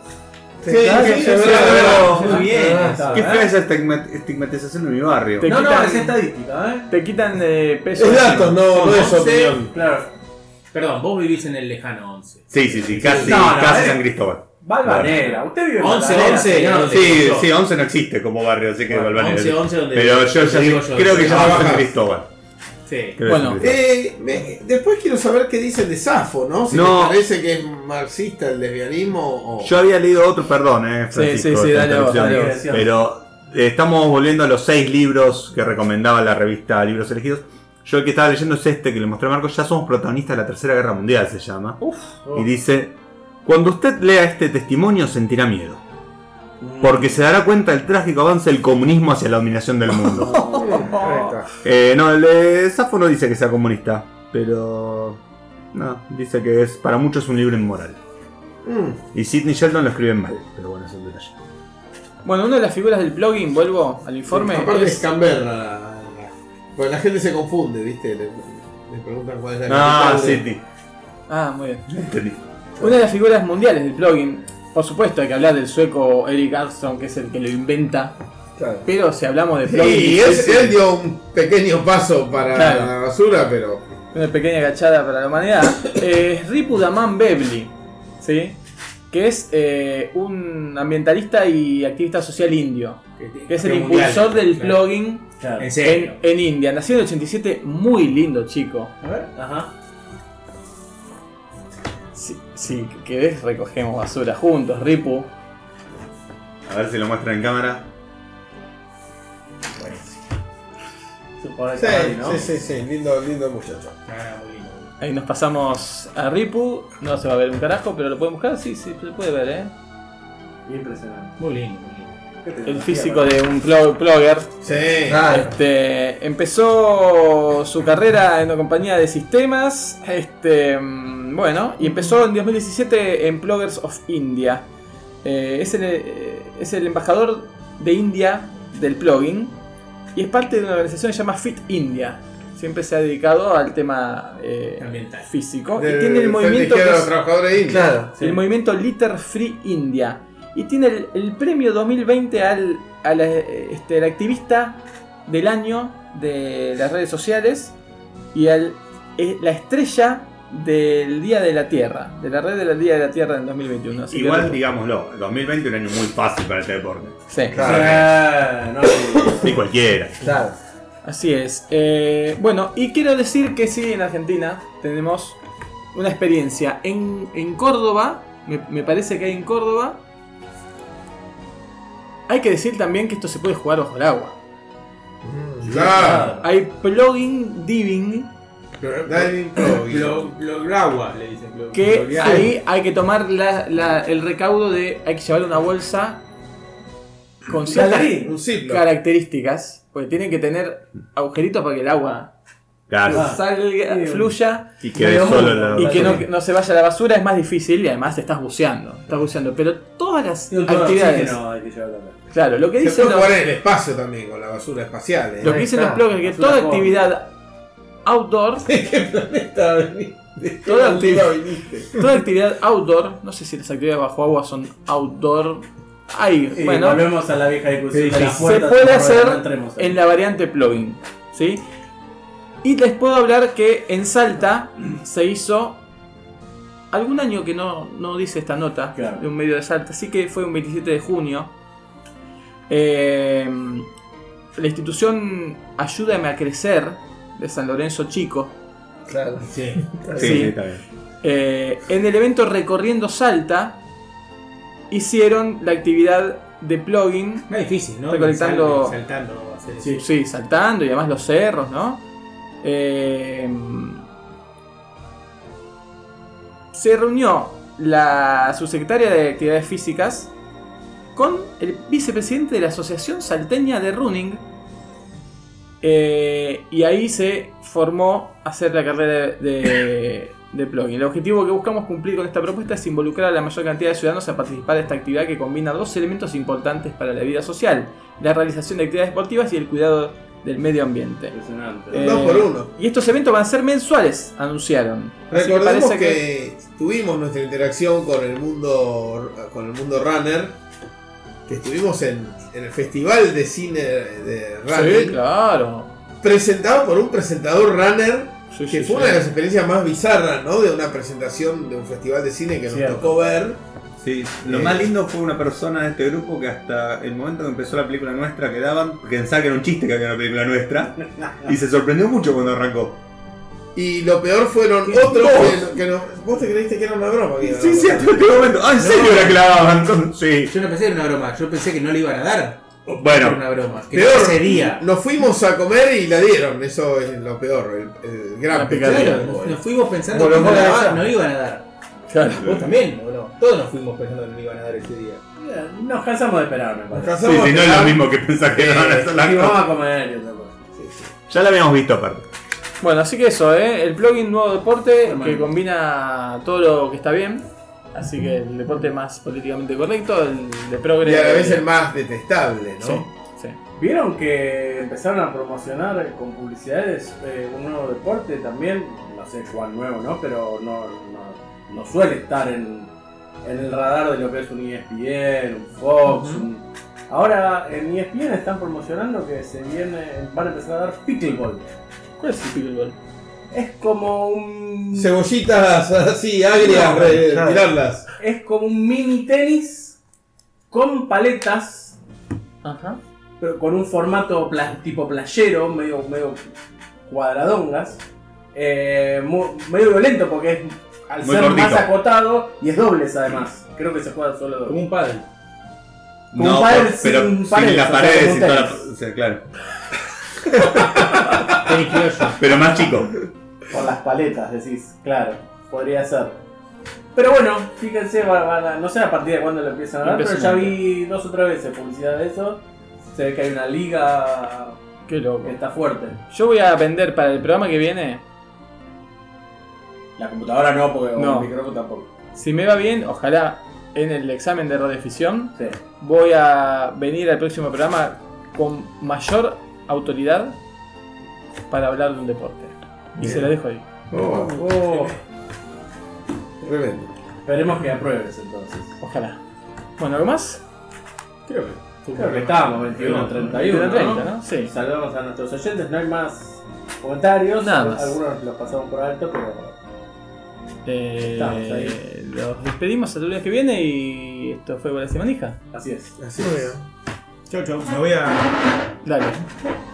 [SPEAKER 1] Ah,
[SPEAKER 6] Muy bien.
[SPEAKER 1] Está,
[SPEAKER 17] Qué
[SPEAKER 1] ¿eh?
[SPEAKER 17] fea esa estigma- estigmatización de mi barrio.
[SPEAKER 2] Te
[SPEAKER 1] No, no,
[SPEAKER 2] quitan-
[SPEAKER 1] es estadística, ¿eh?
[SPEAKER 2] Te quitan eh, peso.
[SPEAKER 13] Es datos, no, no es
[SPEAKER 1] Once,
[SPEAKER 13] opinión.
[SPEAKER 1] Claro.
[SPEAKER 18] Perdón, vos vivís en el lejano 11.
[SPEAKER 17] Sí, sí, sí, casi,
[SPEAKER 1] No, no,
[SPEAKER 17] casi
[SPEAKER 1] eh.
[SPEAKER 17] San Cristóbal.
[SPEAKER 1] Valvanera, usted vive en
[SPEAKER 18] 11,
[SPEAKER 1] Valvanera,
[SPEAKER 18] 11,
[SPEAKER 1] señor.
[SPEAKER 18] no,
[SPEAKER 17] Sí,
[SPEAKER 18] yo.
[SPEAKER 17] sí, 11 no existe como barrio, así que Valvanera.
[SPEAKER 18] 11, 11 donde
[SPEAKER 17] Pero yo ya
[SPEAKER 18] digo
[SPEAKER 17] sé-
[SPEAKER 18] yo.
[SPEAKER 17] creo que ya
[SPEAKER 13] Ah,
[SPEAKER 17] no es San
[SPEAKER 13] baja.
[SPEAKER 17] Cristóbal.
[SPEAKER 18] Sí.
[SPEAKER 17] Creo que
[SPEAKER 2] Bueno.
[SPEAKER 17] es San Cristóbal.
[SPEAKER 13] Eh, me- después quiero saber qué dicen de Safo, ¿no? Si
[SPEAKER 17] No.
[SPEAKER 13] les parece que es marxista el lesbianismo o...
[SPEAKER 17] eh, Yo había leído otro, perdón, eh,
[SPEAKER 2] Sí, sí,
[SPEAKER 17] Francisco,
[SPEAKER 2] sí, dale
[SPEAKER 17] esta
[SPEAKER 2] vos,
[SPEAKER 17] interrupción.
[SPEAKER 2] dale vos.
[SPEAKER 1] Digresión.
[SPEAKER 17] Pero eh, estamos volviendo a los seis libros que recomendaba la revista Libros Elegidos. Yo el que estaba leyendo es este que le mostré a Marcos, ya somos protagonistas de la Tercera Guerra Mundial, se llama. Y dice, cuando usted lea este testimonio sentirá miedo, porque se dará cuenta del trágico avance del comunismo hacia la dominación del mundo. Eh, no, el de Safo no dice que sea comunista, pero... No, dice que es para muchos un libro inmoral.
[SPEAKER 13] Mm.
[SPEAKER 17] Y Sidney Sheldon lo escriben mal, pero bueno, es un detalle.
[SPEAKER 2] Bueno, una de las figuras del plugin, vuelvo al informe.
[SPEAKER 13] Aparte
[SPEAKER 2] es-
[SPEAKER 13] es Canberra. la- la- Pues la gente se confunde, ¿viste? Le, le preguntan cuál es la
[SPEAKER 17] Ah,
[SPEAKER 13] capital de-
[SPEAKER 17] Sidney.
[SPEAKER 2] Ah, muy bien.
[SPEAKER 17] Entendí.
[SPEAKER 2] Una de las figuras mundiales del plugin. Por supuesto, hay que hablar del sueco Eric Armstrong, que es el que lo inventa.
[SPEAKER 13] Claro.
[SPEAKER 2] Pero si hablamos de plugin,
[SPEAKER 13] Y él, él dio un pequeño paso para
[SPEAKER 2] Claro.
[SPEAKER 13] la basura, pero.
[SPEAKER 2] una pequeña agachada para la humanidad, es Ripu Daman Bebli, ¿sí? que es eh, un ambientalista y activista social indio, que es el
[SPEAKER 18] mundial,
[SPEAKER 2] impulsor del
[SPEAKER 18] claro.
[SPEAKER 2] plugin
[SPEAKER 18] En
[SPEAKER 2] en,
[SPEAKER 18] serio.
[SPEAKER 2] en India. Nacido en 87, muy lindo chico.
[SPEAKER 1] Ajá.
[SPEAKER 2] Si, si querés, recogemos basura juntos, Ripu.
[SPEAKER 17] A ver si lo muestran en cámara.
[SPEAKER 1] Supongo
[SPEAKER 13] Sí,
[SPEAKER 1] que ahí, ¿no?
[SPEAKER 13] sí, sí, sí, lindo, lindo muchacho.
[SPEAKER 2] Ahí nos pasamos a Ripu, no se va a ver un carajo, pero lo pueden buscar, sí, sí, se puede ver, ¿eh?
[SPEAKER 1] Impresionante.
[SPEAKER 18] Muy lindo, muy lindo.
[SPEAKER 2] El físico de un plo- blogger.
[SPEAKER 13] Sí.
[SPEAKER 2] Este, empezó su carrera en la compañía de sistemas. Este, mm, bueno, y empezó en 2017 en Bloggers of India. Eh, es, el, eh, es el embajador de India del plugin y es parte de una organización que se llama Fit India. Siempre se ha dedicado al tema eh,
[SPEAKER 18] Ambiental.
[SPEAKER 2] físico y tiene el movimiento que
[SPEAKER 13] de los
[SPEAKER 2] es-
[SPEAKER 13] trabajadores indios.
[SPEAKER 5] Claro.
[SPEAKER 2] el movimiento Litter Free India. Y tiene el, el premio 2020 al, al, eh, este, al activista del año de las redes sociales y al, eh, la estrella del Día de la Tierra, de la red del Día de la Tierra en 2021. Así que-
[SPEAKER 17] Igual, digámoslo, el 2020 es un año muy fácil para este deporte.
[SPEAKER 2] Sí.
[SPEAKER 13] Claro.
[SPEAKER 1] Eh, no, sí.
[SPEAKER 17] Ni cualquiera.
[SPEAKER 5] Claro.
[SPEAKER 2] Así es. Eh, bueno, y quiero decir que sí, en Argentina tenemos una experiencia. En, en Córdoba, me, me parece que hay en Córdoba. Hay que decir también que esto se puede jugar bajo el agua.
[SPEAKER 14] Mm, Claro.
[SPEAKER 2] Hay plugin diving
[SPEAKER 14] Lo-
[SPEAKER 3] Logragua, le dicen. Glo-
[SPEAKER 2] que
[SPEAKER 3] Gloriagua.
[SPEAKER 2] ahí hay que tomar la- la- el recaudo de. Hay que llevar una bolsa con ciertas
[SPEAKER 14] Un ciclo.
[SPEAKER 2] características. Porque tienen que tener agujeritos para que el
[SPEAKER 14] Ah.
[SPEAKER 2] agua
[SPEAKER 17] Ah.
[SPEAKER 20] Claro.
[SPEAKER 2] salga, fluya
[SPEAKER 20] Y quede solo la
[SPEAKER 2] y que no,
[SPEAKER 20] basura.
[SPEAKER 2] no se vaya a la basura. Es más difícil y además estás buceando. Estás buceando. Pero todas las
[SPEAKER 3] Todo el
[SPEAKER 2] actividades.
[SPEAKER 3] oxígeno hay que llevarlo acá.
[SPEAKER 2] Claro, lo que
[SPEAKER 14] Se
[SPEAKER 2] dicen
[SPEAKER 14] puede
[SPEAKER 2] los,
[SPEAKER 14] jugar en el espacio también, con la basura espacial. ¿eh?
[SPEAKER 2] lo que dicen los
[SPEAKER 4] está.
[SPEAKER 2] bloggers es que
[SPEAKER 3] Basura
[SPEAKER 2] toda
[SPEAKER 3] con-
[SPEAKER 2] actividad outdoor.
[SPEAKER 14] Esta avenida-
[SPEAKER 2] Toda
[SPEAKER 14] ¿Dónde
[SPEAKER 2] actividad-
[SPEAKER 14] viniste?
[SPEAKER 2] Toda actividad outdoor, no sé si las actividades bajo agua son outdoor. Ahí,
[SPEAKER 3] Y
[SPEAKER 2] bueno,
[SPEAKER 3] volvemos a la vieja discusión de las
[SPEAKER 2] se
[SPEAKER 3] puertas.
[SPEAKER 2] puede
[SPEAKER 3] no
[SPEAKER 2] hacer
[SPEAKER 3] entremos ahí.
[SPEAKER 2] en la variante plugin, ¿sí? Y les puedo hablar que en Salta se hizo algún año que no, no dice esta nota
[SPEAKER 3] Claro.
[SPEAKER 2] de un medio de Salta, así que fue un 27 de junio. Eh, la institución Ayúdame a Crecer de San Lorenzo Chico,
[SPEAKER 14] Sí.
[SPEAKER 20] Sí,
[SPEAKER 2] Sí.
[SPEAKER 20] sí, está bien.
[SPEAKER 2] eh, en el evento Recorriendo Salta hicieron la actividad de plugin,
[SPEAKER 6] No es difícil, ¿no?
[SPEAKER 2] Recolectando-
[SPEAKER 6] Sal- Saltando. hacer eso.
[SPEAKER 2] sí, saltando y además los cerros, ¿no? Eh, se reunió la subsecretaria de Actividades Físicas con el vicepresidente de la Asociación Salteña de Running. eh, y ahí se formó hacer la carrera de, de, de plugin. El objetivo que buscamos cumplir con esta propuesta es involucrar a la mayor cantidad de ciudadanos a participar de esta actividad que combina dos elementos importantes para la vida social: la realización de actividades deportivas y el cuidado del medio ambiente.
[SPEAKER 3] Impresionante.
[SPEAKER 2] Eh,
[SPEAKER 13] Dos por uno.
[SPEAKER 2] Y estos eventos van a ser mensuales, anunciaron. Así que
[SPEAKER 13] Recordemos
[SPEAKER 2] parece
[SPEAKER 13] que, tuvimos nuestra interacción con el mundo con el mundo runner, que estuvimos en, en el festival de cine de running,
[SPEAKER 2] Sí, claro.
[SPEAKER 13] presentado por un presentador runner,
[SPEAKER 2] Sí,
[SPEAKER 13] que
[SPEAKER 2] sí,
[SPEAKER 13] fue
[SPEAKER 2] sí.
[SPEAKER 13] una de las experiencias más bizarras, ¿no? De una presentación de un festival de cine que
[SPEAKER 3] Cierto.
[SPEAKER 13] nos tocó ver.
[SPEAKER 17] Sí, lo
[SPEAKER 3] Eh,
[SPEAKER 17] más lindo fue una persona de este grupo que hasta el momento que empezó la película nuestra que daban, pensaba que era un chiste que había una película nuestra. Y se sorprendió mucho cuando arrancó.
[SPEAKER 13] Y lo peor fueron otros que, que nos- Vos te creíste que era una broma, que era
[SPEAKER 17] Sí,
[SPEAKER 13] una
[SPEAKER 17] sí,
[SPEAKER 13] broma.
[SPEAKER 17] hasta este momento. Ah, en serio la clavaban. Sí.
[SPEAKER 6] Yo no pensé que era una broma, yo pensé que no le iban a dar. Era
[SPEAKER 17] Bueno,
[SPEAKER 6] una broma. Que
[SPEAKER 13] Peor.
[SPEAKER 6] sería.
[SPEAKER 13] Nos fuimos a comer y la dieron, eso es lo peor, el, el gran
[SPEAKER 2] La
[SPEAKER 13] pecado.
[SPEAKER 2] picadilla.
[SPEAKER 6] Claro, nos, nos fuimos pensando
[SPEAKER 13] Volvemos
[SPEAKER 6] que no,
[SPEAKER 13] a
[SPEAKER 6] la
[SPEAKER 13] esa.
[SPEAKER 6] daban, no iban a dar.
[SPEAKER 2] Claro.
[SPEAKER 6] Vos también, ¿o no? Todos nos fuimos pensando que no iban a dar ese día.
[SPEAKER 3] Nos cansamos de esperar, me parece.
[SPEAKER 17] sí, sí, no es lo mismo que pensar que daban hasta
[SPEAKER 3] Y
[SPEAKER 17] la
[SPEAKER 3] vamos a comer y otra cosa.
[SPEAKER 20] Ya la habíamos visto aparte.
[SPEAKER 2] Bueno, así que eso, ¿eh? El plugin Nuevo Deporte
[SPEAKER 3] Hermano.
[SPEAKER 2] que combina todo lo que está bien. Así que el deporte más políticamente correcto, el de progre.
[SPEAKER 13] Y a la vez el más detestable, ¿no?
[SPEAKER 2] Sí, sí.
[SPEAKER 3] ¿Vieron que empezaron a promocionar con publicidades eh, un nuevo deporte también? No sé cuál nuevo, ¿no? Pero no, no, no suele estar en, en el radar de lo que es un E ESPN, un Fox. un- Ahora en E ESPN están promocionando que se viene, van a empezar a dar pickleball.
[SPEAKER 2] ¿Cuál es el pickleball?
[SPEAKER 3] Es como un.
[SPEAKER 13] Cebollitas así, agrias, re-
[SPEAKER 4] claro.
[SPEAKER 13] tirarlas.
[SPEAKER 3] Es como un mini tenis con paletas,
[SPEAKER 2] Ajá.
[SPEAKER 3] pero con un formato pla- tipo playero, medio, medio cuadradongas. Eh, mu- medio violento porque es al
[SPEAKER 17] Muy
[SPEAKER 3] ser
[SPEAKER 17] cortito.
[SPEAKER 3] más acotado y es dobles además. Creo que se juega solo dobles.
[SPEAKER 6] Como un padre.
[SPEAKER 3] Con pared sin paredes,
[SPEAKER 17] las
[SPEAKER 3] o sea,
[SPEAKER 17] paredes
[SPEAKER 3] como
[SPEAKER 17] y toda la-
[SPEAKER 3] tenis.
[SPEAKER 17] o sea, claro.
[SPEAKER 2] Ah,
[SPEAKER 17] Pero más chico.
[SPEAKER 3] Con las paletas, decís, claro, podría ser. Pero bueno, fíjense, va- van a- no sé a partir de cuándo lo empiezan a dar, pero ya
[SPEAKER 2] Impresionante.
[SPEAKER 3] vi dos o tres veces publicidad de eso. Se ve que hay una liga
[SPEAKER 2] Qué loco.
[SPEAKER 3] que está fuerte.
[SPEAKER 2] Yo voy a vender para el programa que viene.
[SPEAKER 3] La computadora no, porque o
[SPEAKER 2] No.
[SPEAKER 3] el micrófono tampoco.
[SPEAKER 2] Si me va bien, ojalá en el examen de radioficción
[SPEAKER 3] Sí.
[SPEAKER 2] voy a venir al próximo programa con mayor autoridad para hablar de un deporte. Y se la dejo ahí.
[SPEAKER 13] Oh,
[SPEAKER 3] Oh,
[SPEAKER 13] tremendo.
[SPEAKER 3] esperemos que apruebes entonces.
[SPEAKER 2] Ojalá. Bueno, ¿algo más?
[SPEAKER 3] Creo que, creo que estábamos 21 31.
[SPEAKER 2] Quedan 30,
[SPEAKER 3] ¿no?
[SPEAKER 2] ¿no? Sí.
[SPEAKER 3] Saludamos a nuestros oyentes, no hay más comentarios.
[SPEAKER 2] Nada más.
[SPEAKER 3] Algunos los pasamos por alto, pero.
[SPEAKER 2] Eh,
[SPEAKER 3] Estamos ahí.
[SPEAKER 2] los despedimos hasta el lunes que viene y esto fue Bola Manija.
[SPEAKER 3] Así es.
[SPEAKER 13] Así es.
[SPEAKER 19] Chau, chau. Me voy a.
[SPEAKER 2] Dale.